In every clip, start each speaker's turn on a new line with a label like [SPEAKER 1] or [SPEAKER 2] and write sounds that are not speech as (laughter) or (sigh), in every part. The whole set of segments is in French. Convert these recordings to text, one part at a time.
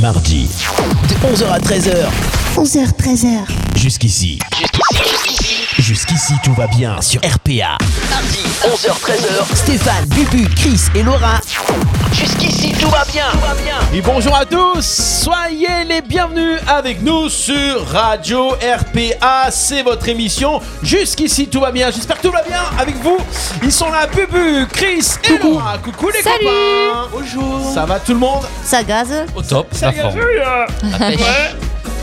[SPEAKER 1] mardi, de 11h à 13h.
[SPEAKER 2] 11h, 13h.
[SPEAKER 1] Jusqu'ici. Jusqu'ici, tout va bien sur RPA. Mardi, 11h-13h, Stéphane, Bubu, Chris et Laura. Jusqu'ici, tout va bien.
[SPEAKER 3] Et bonjour à tous, soyez les bienvenus avec nous sur Radio RPA, c'est votre émission. Jusqu'ici tout va bien, j'espère que tout va bien avec vous. Ils sont là, Bubu, Chris et coucou. Laura. Coucou les
[SPEAKER 4] Salut.
[SPEAKER 3] copains. Bonjour. Ça va tout le monde
[SPEAKER 2] Ça gaze
[SPEAKER 5] Au top, la forme.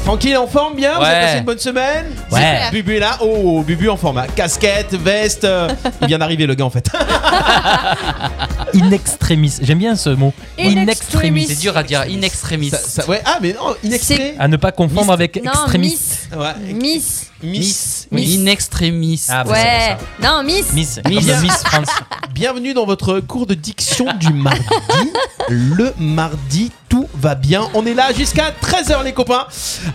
[SPEAKER 3] Tranquille, en forme, bien Vous
[SPEAKER 5] Ouais.
[SPEAKER 3] avez passé une bonne semaine
[SPEAKER 5] Ouais.
[SPEAKER 3] Bubu est là, oh, Bubu en forme. hein. Casquette,
[SPEAKER 5] (laughs)
[SPEAKER 3] veste, euh, il vient d'arriver le gars en fait.
[SPEAKER 6] In extremis. J'aime bien ce mot.
[SPEAKER 4] In
[SPEAKER 6] In
[SPEAKER 4] extremis.
[SPEAKER 6] extremis.
[SPEAKER 5] C'est dur à dire, in extremis.
[SPEAKER 3] Ça- ça- ouais. Ah mais non, inextré.
[SPEAKER 6] À ne pas confondre avec
[SPEAKER 4] Non,
[SPEAKER 6] extrémiste.
[SPEAKER 4] Miss.
[SPEAKER 3] Ouais.
[SPEAKER 4] Miss.
[SPEAKER 3] Miss.
[SPEAKER 5] Oui, In extremis.
[SPEAKER 6] Ah, bah, c'est
[SPEAKER 4] Ouais.
[SPEAKER 6] pour ça.
[SPEAKER 4] Non, Miss.
[SPEAKER 6] Miss.
[SPEAKER 5] Miss.
[SPEAKER 6] Comme le Miss
[SPEAKER 5] (laughs)
[SPEAKER 6] France.
[SPEAKER 3] Bienvenue dans votre cours de diction du mardi. Le mardi, tout va bien. On est là jusqu'à 13h les copains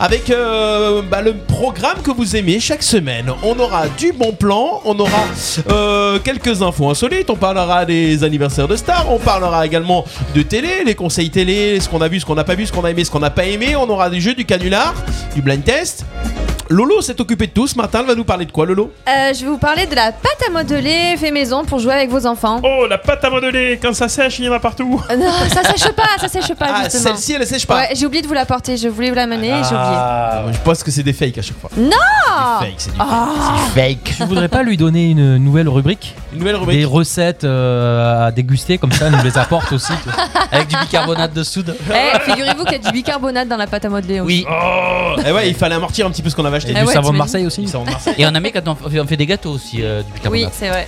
[SPEAKER 3] avec euh, bah, le programme que vous aimez chaque semaine. On aura du bon plan, on aura euh, quelques infos insolites, on parlera des anniversaires de stars, on parlera également de télé, les conseils télé, ce qu'on a vu, ce qu'on n'a pas vu, ce qu'on a aimé, ce qu'on n'a pas aimé. On aura des jeux du canular, du blind test. Lolo s'est occupé de tout ce matin, elle va nous parler de quoi Lolo
[SPEAKER 4] Euh, je vais vous parler de la pâte à modeler fait maison pour jouer avec vos enfants.
[SPEAKER 7] Oh, la pâte à modeler, quand ça sèche, il y en a partout.
[SPEAKER 4] Euh, Non, ça sèche pas, ça sèche pas
[SPEAKER 3] Ah,
[SPEAKER 4] justement.
[SPEAKER 3] celle-ci elle sèche pas.
[SPEAKER 4] Ouais, j'ai oublié de vous la porter, je voulais vous la mener et j'ai oublié.
[SPEAKER 3] Ah, je pense que c'est des fakes à chaque fois.
[SPEAKER 4] Ah.
[SPEAKER 3] Fake, c'est du
[SPEAKER 1] Fake.
[SPEAKER 6] Je voudrais pas lui donner une nouvelle rubrique.
[SPEAKER 3] Une nouvelle
[SPEAKER 6] Des
[SPEAKER 3] rubrique.
[SPEAKER 6] recettes euh, à déguster, comme ça, elle nous les apporte aussi. tu vois.
[SPEAKER 5] (laughs) Avec du bicarbonate de soude.
[SPEAKER 4] Eh, figurez-vous qu'il y a du bicarbonate dans la pâte à modeler. aussi.
[SPEAKER 5] Oui.
[SPEAKER 7] Oh,
[SPEAKER 3] Eh ouais, il fallait amortir un petit peu ce qu'on avait
[SPEAKER 6] Et
[SPEAKER 3] acheté.
[SPEAKER 4] Ah
[SPEAKER 6] du
[SPEAKER 4] ouais,
[SPEAKER 6] savon de
[SPEAKER 4] t'imagines
[SPEAKER 6] Marseille aussi. (laughs)
[SPEAKER 5] Et on a mis quand on fait, on fait des gâteaux aussi euh, du
[SPEAKER 4] Oui,
[SPEAKER 5] bicarbonate.
[SPEAKER 4] c'est vrai.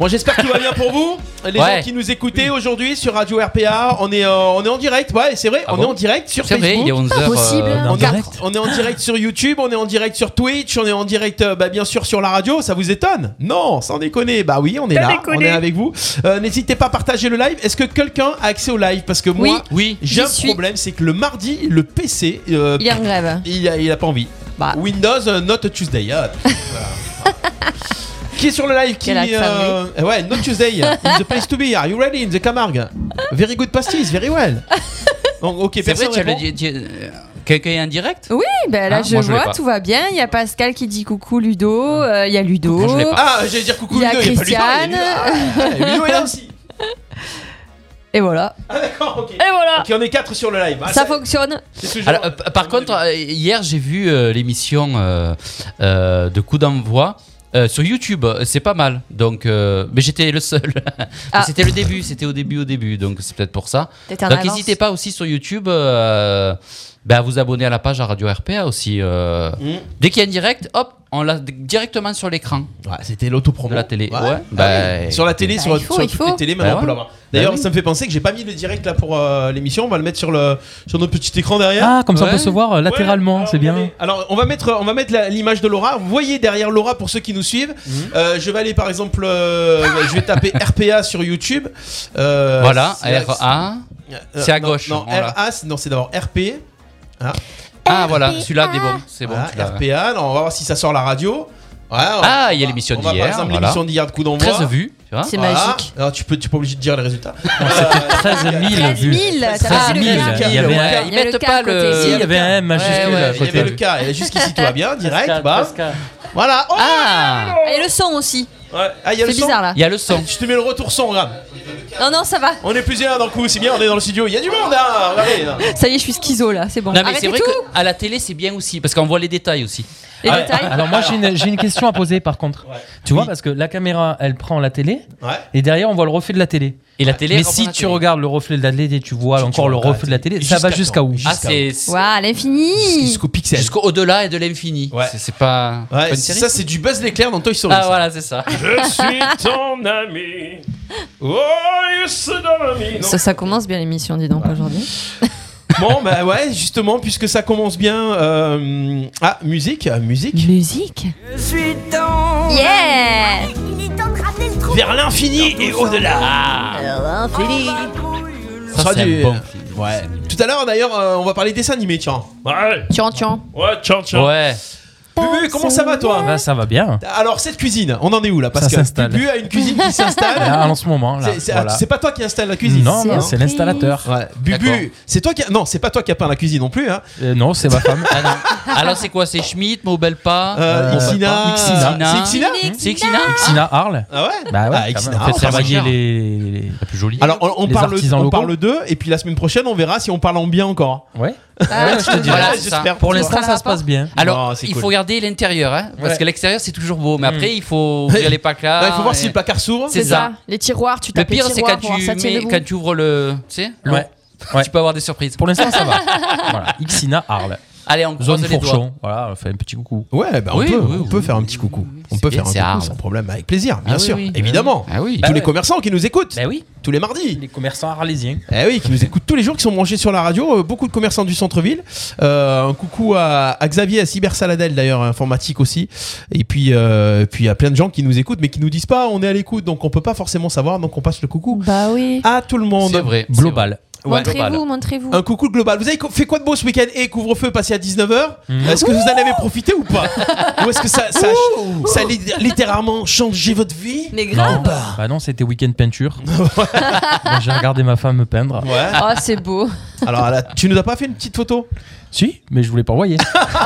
[SPEAKER 3] Bon, j'espère que tout va bien pour vous. Les
[SPEAKER 5] Ouais.
[SPEAKER 3] gens qui nous écoutaient aujourd'hui sur Radio RPA, on est, euh, on est en direct. Ouais, c'est vrai,
[SPEAKER 5] Ah
[SPEAKER 3] on
[SPEAKER 5] bon
[SPEAKER 3] est en direct sur
[SPEAKER 5] C'est
[SPEAKER 3] Facebook.
[SPEAKER 5] vrai, il est 11h.
[SPEAKER 4] Ah, possible.
[SPEAKER 6] Euh,
[SPEAKER 3] on,
[SPEAKER 6] en
[SPEAKER 3] est,
[SPEAKER 6] direct.
[SPEAKER 3] on est en direct sur YouTube, on est en direct sur Twitch, on est en direct euh, bah, bien sûr sur la radio, ça vous étonne Non, sans déconner, bah oui, on est là, on
[SPEAKER 7] déconné.
[SPEAKER 3] est avec vous. Euh, N'hésitez pas à partager le live. Est-ce que quelqu'un a accès au live Parce que moi,
[SPEAKER 5] Oui.
[SPEAKER 3] j'ai
[SPEAKER 4] j'y
[SPEAKER 3] un
[SPEAKER 4] suis.
[SPEAKER 3] problème, c'est que le mardi, le PC, euh,
[SPEAKER 4] Il est en grève.
[SPEAKER 3] il a, il a pas envie.
[SPEAKER 4] Bah.
[SPEAKER 3] Windows euh, Not Tuesday. ah, putain, voilà. Qui est sur le live qui,
[SPEAKER 4] Quel accent
[SPEAKER 3] euh, Ouais, Not Tuesday. in the place to be. Are you ready in the Camargue? Very good pastis, very well. Donc, ok,
[SPEAKER 5] C'est vrai,
[SPEAKER 3] personne
[SPEAKER 5] tu avais
[SPEAKER 3] répond.
[SPEAKER 5] dit. tu- euh, Quelqu'un est en direct
[SPEAKER 4] Eh ben là,
[SPEAKER 5] Ah,
[SPEAKER 4] je
[SPEAKER 5] moi, je l'ai
[SPEAKER 4] vois,
[SPEAKER 5] pas.
[SPEAKER 4] tout va bien. Il y a Pascal qui dit coucou Ludo. euh, Il y a Ludo.
[SPEAKER 5] Moi, je l'ai pas.
[SPEAKER 3] Ah, j'allais dire coucou
[SPEAKER 4] Il y a
[SPEAKER 3] Ludo, il y a pas Ludo, Il
[SPEAKER 4] Christiane.
[SPEAKER 3] y a Ludo, Ah, Ludo est là aussi.
[SPEAKER 4] Et voilà.
[SPEAKER 3] Ah, d'accord,
[SPEAKER 4] (laughs)
[SPEAKER 3] ok.
[SPEAKER 4] Et voilà.
[SPEAKER 3] Ok, on est quatre sur le live. Ah,
[SPEAKER 4] Ça
[SPEAKER 3] c'est-
[SPEAKER 4] fonctionne.
[SPEAKER 3] c'est toujours-
[SPEAKER 5] Alors, euh, p- par contre, euh, hier j'ai vu euh, l'émission euh, euh, de coup d'envoi euh, sur YouTube. C'est pas mal. Donc, euh, mais j'étais le seul. (laughs) Mais
[SPEAKER 4] Ah.
[SPEAKER 5] C'était le début. C'était au début, au début. Donc, c'est peut-être pour ça.
[SPEAKER 4] T'étais en
[SPEAKER 5] Donc,
[SPEAKER 4] avance.
[SPEAKER 5] n'hésitez pas aussi sur YouTube. euh, ben, à vous abonner à la page à Radio RPA aussi. euh.
[SPEAKER 3] Mm.
[SPEAKER 5] Dès qu'il y a un direct, hop, on l'a d- directement sur l'écran.
[SPEAKER 3] Ouais, c'était l'autopromo.
[SPEAKER 5] De la télé, ouais.
[SPEAKER 3] Ah
[SPEAKER 5] Bah,
[SPEAKER 3] oui. Sur la télé,
[SPEAKER 4] Bah,
[SPEAKER 3] sur,
[SPEAKER 4] il faut,
[SPEAKER 3] sur
[SPEAKER 4] il
[SPEAKER 3] toutes
[SPEAKER 4] faut.
[SPEAKER 3] les télés, maintenant
[SPEAKER 5] Bah
[SPEAKER 3] on peut
[SPEAKER 5] ouais.
[SPEAKER 3] l'avoir. hein. D'ailleurs,
[SPEAKER 5] Bah oui.
[SPEAKER 3] ça me fait penser que j'ai pas mis le direct là pour euh, l'émission. On va le mettre sur, le, sur notre petit écran derrière.
[SPEAKER 6] Ah, comme ça, on peut
[SPEAKER 5] Ouais.
[SPEAKER 6] se voir euh, latéralement,
[SPEAKER 3] Ouais,
[SPEAKER 6] c'est bien.
[SPEAKER 3] regardez. Alors on va mettre on va mettre la- l'image de Laura. Vous voyez derrière Laura pour ceux qui nous suivent. Euh, je vais aller par exemple euh, je vais taper RPA sur YouTube. Euh,
[SPEAKER 5] voilà,
[SPEAKER 3] c'est-
[SPEAKER 5] RA.
[SPEAKER 3] euh,
[SPEAKER 5] c'est à
[SPEAKER 3] non,
[SPEAKER 5] gauche,
[SPEAKER 3] Non,
[SPEAKER 5] voilà.
[SPEAKER 3] RA c'est- non c'est d'abord RP.
[SPEAKER 5] Ah, voilà, celui-là, des bons. C'est bon.
[SPEAKER 3] Voilà,
[SPEAKER 5] tu l'as.
[SPEAKER 3] RPA. Non, on va voir si ça sort la radio. Voilà, on-
[SPEAKER 5] Ah, il y a
[SPEAKER 3] on va-
[SPEAKER 5] l'émission
[SPEAKER 3] on va
[SPEAKER 5] d'hier,
[SPEAKER 3] Par exemple
[SPEAKER 5] voilà.
[SPEAKER 3] l'émission d'hier de coup d'envoi.
[SPEAKER 5] 13 vues, tu vois.
[SPEAKER 4] C'est
[SPEAKER 3] Voilà.
[SPEAKER 4] magique. Eh
[SPEAKER 3] Alors tu peux tu es pas obligé de dire les résultats. Euh,
[SPEAKER 6] 13 000
[SPEAKER 4] 13 000,
[SPEAKER 6] vues.
[SPEAKER 4] ça
[SPEAKER 6] 13
[SPEAKER 4] fait
[SPEAKER 6] 000.
[SPEAKER 4] le cas.
[SPEAKER 6] Il y avait
[SPEAKER 5] Ouais,
[SPEAKER 6] un-
[SPEAKER 4] Il
[SPEAKER 5] ils
[SPEAKER 4] y a le
[SPEAKER 5] mettent
[SPEAKER 4] cas à
[SPEAKER 5] pas
[SPEAKER 4] côté.
[SPEAKER 5] le.
[SPEAKER 6] Si, il y avait un M
[SPEAKER 3] ouais,
[SPEAKER 6] majuscule
[SPEAKER 3] ouais,
[SPEAKER 6] à
[SPEAKER 3] il y avait le
[SPEAKER 6] côté.
[SPEAKER 3] cas. Et Jusqu'ici tout va bien, direct. bam. Voilà. Oh,
[SPEAKER 5] Ah
[SPEAKER 4] Et le son aussi.
[SPEAKER 3] ouais. Ah, il y a le
[SPEAKER 4] C'est
[SPEAKER 3] son.
[SPEAKER 4] bizarre là.
[SPEAKER 5] Il y a le son.
[SPEAKER 3] Je te mets le retour son, regarde.
[SPEAKER 4] Non, non, ça va.
[SPEAKER 3] On est plusieurs d'un coup, c'est bien, on est dans le studio, il y a du monde, hein Regardez là.
[SPEAKER 4] Ça y est, je suis schizo là. C'est bon.
[SPEAKER 5] Non, mais
[SPEAKER 4] Arrêtez
[SPEAKER 5] c'est vrai
[SPEAKER 4] tout.
[SPEAKER 5] qu'à la télé, c'est bien aussi, parce qu'on voit les détails aussi.
[SPEAKER 4] Les
[SPEAKER 3] Ah ouais.
[SPEAKER 4] détails.
[SPEAKER 6] Alors moi j'ai une, j'ai une question à poser par contre.
[SPEAKER 3] Ouais.
[SPEAKER 6] Tu vois
[SPEAKER 3] Oui.
[SPEAKER 6] parce que la caméra elle prend la télé
[SPEAKER 3] Ouais.
[SPEAKER 6] et derrière on voit le reflet de la télé.
[SPEAKER 5] Et la télé.
[SPEAKER 6] Mais
[SPEAKER 5] reprend
[SPEAKER 6] si
[SPEAKER 5] la
[SPEAKER 6] tu
[SPEAKER 5] télé.
[SPEAKER 6] regardes le reflet de la télé tu vois
[SPEAKER 3] Si tu
[SPEAKER 6] encore le
[SPEAKER 3] regardes,
[SPEAKER 6] reflet de la télé,
[SPEAKER 3] et
[SPEAKER 6] ça va
[SPEAKER 3] jusqu'à
[SPEAKER 6] jusqu'à
[SPEAKER 3] quand
[SPEAKER 6] où
[SPEAKER 3] Jusqu'à
[SPEAKER 5] Ah, c'est. c'est-
[SPEAKER 4] Waouh, à l'infini.
[SPEAKER 3] Jusqu'au pixel.
[SPEAKER 5] Jusqu'au au-delà et de l'infini.
[SPEAKER 3] Ouais.
[SPEAKER 5] C'est- C'est pas. pas
[SPEAKER 3] Ouais,
[SPEAKER 5] une série
[SPEAKER 3] ça c'est du buzz l'éclair dans Toy Story.
[SPEAKER 5] Ah
[SPEAKER 3] ça.
[SPEAKER 5] voilà, c'est ça.
[SPEAKER 7] je suis ton ami. Oh, you son ami. Non.
[SPEAKER 4] Ça, ça commence bien l'émission, dis donc, aujourd'hui.
[SPEAKER 3] Bon bah ouais, justement, puisque ça commence bien. euh, Ah, musique, euh, musique.
[SPEAKER 4] Musique. Yeah
[SPEAKER 8] Il est temps de ramener le trou.
[SPEAKER 3] Vers l'infini et au-delà.
[SPEAKER 5] Ça,
[SPEAKER 3] sera
[SPEAKER 5] c'est un
[SPEAKER 3] du-
[SPEAKER 5] bon film.
[SPEAKER 3] Ouais. Tout à l'heure d'ailleurs, euh, on va parler dessin animé, tiens.
[SPEAKER 7] Ouais,
[SPEAKER 4] Tian, tian.
[SPEAKER 7] ouais, tchao, tchao.
[SPEAKER 5] Ouais.
[SPEAKER 3] Bubu, comment ça va toi
[SPEAKER 6] Bah, ça va bien.
[SPEAKER 3] Alors cette cuisine, on en est où là Parce
[SPEAKER 6] Ça
[SPEAKER 3] que
[SPEAKER 6] s'installe.
[SPEAKER 3] Bubu a une cuisine qui s'installe.
[SPEAKER 6] Là, en ce moment, là.
[SPEAKER 3] Ah. C'est- C'est
[SPEAKER 6] voilà.
[SPEAKER 3] c'est pas toi qui installe la cuisine.
[SPEAKER 6] Non,
[SPEAKER 4] C'est
[SPEAKER 6] non, c'est
[SPEAKER 4] ok.
[SPEAKER 6] l'installateur.
[SPEAKER 3] Ouais, Bubu,
[SPEAKER 5] D'accord.
[SPEAKER 3] c'est toi qui a- non, c'est pas toi qui a peint la cuisine non plus hein.
[SPEAKER 6] Euh, non, c'est ma
[SPEAKER 5] (laughs)
[SPEAKER 6] femme.
[SPEAKER 5] Ah non. Alors c'est quoi C'est Schmidt, Maubelpa
[SPEAKER 3] Euh,
[SPEAKER 6] Euh,
[SPEAKER 3] Ixina,
[SPEAKER 5] Ixina.
[SPEAKER 3] c'est Ixina
[SPEAKER 5] C'est Xina
[SPEAKER 6] Xina Arles.
[SPEAKER 3] Ah ouais.
[SPEAKER 6] Bah ouais,
[SPEAKER 3] Ah,
[SPEAKER 6] quand
[SPEAKER 3] Xina
[SPEAKER 6] même. on
[SPEAKER 3] Arles,
[SPEAKER 6] fait
[SPEAKER 3] ça
[SPEAKER 6] travailler
[SPEAKER 5] marche.
[SPEAKER 6] les, les-
[SPEAKER 5] La plus jolie.
[SPEAKER 3] Alors on, on
[SPEAKER 6] Les
[SPEAKER 3] parle,
[SPEAKER 6] artisans
[SPEAKER 3] on
[SPEAKER 6] locaux.
[SPEAKER 3] parle d'eux et puis la semaine prochaine on verra si on parle en bien encore.
[SPEAKER 6] Ouais.
[SPEAKER 4] Ah,
[SPEAKER 6] je te dis.
[SPEAKER 5] Voilà,
[SPEAKER 3] Ouais,
[SPEAKER 5] c'est ça.
[SPEAKER 3] j'espère
[SPEAKER 6] Pour
[SPEAKER 3] toi.
[SPEAKER 6] l'instant, ça se passe bien.
[SPEAKER 5] Alors,
[SPEAKER 3] Non, c'est
[SPEAKER 5] il
[SPEAKER 3] cool. Hmm.
[SPEAKER 5] faut regarder l'intérieur, hein, parce
[SPEAKER 6] Ouais.
[SPEAKER 5] que l'extérieur c'est toujours beau, mais
[SPEAKER 6] Mm.
[SPEAKER 5] après il faut ouvrir les packs là.
[SPEAKER 3] (laughs) Ouais, il faut voir si
[SPEAKER 5] et-
[SPEAKER 3] le placard s'ouvre.
[SPEAKER 5] C'est
[SPEAKER 4] C'est
[SPEAKER 5] ça.
[SPEAKER 4] ça. Les tiroirs, tu
[SPEAKER 5] Le
[SPEAKER 4] tapes
[SPEAKER 5] pire,
[SPEAKER 4] les
[SPEAKER 5] c'est quand
[SPEAKER 4] tiroirs pour voir
[SPEAKER 5] tu,
[SPEAKER 4] ça tient
[SPEAKER 5] mets-
[SPEAKER 4] debout.
[SPEAKER 5] quand tu ouvres le. Tu sais le- (laughs)
[SPEAKER 6] Ouais. Ouais.
[SPEAKER 5] Tu peux avoir des surprises.
[SPEAKER 6] Pour l'instant, ça va. Voilà. Xina Arles.
[SPEAKER 5] Allez, on
[SPEAKER 6] Zone
[SPEAKER 5] croise les doigts.
[SPEAKER 6] fourchon. Voilà, on fait un petit coucou.
[SPEAKER 3] Ouais, bah
[SPEAKER 5] Oui,
[SPEAKER 3] on peut,
[SPEAKER 5] oui,
[SPEAKER 3] on
[SPEAKER 5] oui,
[SPEAKER 3] peut faire un
[SPEAKER 5] oui,
[SPEAKER 3] petit coucou.
[SPEAKER 5] oui, oui,
[SPEAKER 3] on
[SPEAKER 5] c'est
[SPEAKER 3] peut
[SPEAKER 5] bien,
[SPEAKER 3] faire un
[SPEAKER 5] c'est
[SPEAKER 3] coucou
[SPEAKER 5] Arles.
[SPEAKER 3] sans problème, avec plaisir, bien
[SPEAKER 5] Ah oui,
[SPEAKER 3] sûr,
[SPEAKER 5] oui.
[SPEAKER 3] évidemment.
[SPEAKER 5] Ah oui.
[SPEAKER 3] Tous
[SPEAKER 6] Bah
[SPEAKER 3] les
[SPEAKER 6] ouais.
[SPEAKER 3] commerçants qui nous écoutent
[SPEAKER 6] Bah oui,
[SPEAKER 3] tous les mardis.
[SPEAKER 6] les commerçants arlésiens.
[SPEAKER 3] Eh oui, qui nous écoutent tous les jours, qui sont branchés sur la radio, euh, beaucoup de commerçants du centre-ville. Euh, un coucou à, à Xavier, à Cyber Saladel d'ailleurs, informatique aussi. Et puis, euh, et puis à plein de gens qui nous écoutent, mais qui nous disent pas, on est à l'écoute, donc on peut pas forcément savoir, donc on passe le coucou
[SPEAKER 4] Bah oui.
[SPEAKER 3] à tout le monde.
[SPEAKER 5] C'est vrai. c'est
[SPEAKER 6] Global.
[SPEAKER 5] Ouais.
[SPEAKER 4] Montrez-vous, montrez-vous.
[SPEAKER 3] Un coucou global. Vous avez co- fait quoi de beau ce week-end Et couvre-feu passé à 19h
[SPEAKER 6] Mhm.
[SPEAKER 3] Est-ce que vous en avez profité ou pas Ou est-ce que ça, ça, ça a li- littéralement changé votre vie
[SPEAKER 4] Mais
[SPEAKER 5] (laughs)
[SPEAKER 6] Non.
[SPEAKER 4] grave.
[SPEAKER 6] Bah non, c'était week-end (laughs) peinture. Moi, J'ai regardé ma femme me peindre.
[SPEAKER 3] Ouais.
[SPEAKER 4] Oh, c'est beau.
[SPEAKER 3] Alors là, tu nous as pas fait une petite photo
[SPEAKER 6] Si, mais je voulais pas envoyer.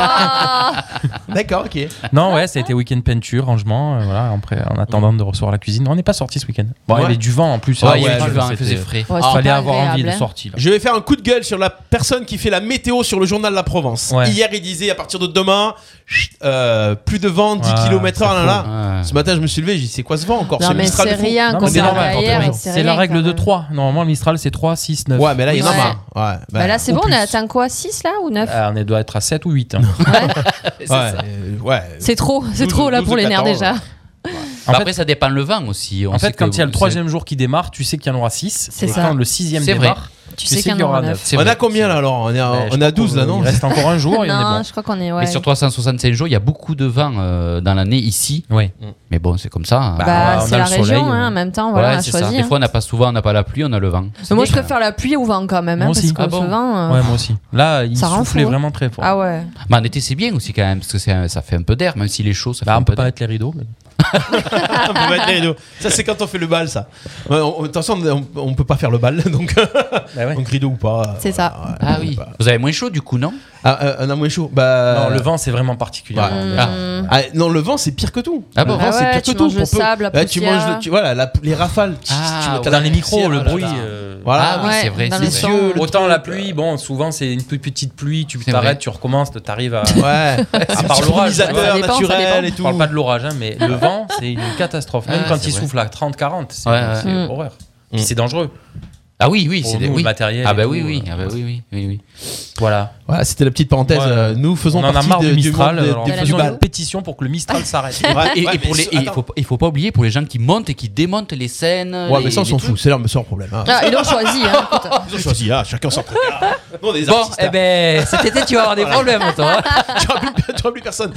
[SPEAKER 4] Ah,
[SPEAKER 3] D'accord, ok.
[SPEAKER 6] non, ouais, c'était week-end peinture, rangement. euh, voilà, après, en attendant de recevoir la cuisine. On n'est pas sorti ce week-end. Bon,
[SPEAKER 3] Ouais.
[SPEAKER 6] il y avait du vent en plus.
[SPEAKER 5] vrai.
[SPEAKER 3] Ah
[SPEAKER 5] Ouais, il y avait
[SPEAKER 3] ouais,
[SPEAKER 5] du vent, il faisait
[SPEAKER 6] c'était-
[SPEAKER 5] frais.
[SPEAKER 4] Ouais,
[SPEAKER 6] Ah,
[SPEAKER 4] c'est
[SPEAKER 6] fallait
[SPEAKER 4] pas
[SPEAKER 6] avoir envie
[SPEAKER 4] agréable,
[SPEAKER 6] de
[SPEAKER 4] hein.
[SPEAKER 6] sortir.
[SPEAKER 3] Je vais faire un coup de gueule sur la personne qui fait la météo sur le journal La Provence.
[SPEAKER 6] Ouais.
[SPEAKER 3] Hier, il disait à partir de demain, chut, euh, plus de vent, 10
[SPEAKER 6] Ouais,
[SPEAKER 3] km/h.
[SPEAKER 6] c'est
[SPEAKER 3] Là, là. (laughs)
[SPEAKER 5] Ouais.
[SPEAKER 3] Ce matin, je me suis levé, j'ai dit c'est quoi ce vent encore
[SPEAKER 4] Non,
[SPEAKER 3] C'est
[SPEAKER 4] mais
[SPEAKER 3] Mistral
[SPEAKER 4] c'est
[SPEAKER 3] de fou.
[SPEAKER 4] rien
[SPEAKER 6] Non, mais
[SPEAKER 4] comparé
[SPEAKER 6] c'est normal,
[SPEAKER 4] à
[SPEAKER 6] quand
[SPEAKER 4] hier.
[SPEAKER 6] même. C'est la
[SPEAKER 4] rien,
[SPEAKER 6] règle
[SPEAKER 4] quand
[SPEAKER 6] de
[SPEAKER 4] même.
[SPEAKER 6] 3. Normalement, Mistral, c'est 3, 6, 9.
[SPEAKER 3] Ouais, mais là, il y en a
[SPEAKER 4] Ouais.
[SPEAKER 3] marre. Ouais, bah,
[SPEAKER 4] Bah là, c'est
[SPEAKER 6] Ou
[SPEAKER 4] bon, on est
[SPEAKER 6] plus.
[SPEAKER 4] à atteint quoi 6 là ou 9
[SPEAKER 6] Euh, on est- doit être à 7 ou 8.
[SPEAKER 5] C'est ça.
[SPEAKER 3] ouais, euh, ouais.
[SPEAKER 4] C'est trop, c'est
[SPEAKER 3] 12,
[SPEAKER 4] trop là
[SPEAKER 3] 12,
[SPEAKER 4] pour les nerfs
[SPEAKER 3] 14,
[SPEAKER 4] déjà.
[SPEAKER 6] En
[SPEAKER 5] Bah
[SPEAKER 6] fait-
[SPEAKER 5] après, ça dépend le vent aussi. On
[SPEAKER 6] En
[SPEAKER 5] sait
[SPEAKER 6] fait, quand
[SPEAKER 5] que
[SPEAKER 6] il y a le
[SPEAKER 5] c'est-
[SPEAKER 6] troisième jour qui démarre, tu sais qu'il y en aura 6.
[SPEAKER 4] C'est
[SPEAKER 6] et
[SPEAKER 4] ça.
[SPEAKER 6] quand le sixième
[SPEAKER 5] C'est vrai.
[SPEAKER 6] démarre,
[SPEAKER 4] Tu
[SPEAKER 6] tu
[SPEAKER 4] sais qu'il y en
[SPEAKER 6] aura
[SPEAKER 4] aura
[SPEAKER 6] 9.
[SPEAKER 4] 9.
[SPEAKER 5] C'est
[SPEAKER 3] On
[SPEAKER 5] vrai.
[SPEAKER 3] a combien là alors on est, à,
[SPEAKER 6] Ouais, Bah, je
[SPEAKER 3] on est
[SPEAKER 6] crois
[SPEAKER 3] à 12 là,
[SPEAKER 6] qu'on-
[SPEAKER 3] non
[SPEAKER 6] Il reste encore un jour et on est
[SPEAKER 4] Non,
[SPEAKER 6] bon.
[SPEAKER 4] je crois qu'on est. Ouais.
[SPEAKER 5] Mais sur 365 jours, il y a beaucoup de vent euh, dans l'année ici.
[SPEAKER 6] Ouais.
[SPEAKER 5] Mais bon, c'est comme ça. hein.
[SPEAKER 6] on
[SPEAKER 4] Bah,
[SPEAKER 6] a
[SPEAKER 4] c'est
[SPEAKER 6] le
[SPEAKER 4] la
[SPEAKER 6] soleil,
[SPEAKER 4] région,
[SPEAKER 6] on-
[SPEAKER 4] hein, en même temps,
[SPEAKER 5] Ouais,
[SPEAKER 4] voilà, on a
[SPEAKER 5] c'est ça.
[SPEAKER 4] choisi.
[SPEAKER 5] Des
[SPEAKER 4] hein.
[SPEAKER 5] fois, on n'a pas souvent, on n'a pas la pluie, on a le vent.
[SPEAKER 4] Mais Moi, je préfère la pluie au vent quand même, hein,
[SPEAKER 6] Moi
[SPEAKER 4] parce
[SPEAKER 6] aussi.
[SPEAKER 4] que
[SPEAKER 5] Ah bon
[SPEAKER 4] ce vent. euh,
[SPEAKER 6] Ouais, moi aussi. Là, il
[SPEAKER 4] Ça rend
[SPEAKER 6] soufflait
[SPEAKER 4] fou, hein.
[SPEAKER 6] vraiment très fort.
[SPEAKER 4] Ah ouais.
[SPEAKER 5] Mais en été, c'est bien aussi quand même, parce que c'est un- ça fait un peu d'air, même s'il est chaud, ça fait
[SPEAKER 6] Bah,
[SPEAKER 5] un
[SPEAKER 6] on peut
[SPEAKER 5] peu
[SPEAKER 6] pas
[SPEAKER 5] d'air.
[SPEAKER 6] mettre les rideaux. mais-
[SPEAKER 3] (laughs) On peut mettre les rideaux. Ça, c'est quand on fait le bal, ça. Ouais, on- attention, on, on peut pas faire le bal, (laughs) donc, donc rideau ou pas.
[SPEAKER 4] C'est ça.
[SPEAKER 3] voilà, ouais, on
[SPEAKER 5] Ah
[SPEAKER 3] peut
[SPEAKER 5] oui.
[SPEAKER 6] Bah.
[SPEAKER 3] pas.
[SPEAKER 5] Vous avez moins chaud du coup, non
[SPEAKER 3] Ah, euh, on a moins chaud. Bah,
[SPEAKER 6] Non, le vent, c'est vraiment particulier.
[SPEAKER 3] Ouais.
[SPEAKER 5] Ah.
[SPEAKER 3] Ah, non, le vent, c'est pire que tout.
[SPEAKER 5] Ah bon
[SPEAKER 3] le vent,
[SPEAKER 4] Ah
[SPEAKER 3] c'est
[SPEAKER 4] ouais,
[SPEAKER 3] pire
[SPEAKER 4] tu
[SPEAKER 3] que tout.
[SPEAKER 4] manges le
[SPEAKER 3] pour peu-
[SPEAKER 4] sable, la
[SPEAKER 3] Ouais, tu
[SPEAKER 4] poussière.
[SPEAKER 3] manges, le- tu, voilà, la- les rafales. tu-
[SPEAKER 5] Ah,
[SPEAKER 3] tu-
[SPEAKER 5] ouais.
[SPEAKER 3] t'as
[SPEAKER 6] Dans
[SPEAKER 3] la
[SPEAKER 6] les micros,
[SPEAKER 3] poussière,
[SPEAKER 6] le
[SPEAKER 3] là, là,
[SPEAKER 6] bruit.
[SPEAKER 3] là.
[SPEAKER 6] euh,
[SPEAKER 3] Voilà.
[SPEAKER 5] Ah oui,
[SPEAKER 4] Ouais,
[SPEAKER 5] c'est vrai.
[SPEAKER 4] dans
[SPEAKER 5] c'est
[SPEAKER 4] les
[SPEAKER 5] vrai.
[SPEAKER 4] sons.
[SPEAKER 3] Messieurs, le-
[SPEAKER 6] Autant la pluie, bon, souvent c'est une toute petite pluie, tu
[SPEAKER 5] C'est vrai.
[SPEAKER 6] t'arrêtes, tu recommences, t'arrives à. (laughs)
[SPEAKER 3] Ouais.
[SPEAKER 6] À
[SPEAKER 3] Par
[SPEAKER 6] part l'orage, tu vois.
[SPEAKER 4] Ça dépend, ça
[SPEAKER 3] naturel et
[SPEAKER 6] Je
[SPEAKER 3] tout.
[SPEAKER 6] parle pas de l'orage, hein, mais
[SPEAKER 5] (laughs)
[SPEAKER 6] le vent, c'est une catastrophe. Même
[SPEAKER 5] Ah,
[SPEAKER 6] quand
[SPEAKER 5] c'est
[SPEAKER 6] il
[SPEAKER 5] vrai.
[SPEAKER 6] souffle à 30-40, c'est
[SPEAKER 5] Ouais, ouais.
[SPEAKER 6] c'est
[SPEAKER 4] Mm.
[SPEAKER 6] horreur.
[SPEAKER 3] Mm.
[SPEAKER 6] Puis c'est dangereux.
[SPEAKER 5] Ah oui, oui,
[SPEAKER 6] Pour
[SPEAKER 5] c'est des-
[SPEAKER 6] nous,
[SPEAKER 5] oui.
[SPEAKER 6] le matériel
[SPEAKER 5] Ah
[SPEAKER 6] et
[SPEAKER 5] bah
[SPEAKER 6] tout,
[SPEAKER 5] oui, oui,
[SPEAKER 6] euh,
[SPEAKER 5] ah bah oui, oui, oui, oui.
[SPEAKER 6] Voilà.
[SPEAKER 3] Voilà, c'était la petite parenthèse.
[SPEAKER 6] Ouais.
[SPEAKER 3] euh, Nous faisons
[SPEAKER 6] On en a
[SPEAKER 3] partie
[SPEAKER 6] marre
[SPEAKER 3] de-
[SPEAKER 6] du Mistral,
[SPEAKER 3] monde de-
[SPEAKER 6] alors hein.
[SPEAKER 3] du
[SPEAKER 4] la
[SPEAKER 6] faisons
[SPEAKER 3] bal.
[SPEAKER 4] nouvelle.
[SPEAKER 6] une pétition pour que
[SPEAKER 3] (laughs)
[SPEAKER 6] le Mistral s'arrête.
[SPEAKER 3] Ouais,
[SPEAKER 5] Et, et
[SPEAKER 3] Ah, ouais, mais
[SPEAKER 5] pour les,
[SPEAKER 3] ce-
[SPEAKER 5] et il
[SPEAKER 3] attends.
[SPEAKER 5] faut, pas- il faut pas oublier pour les gens qui montent et qui démontent les scènes.
[SPEAKER 3] Ouais,
[SPEAKER 5] les-
[SPEAKER 3] mais ça, on
[SPEAKER 5] les
[SPEAKER 3] s'en
[SPEAKER 5] trucs.
[SPEAKER 3] fout. C'est leur c'est leur problème.
[SPEAKER 4] (laughs)
[SPEAKER 3] hein.
[SPEAKER 4] Ah, ils l'ont choisi. hein, écoute.
[SPEAKER 3] Ils ont choisi là, chacun s'en (laughs) prend. Nous, on est des
[SPEAKER 5] Bon,
[SPEAKER 3] artistes, hein.
[SPEAKER 5] eh ben, cet été, tu vas avoir des problèmes, toi. hein.
[SPEAKER 3] tu n'auras plus, tu auras plus personne.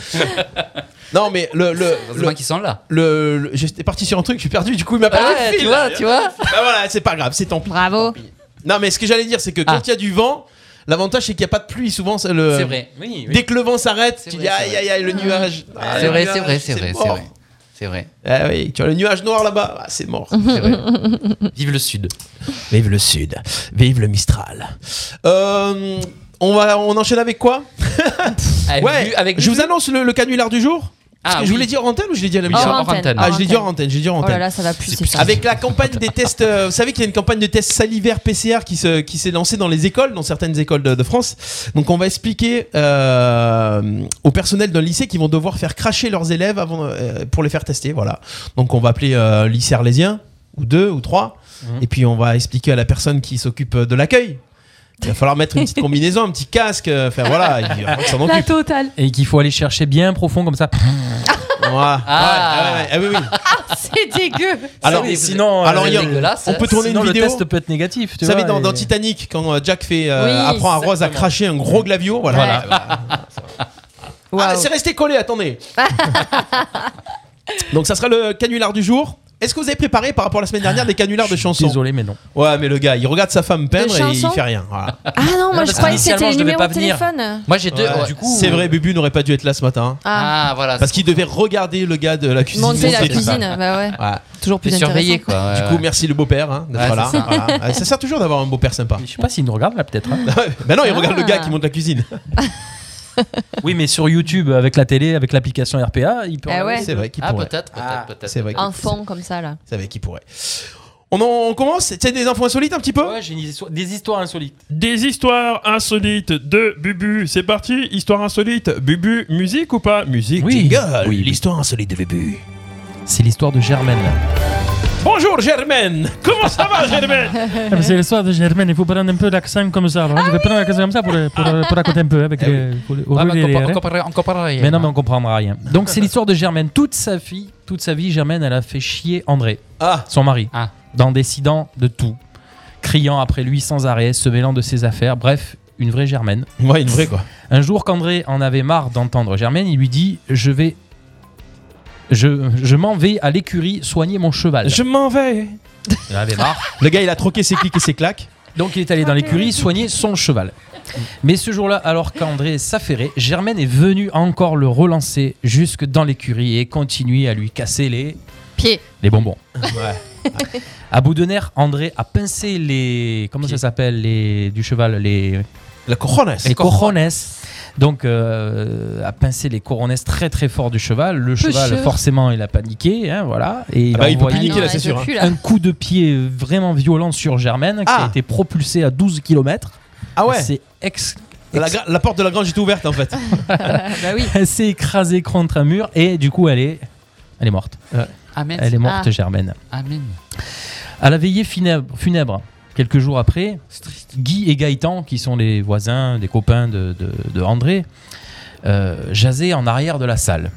[SPEAKER 3] (laughs) non, mais le. le, le,
[SPEAKER 5] Heureusement qu'ils sont là.
[SPEAKER 3] le- le- J'étais parti sur un truc, je suis perdu, du coup, il m'a perdu
[SPEAKER 5] Ouais,
[SPEAKER 3] le
[SPEAKER 5] tu
[SPEAKER 3] fil.
[SPEAKER 5] vois, tu vois.
[SPEAKER 3] Bah voilà, c'est pas grave, c'est tant pis.
[SPEAKER 4] Bravo.
[SPEAKER 3] Non, mais ce que j'allais dire, c'est que quand
[SPEAKER 5] Ah.
[SPEAKER 3] il y a du vent, l'avantage, c'est qu'il n'y a pas de pluie. Souvent, c'est le.
[SPEAKER 5] C'est vrai.
[SPEAKER 6] Oui,
[SPEAKER 3] Dès que le vent s'arrête,
[SPEAKER 5] C'est
[SPEAKER 3] tu
[SPEAKER 5] vrai,
[SPEAKER 3] dis
[SPEAKER 5] c'est
[SPEAKER 3] aïe
[SPEAKER 5] vrai.
[SPEAKER 3] aïe aïe le nuage. Ah,
[SPEAKER 5] C'est
[SPEAKER 3] le
[SPEAKER 5] vrai,
[SPEAKER 3] nuage,
[SPEAKER 5] c'est vrai, c'est vrai, c'est
[SPEAKER 3] mort.
[SPEAKER 5] vrai. C'est vrai.
[SPEAKER 3] Ah oui, tu as le nuage noir là-bas, ah, c'est mort. (laughs)
[SPEAKER 5] c'est vrai. Vive le Sud.
[SPEAKER 3] Vive le sud, vive le Mistral. Euh, on va, on enchaîne avec quoi
[SPEAKER 5] Avec
[SPEAKER 3] Ouais,
[SPEAKER 5] Ah, Vu- avec
[SPEAKER 3] je
[SPEAKER 5] Vu-
[SPEAKER 3] vous annonce le, le canular du jour. Parce
[SPEAKER 5] Ah,
[SPEAKER 3] que
[SPEAKER 5] oui.
[SPEAKER 3] je vous l'ai dit en antenne ou je l'ai dit à la
[SPEAKER 5] Oui,
[SPEAKER 3] maison
[SPEAKER 5] hors
[SPEAKER 4] antenne.
[SPEAKER 5] antenne.
[SPEAKER 3] Ah,
[SPEAKER 4] hors
[SPEAKER 3] je l'ai dit en antenne, je l'ai dit en
[SPEAKER 4] Oh là
[SPEAKER 3] antenne.
[SPEAKER 4] là, ça va plus,
[SPEAKER 5] C'est
[SPEAKER 4] c'est ça.
[SPEAKER 3] Avec la campagne des tests, euh, vous savez qu'il y a une campagne de tests salivaires PCR qui se qui s'est lancée dans les écoles, dans certaines écoles de, de France. Donc on va expliquer euh, au personnel d'un lycée qui vont devoir faire cracher leurs élèves avant euh, pour les faire tester. Voilà. Donc on va appeler euh, un lycée arlésien ou deux ou trois, et puis on va expliquer à la personne qui s'occupe de l'accueil. Il va falloir mettre une petite combinaison, un petit casque, euh, enfin voilà, il va falloir s'en
[SPEAKER 4] La
[SPEAKER 3] occupe.
[SPEAKER 4] totale.
[SPEAKER 6] Et qu'il faut aller chercher bien profond comme ça.
[SPEAKER 3] Voilà.
[SPEAKER 5] Ah.
[SPEAKER 3] Ouais, ouais, ouais, ah oui, oui.
[SPEAKER 4] C'est dégueu.
[SPEAKER 3] Alors,
[SPEAKER 6] Et sinon, euh,
[SPEAKER 3] alors, il y a-
[SPEAKER 5] dégueulasse. hein.
[SPEAKER 3] on peut tourner
[SPEAKER 6] sinon,
[SPEAKER 3] une
[SPEAKER 6] le
[SPEAKER 3] vidéo.
[SPEAKER 6] test peut être négatif. Tu
[SPEAKER 3] Vous savez,
[SPEAKER 6] vois,
[SPEAKER 3] dans,
[SPEAKER 6] et-
[SPEAKER 3] dans Titanic, quand euh, Jack fait, euh,
[SPEAKER 4] Oui,
[SPEAKER 3] apprend à Rose à cracher un gros glavio, voilà.
[SPEAKER 4] Ouais. bah.
[SPEAKER 3] Voilà. Ah,
[SPEAKER 4] Waouh. (laughs)
[SPEAKER 3] c'est resté collé, attendez. Donc ça sera le canular du jour. Est-ce que vous avez préparé par rapport à la semaine dernière des canulars de chansons
[SPEAKER 6] Désolé, mais non.
[SPEAKER 3] Ouais, mais le gars, il regarde sa femme peindre et il
[SPEAKER 4] chansons
[SPEAKER 3] fait rien. Voilà.
[SPEAKER 4] Ah non, moi
[SPEAKER 6] Non,
[SPEAKER 4] je
[SPEAKER 6] parce
[SPEAKER 4] croyais que
[SPEAKER 6] qu'initialement,
[SPEAKER 4] c'était
[SPEAKER 6] je
[SPEAKER 4] le
[SPEAKER 6] devais
[SPEAKER 4] numéro
[SPEAKER 6] pas
[SPEAKER 4] de
[SPEAKER 6] venir.
[SPEAKER 4] téléphone.
[SPEAKER 5] Moi j'ai deux.
[SPEAKER 3] Ouais,
[SPEAKER 5] ouais.
[SPEAKER 3] du coup, c'est vrai, Bubu n'aurait pas dû être là ce matin. hein.
[SPEAKER 4] Ah,
[SPEAKER 5] Ah voilà.
[SPEAKER 3] Parce qu'il devait regarder le gars de la cuisine.
[SPEAKER 4] monter la
[SPEAKER 3] monter tout ça.
[SPEAKER 4] cuisine, bah ouais.
[SPEAKER 3] Ouais.
[SPEAKER 4] Toujours plus
[SPEAKER 5] c'est surveillé
[SPEAKER 4] intéressant.
[SPEAKER 5] quoi.
[SPEAKER 3] Du
[SPEAKER 5] ouais,
[SPEAKER 3] coup,
[SPEAKER 5] ouais.
[SPEAKER 3] merci le beau-père hein, d'être
[SPEAKER 5] Ouais,
[SPEAKER 3] là.
[SPEAKER 5] c'est ça.
[SPEAKER 3] Voilà. Ouais, Ça sert toujours d'avoir un beau-père
[SPEAKER 4] (laughs)
[SPEAKER 3] sympa.
[SPEAKER 6] Je sais pas s'il nous regarde là, peut-être. hein.
[SPEAKER 3] ben non, il regarde le
[SPEAKER 4] Ah.
[SPEAKER 3] gars qui monte la
[SPEAKER 4] (laughs)
[SPEAKER 3] cuisine.
[SPEAKER 6] (laughs) oui, mais sur YouTube, avec la télé, avec l'application RPA, il peut.
[SPEAKER 4] Ah
[SPEAKER 6] regarder.
[SPEAKER 4] ouais.
[SPEAKER 3] C'est vrai qu'il
[SPEAKER 5] Ah
[SPEAKER 3] pourrait.
[SPEAKER 5] peut-être, peut-être,
[SPEAKER 3] Ah,
[SPEAKER 5] peut-être.
[SPEAKER 3] C'est vrai qu'il-
[SPEAKER 4] Un fond comme ça là.
[SPEAKER 3] c'est vrai qu'il pourrait. On, en, on commence C'est des infos insolites un petit peu
[SPEAKER 6] Ouais, j'ai une histo- des histoires insolites.
[SPEAKER 7] Des histoires insolites de Bubu. C'est parti, histoire insolite. Bubu, musique ou pas Musique.
[SPEAKER 6] Oui.
[SPEAKER 3] Jingle,
[SPEAKER 6] Oui.
[SPEAKER 3] l'histoire insolite de Bubu.
[SPEAKER 6] C'est l'histoire de Germaine.
[SPEAKER 3] Bonjour Germaine
[SPEAKER 7] Comment ça va, Germaine
[SPEAKER 6] Ah, c'est l'histoire de Germaine. Il faut prendre un peu l'accent comme ça. je vais prendre l'accent comme ça pour, pour, raconter un peu. Avec Ah,
[SPEAKER 5] Ouais, mais on compare- on compare- on compare rien.
[SPEAKER 6] bah, Mais non, mais on comprendra rien. Donc c'est l'histoire de Germaine. Toute sa vie, toute sa vie, Germaine, elle a fait chier André,
[SPEAKER 3] Ah
[SPEAKER 6] son mari,
[SPEAKER 5] Ah.
[SPEAKER 6] dans décidant de tout, criant après lui sans arrêt, se mêlant de ses affaires. Bref, une vraie Germaine.
[SPEAKER 3] Ouais, une vraie quoi.
[SPEAKER 6] Un jour, qu'André en avait marre d'entendre Germaine, il lui dit "Je vais, je, je m'en vais à l'écurie soigner mon cheval."
[SPEAKER 3] m'en vais.
[SPEAKER 6] Il en avait
[SPEAKER 3] (laughs)
[SPEAKER 6] marre.
[SPEAKER 3] Le gars, il a troqué ses clics et ses claques.
[SPEAKER 6] Donc il est allé dans l'écurie soigner son cheval. Mais ce jour-là, alors qu'André s'affairait, Germaine est venue encore le relancer jusque dans l'écurie et continuer à lui casser les
[SPEAKER 4] Pied.
[SPEAKER 6] les bonbons.
[SPEAKER 3] Ouais.
[SPEAKER 6] À bout de nerfs, André a pincé les. Comment
[SPEAKER 5] Pieds.
[SPEAKER 6] ça s'appelle les du cheval les
[SPEAKER 3] La coronne.
[SPEAKER 6] les corones. Donc euh, a pincé les corones très très fort du cheval. Le cheval
[SPEAKER 4] sûr.
[SPEAKER 6] forcément il a paniqué, hein, voilà. Et il
[SPEAKER 3] Ah bah,
[SPEAKER 6] a
[SPEAKER 3] il peut
[SPEAKER 6] envoyé
[SPEAKER 3] plus niquer, là, c'est
[SPEAKER 4] elle
[SPEAKER 3] sûr,
[SPEAKER 4] peut
[SPEAKER 3] hein.
[SPEAKER 4] plus, là.
[SPEAKER 6] un coup de pied vraiment violent sur Germaine qui
[SPEAKER 3] Ah.
[SPEAKER 6] a été propulsé à 12 km.
[SPEAKER 3] Ah ouais
[SPEAKER 6] C'est ex.
[SPEAKER 3] la, gra- la porte de la grange est ouverte en fait.
[SPEAKER 4] Ah, Bah oui.
[SPEAKER 6] (laughs) Elle s'est écrasée contre un mur et du coup elle est elle est morte.
[SPEAKER 5] Amen.
[SPEAKER 6] Elle est morte
[SPEAKER 4] Ah.
[SPEAKER 6] Germaine.
[SPEAKER 5] Amen.
[SPEAKER 6] À la veillée funèbre, funèbre quelques jours après,
[SPEAKER 5] C'est triste.
[SPEAKER 6] Guy et Gaëtan, qui sont les voisins, des copains de, de- de André, euh, jasaient en arrière de la
[SPEAKER 5] (laughs)
[SPEAKER 6] salle.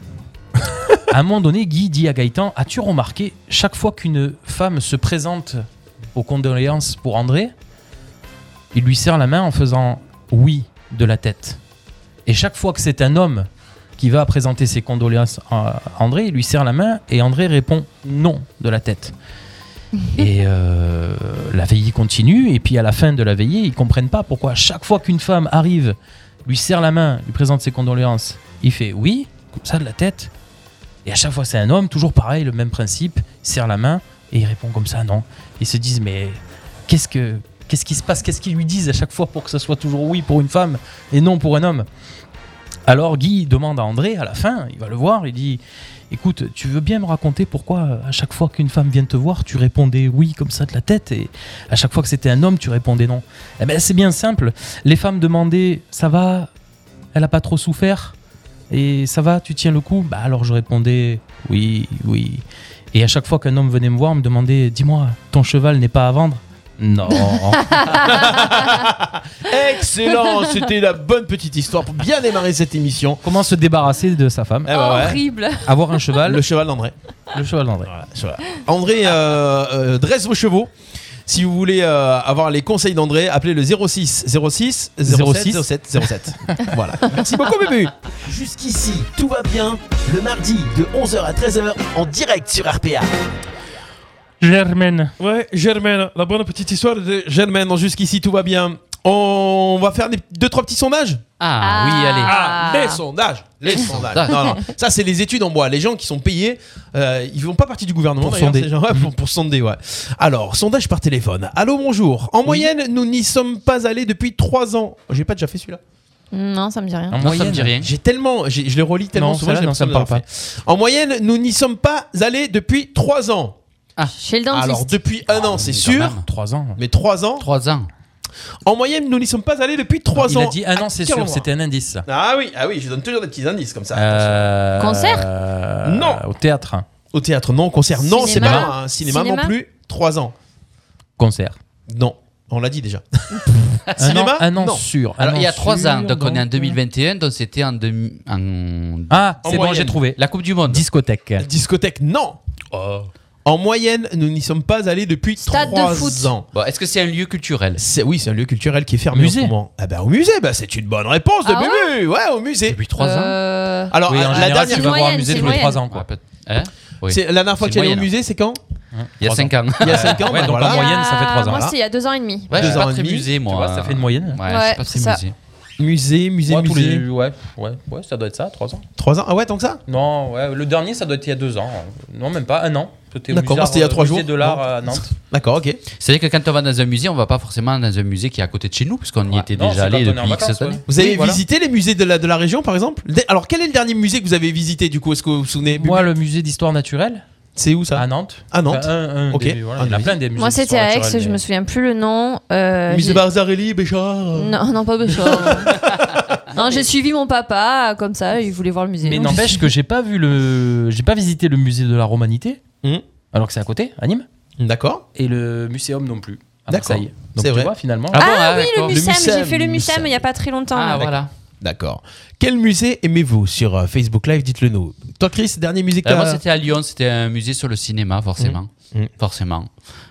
[SPEAKER 6] à un moment donné, Guy dit à Gaëtan As-tu remarqué, chaque fois qu'une femme se présente aux condoléances pour André, il lui serre la main en faisant oui de la tête. Et chaque fois que c'est un homme qui va présenter ses condoléances à André, il lui serre la main et André répond non de la tête. Et euh, la veillée continue, et puis à la fin de la veillée, ils comprennent pas pourquoi à chaque fois qu'une femme arrive, lui serre la main, lui présente ses condoléances, il fait oui, comme ça de la tête. Et à chaque fois c'est un homme, toujours pareil, le même principe, il serre la main et il répond comme ça non. Ils se disent mais qu'est-ce que qu'est-ce qui se passe, qu'est-ce qu'ils lui disent à chaque fois pour que ça soit toujours oui pour une femme et non pour un homme. Alors Guy demande à André à la fin, il va le voir, il dit Écoute, tu veux bien me raconter pourquoi euh, à chaque fois qu'une femme vient te voir, tu répondais oui comme ça de la tête et à chaque fois que c'était un homme, tu répondais non Eh ben c'est bien simple. Les femmes demandaient ça va Elle a pas trop souffert Et ça va Tu tiens le coup Bah alors je répondais oui, oui. Et à chaque fois qu'un homme venait me voir, me demandait dis-moi, ton cheval n'est pas à vendre
[SPEAKER 3] (laughs)
[SPEAKER 6] Non.
[SPEAKER 3] Excellent, c'était la bonne petite histoire pour bien démarrer cette émission.
[SPEAKER 6] Comment se débarrasser de sa femme
[SPEAKER 3] Eh ben ouais.
[SPEAKER 4] Horrible.
[SPEAKER 6] Avoir un cheval,
[SPEAKER 3] Le
[SPEAKER 6] le,
[SPEAKER 3] cheval d'André.
[SPEAKER 6] cheval d'André.
[SPEAKER 3] Voilà, cheval. André euh, euh, dresse vos chevaux. Si vous voulez euh, avoir les conseils d'André, appelez le 06 06 07
[SPEAKER 6] 06.
[SPEAKER 3] 07 07. voilà. Merci beaucoup, Bubu.
[SPEAKER 1] Jusqu'ici, tout va bien. Le mardi de 11h à 13h en direct sur RPA.
[SPEAKER 6] Germaine.
[SPEAKER 7] Ouais, Germaine, la bonne petite histoire de.
[SPEAKER 3] Germaine, dans jusqu'ici, tout va bien. On va faire des, deux, trois petits sondages.
[SPEAKER 5] Ah, oui, allez.
[SPEAKER 3] Ah,
[SPEAKER 4] Ah.
[SPEAKER 3] les sondages. Les sondages.
[SPEAKER 5] sondages.
[SPEAKER 3] Non, non. Ça, c'est les études en bois. Les gens qui sont payés, euh, ils font pas partie du gouvernement.
[SPEAKER 6] Pour
[SPEAKER 3] d'ailleurs,
[SPEAKER 6] sonder.
[SPEAKER 3] ces gens. Ouais, pour, pour sonder, ouais. Alors, sondage par téléphone. Allô, bonjour. En moyenne, nous n'y sommes pas allés depuis trois ans. J'ai pas déjà fait celui-là.
[SPEAKER 4] Non, ça me dit rien.
[SPEAKER 6] En
[SPEAKER 5] Non, ça me
[SPEAKER 6] moyenne.
[SPEAKER 5] dit rien.
[SPEAKER 3] J'ai tellement, j'ai- je les relis tellement
[SPEAKER 6] Non,
[SPEAKER 3] souvent.
[SPEAKER 6] celle-là,
[SPEAKER 3] j'ai
[SPEAKER 6] non, ça me
[SPEAKER 3] l'impression
[SPEAKER 6] parle
[SPEAKER 3] de l'avoir fait. En moyenne, nous n'y sommes pas allés depuis 3 ans.
[SPEAKER 4] Chez le dentiste.
[SPEAKER 3] Alors depuis un an,
[SPEAKER 5] mais
[SPEAKER 3] c'est
[SPEAKER 6] Ah,
[SPEAKER 5] quand
[SPEAKER 3] sûr,
[SPEAKER 5] même.
[SPEAKER 6] 3 ans.
[SPEAKER 3] mais 3 ans.
[SPEAKER 5] 3 ans.
[SPEAKER 3] En moyenne, nous n'y sommes pas allés depuis 3
[SPEAKER 6] Il
[SPEAKER 3] ans.
[SPEAKER 6] a dit un
[SPEAKER 3] Ah,
[SPEAKER 6] an, c'est
[SPEAKER 3] quel
[SPEAKER 6] sûr,
[SPEAKER 3] endroit
[SPEAKER 6] c'était un indice. ça.
[SPEAKER 3] Ah oui, ah oui, je donne toujours des petits indices comme ça. attention.
[SPEAKER 6] Euh,
[SPEAKER 4] Concert
[SPEAKER 6] euh,
[SPEAKER 3] Non.
[SPEAKER 6] Au théâtre.
[SPEAKER 3] Au théâtre, non. Concert, non. C'est pas
[SPEAKER 4] Cinéma
[SPEAKER 3] là. hein. Cinéma,
[SPEAKER 4] Cinéma
[SPEAKER 3] non plus. 3 ans,
[SPEAKER 6] Concert.
[SPEAKER 3] non. On l'a dit déjà.
[SPEAKER 6] Un
[SPEAKER 3] Cinéma
[SPEAKER 6] an, un an
[SPEAKER 3] Non.
[SPEAKER 6] sûr. un
[SPEAKER 5] Alors il y a
[SPEAKER 6] sûr,
[SPEAKER 5] 3 ans, donc on est en
[SPEAKER 6] donc.
[SPEAKER 5] 2021, donc c'était en, demi- en-
[SPEAKER 6] Ah,
[SPEAKER 3] En
[SPEAKER 6] c'est bon,
[SPEAKER 3] moyenne.
[SPEAKER 6] j'ai trouvé.
[SPEAKER 5] la Coupe du Monde. Euh,
[SPEAKER 6] Discothèque.
[SPEAKER 3] Discothèque, non. En moyenne, nous n'y sommes pas allés depuis
[SPEAKER 4] Stade de
[SPEAKER 3] 3
[SPEAKER 4] foot.
[SPEAKER 3] ans.
[SPEAKER 5] Bon, est-ce que c'est un lieu culturel
[SPEAKER 3] C'est- oui, c'est un lieu culturel qui est fermé
[SPEAKER 6] Musée.
[SPEAKER 3] en ce moment. Ah bah, au musée, bah, c'est une bonne réponse de
[SPEAKER 4] Ah
[SPEAKER 3] Bubu. Ouais, au musée.
[SPEAKER 6] Depuis 3 ans
[SPEAKER 4] Euh,
[SPEAKER 3] Alors,
[SPEAKER 6] Oui, en
[SPEAKER 3] la
[SPEAKER 6] général,
[SPEAKER 3] dernière
[SPEAKER 6] tu
[SPEAKER 4] C'est
[SPEAKER 6] vas voir un
[SPEAKER 4] moyenne,
[SPEAKER 6] musée
[SPEAKER 4] c'est
[SPEAKER 6] tous les 3 ans.
[SPEAKER 5] Ouais,
[SPEAKER 6] Quoi.
[SPEAKER 5] peut- hein Oui.
[SPEAKER 3] C'est la dernière fois que
[SPEAKER 5] C'est
[SPEAKER 3] j'allais au
[SPEAKER 5] moyen,
[SPEAKER 3] musée, c'est quand
[SPEAKER 5] Il y a 5 ans.
[SPEAKER 3] Il y
[SPEAKER 6] (laughs)
[SPEAKER 3] a 5 ans,
[SPEAKER 6] Ouais,
[SPEAKER 3] bah,
[SPEAKER 6] donc
[SPEAKER 3] voilà.
[SPEAKER 6] en moyenne, ça fait 3 ans.
[SPEAKER 4] Moi,
[SPEAKER 6] Voilà.
[SPEAKER 4] c'est il y a deux ans et demi.
[SPEAKER 5] (laughs) Ouais, je suis
[SPEAKER 3] Deux ans
[SPEAKER 5] pas
[SPEAKER 3] et
[SPEAKER 5] très
[SPEAKER 3] demi,
[SPEAKER 5] musée, moi.
[SPEAKER 6] vois, ça fait une moyenne.
[SPEAKER 5] Ouais, je suis
[SPEAKER 4] Ouais,
[SPEAKER 5] pas très
[SPEAKER 4] c'est ça.
[SPEAKER 5] musée.
[SPEAKER 3] Musée, musée,
[SPEAKER 6] Moi, tous
[SPEAKER 3] musée.
[SPEAKER 6] les- ouais, ouais, ouais, ça doit être ça, 3 ans.
[SPEAKER 3] 3 ans Ah ouais, tant que ça
[SPEAKER 6] Non, ouais, le dernier, ça doit être il y a 2 ans. Non, même pas, un an. C'était au
[SPEAKER 3] D'accord,
[SPEAKER 6] musée
[SPEAKER 3] c'était il y a
[SPEAKER 6] d'art-
[SPEAKER 3] trois
[SPEAKER 6] musée
[SPEAKER 3] jours.
[SPEAKER 6] de l'art
[SPEAKER 3] Non.
[SPEAKER 6] à Nantes.
[SPEAKER 3] D'accord, ok.
[SPEAKER 5] C'est-à-dire que quand on va dans un musée, on va pas forcément dans un musée qui est à côté de chez nous, puisqu'on y
[SPEAKER 6] Ouais.
[SPEAKER 5] était
[SPEAKER 6] Non,
[SPEAKER 5] déjà
[SPEAKER 6] c'est quand
[SPEAKER 5] allé
[SPEAKER 6] on est en
[SPEAKER 5] depuis X
[SPEAKER 6] vacances, ouais.
[SPEAKER 5] années.
[SPEAKER 3] Vous avez
[SPEAKER 6] Oui, voilà.
[SPEAKER 3] visité les musées de la, de la région, par exemple Dé- Alors, quel est le dernier musée que vous avez visité, du coup Est-ce que vous vous souvenez Bubu
[SPEAKER 6] Moi, le musée d'histoire naturelle
[SPEAKER 3] C'est
[SPEAKER 5] Hein
[SPEAKER 3] où ça
[SPEAKER 6] à Nantes.
[SPEAKER 3] À Nantes.
[SPEAKER 6] Enfin, un, un
[SPEAKER 3] Ok.
[SPEAKER 6] des- voilà,
[SPEAKER 3] Un
[SPEAKER 6] il y
[SPEAKER 5] Ah,
[SPEAKER 6] en a
[SPEAKER 3] musée.
[SPEAKER 6] plein des musées.
[SPEAKER 4] Moi, c'était
[SPEAKER 6] d'histoire
[SPEAKER 4] à Aix,
[SPEAKER 6] naturelle,
[SPEAKER 4] je
[SPEAKER 6] mais-
[SPEAKER 4] me souviens plus le nom. Euh,
[SPEAKER 3] Musée
[SPEAKER 4] j'ai-
[SPEAKER 3] Barzarelli, Béchard euh.
[SPEAKER 4] Non, non, pas Beauchamp. non, j'ai suivi mon papa, comme ça, il voulait voir le musée.
[SPEAKER 6] Mais
[SPEAKER 4] Donc,
[SPEAKER 6] n'empêche que j'ai pas vu le, j'ai pas visité le musée de la Romanité,
[SPEAKER 3] Mhm.
[SPEAKER 6] alors que c'est à côté, à Nîmes,
[SPEAKER 3] D'accord.
[SPEAKER 6] et le muséum non plus. à
[SPEAKER 3] D'accord.
[SPEAKER 6] Marseille. Donc
[SPEAKER 3] C'est
[SPEAKER 6] tu
[SPEAKER 3] vrai.
[SPEAKER 6] vois finalement.
[SPEAKER 5] bon,
[SPEAKER 4] Ah oui, le
[SPEAKER 5] d'accord.
[SPEAKER 4] Mucem,
[SPEAKER 3] Mucem,
[SPEAKER 4] j'ai fait le
[SPEAKER 3] le
[SPEAKER 4] Mucem
[SPEAKER 3] Mucem.
[SPEAKER 4] il n'y a pas très longtemps.
[SPEAKER 5] Ah,
[SPEAKER 4] là.
[SPEAKER 5] voilà.
[SPEAKER 3] D'accord. Quel musée aimez-vous sur euh, Facebook Live Dites-le nous. Toi, Chris, dernier musée que
[SPEAKER 5] Euh, moi,
[SPEAKER 3] t'as-
[SPEAKER 5] c'était à Lyon, c'était un musée sur le cinéma, forcément.
[SPEAKER 3] Mmh. Mmh.
[SPEAKER 5] Forcément.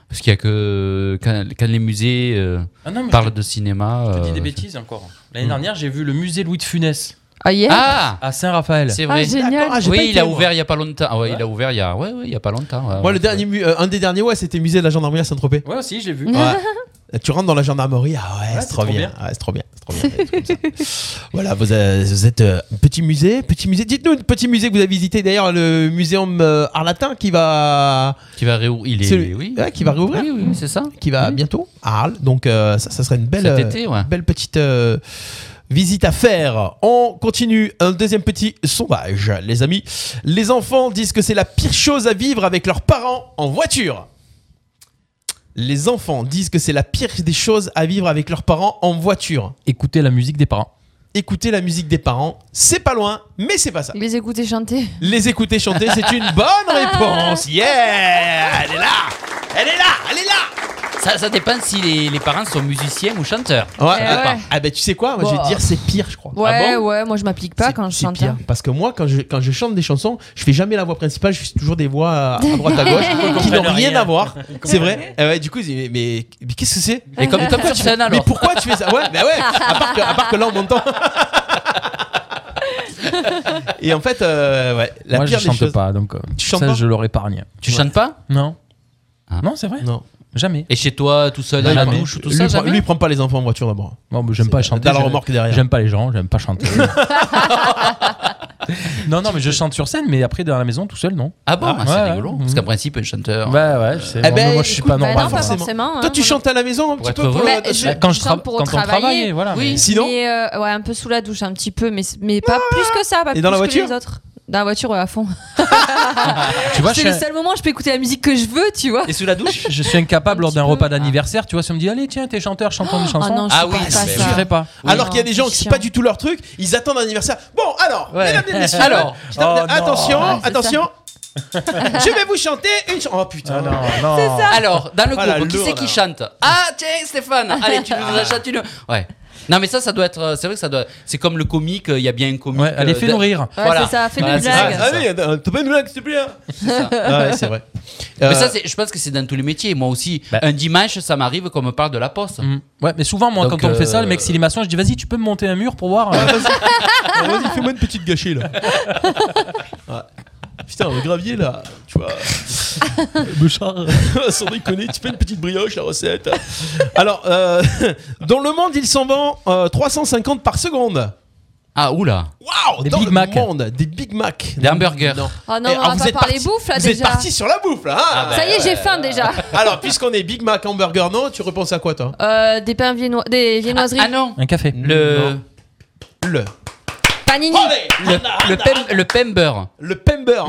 [SPEAKER 5] Parce qu'il y a que. Quand, quand les musées euh,
[SPEAKER 6] Ah non, mais
[SPEAKER 5] parlent de cinéma.
[SPEAKER 6] je te dis
[SPEAKER 5] euh,
[SPEAKER 6] des bêtises encore.
[SPEAKER 3] Hmm.
[SPEAKER 6] L'année dernière, j'ai vu le musée Louis de Funès
[SPEAKER 4] Ah, yeah.
[SPEAKER 5] Ah
[SPEAKER 6] à Saint-Raphaël.
[SPEAKER 5] C'est
[SPEAKER 4] Ah,
[SPEAKER 5] vrai.
[SPEAKER 4] génial.
[SPEAKER 3] D'accord, ah, j'ai pas
[SPEAKER 5] oui, il
[SPEAKER 3] été,
[SPEAKER 5] a
[SPEAKER 3] moi.
[SPEAKER 5] ouvert il y a pas longtemps. Ah ouais, Il a ouvert il y a, ouais, ouais, il y a pas longtemps. ouais,
[SPEAKER 3] Moi, le
[SPEAKER 5] ouais.
[SPEAKER 3] dernier, mu- euh, un des derniers, ouais, c'était musée de la gendarmerie à Saint-Tropez.
[SPEAKER 6] Ouais aussi, j'ai vu.
[SPEAKER 3] Hmm. Ouais. Tu rentres dans la gendarmerie, ah ouais, c'est trop, bien. Ouais, c'est trop bien, c'est (laughs) trop bien. Ouais, c'est comme ça. voilà, vous, euh, vous êtes euh, petit musée, petit musée. Dites-nous, le petit musée que vous avez visité d'ailleurs, le muséum euh, Arlatin qui va,
[SPEAKER 5] Qui va réouvrir. Il
[SPEAKER 3] c'est
[SPEAKER 5] est.
[SPEAKER 3] le-
[SPEAKER 5] Oui.
[SPEAKER 3] ouais, qui va réouvrir,
[SPEAKER 5] Oui, oui, c'est ça.
[SPEAKER 3] qui va
[SPEAKER 5] Mmh.
[SPEAKER 3] bientôt à Arles. Donc euh, ça, ça serait une belle,
[SPEAKER 5] Cet
[SPEAKER 3] euh,
[SPEAKER 5] été, ouais.
[SPEAKER 3] belle petite euh, visite à faire. On continue. Un deuxième petit sondage, les amis. Les enfants disent que c'est la pire chose à vivre avec leurs parents en voiture. Les enfants disent que c'est la pire des choses à vivre avec leurs parents en voiture.
[SPEAKER 6] Écouter la musique des parents.
[SPEAKER 3] Écouter la musique des parents, c'est pas loin, mais c'est pas ça.
[SPEAKER 4] Les écouter chanter.
[SPEAKER 3] Les écouter chanter, c'est
[SPEAKER 4] (laughs)
[SPEAKER 3] une bonne réponse. Yeah Elle est là Elle est là Elle est là
[SPEAKER 5] ça. Ça dépend si les, les parents sont musiciens ou chanteurs.
[SPEAKER 3] Ouais,
[SPEAKER 4] Eh
[SPEAKER 3] ah,
[SPEAKER 4] ouais.
[SPEAKER 3] Ah bah tu sais quoi Moi je vais
[SPEAKER 4] Wow.
[SPEAKER 3] te dire c'est pire je crois.
[SPEAKER 4] Ouais,
[SPEAKER 5] Ah
[SPEAKER 4] ouais, moi je m'applique pas
[SPEAKER 3] C'est-
[SPEAKER 4] quand je
[SPEAKER 3] c'est
[SPEAKER 4] chante.
[SPEAKER 3] pire,
[SPEAKER 4] hein.
[SPEAKER 3] parce que moi, quand je, quand je chante des chansons, je fais jamais la voix principale, je fais toujours des voix à, à droite à gauche qui n'ont
[SPEAKER 6] comprennent
[SPEAKER 3] rien
[SPEAKER 6] rien.
[SPEAKER 3] à voir. C'est vrai. Eh ouais, du coup, ils disent, mais, mais, mais qu'est-ce que c'est
[SPEAKER 5] Mais comme, comme sur scène
[SPEAKER 3] Mais
[SPEAKER 5] alors.
[SPEAKER 3] pourquoi tu fais ça Ouais, bah ouais. À part que, à part que là, on m'entend. Et en fait, euh, ouais, la
[SPEAKER 6] Moi, je
[SPEAKER 3] pire des
[SPEAKER 6] chante
[SPEAKER 3] choses.
[SPEAKER 6] pas, donc euh,
[SPEAKER 3] Tu chantes
[SPEAKER 6] ça,
[SPEAKER 3] pas
[SPEAKER 6] je leur épargne.
[SPEAKER 5] Tu chantes pas
[SPEAKER 6] Non.
[SPEAKER 5] Ah.
[SPEAKER 6] Non, c'est vrai.
[SPEAKER 3] Non.
[SPEAKER 6] Jamais.
[SPEAKER 5] Et chez toi, tout seul,
[SPEAKER 3] Non,
[SPEAKER 5] dans la
[SPEAKER 3] il prend-
[SPEAKER 5] douche, tout
[SPEAKER 3] lui,
[SPEAKER 5] ça,
[SPEAKER 3] prend-
[SPEAKER 5] jamais
[SPEAKER 3] lui, il prend pas les enfants en voiture d'abord.
[SPEAKER 6] Bon, mais j'aime pas chanter.
[SPEAKER 3] Dans la
[SPEAKER 6] je-
[SPEAKER 3] remorque derrière.
[SPEAKER 6] J'aime pas les gens, j'aime
[SPEAKER 3] (laughs)
[SPEAKER 6] pas chanter. non, non, mais je chante sur scène, mais après dans la maison tout seul, non.
[SPEAKER 5] Ah bon,
[SPEAKER 6] Ah,
[SPEAKER 5] ah, c'est
[SPEAKER 6] ouais,
[SPEAKER 5] rigolo.
[SPEAKER 6] ouais.
[SPEAKER 5] Parce qu'en principe, un chanteur.
[SPEAKER 6] Ouais, Bah ouais, je sais.
[SPEAKER 3] Eh
[SPEAKER 6] Bon,
[SPEAKER 3] ben,
[SPEAKER 6] moi, je suis
[SPEAKER 3] écoute,
[SPEAKER 6] Ah pas
[SPEAKER 4] Bah
[SPEAKER 6] normal.
[SPEAKER 4] non, pas
[SPEAKER 3] forcément.
[SPEAKER 4] forcément. hein,
[SPEAKER 3] Toi, tu
[SPEAKER 4] moi, non.
[SPEAKER 3] chantes à la maison un
[SPEAKER 5] Pour
[SPEAKER 3] petit
[SPEAKER 5] être
[SPEAKER 3] peu
[SPEAKER 5] heureux.
[SPEAKER 3] euh,
[SPEAKER 4] Mais je-
[SPEAKER 6] Bah, quand je
[SPEAKER 4] chante
[SPEAKER 6] tra-
[SPEAKER 4] pour
[SPEAKER 6] quand on
[SPEAKER 4] travailler.
[SPEAKER 6] travaille, voilà.
[SPEAKER 5] Oui.
[SPEAKER 6] mais-
[SPEAKER 3] Sinon
[SPEAKER 4] mais, euh, ouais, un peu sous la douche, un petit peu, mais, mais pas plus que ça, pas
[SPEAKER 3] Ah Et
[SPEAKER 4] plus
[SPEAKER 3] dans la
[SPEAKER 4] que
[SPEAKER 3] voiture
[SPEAKER 4] les autres. Dans la voiture, ouais,
[SPEAKER 3] (laughs)
[SPEAKER 4] à fond.
[SPEAKER 6] Tu vois, je
[SPEAKER 4] C'est
[SPEAKER 6] suis
[SPEAKER 4] le
[SPEAKER 6] un-
[SPEAKER 4] seul moment où je peux écouter la musique que je veux, tu vois.
[SPEAKER 5] Et sous la douche
[SPEAKER 6] je suis incapable lors
[SPEAKER 4] Un
[SPEAKER 6] d'un
[SPEAKER 4] petit peu.
[SPEAKER 6] repas d'anniversaire, tu vois, si on me dit allez tiens t'es chanteur, chantons une
[SPEAKER 4] Ah
[SPEAKER 6] chanson.
[SPEAKER 4] non, je
[SPEAKER 5] Ah
[SPEAKER 4] supporte
[SPEAKER 5] oui,
[SPEAKER 4] pas
[SPEAKER 5] mais-
[SPEAKER 6] je
[SPEAKER 4] ça.
[SPEAKER 6] ferai pas.
[SPEAKER 5] hein.
[SPEAKER 3] Alors
[SPEAKER 4] Non,
[SPEAKER 3] qu'il y a des gens qui
[SPEAKER 4] c'est
[SPEAKER 3] c'est pas
[SPEAKER 4] chiant.
[SPEAKER 3] du tout leur truc, ils attendent un anniversaire. Bon, alors,
[SPEAKER 6] Ouais.
[SPEAKER 3] mesdames et messieurs,
[SPEAKER 5] Alors.
[SPEAKER 3] je t'appelle-
[SPEAKER 6] Oh, non.
[SPEAKER 3] attention,
[SPEAKER 4] Ouais, c'est
[SPEAKER 3] attention. (laughs) je vais vous chanter une chanson. Oh putain.
[SPEAKER 6] Ah non, non.
[SPEAKER 5] Alors, dans le
[SPEAKER 3] Ah, la
[SPEAKER 5] groupe, qui
[SPEAKER 3] lourde,
[SPEAKER 5] c'est qui
[SPEAKER 3] alors.
[SPEAKER 5] chante Ah, tiens, Stéphane Allez, tu nous as chanté une. Ouais. Non, mais ça, ça doit être. euh, C'est vrai que ça doit. C'est comme le comique, il y a bien un comique.
[SPEAKER 6] Ouais, allez
[SPEAKER 5] euh,
[SPEAKER 6] fais-nous
[SPEAKER 5] de-
[SPEAKER 6] rire.
[SPEAKER 4] Ouais, c'est ça, fais-nous
[SPEAKER 5] Voilà,
[SPEAKER 4] une
[SPEAKER 5] c'est
[SPEAKER 3] Ah,
[SPEAKER 5] ça,
[SPEAKER 4] blague.
[SPEAKER 5] c'est ça.
[SPEAKER 3] ah oui, euh, t'as pas une blague, s'il te plaît. Ah ouais, c'est vrai.
[SPEAKER 5] Mais
[SPEAKER 3] Euh,
[SPEAKER 5] ça, c'est- je pense que c'est dans tous les métiers. Moi aussi,
[SPEAKER 6] Bah.
[SPEAKER 5] un dimanche, ça m'arrive qu'on me parle de la poste.
[SPEAKER 6] Mm. Ouais, mais souvent moi
[SPEAKER 5] Donc,
[SPEAKER 6] quand on me fait ça,
[SPEAKER 5] euh,
[SPEAKER 6] le mec s'il est maçon, je dis vas-y tu peux me monter un mur pour euh, voir.
[SPEAKER 3] ah, vas-y, Ah, vas-y, fais-moi une petite gâchée
[SPEAKER 6] (laughs)
[SPEAKER 3] là. Ouais. Putain, le gravier là, tu
[SPEAKER 6] (laughs)
[SPEAKER 3] vois. euh,
[SPEAKER 6] Bouchard.
[SPEAKER 3] Sans déconner, tu fais une petite brioche, la recette. Alors, euh, (laughs) dans le monde, il s'en vend euh, 350 par seconde.
[SPEAKER 5] Ah, oula
[SPEAKER 3] Waouh
[SPEAKER 6] Des
[SPEAKER 3] dans
[SPEAKER 6] Big
[SPEAKER 3] le
[SPEAKER 6] Mac.
[SPEAKER 3] monde, des Big Mac.
[SPEAKER 5] Des hamburgers.
[SPEAKER 3] Non.
[SPEAKER 4] Oh non,
[SPEAKER 3] Eh,
[SPEAKER 4] non,
[SPEAKER 3] alors
[SPEAKER 4] on va pas parler
[SPEAKER 3] parti-
[SPEAKER 4] bouffe là
[SPEAKER 3] Vous êtes
[SPEAKER 4] déjà.
[SPEAKER 3] parti sur Bah. la bouffe là. hein
[SPEAKER 4] Ça y est, j'ai faim déjà.
[SPEAKER 3] Alors, puisqu'on est Big Mac, hamburger, non, tu repenses à quoi toi
[SPEAKER 4] Euh, des pains viennois, des viennoiseries.
[SPEAKER 5] Ah non
[SPEAKER 6] Un café.
[SPEAKER 5] Le.
[SPEAKER 3] Non. Le.
[SPEAKER 4] Panini.
[SPEAKER 3] Allez,
[SPEAKER 5] Le,
[SPEAKER 3] Anna, (laughs)
[SPEAKER 5] le,
[SPEAKER 3] Anna.
[SPEAKER 5] pem- le Pember.
[SPEAKER 3] Le Pember.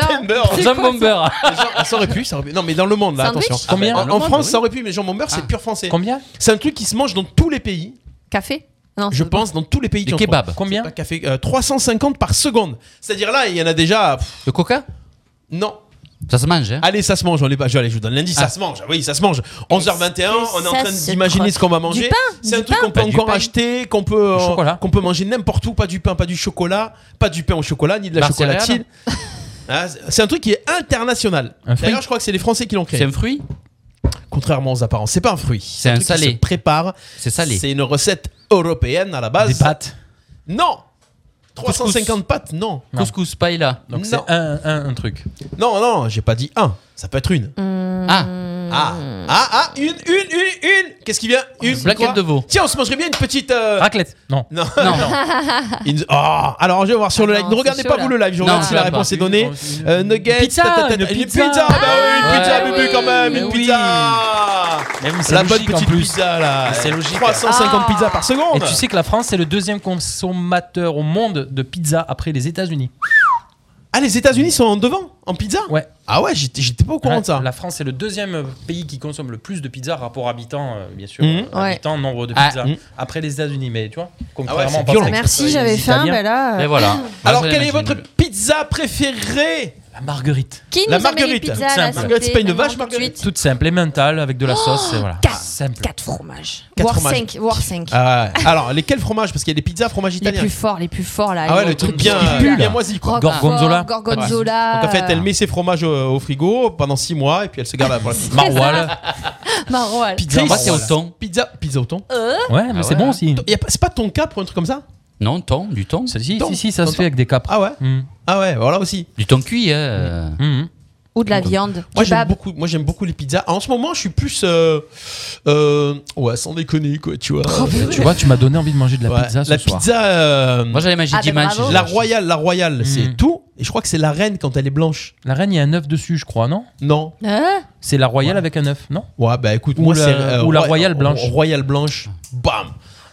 [SPEAKER 3] (laughs) Pember.
[SPEAKER 4] quoi, ça
[SPEAKER 5] Jean Bomber.
[SPEAKER 3] Ah, ça aurait pu, ça aurait pu. Non, mais dans le monde là,
[SPEAKER 4] Sandwich
[SPEAKER 3] attention.
[SPEAKER 6] Combien
[SPEAKER 5] Ah
[SPEAKER 3] En,
[SPEAKER 5] ben,
[SPEAKER 3] en
[SPEAKER 5] le monde,
[SPEAKER 3] France,
[SPEAKER 5] oui.
[SPEAKER 3] ça aurait pu, mais Jean Bomber,
[SPEAKER 5] Ah.
[SPEAKER 3] c'est pur français.
[SPEAKER 6] (laughs) Combien
[SPEAKER 3] C'est un truc qui se mange dans tous les pays.
[SPEAKER 4] Café. Non,
[SPEAKER 3] Je
[SPEAKER 4] c'est-
[SPEAKER 3] pense dans tous les pays.
[SPEAKER 5] Des
[SPEAKER 3] qui en
[SPEAKER 5] kebabs.
[SPEAKER 3] font.
[SPEAKER 6] Combien
[SPEAKER 3] Pas café, euh, 350 par seconde. C'est-à-dire là, il y en a déjà. pff,
[SPEAKER 5] Le coca
[SPEAKER 3] non.
[SPEAKER 5] Ça se mange, hein
[SPEAKER 3] Allez, ça se mange. On est pas. Je, allez, je vous donne lundi. Ça se mange. Ah Oui, ça se mange. 11h21. On est en
[SPEAKER 4] ça
[SPEAKER 3] train
[SPEAKER 4] se
[SPEAKER 3] d'imaginer
[SPEAKER 4] croque.
[SPEAKER 3] ce qu'on va manger.
[SPEAKER 4] Du pain,
[SPEAKER 3] C'est un
[SPEAKER 4] du
[SPEAKER 3] truc
[SPEAKER 4] pain.
[SPEAKER 3] qu'on peut
[SPEAKER 6] Pas du
[SPEAKER 3] encore
[SPEAKER 6] pain.
[SPEAKER 3] acheter, qu'on peut, euh,
[SPEAKER 6] Du chocolat.
[SPEAKER 3] qu'on peut manger n'importe où. Pas du pain, pas du chocolat, pas du pain au chocolat, ni de la
[SPEAKER 5] Barre céréales.
[SPEAKER 3] chocolatine. Ah, c'est- c'est un truc qui est international.
[SPEAKER 6] Un fruit.
[SPEAKER 3] D'ailleurs, je crois que c'est les Français qui l'ont
[SPEAKER 5] C'est
[SPEAKER 3] créé.
[SPEAKER 5] un fruit
[SPEAKER 3] Contrairement aux apparences, c'est pas un fruit.
[SPEAKER 5] C'est un
[SPEAKER 3] truc qui
[SPEAKER 5] salé.
[SPEAKER 3] se prépare.
[SPEAKER 5] C'est salé.
[SPEAKER 3] C'est une recette européenne à la base.
[SPEAKER 6] Des pâtes.
[SPEAKER 3] Non. 350 pattes, non.
[SPEAKER 5] Couscous paella.
[SPEAKER 3] Donc
[SPEAKER 6] c'est
[SPEAKER 3] un, truc. Non, non, j'ai pas dit un. Ça peut être une.
[SPEAKER 4] Mm.
[SPEAKER 5] Ah.
[SPEAKER 3] Ah, ah, ah, une, une, une, une. Qu'est-ce qui vient Une.
[SPEAKER 5] Plaquette
[SPEAKER 3] quoi
[SPEAKER 5] de veau.
[SPEAKER 3] Tiens, on se mangerait bien une petite. euh,
[SPEAKER 6] Raclette. Ah. Non.
[SPEAKER 3] Non. (laughs) Une- oh, alors je vais voir sur le
[SPEAKER 4] Ah
[SPEAKER 3] live.
[SPEAKER 4] non,
[SPEAKER 3] Ne
[SPEAKER 4] c'est
[SPEAKER 3] regardez
[SPEAKER 4] chaud,
[SPEAKER 3] pas
[SPEAKER 4] là.
[SPEAKER 3] vous le live, je
[SPEAKER 5] Non,
[SPEAKER 3] regarde si la
[SPEAKER 5] tu l'as
[SPEAKER 3] réponse
[SPEAKER 5] pas.
[SPEAKER 3] est donnée. Euh, nuggets,
[SPEAKER 5] Pizza,
[SPEAKER 3] ta, ta, ta,
[SPEAKER 5] une
[SPEAKER 3] ta, une
[SPEAKER 5] pizza.
[SPEAKER 3] pizza, bah oui, une pizza,
[SPEAKER 4] Ouais,
[SPEAKER 3] bébé,
[SPEAKER 4] oui.
[SPEAKER 3] quand même,
[SPEAKER 6] Mais
[SPEAKER 3] une
[SPEAKER 6] oui.
[SPEAKER 3] pizza.
[SPEAKER 6] Mais oui, c'est
[SPEAKER 3] La bonne
[SPEAKER 6] logique, en
[SPEAKER 3] petite
[SPEAKER 6] plus.
[SPEAKER 3] pizza là.
[SPEAKER 6] C'est logique.
[SPEAKER 3] 350
[SPEAKER 4] Ah.
[SPEAKER 3] pizzas par
[SPEAKER 6] Et
[SPEAKER 3] seconde.
[SPEAKER 6] tu sais que la France, c'est le deuxième consommateur au monde de pizza après les États-Unis.
[SPEAKER 3] Ah, les États-Unis sont en devant en pizza
[SPEAKER 6] Ouais.
[SPEAKER 3] Ah ouais, j'étais j'étais pas au courant
[SPEAKER 6] Ouais,
[SPEAKER 3] de ça.
[SPEAKER 6] Hein, La France, c'est le deuxième pays qui consomme le plus de pizza rapport habitant, euh, bien sûr.
[SPEAKER 3] Mhm.
[SPEAKER 6] euh,
[SPEAKER 4] Ouais.
[SPEAKER 6] Habitant, nombre de
[SPEAKER 5] Ah,
[SPEAKER 6] pizzas.
[SPEAKER 3] mhm.
[SPEAKER 6] Après les États-Unis, mais tu vois,
[SPEAKER 3] Ah ouais, c'est
[SPEAKER 6] contrairement
[SPEAKER 3] violent.
[SPEAKER 4] Merci, j'avais faim,
[SPEAKER 6] faim
[SPEAKER 4] ben là.
[SPEAKER 5] Et
[SPEAKER 4] euh,
[SPEAKER 5] voilà.
[SPEAKER 3] Alors,
[SPEAKER 5] Moi, j'en
[SPEAKER 3] quelle est
[SPEAKER 5] imagine
[SPEAKER 3] votre
[SPEAKER 5] une.
[SPEAKER 3] pizza préférée
[SPEAKER 6] La marguerite.
[SPEAKER 4] Qui nous
[SPEAKER 3] La
[SPEAKER 4] a mis les
[SPEAKER 3] marguerite.
[SPEAKER 4] pizzas,
[SPEAKER 3] Toute
[SPEAKER 4] là,
[SPEAKER 6] simple.
[SPEAKER 4] s'il
[SPEAKER 3] Marguerite,
[SPEAKER 4] vous
[SPEAKER 3] c'est pas une
[SPEAKER 4] plaît,
[SPEAKER 3] vache,
[SPEAKER 4] tout de
[SPEAKER 3] Marguerite
[SPEAKER 4] suite
[SPEAKER 6] Toute simple, emmental avec de la sauce, et voilà.
[SPEAKER 4] Oh, quatre.
[SPEAKER 6] Simple.
[SPEAKER 4] Quatre fromages.
[SPEAKER 3] Quatre
[SPEAKER 4] Voire
[SPEAKER 3] fromages.
[SPEAKER 4] 5. Voire 5.
[SPEAKER 3] Ah ouais. Alors, lesquels fromages Parce qu'il y a des pizzas fromage
[SPEAKER 4] les
[SPEAKER 3] italien.
[SPEAKER 4] plus forts, les plus forts là.
[SPEAKER 3] Ah ouais,
[SPEAKER 4] Ils
[SPEAKER 3] le
[SPEAKER 4] ont
[SPEAKER 3] truc
[SPEAKER 4] tous
[SPEAKER 3] bien,
[SPEAKER 4] des
[SPEAKER 6] euh,
[SPEAKER 4] bulles.
[SPEAKER 3] bien moisi quoi.
[SPEAKER 4] Roquefort,
[SPEAKER 6] Gorgonzola.
[SPEAKER 4] Gorgonzola.
[SPEAKER 3] Donc en fait,
[SPEAKER 5] Ah.
[SPEAKER 3] elle met ses fromages au, au frigo pendant 6 mois et puis elle se garde
[SPEAKER 5] (laughs)
[SPEAKER 3] la
[SPEAKER 6] Maroilles.
[SPEAKER 4] euh, Maroilles.
[SPEAKER 3] Pizza,
[SPEAKER 5] Moi, c'est au
[SPEAKER 3] voilà.
[SPEAKER 5] thon.
[SPEAKER 3] Pizza, pizza au thon.
[SPEAKER 6] Ouais, mais
[SPEAKER 5] Ah
[SPEAKER 6] c'est
[SPEAKER 5] ouais.
[SPEAKER 6] bon aussi.
[SPEAKER 3] Y a pas- C'est pas ton cas pour un truc comme ça
[SPEAKER 5] Non, thon, du thon.
[SPEAKER 6] Si, si,
[SPEAKER 3] Ton-
[SPEAKER 6] si, ça
[SPEAKER 3] ton-
[SPEAKER 6] se fait avec des capres.
[SPEAKER 3] Ah ouais
[SPEAKER 6] Mhm.
[SPEAKER 3] Ah ouais, voilà aussi.
[SPEAKER 5] Du thon cuit.
[SPEAKER 3] Mm.
[SPEAKER 5] hein.
[SPEAKER 6] Mhm.
[SPEAKER 4] Ou de la viande.
[SPEAKER 3] Moi j'aime
[SPEAKER 4] Kebab.
[SPEAKER 3] beaucoup, moi j'aime beaucoup les pizzas. En ce moment, je suis plus euh, euh, ouais, sans déconner quoi, tu vois.
[SPEAKER 6] Tu vois, tu m'as donné envie de manger de la
[SPEAKER 3] Ouais,
[SPEAKER 6] pizza ce
[SPEAKER 3] la
[SPEAKER 6] soir.
[SPEAKER 3] pizza, euh,
[SPEAKER 5] Moi, j'avais imaginé
[SPEAKER 4] Ah, ben,
[SPEAKER 5] dimanche.
[SPEAKER 4] bravo.
[SPEAKER 3] la royale, la royale, c'est
[SPEAKER 6] Mm.
[SPEAKER 3] tout. Et je crois que c'est la reine quand elle est blanche.
[SPEAKER 6] La reine, il y a un œuf dessus, je crois, non
[SPEAKER 3] Non.
[SPEAKER 4] Hein
[SPEAKER 6] C'est la royale avec un œuf, non
[SPEAKER 3] Ouais, bah écoute,
[SPEAKER 6] Ou
[SPEAKER 3] moi
[SPEAKER 6] la-
[SPEAKER 3] c'est
[SPEAKER 6] ou la
[SPEAKER 3] roy-
[SPEAKER 6] royale blanche.
[SPEAKER 3] Royale blanche. Bam.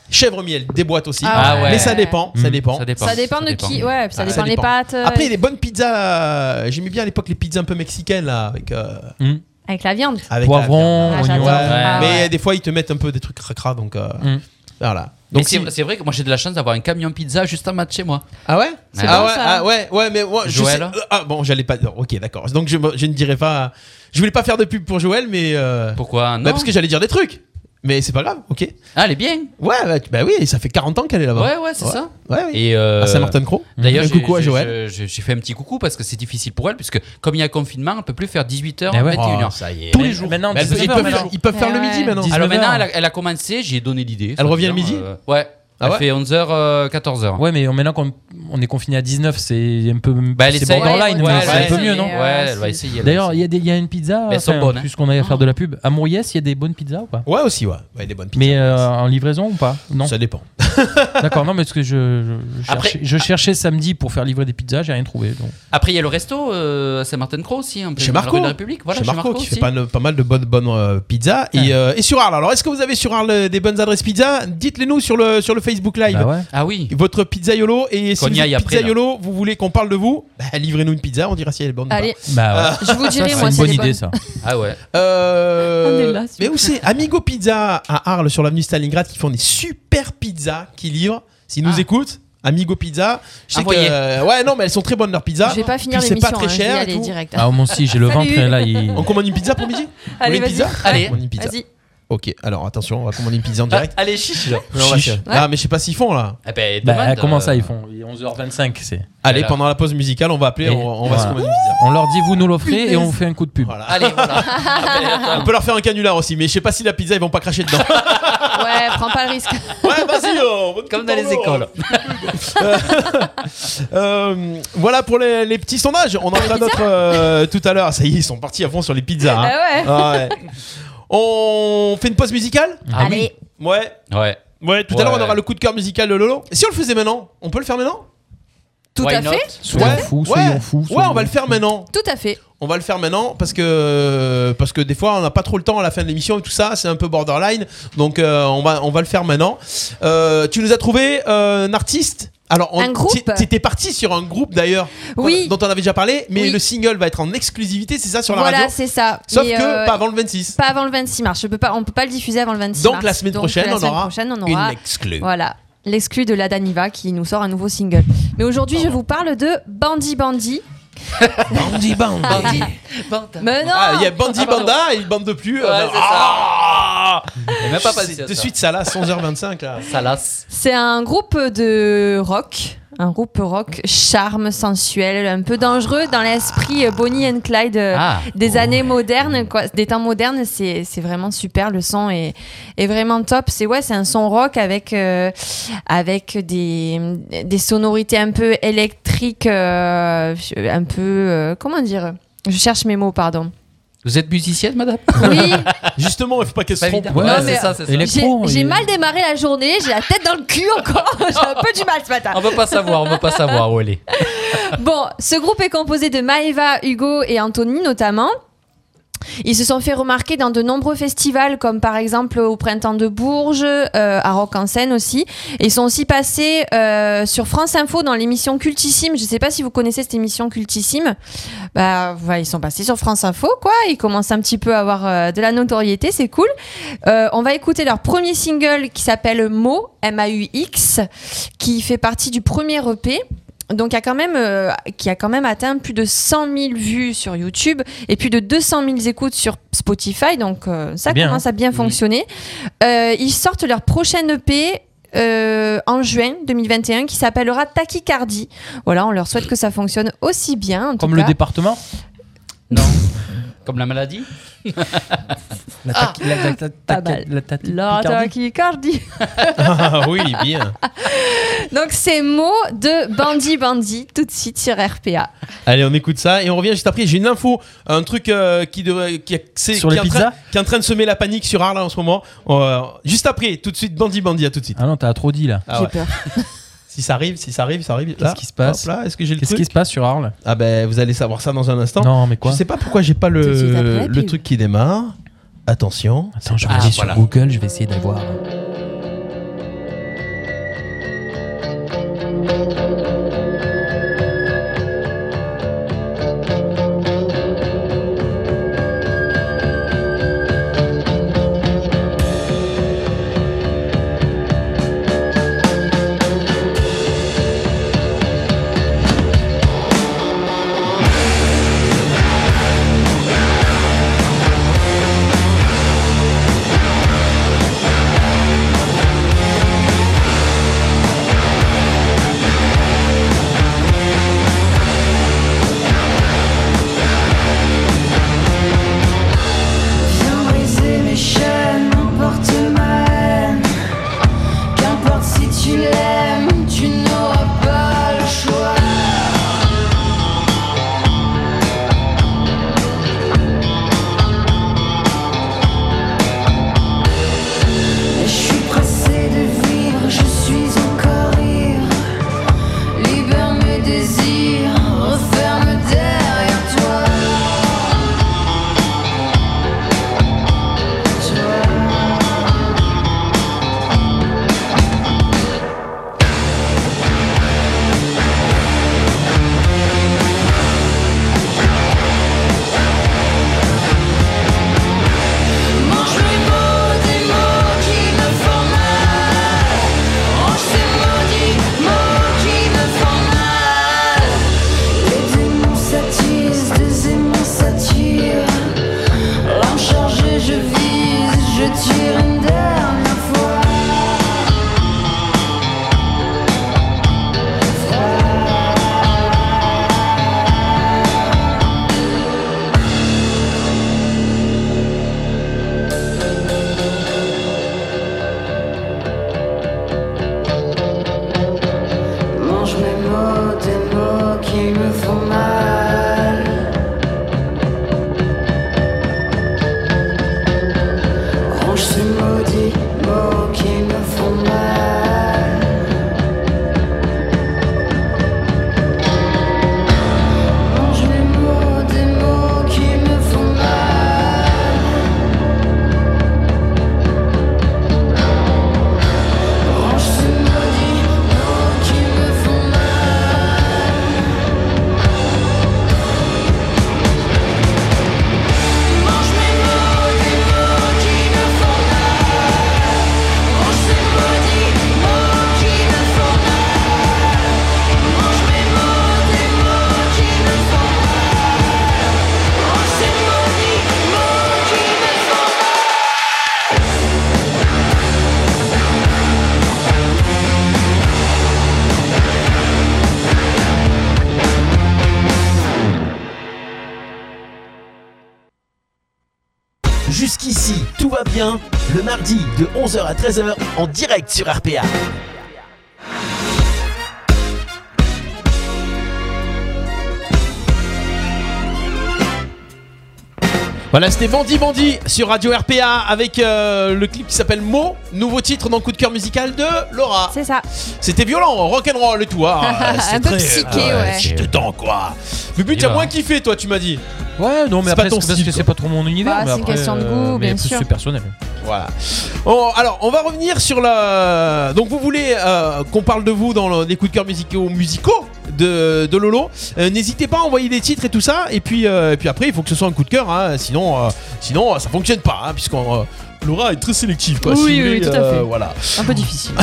[SPEAKER 3] Chèvre miel, des boîtes aussi.
[SPEAKER 4] Ah
[SPEAKER 5] ouais.
[SPEAKER 3] Mais ça dépend, ça
[SPEAKER 6] Mm.
[SPEAKER 3] dépend.
[SPEAKER 5] Ça dépend.
[SPEAKER 4] Ça dépend de qui. Ouais, ça
[SPEAKER 3] Ah,
[SPEAKER 4] dépend des pâtes. euh,
[SPEAKER 3] Après, les bonnes pizzas, euh, j'aimais bien à l'époque les pizzas un peu mexicaines là, avec, euh,
[SPEAKER 6] Mhm.
[SPEAKER 4] Avec la viande.
[SPEAKER 3] avec la
[SPEAKER 6] Poivron,
[SPEAKER 4] Ah,
[SPEAKER 6] oignon.
[SPEAKER 4] j'adore.
[SPEAKER 3] Ouais,
[SPEAKER 4] Ah,
[SPEAKER 3] mais
[SPEAKER 4] ouais.
[SPEAKER 3] des fois ils te mettent un peu des trucs cracra donc euh,
[SPEAKER 6] Mm.
[SPEAKER 3] voilà.
[SPEAKER 5] Donc
[SPEAKER 3] Donc
[SPEAKER 5] c'est
[SPEAKER 3] si-
[SPEAKER 5] c'est vrai que moi j'ai de la chance d'avoir un camion pizza juste en bas de chez moi.
[SPEAKER 3] ah ouais,
[SPEAKER 5] C'est
[SPEAKER 3] ah
[SPEAKER 5] bon,
[SPEAKER 3] ouais,
[SPEAKER 4] ça.
[SPEAKER 3] ah ouais, ouais, mais moi je
[SPEAKER 5] Joël
[SPEAKER 3] sais- ah bon, j'allais pas. non, ok, d'accord. Donc je, je ne dirai pas. Je voulais pas faire de pub pour Joël, mais euh,
[SPEAKER 5] Pourquoi Non.
[SPEAKER 3] bah, parce que j'allais dire des trucs. Mais c'est pas grave, ok.
[SPEAKER 5] Ah, elle est bien.
[SPEAKER 3] Ouais, bah, tu- bah oui, ça fait 40 ans qu'elle est là-bas.
[SPEAKER 5] Ouais, ouais, c'est
[SPEAKER 3] Ouais.
[SPEAKER 5] ça.
[SPEAKER 3] Ouais, Ah, oui.
[SPEAKER 5] Et euh,
[SPEAKER 3] À Saint-Martin-de-Croix.
[SPEAKER 5] D'ailleurs,
[SPEAKER 3] Un
[SPEAKER 5] j'ai-
[SPEAKER 3] coucou à
[SPEAKER 5] j'ai-
[SPEAKER 3] Joël.
[SPEAKER 5] j'ai j'ai fait un petit coucou parce que c'est difficile pour elle, puisque comme il y a confinement, elle peut plus faire 18h,
[SPEAKER 3] Ah
[SPEAKER 6] Eh ouais.
[SPEAKER 5] 21h.
[SPEAKER 3] Oh, ça y est.
[SPEAKER 6] Tous les jours. Maintenant,
[SPEAKER 3] Mais elles-
[SPEAKER 6] 19
[SPEAKER 3] ils,
[SPEAKER 6] heures,
[SPEAKER 3] peuvent,
[SPEAKER 6] maintenant.
[SPEAKER 3] ils peuvent faire le
[SPEAKER 4] Ouais.
[SPEAKER 3] midi maintenant.
[SPEAKER 6] 19
[SPEAKER 5] Alors maintenant,
[SPEAKER 6] heures.
[SPEAKER 5] elle a, elle a commencé, j'ai donné l'idée.
[SPEAKER 3] Ah, Elle revient le
[SPEAKER 5] soi-disant,
[SPEAKER 3] midi
[SPEAKER 5] euh, Ouais.
[SPEAKER 3] Ah
[SPEAKER 5] elle
[SPEAKER 3] ouais
[SPEAKER 5] fait euh, 11h, 14h.
[SPEAKER 6] Ouais, mais maintenant qu'on on est confiné à 19, c'est un peu.
[SPEAKER 5] Bah, elle
[SPEAKER 6] c'est
[SPEAKER 5] essaye.
[SPEAKER 6] borderline,
[SPEAKER 4] Ouais,
[SPEAKER 6] mais
[SPEAKER 4] ouais,
[SPEAKER 6] c'est
[SPEAKER 5] elle
[SPEAKER 6] un peu
[SPEAKER 5] essaye,
[SPEAKER 6] mieux, non
[SPEAKER 5] Ouais,
[SPEAKER 4] euh,
[SPEAKER 5] elle va
[SPEAKER 4] c'est-
[SPEAKER 5] essayer. elle
[SPEAKER 6] D'ailleurs,
[SPEAKER 5] va
[SPEAKER 6] il y, a des- il y a une pizza.
[SPEAKER 5] Mais elles sont
[SPEAKER 6] enfin,
[SPEAKER 5] bonnes, hein.
[SPEAKER 6] Puisqu'on allait faire de la pub. À Mouriès, il y a des bonnes pizzas ou pas
[SPEAKER 3] Ouais, aussi, ouais. Ouais, des bonnes pizzas.
[SPEAKER 6] Mais euh, en livraison ou pas Non.
[SPEAKER 3] Ça dépend.
[SPEAKER 6] D'accord, non, mais parce que je, je- je
[SPEAKER 5] Après-
[SPEAKER 6] cherchais, je cherchais samedi pour faire livrer des pizzas, j'ai rien trouvé. donc.
[SPEAKER 5] Après, il y a le resto euh, à Saint-Martin-Croix aussi, en plein
[SPEAKER 3] Chez
[SPEAKER 5] dans la
[SPEAKER 3] Marco.
[SPEAKER 5] rue de la République. Voilà,
[SPEAKER 3] chez Marco, qui
[SPEAKER 5] aussi.
[SPEAKER 3] fait pas, pas mal de bonnes, bonnes euh, pizzas. Et, euh, et sur Arles, alors est-ce que vous avez sur Arles euh, des bonnes adresses pizza Dites-les nous sur le, sur le Facebook Live.
[SPEAKER 6] Bah ouais.
[SPEAKER 5] Ah oui.
[SPEAKER 3] Votre pizza YOLO et si
[SPEAKER 5] Qu'on y
[SPEAKER 3] vous
[SPEAKER 5] aille
[SPEAKER 3] êtes
[SPEAKER 5] après,
[SPEAKER 3] pizza
[SPEAKER 5] là.
[SPEAKER 3] YOLO, vous voulez qu'on parle de vous bah, Livrez-nous une pizza, on dira si elle est bonne. ou pas.
[SPEAKER 4] Allez,
[SPEAKER 6] Bah ouais.
[SPEAKER 4] je vous dirai,
[SPEAKER 6] C'est
[SPEAKER 4] moi,
[SPEAKER 6] une
[SPEAKER 4] c'est
[SPEAKER 6] bonne
[SPEAKER 4] des
[SPEAKER 6] idée,
[SPEAKER 4] bonnes.
[SPEAKER 6] ça.
[SPEAKER 5] Ah ouais.
[SPEAKER 3] Euh,
[SPEAKER 4] On est là, si
[SPEAKER 3] mais où c'est Amigo Pizza à Arles sur l'avenue Stalingrad qui font des super pizzas qui livrent. S'ils nous
[SPEAKER 5] Ah.
[SPEAKER 3] écoutent, Amigo Pizza. Je sais
[SPEAKER 5] Envoyez.
[SPEAKER 3] que euh, ouais non mais elles sont très bonnes leurs pizzas.
[SPEAKER 4] Je vais pas finir
[SPEAKER 3] Puis c'est
[SPEAKER 4] l'émission.
[SPEAKER 3] pas très
[SPEAKER 4] hein, je vais y
[SPEAKER 3] cher et
[SPEAKER 4] aller
[SPEAKER 3] tout.
[SPEAKER 4] direct.
[SPEAKER 6] Ah, moi aussi, j'ai le ventre,
[SPEAKER 4] Salut.
[SPEAKER 6] là. Il...
[SPEAKER 3] On commande une pizza pour midi On
[SPEAKER 4] Allez,
[SPEAKER 3] veut une
[SPEAKER 4] vas-y.
[SPEAKER 3] pizza
[SPEAKER 5] Allez.
[SPEAKER 3] On commande une pizza.
[SPEAKER 4] Vas-y.
[SPEAKER 3] Ok, alors attention, on va commander une pizza en (laughs)
[SPEAKER 5] Ah,
[SPEAKER 3] direct.
[SPEAKER 5] allez, chiche. là.
[SPEAKER 3] Non, on va
[SPEAKER 6] Chiche.
[SPEAKER 3] faire- Ah, mais je sais pas s'ils font là.
[SPEAKER 5] Eh ben,
[SPEAKER 6] Bah,
[SPEAKER 5] demande,
[SPEAKER 6] comment ça,
[SPEAKER 5] euh,
[SPEAKER 6] ils font Il est 11h25, c'est.
[SPEAKER 3] Allez,
[SPEAKER 5] Voilà.
[SPEAKER 3] pendant la pause musicale, on va appeler,
[SPEAKER 6] Et
[SPEAKER 3] on, on va
[SPEAKER 6] voilà.
[SPEAKER 3] se commander une pizza.
[SPEAKER 6] On leur dit, vous nous l'offrez et on vous fait un coup de pub.
[SPEAKER 3] Voilà.
[SPEAKER 5] (laughs) Allez,
[SPEAKER 3] (laughs)
[SPEAKER 5] voilà.
[SPEAKER 3] On peut leur faire un canular aussi, mais je sais pas si la pizza ils vont pas cracher
[SPEAKER 5] (laughs)
[SPEAKER 3] dedans.
[SPEAKER 4] Ouais, prends pas le risque.
[SPEAKER 3] ouais, vas-y, oh, on va
[SPEAKER 5] Comme
[SPEAKER 3] tout
[SPEAKER 5] dans les
[SPEAKER 3] prendre.
[SPEAKER 5] écoles.
[SPEAKER 3] Euh, voilà pour les, les petits sondages. On en fera d'autres euh, tout à l'heure. Ça y est, ils sont partis à fond sur les pizzas. hein.
[SPEAKER 4] Ah ouais.
[SPEAKER 3] Ah ouais. On fait une pause musicale
[SPEAKER 5] Ah oui.
[SPEAKER 4] Allez,
[SPEAKER 3] Ouais.
[SPEAKER 5] Ouais.
[SPEAKER 7] Ouais,
[SPEAKER 3] Tout
[SPEAKER 7] tout
[SPEAKER 3] à l'heure, on
[SPEAKER 5] Ouais.
[SPEAKER 3] aura le coup de cœur musical de Lolo. Et si on le faisait maintenant On peut le faire maintenant
[SPEAKER 4] tout
[SPEAKER 5] Why
[SPEAKER 4] à
[SPEAKER 5] not
[SPEAKER 4] fait.
[SPEAKER 6] Soyons
[SPEAKER 3] Ouais,
[SPEAKER 6] fous,
[SPEAKER 3] ouais,
[SPEAKER 6] soyons fous.
[SPEAKER 3] Ouais,
[SPEAKER 6] soyons-
[SPEAKER 3] on va le faire maintenant.
[SPEAKER 4] Tout à fait.
[SPEAKER 3] On va le faire maintenant parce que parce que des fois on n'a pas trop le temps à la fin de l'émission et tout ça, c'est un peu borderline. Donc euh, on va on va le faire maintenant. Euh, tu nous as trouvé euh, un artiste. Alors on,
[SPEAKER 4] Un groupe.
[SPEAKER 3] t'é- T'étais parti sur un groupe d'ailleurs qu'on-
[SPEAKER 4] Oui.
[SPEAKER 3] dont on avait déjà parlé, mais
[SPEAKER 4] Oui.
[SPEAKER 3] le single va être en exclusivité, c'est ça sur la
[SPEAKER 4] Voilà,
[SPEAKER 3] radio.
[SPEAKER 4] c'est ça.
[SPEAKER 3] Sauf
[SPEAKER 4] Mais,
[SPEAKER 3] que
[SPEAKER 4] euh,
[SPEAKER 3] pas avant le 26.
[SPEAKER 4] pas avant le 26 mars. Je peux pas, on peut pas le diffuser avant le 26
[SPEAKER 3] Donc
[SPEAKER 4] mars.
[SPEAKER 3] la semaine
[SPEAKER 4] Donc,
[SPEAKER 3] prochaine,
[SPEAKER 4] la
[SPEAKER 3] on
[SPEAKER 4] semaine
[SPEAKER 3] aura
[SPEAKER 4] prochaine, on aura
[SPEAKER 3] Une exclue.
[SPEAKER 4] Voilà, l'exclu de la Daniva qui nous sort un nouveau single. Mais aujourd'hui, je vous parle de Bandy Bandy.
[SPEAKER 3] Bandy
[SPEAKER 4] euh,
[SPEAKER 3] Banda.
[SPEAKER 4] Mais non
[SPEAKER 3] Ah, il y a Bandy Banda et il bande de plus.
[SPEAKER 5] Ouais,
[SPEAKER 3] Euh,
[SPEAKER 5] c'est
[SPEAKER 3] ah
[SPEAKER 5] Et même pas passé
[SPEAKER 3] C'est
[SPEAKER 5] à
[SPEAKER 3] de
[SPEAKER 5] ça.
[SPEAKER 3] suite ça là 11h25 là.
[SPEAKER 5] Salas.
[SPEAKER 4] C'est un groupe de rock Un groupe rock charme, sensuel, un peu dangereux dans l'esprit euh, Bonnie and Clyde euh,
[SPEAKER 5] Ah.
[SPEAKER 3] Oh,
[SPEAKER 4] des années modernes, quoi, des temps modernes. C'est c'est vraiment super. Le son est, est vraiment top. C'est ouais, c'est un son rock avec euh, avec des, des sonorités un peu électriques, euh, un peu euh, comment dire. Je cherche mes mots, pardon.
[SPEAKER 5] Vous êtes musicienne, madame
[SPEAKER 4] Oui,
[SPEAKER 9] Justement, il faut pas qu'elle se
[SPEAKER 5] Pas
[SPEAKER 9] trompe.
[SPEAKER 5] évident.
[SPEAKER 6] Ouais,
[SPEAKER 5] Ouais,
[SPEAKER 4] mais-
[SPEAKER 5] c'est ça, c'est ça.
[SPEAKER 6] Élect-
[SPEAKER 4] j'ai
[SPEAKER 6] Électro,
[SPEAKER 4] j'ai
[SPEAKER 6] il-
[SPEAKER 4] mal démarré la journée, j'ai la tête dans le cul encore, (laughs) j'ai un peu du mal ce matin.
[SPEAKER 5] On veut pas savoir, on veut pas savoir où elle est.
[SPEAKER 4] Bon, ce groupe est composé de Maeva, Hugo et Anthony notamment. Ils se sont fait remarquer dans de nombreux festivals, comme par exemple au Printemps de Bourges, euh, à Rock en Seine aussi. Et ils sont aussi passés euh, sur France Info dans l'émission Cultissime. Je ne sais pas si vous connaissez cette émission Cultissime. Bah, voilà, ils sont passés sur France Info, quoi. Ils commencent un petit peu à avoir euh, de la notoriété, c'est cool. Euh, on va écouter leur premier single qui s'appelle Mo, M-A-U-X, qui fait partie du premier EP. Donc, il y a quand même, euh, qui a quand même atteint plus de 100 000 vues sur YouTube et plus de 200 000 écoutes sur Spotify. Donc, euh, ça
[SPEAKER 6] C'est bien, hein.
[SPEAKER 4] commence à bien fonctionner. Euh, ils sortent leur E prochaine EP euh, en juin 2021 qui s'appellera Tachycardie. Voilà, on leur souhaite que ça fonctionne aussi bien. en tout
[SPEAKER 6] Comme le
[SPEAKER 4] cas.
[SPEAKER 6] département
[SPEAKER 5] Non. Comme la maladie
[SPEAKER 6] La tac- la- la- la-
[SPEAKER 4] pas
[SPEAKER 6] tac-
[SPEAKER 4] mal.
[SPEAKER 6] la tac-
[SPEAKER 4] La
[SPEAKER 6] Picardie.
[SPEAKER 4] tachycardie.
[SPEAKER 9] Ah oui, bien.
[SPEAKER 4] (laughs) Donc c'est mots de Bandy Bandy tout de suite sur RPA.
[SPEAKER 9] Allez, on écoute ça et on revient juste après. J'ai une info, un truc euh, qui, devrait- qui, c'est-
[SPEAKER 6] Sur
[SPEAKER 9] qui
[SPEAKER 6] les
[SPEAKER 9] est en train-
[SPEAKER 6] pizzas
[SPEAKER 9] qui est en train de semer la panique sur Arles en ce moment. Euh, juste après, tout de suite, Bandit Bandit, à tout de suite.
[SPEAKER 6] Ah non, t'as trop dit là.
[SPEAKER 9] Ah
[SPEAKER 4] J'ai
[SPEAKER 9] ouais.
[SPEAKER 4] peur.
[SPEAKER 9] Si ça arrive, si ça arrive, ça arrive.
[SPEAKER 6] Qu'est-ce
[SPEAKER 9] Là,
[SPEAKER 6] qui se passe
[SPEAKER 9] hop là, est-ce que j'ai le
[SPEAKER 6] Qu'est-ce qui
[SPEAKER 9] truc
[SPEAKER 6] se passe sur Arles
[SPEAKER 9] Ah ben, vous allez savoir ça dans un instant.
[SPEAKER 6] Non, mais quoi
[SPEAKER 9] je sais pas pourquoi j'ai pas
[SPEAKER 4] Tout de suite après
[SPEAKER 9] le,
[SPEAKER 4] la
[SPEAKER 9] le
[SPEAKER 4] pub.
[SPEAKER 9] truc qui démarre. Attention.
[SPEAKER 6] Attends, je vais
[SPEAKER 5] Ah,
[SPEAKER 6] aller
[SPEAKER 5] voilà.
[SPEAKER 6] sur Google, je vais essayer d'avoir.
[SPEAKER 2] Thank
[SPEAKER 9] va bien, le mardi de 11h à 13h en direct sur RPA.
[SPEAKER 3] Voilà, c'était Bandit Bandit sur Radio RPA avec euh, le clip qui s'appelle Mo, nouveau titre dans Coup de cœur musical de Laura.
[SPEAKER 4] C'est ça.
[SPEAKER 3] C'était violent, rock'n'roll et
[SPEAKER 4] (laughs)
[SPEAKER 9] hein.
[SPEAKER 3] tout. Ah, c'était
[SPEAKER 4] Un
[SPEAKER 3] très-
[SPEAKER 4] peu psyché,
[SPEAKER 6] euh,
[SPEAKER 3] ah
[SPEAKER 4] ouais.
[SPEAKER 3] C'est dedans quoi. Bubu,
[SPEAKER 6] Il
[SPEAKER 3] tu as
[SPEAKER 6] va.
[SPEAKER 3] moins kiffé, toi, tu m'as dit.
[SPEAKER 6] Ouais, non, mais
[SPEAKER 3] C'est
[SPEAKER 6] après,
[SPEAKER 3] pas ton
[SPEAKER 6] c'est parce
[SPEAKER 3] style,
[SPEAKER 6] que c'est pas trop mon univers.
[SPEAKER 4] Bah,
[SPEAKER 6] mais
[SPEAKER 4] c'est une
[SPEAKER 6] après,
[SPEAKER 4] question de
[SPEAKER 6] euh,
[SPEAKER 4] goût,
[SPEAKER 6] mais
[SPEAKER 4] bien
[SPEAKER 6] plus
[SPEAKER 4] sûr.
[SPEAKER 6] C'est personnel.
[SPEAKER 3] Voilà. On- alors, on va revenir sur la. Donc, vous voulez euh, qu'on parle de vous dans le- les coups de cœur musicaux, musicaux de, de Lolo. Euh, N'hésitez pas à envoyer des titres et tout ça. Et puis, euh, et puis après, il faut que ce soit un coup de cœur. hein. Sinon, euh, sinon, euh, ça fonctionne pas. hein, Puisqu'on. euh, Laura est très sélective. Quoi,
[SPEAKER 4] Oui,
[SPEAKER 3] Si vous
[SPEAKER 4] oui,
[SPEAKER 3] voulez,
[SPEAKER 4] tout à
[SPEAKER 3] euh,
[SPEAKER 4] fait.
[SPEAKER 3] voilà.
[SPEAKER 4] Un peu (laughs) difficile.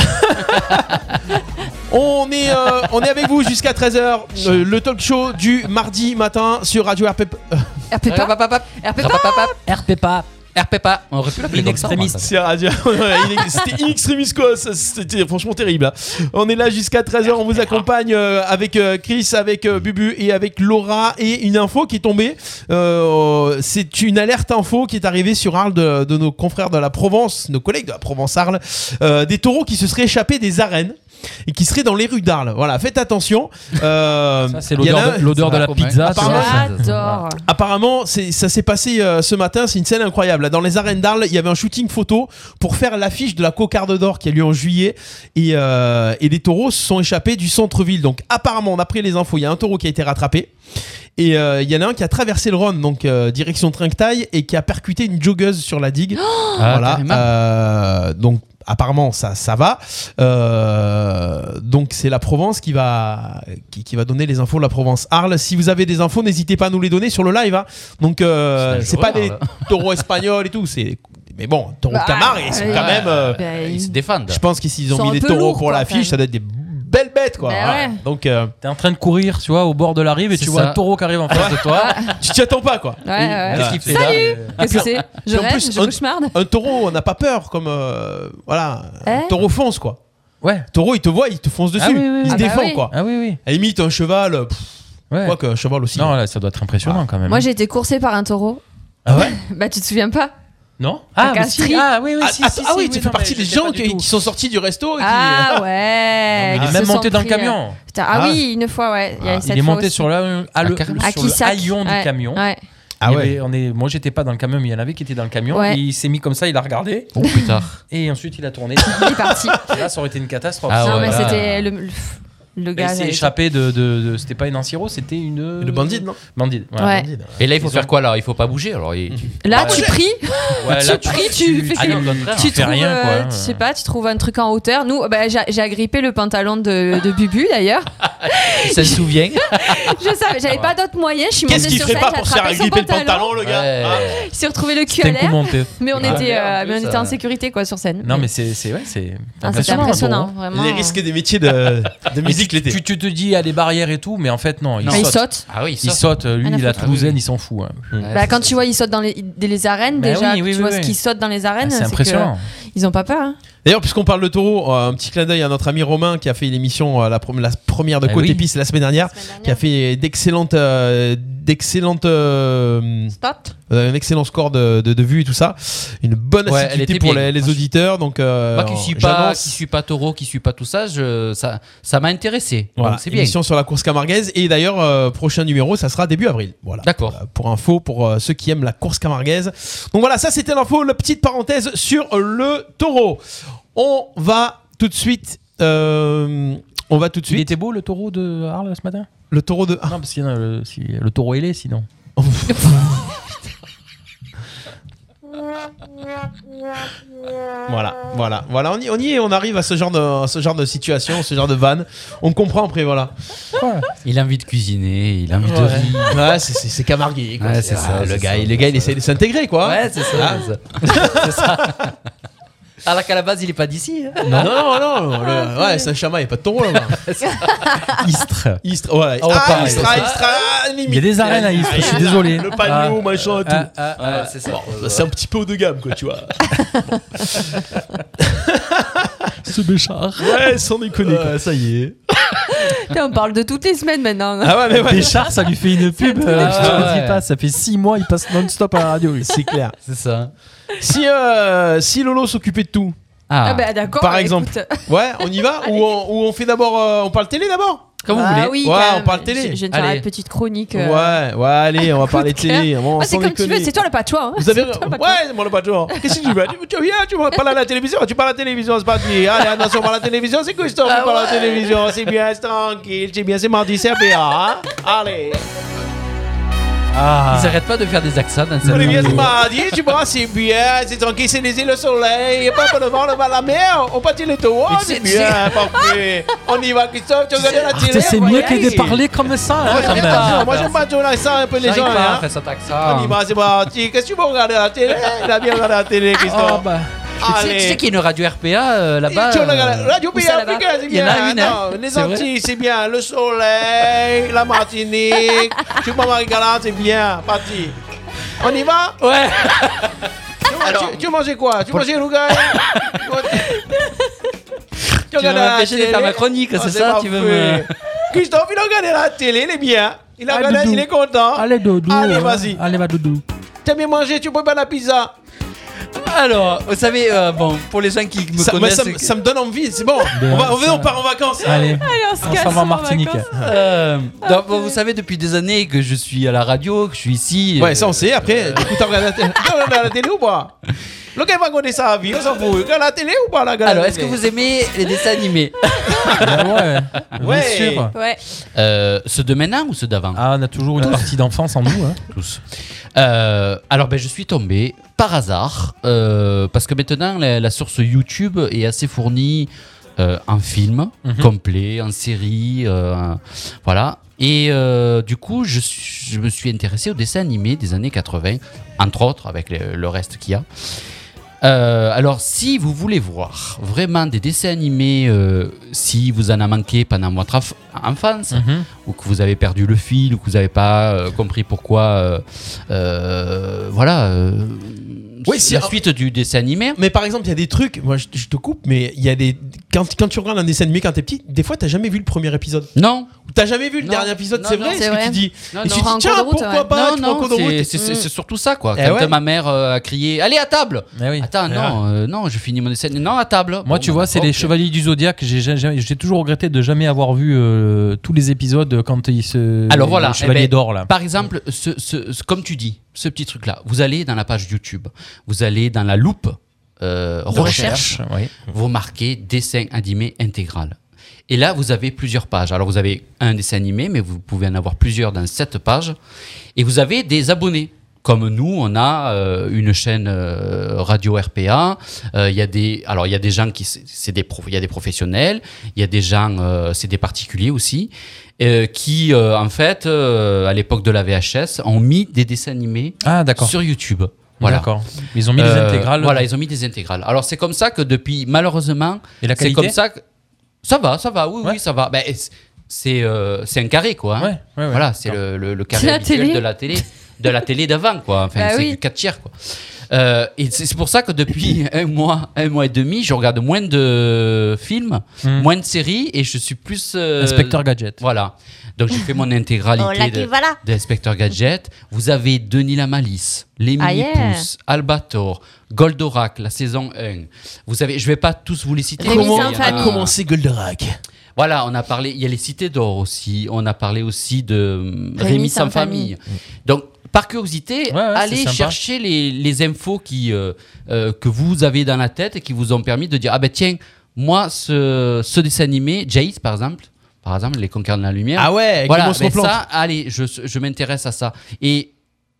[SPEAKER 3] On est, euh, on est avec vous jusqu'à
[SPEAKER 4] (laughs)
[SPEAKER 3] 13h. euh, le talk show du mardi matin sur Radio RPP.
[SPEAKER 4] RP pas. RP pas.
[SPEAKER 5] RPPA. RPPA. On aurait pu l'appeler comme ça, moi, ça.
[SPEAKER 3] C'est (laughs) Radio. Il est- C'était in extremis, quoi. Ça, C'était franchement terrible. hein. On est là jusqu'à 13h. On vous accompagne euh, avec euh, Chris, avec euh, Bubu et avec Laura. Et une info qui est tombée. euh, C'est une alerte info qui est arrivée sur Arles de, de nos confrères de la Provence, nos collègues de la Provence-Arles. euh, des taureaux qui se seraient échappés des arènes et qui seraient dans les rues d'Arles. Voilà, faites attention. Euh,
[SPEAKER 6] Ça, c'est
[SPEAKER 3] il y en a
[SPEAKER 6] l'odeur
[SPEAKER 3] un-
[SPEAKER 6] de, l'odeur de la
[SPEAKER 5] Apparemment,
[SPEAKER 6] pizza. c'est
[SPEAKER 3] apparemment,
[SPEAKER 6] vrai, ça-
[SPEAKER 4] J'adore.
[SPEAKER 3] Apparemment, c'est- ça s'est passé euh, ce matin, c'est une scène incroyable. Dans les arènes d'Arles, il y avait un shooting photo pour faire l'affiche de la cocarde d'or qui a lieu en juillet. Et, euh, et les taureaux se sont échappés du centre-ville. Donc apparemment, d'après les infos, il y a un taureau qui a été rattrapé. Et euh, il y en a un qui a traversé le Rhône, donc euh, direction Trinquetaille, et qui a percuté une joggeuse sur la digue.
[SPEAKER 5] Ah,
[SPEAKER 3] voilà.
[SPEAKER 5] carrément.
[SPEAKER 3] euh, donc apparemment ça ça va. Euh, donc c'est la Provence qui va qui, qui va donner les infos de la Provence. Arles, si vous avez des infos, n'hésitez pas à nous les donner sur le live. hein. Donc euh,
[SPEAKER 5] C'est
[SPEAKER 3] c'est pas
[SPEAKER 5] dangereux,
[SPEAKER 3] des (laughs) taureaux espagnols et tout. C'est mais bon taureaux
[SPEAKER 4] Bah,
[SPEAKER 3] de Camargue, ils sont
[SPEAKER 4] oui.
[SPEAKER 3] quand même. euh,
[SPEAKER 4] Ben,
[SPEAKER 5] Ils se défendent.
[SPEAKER 3] je pense que s'ils
[SPEAKER 4] Ils
[SPEAKER 3] ont
[SPEAKER 4] sont
[SPEAKER 3] mis
[SPEAKER 4] un
[SPEAKER 3] des
[SPEAKER 4] peu
[SPEAKER 3] taureaux
[SPEAKER 4] lourds,
[SPEAKER 3] pour
[SPEAKER 4] quoi,
[SPEAKER 3] l'affiche,
[SPEAKER 4] quand
[SPEAKER 3] ça doit être des belles bêtes quoi.
[SPEAKER 4] Ben
[SPEAKER 3] Voilà.
[SPEAKER 4] ouais.
[SPEAKER 3] Donc euh,
[SPEAKER 6] T'es en train de courir, tu vois, au bord de la rive et
[SPEAKER 5] C'est
[SPEAKER 6] tu vois
[SPEAKER 5] ça.
[SPEAKER 6] un taureau qui arrive en face de toi.
[SPEAKER 3] tu t'y attends pas quoi.
[SPEAKER 4] Ouais, ouais.
[SPEAKER 5] Qu'est-ce
[SPEAKER 6] Ouais.
[SPEAKER 5] qu'il fait là
[SPEAKER 4] Qu'est-ce que c'est Je
[SPEAKER 3] puis en
[SPEAKER 4] rêve,
[SPEAKER 3] plus,
[SPEAKER 4] je
[SPEAKER 3] un-
[SPEAKER 4] cauchemarde.
[SPEAKER 3] Un taureau, on n'a pas peur comme euh, voilà. Un
[SPEAKER 4] Eh
[SPEAKER 3] taureau fonce quoi.
[SPEAKER 6] Ouais.
[SPEAKER 3] Taureau, il te voit, il te fonce dessus,
[SPEAKER 6] Ah oui, oui, oui.
[SPEAKER 3] il se
[SPEAKER 4] Ah bah
[SPEAKER 3] défend
[SPEAKER 4] oui.
[SPEAKER 3] quoi.
[SPEAKER 6] Ah oui, oui.
[SPEAKER 3] À la limite, un cheval, euh, pff,
[SPEAKER 6] Ouais.
[SPEAKER 3] quoi qu'un cheval aussi. Ah,
[SPEAKER 6] Non, là, ça doit être impressionnant quand même.
[SPEAKER 4] Moi, j'ai été coursée par un taureau. (laughs)
[SPEAKER 6] Ah ouais
[SPEAKER 4] Bah, tu te souviens pas
[SPEAKER 6] Non Ah, mais
[SPEAKER 4] Castries.
[SPEAKER 6] si. Ah oui, oui,
[SPEAKER 3] ah,
[SPEAKER 6] si,
[SPEAKER 3] ah,
[SPEAKER 6] si,
[SPEAKER 3] ah oui,
[SPEAKER 6] si,
[SPEAKER 3] tu fais
[SPEAKER 6] non,
[SPEAKER 3] partie
[SPEAKER 6] mais
[SPEAKER 3] des
[SPEAKER 6] j'étais pas
[SPEAKER 3] gens
[SPEAKER 6] du
[SPEAKER 3] qui,
[SPEAKER 6] tout.
[SPEAKER 3] qui sont sortis du resto
[SPEAKER 6] Oh,
[SPEAKER 3] et qui. euh,
[SPEAKER 4] Ah ouais.
[SPEAKER 6] Il
[SPEAKER 4] qui
[SPEAKER 6] est
[SPEAKER 4] se
[SPEAKER 6] même
[SPEAKER 4] sont
[SPEAKER 6] monté dans le
[SPEAKER 4] pris, euh,
[SPEAKER 6] camion.
[SPEAKER 4] Putain, Ah,
[SPEAKER 3] Ah.
[SPEAKER 4] oui, une fois, ouais. Il, y a eu cette
[SPEAKER 6] Il est
[SPEAKER 4] fois
[SPEAKER 6] monté
[SPEAKER 4] aussi.
[SPEAKER 6] sur la- à le-
[SPEAKER 5] carrément.
[SPEAKER 4] À
[SPEAKER 6] sur le
[SPEAKER 4] Kissack.
[SPEAKER 6] haillon du
[SPEAKER 4] Ouais,
[SPEAKER 6] camion.
[SPEAKER 4] Ouais.
[SPEAKER 6] Il y avait- on est, moi j'étais pas dans le camion, mais il y en avait qui étaient dans le camion.
[SPEAKER 4] Ouais.
[SPEAKER 6] Et il s'est mis comme ça, il a regardé,
[SPEAKER 5] Oh putain.
[SPEAKER 6] et ensuite il a (laughs) tourné.
[SPEAKER 4] Il est parti.
[SPEAKER 6] Et là, ça aurait été une catastrophe.
[SPEAKER 5] Ah
[SPEAKER 4] non,
[SPEAKER 5] ouais,
[SPEAKER 4] mais
[SPEAKER 5] là.
[SPEAKER 4] c'était le, le, le
[SPEAKER 6] Mais
[SPEAKER 4] gars. euh,
[SPEAKER 6] il s'est
[SPEAKER 4] j'avais-
[SPEAKER 6] échappé de, de- de- c'était pas une Anciro, c'était une.
[SPEAKER 3] Le bandit, non
[SPEAKER 6] Bandit. voilà.
[SPEAKER 4] Ouais.
[SPEAKER 3] Bandit, ouais.
[SPEAKER 5] Et là, il faut
[SPEAKER 6] Ils
[SPEAKER 5] faire
[SPEAKER 6] ont-
[SPEAKER 5] quoi là Il faut pas bouger alors. il- tu-
[SPEAKER 4] Là,
[SPEAKER 6] Ah Ouais.
[SPEAKER 4] tu pries,
[SPEAKER 6] Ouais,
[SPEAKER 4] Tu pries, tu fais
[SPEAKER 6] ah
[SPEAKER 4] que-
[SPEAKER 6] non, au contraire,
[SPEAKER 4] tu
[SPEAKER 6] on fait
[SPEAKER 4] trouves,
[SPEAKER 6] rien, quoi,
[SPEAKER 4] euh,
[SPEAKER 6] hein.
[SPEAKER 4] je sais pas, tu trouves un truc en hauteur. Nous, bah, j'ai j'ai agrippé le pantalon de, de Bubu
[SPEAKER 6] (laughs)
[SPEAKER 4] d'ailleurs.
[SPEAKER 5] Il s'en souvient.
[SPEAKER 4] Je savais, j'avais pas
[SPEAKER 6] Ah
[SPEAKER 4] d'autres moyens. Je suis montée
[SPEAKER 3] Qu'est-ce qu'il
[SPEAKER 4] sur
[SPEAKER 3] ferait
[SPEAKER 4] scène,
[SPEAKER 3] pas
[SPEAKER 4] j'ai
[SPEAKER 3] pour se faire
[SPEAKER 4] attrapé son
[SPEAKER 3] agripper le pantalon, le gars
[SPEAKER 5] Ouais.
[SPEAKER 3] hein
[SPEAKER 4] Il s'est retrouvé le cul
[SPEAKER 6] C'était Ah,
[SPEAKER 4] à
[SPEAKER 6] un coup
[SPEAKER 4] l'air,
[SPEAKER 6] monté.
[SPEAKER 4] mais on
[SPEAKER 5] Ouais.
[SPEAKER 4] était, euh,
[SPEAKER 5] En
[SPEAKER 4] mais on
[SPEAKER 5] plus,
[SPEAKER 4] était en
[SPEAKER 5] euh,
[SPEAKER 4] sécurité quoi sur scène.
[SPEAKER 6] Non, mais c'est, c'est, ouais, c'est
[SPEAKER 4] Ah, c'était impressionnant, vraiment.
[SPEAKER 3] Les risques des métiers de, de
[SPEAKER 6] Mais tu,
[SPEAKER 3] musique l'été.
[SPEAKER 6] tu, tu te dis, à des barrières et tout, mais en fait, non, il
[SPEAKER 5] Non.
[SPEAKER 4] Ah, il
[SPEAKER 6] saute.
[SPEAKER 4] saute.
[SPEAKER 5] Ah oui,
[SPEAKER 6] Il
[SPEAKER 5] ça.
[SPEAKER 6] saute, lui,
[SPEAKER 4] Rien à
[SPEAKER 6] il a
[SPEAKER 4] foutre.
[SPEAKER 6] Toulousaine, il s'en fout. hein.
[SPEAKER 4] Bah, quand tu vois, ils sautent dans les, des- les arènes
[SPEAKER 6] Bah
[SPEAKER 4] déjà.
[SPEAKER 6] oui,
[SPEAKER 4] que
[SPEAKER 6] oui,
[SPEAKER 4] tu
[SPEAKER 6] oui,
[SPEAKER 4] vois
[SPEAKER 6] oui. Ah,
[SPEAKER 4] ce qui saute dans les arènes.
[SPEAKER 6] C'est
[SPEAKER 4] Ah, que
[SPEAKER 6] impressionnant.
[SPEAKER 4] Ils ont pas peur. hein.
[SPEAKER 3] D'ailleurs, puisqu'on parle de taureau, euh, un petit clin d'œil à notre ami Romain qui a fait l'émission, euh, la, prom- la première de
[SPEAKER 6] Eh
[SPEAKER 3] Côté
[SPEAKER 6] oui.
[SPEAKER 3] Piste la semaine dernière, qui a fait d'excellentes. euh, d'excellentes. euh,
[SPEAKER 4] Stop.
[SPEAKER 3] euh, un excellent score de, de, de vues et tout ça. Une bonne
[SPEAKER 5] Ouais, elle
[SPEAKER 3] assiduité
[SPEAKER 5] était
[SPEAKER 3] pour
[SPEAKER 5] bien.
[SPEAKER 3] les, les
[SPEAKER 5] Moi, je-
[SPEAKER 3] auditeurs. Donc, euh,
[SPEAKER 5] Moi qui suis pas,
[SPEAKER 3] j'annonce-
[SPEAKER 5] qui suis pas taureau, qui suis pas tout ça, je, ça, ça m'a intéressé.
[SPEAKER 3] Voilà,
[SPEAKER 5] Donc c'est bien.
[SPEAKER 3] émission sur la course camarguaise. Et d'ailleurs, euh, prochain numéro, ça sera début avril. Voilà.
[SPEAKER 5] D'accord.
[SPEAKER 3] Euh, Pour info, pour euh, ceux qui aiment la course camarguaise. Donc voilà, ça c'était l'info, la petite parenthèse sur euh, le taureau. On va tout de suite. euh, on va tout de
[SPEAKER 6] Il
[SPEAKER 3] suite. Ah.
[SPEAKER 6] était beau le taureau de Arles ce matin
[SPEAKER 3] Le taureau de.
[SPEAKER 6] Non, parce qu'il y en a le, si- le taureau ailé, sinon.
[SPEAKER 3] Voilà, voilà, voilà. On y, on y est, on arrive à ce genre de, à ce genre de situation, ce genre de vanne. On comprend après, voilà.
[SPEAKER 5] Il a envie de cuisiner, il a envie de rire.
[SPEAKER 3] Ouais, c'est- c'est c'est camarguais. quoi.
[SPEAKER 5] Ouais, c'est
[SPEAKER 3] Ah,
[SPEAKER 5] ça,
[SPEAKER 3] Le
[SPEAKER 5] c'est
[SPEAKER 3] gars,
[SPEAKER 5] ça,
[SPEAKER 3] le
[SPEAKER 5] c'est
[SPEAKER 3] gars, il
[SPEAKER 5] ça.
[SPEAKER 3] essaie de s'intégrer, quoi.
[SPEAKER 5] Ouais, c'est ça. c'est
[SPEAKER 3] Ah.
[SPEAKER 5] ça. (laughs) C'est ça. Alors qu'à la base, il est pas d'ici. hein.
[SPEAKER 3] Non, non, non, non. le- ouais, Saint-Chamas, il n'y a pas de taureau là-bas.
[SPEAKER 6] Istres.
[SPEAKER 3] Istra, ouais.
[SPEAKER 6] Oh,
[SPEAKER 3] ah,
[SPEAKER 6] pareil.
[SPEAKER 3] Istra, Istra, ah, limite.
[SPEAKER 6] Il y a des arènes à
[SPEAKER 3] Ah,
[SPEAKER 6] Istres, je suis désolé.
[SPEAKER 3] Le panneau, machin et tout.
[SPEAKER 6] Ah, ah, ah.
[SPEAKER 5] c'est ça.
[SPEAKER 3] Bah, C'est un petit peu haut de gamme, quoi, tu
[SPEAKER 6] (laughs)
[SPEAKER 3] vois.
[SPEAKER 6] Ce béchard.
[SPEAKER 3] Ouais, sans déconner.
[SPEAKER 6] Euh, ça y est.
[SPEAKER 4] Putain, (laughs) on parle de toutes les semaines maintenant.
[SPEAKER 6] Ah
[SPEAKER 5] Ah
[SPEAKER 6] Béchard, ça lui fait une pub.
[SPEAKER 4] C'est
[SPEAKER 6] euh,
[SPEAKER 5] terrible.
[SPEAKER 6] je te
[SPEAKER 5] Ah ouais.
[SPEAKER 6] dis pas, ça fait 6 mois, il passe non-stop à la radio. lui.
[SPEAKER 3] C'est clair.
[SPEAKER 5] C'est ça.
[SPEAKER 3] Si, euh, si Lolo s'occupait de tout,
[SPEAKER 5] Ah,
[SPEAKER 4] Ah bah d'accord.
[SPEAKER 3] Par
[SPEAKER 4] bah,
[SPEAKER 3] exemple.
[SPEAKER 4] écoute.
[SPEAKER 3] ouais, on y
[SPEAKER 4] (laughs)
[SPEAKER 3] va Ou on, ou on fait d'abord. euh, on parle télé d'abord
[SPEAKER 5] comme vous
[SPEAKER 4] Ah
[SPEAKER 5] voulez.
[SPEAKER 4] oui,
[SPEAKER 3] Ouais,
[SPEAKER 4] quand
[SPEAKER 3] on
[SPEAKER 4] même.
[SPEAKER 3] parle télé.
[SPEAKER 4] Je, je viens de faire
[SPEAKER 5] Allez.
[SPEAKER 4] une petite chronique. euh.
[SPEAKER 3] Ouais, ouais, allez, on va parler
[SPEAKER 4] coup de cœur.
[SPEAKER 3] télé. Bon,
[SPEAKER 4] Ouais, c'est
[SPEAKER 3] sans
[SPEAKER 4] comme tu veux,
[SPEAKER 3] déconner.
[SPEAKER 4] c'est toi le pas de choix. hein.
[SPEAKER 3] Vous avez
[SPEAKER 4] C'est toi le pas de choix.
[SPEAKER 3] Ouais, moi le patron. Qu'est-ce que tu veux Tu- Tu viens, tu parles à la télévision, tu parles à la télévision, c'est parti. Allez, attention, on parle à la télévision, c'est cool, stop, on parle à la télévision, c'est bien, c'est tranquille, c'est bien, c'est mardi, c'est RPA. hein. Allez,
[SPEAKER 6] Ah,
[SPEAKER 5] Ils arrêtent pas de faire des accents dans cette
[SPEAKER 3] on est bien, c'est
[SPEAKER 5] vidéo.
[SPEAKER 3] mardi, tu vois, c'est bien, c'est tranquille, c'est les îles, le soleil, et pas pour le vent, le vent, la mer, on partit le toit,
[SPEAKER 5] Mais tu sais-
[SPEAKER 3] c'est
[SPEAKER 5] tu sais-
[SPEAKER 3] bien, parfait. On y va, Christophe, tu regardes la télé.
[SPEAKER 6] putain, c'est
[SPEAKER 3] voilà.
[SPEAKER 6] mieux que de parler comme ça. hein,
[SPEAKER 3] Moi,
[SPEAKER 6] quand
[SPEAKER 3] j'aime
[SPEAKER 6] même.
[SPEAKER 3] pas, moi, j'aime pas tourner ça un peu les
[SPEAKER 5] J'arrive
[SPEAKER 3] gens,
[SPEAKER 5] pas à
[SPEAKER 3] hein.
[SPEAKER 5] faire cet
[SPEAKER 3] On y
[SPEAKER 5] accent.
[SPEAKER 3] va, c'est parti. Qu'est-ce que tu veux regarder à la télé Il a bien regardé la télé,
[SPEAKER 6] Ah,
[SPEAKER 3] Christophe.
[SPEAKER 6] bah.
[SPEAKER 5] Tu sais, tu sais qu'il y a une radio RPA euh, là-bas.
[SPEAKER 3] Tu vois, la-
[SPEAKER 5] euh,
[SPEAKER 3] la Radio
[SPEAKER 4] où
[SPEAKER 3] Pays
[SPEAKER 4] ça, là-bas
[SPEAKER 3] Africain, c'est
[SPEAKER 5] Il y en a
[SPEAKER 3] bien.
[SPEAKER 5] une, hein.
[SPEAKER 3] Attends, les
[SPEAKER 5] C'est vrai.
[SPEAKER 3] Antilles, c'est bien. Le soleil, la
[SPEAKER 5] (laughs)
[SPEAKER 3] Martinique. tu vois, Marie-Galante, c'est bien. Parti. On y va
[SPEAKER 5] Ouais.
[SPEAKER 3] tu, tu, tu manges quoi Tu manges rougaille Tu
[SPEAKER 5] Tu vas
[SPEAKER 3] regardes la
[SPEAKER 5] m'empêcher de
[SPEAKER 3] télé
[SPEAKER 5] faire ma chronique,
[SPEAKER 3] Ah,
[SPEAKER 5] c'est ça Tu veux me.
[SPEAKER 3] parfait. Christophe, il a regardé la télé, il est bien. Il a
[SPEAKER 6] Ah,
[SPEAKER 3] regardé,
[SPEAKER 6] doudou.
[SPEAKER 3] il est content.
[SPEAKER 6] Allez, Doudou.
[SPEAKER 3] Allez,
[SPEAKER 6] euh,
[SPEAKER 3] vas-y.
[SPEAKER 6] Allez, va, Doudou.
[SPEAKER 3] T'aimes bien manger, tu peux pas la pizza.
[SPEAKER 5] Alors, vous savez, euh, bon, pour les gens qui me
[SPEAKER 3] Ça,
[SPEAKER 5] connaissent,
[SPEAKER 3] me, donne envie, c'est bon.
[SPEAKER 6] On va- on va- on
[SPEAKER 3] part en vacances.
[SPEAKER 6] Allez,
[SPEAKER 4] Allez, on se
[SPEAKER 6] on
[SPEAKER 4] casse,
[SPEAKER 6] s'en Ah, va en
[SPEAKER 4] on va en
[SPEAKER 6] Martinique.
[SPEAKER 4] vacances.
[SPEAKER 5] euh, donc, bon, vous savez, depuis des années que je suis à la radio, que je suis ici. euh,
[SPEAKER 3] Ouais, ça on sait. Après, du coup, t'as regardé la télé. T'as regardé la télé ou pas Le gars il va regarder sa vie, on s'en fout. Il Regarde la télé ou pas, la gars
[SPEAKER 5] Euh, Alors, est-ce que vous aimez les dessins animés
[SPEAKER 6] Ah ouais, bien
[SPEAKER 3] Ouais.
[SPEAKER 6] sûr.
[SPEAKER 4] Ouais.
[SPEAKER 5] euh, Ceux de maintenant ou ceux d'avant
[SPEAKER 6] Ah, on a toujours
[SPEAKER 5] Euh.
[SPEAKER 6] une partie d'enfance en
[SPEAKER 5] (laughs)
[SPEAKER 6] nous. hein.
[SPEAKER 5] tous. Euh, alors, ben, je suis tombé par hasard, euh, parce que maintenant, la, la source YouTube est assez fournie euh, en film complet, en série, euh, voilà. Et euh, du coup, je, suis- je me suis intéressé aux dessins animés des années 80, entre autres, avec le, le reste qu'il y a. Euh, alors, si vous voulez voir vraiment des dessins animés, euh, si vous en a manqué pendant votre enf- enfance,
[SPEAKER 6] Mhm.
[SPEAKER 5] ou que vous avez perdu le fil, ou que vous n'avez pas euh, compris pourquoi, euh, euh, voilà, euh,
[SPEAKER 3] Oui, si-
[SPEAKER 5] la suite du dessin animé.
[SPEAKER 3] Mais par exemple, il y a des trucs. Moi, je, je te coupe, mais il y a des. Quand, quand tu regardes un dessin animé quand t'es petit, des fois, t'as jamais vu le premier épisode.
[SPEAKER 5] Non,
[SPEAKER 3] Ou t'as jamais vu le
[SPEAKER 5] Non,
[SPEAKER 3] dernier épisode,
[SPEAKER 5] non,
[SPEAKER 3] c'est
[SPEAKER 5] non,
[SPEAKER 3] vrai,
[SPEAKER 4] c'est
[SPEAKER 3] ce que
[SPEAKER 4] vrai.
[SPEAKER 3] tu dis.
[SPEAKER 5] non,
[SPEAKER 3] Et tu
[SPEAKER 5] non.
[SPEAKER 3] te
[SPEAKER 4] prends
[SPEAKER 3] dis,
[SPEAKER 4] en
[SPEAKER 3] tiens,
[SPEAKER 4] cours de route,
[SPEAKER 3] pourquoi
[SPEAKER 4] ouais.
[SPEAKER 3] pas
[SPEAKER 5] Non,
[SPEAKER 3] tu
[SPEAKER 5] non,
[SPEAKER 3] prends en cours de
[SPEAKER 5] c'est-
[SPEAKER 3] route.
[SPEAKER 5] c'est
[SPEAKER 4] Mm.
[SPEAKER 5] c'est- c'est surtout ça, quoi.
[SPEAKER 3] Eh
[SPEAKER 5] Quand
[SPEAKER 3] ouais.
[SPEAKER 5] euh, ma mère euh, a crié Allez à table
[SPEAKER 6] Eh oui.
[SPEAKER 5] Attends,
[SPEAKER 6] Eh
[SPEAKER 5] non, euh, non, je finis mon dessin. Non, à table.
[SPEAKER 6] Moi,
[SPEAKER 5] Bon,
[SPEAKER 6] tu
[SPEAKER 5] bah,
[SPEAKER 6] vois, c'est
[SPEAKER 5] ok.
[SPEAKER 6] les Chevaliers du Zodiac. J'ai jamais- j'ai toujours regretté de jamais avoir vu euh, tous les épisodes quand ils se.
[SPEAKER 5] Alors voilà,
[SPEAKER 6] le Chevalier
[SPEAKER 5] eh ben,
[SPEAKER 6] d'or là.
[SPEAKER 5] Par exemple, ce, ce- ce- comme tu dis, ce petit truc-là, vous allez dans la page YouTube, vous allez dans la loupe euh, recherche,
[SPEAKER 6] oui.
[SPEAKER 5] vous marquez dessin animé intégral. Et là, vous avez plusieurs pages. Alors, vous avez un dessin animé, mais vous pouvez en avoir plusieurs dans cette page. Et vous avez des abonnés. Comme nous, on a euh, une chaîne euh, radio RPA. Euh, Il y a des, alors il y a des gens qui, c'est c'est des, prof- il y a des professionnels, il y a des gens, euh, c'est des particuliers aussi, euh, qui euh, en fait, euh, à l'époque de la VHS, ont mis des dessins animés
[SPEAKER 6] Ah d'accord.
[SPEAKER 5] sur YouTube. Voilà.
[SPEAKER 6] D'accord. Ils ont mis des
[SPEAKER 5] Euh,
[SPEAKER 6] intégrales.
[SPEAKER 5] Voilà, ils ont mis des intégrales. Alors c'est comme ça que depuis, malheureusement,
[SPEAKER 6] Et la
[SPEAKER 5] c'est
[SPEAKER 6] qualité.
[SPEAKER 5] comme ça que ça va, ça va, oui,
[SPEAKER 6] Ouais.
[SPEAKER 5] oui, ça va. Ben, c'est- c'est euh, c'est un carré quoi. hein.
[SPEAKER 6] Ouais, ouais, ouais.
[SPEAKER 5] Voilà, c'est
[SPEAKER 6] D'accord.
[SPEAKER 5] le, le- le carré
[SPEAKER 4] La
[SPEAKER 5] habituel
[SPEAKER 4] télé.
[SPEAKER 5] de la télé, de la télé d'avant quoi. Enfin,
[SPEAKER 4] Bah
[SPEAKER 5] c'est
[SPEAKER 4] oui.
[SPEAKER 5] du 4 tiers quoi. Euh, et c'est c'est pour ça que depuis (laughs) un mois, un mois et demi, je regarde moins de films,
[SPEAKER 6] Hmm.
[SPEAKER 5] moins de séries et je suis plus euh,
[SPEAKER 6] Inspecteur Gadget.
[SPEAKER 5] Voilà. Donc j'ai fait mon
[SPEAKER 4] Oh,
[SPEAKER 5] intégralité de- d'Inspecteur Gadget. Vous avez Denis la Malice, Les
[SPEAKER 4] Ah,
[SPEAKER 5] Mini
[SPEAKER 4] yeah.
[SPEAKER 5] Pouces, Albator, Goldorak, la saison 1. Vous avez, je vais pas tous vous les citer.
[SPEAKER 4] Rémi
[SPEAKER 5] mais
[SPEAKER 3] Comment, Ah,
[SPEAKER 5] il y en a-
[SPEAKER 4] Saint-Famille.
[SPEAKER 3] comment c'est Goldorak
[SPEAKER 5] voilà, on a parlé, il y a les cités d'or aussi, on a parlé aussi de Rémi, sans famille.
[SPEAKER 4] Mm.
[SPEAKER 5] Donc, par curiosité,
[SPEAKER 6] Ouais, ouais, c'est
[SPEAKER 5] allez
[SPEAKER 6] sympa.
[SPEAKER 5] chercher les, les infos qui, euh, euh, que vous avez dans la tête et qui vous ont permis de dire, ah ben tiens, moi, ce, ce dessin animé, Jace par exemple, par exemple, Les Conquérants de la Lumière,
[SPEAKER 3] Ah ouais,
[SPEAKER 5] voilà,
[SPEAKER 3] comment se
[SPEAKER 5] mais
[SPEAKER 3] replante
[SPEAKER 5] ça, allez, je, je m'intéresse à ça. Et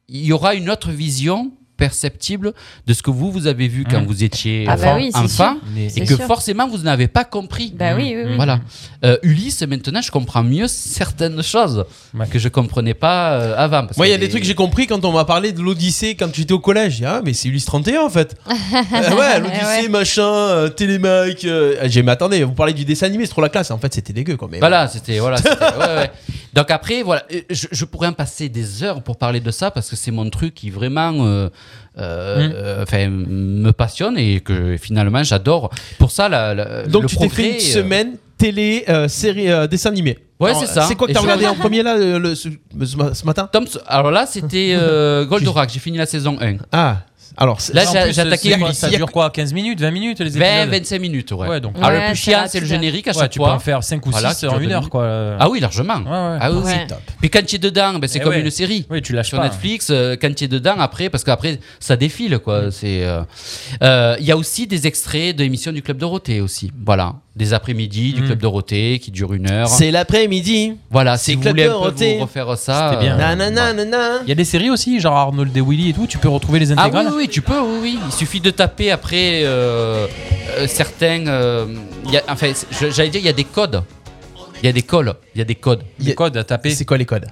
[SPEAKER 5] il y aura une autre vision perceptible de ce que vous, vous avez vu quand
[SPEAKER 6] Mhm.
[SPEAKER 5] vous étiez
[SPEAKER 4] Ah bah
[SPEAKER 5] enfant,
[SPEAKER 4] oui, c'est
[SPEAKER 5] enfant,
[SPEAKER 6] Les-
[SPEAKER 4] C'est
[SPEAKER 5] et que
[SPEAKER 4] sûr.
[SPEAKER 5] forcément, vous n'avez pas compris.
[SPEAKER 4] Bah oui, oui, oui.
[SPEAKER 5] Voilà. Euh, Ulysse, maintenant, je comprends mieux certaines choses
[SPEAKER 6] Ouais.
[SPEAKER 5] que je comprenais pas euh, avant. parce
[SPEAKER 3] Moi, il
[SPEAKER 5] que
[SPEAKER 3] y a des trucs que j'ai compris quand on m'a parlé de l'Odyssée quand tu étais au collège. J'ai dit, Ah, mais c'est Ulysse 31 en fait. Euh, ouais, l'Odyssée,
[SPEAKER 4] Ouais.
[SPEAKER 3] machin, euh, Télémaque. euh, J'ai mais attendez, vous parlez du dessin animé, c'est trop la classe. En fait, c'était dégueu quand même.
[SPEAKER 5] Voilà, c'était. Voilà, c'était- ouais, ouais. Donc après, voilà, euh, je, je pourrais en passer des heures pour parler de ça parce que c'est mon truc qui vraiment euh, euh,
[SPEAKER 6] Mm.
[SPEAKER 5] euh, enfin, me passionne et que finalement j'adore. Pour ça, la, la-
[SPEAKER 3] Donc,
[SPEAKER 5] le
[SPEAKER 3] tu t'es fait
[SPEAKER 5] progrès,
[SPEAKER 3] une
[SPEAKER 5] euh,
[SPEAKER 3] semaine
[SPEAKER 9] télé, euh, série, euh, dessin animé.
[SPEAKER 5] Ouais,
[SPEAKER 9] Alors,
[SPEAKER 5] c'est ça.
[SPEAKER 9] C'est quoi que
[SPEAKER 5] Et
[SPEAKER 9] t'as
[SPEAKER 5] je-
[SPEAKER 9] regardé en premier là euh, le- ce, ce- ce matin
[SPEAKER 5] Tom, alors là,
[SPEAKER 6] (laughs)
[SPEAKER 5] c'était euh, Goldorak. J'ai fini la saison 1.
[SPEAKER 9] Ah, alors c'est-
[SPEAKER 5] Là,
[SPEAKER 6] En
[SPEAKER 5] j'ai-
[SPEAKER 6] plus,
[SPEAKER 5] j'ai attaqué
[SPEAKER 6] c'est-
[SPEAKER 5] Ulysse.
[SPEAKER 6] Ça dure quoi 15 minutes 20 minutes les épisodes
[SPEAKER 5] 20-25 minutes, ouais.
[SPEAKER 6] Ouais, donc.
[SPEAKER 5] Alors,
[SPEAKER 4] Ouais,
[SPEAKER 5] le plus
[SPEAKER 4] ça
[SPEAKER 5] chiant,
[SPEAKER 4] va,
[SPEAKER 5] c'est le
[SPEAKER 4] tu vas.
[SPEAKER 5] générique à
[SPEAKER 6] Ouais,
[SPEAKER 5] chaque
[SPEAKER 6] tu peux
[SPEAKER 5] fois.
[SPEAKER 6] en faire 5 ou
[SPEAKER 5] Voilà,
[SPEAKER 6] 6
[SPEAKER 5] qui dure
[SPEAKER 6] en
[SPEAKER 5] deux
[SPEAKER 6] une heure,
[SPEAKER 5] minutes.
[SPEAKER 6] quoi. euh.
[SPEAKER 5] Ah oui, largement.
[SPEAKER 6] ouais.
[SPEAKER 5] Ah oui, oui.
[SPEAKER 4] Ouais.
[SPEAKER 5] Puis quand tu es dedans, ben, c'est
[SPEAKER 6] Eh
[SPEAKER 5] comme
[SPEAKER 6] ouais.
[SPEAKER 5] une série.
[SPEAKER 6] Oui, tu lâches
[SPEAKER 5] Sur
[SPEAKER 6] pas.
[SPEAKER 5] Netflix, euh, quand tu es dedans, après, parce qu'après, ça défile,
[SPEAKER 6] Mm.
[SPEAKER 5] quoi. C'est, euh, euh, Il y a aussi des extraits d'émissions du Club Dorothée aussi. Voilà. Des après-midi du
[SPEAKER 6] Mm.
[SPEAKER 5] Club Dorothée qui durent une heure.
[SPEAKER 9] c'est l'après-midi.
[SPEAKER 5] Voilà, si
[SPEAKER 9] c'est
[SPEAKER 5] vous
[SPEAKER 9] Club
[SPEAKER 5] voulez un peu
[SPEAKER 9] Dorothée.
[SPEAKER 5] vous refaire ça.
[SPEAKER 6] C'était bien.
[SPEAKER 5] euh,
[SPEAKER 9] Nanana, nanana.
[SPEAKER 6] Il y a des séries aussi, genre Arnold et Willy et tout, tu peux retrouver les
[SPEAKER 5] Ah oui,
[SPEAKER 6] intégrales
[SPEAKER 5] oui, oui, tu peux, oui, oui. Il suffit de taper après euh, euh, certains. euh, il y a- enfin, c'est- je- j'allais dire, il y a des codes. Il y a des cols, il y a des codes.
[SPEAKER 9] Il y
[SPEAKER 6] Les
[SPEAKER 9] a-
[SPEAKER 6] codes à taper.
[SPEAKER 9] C'est quoi les codes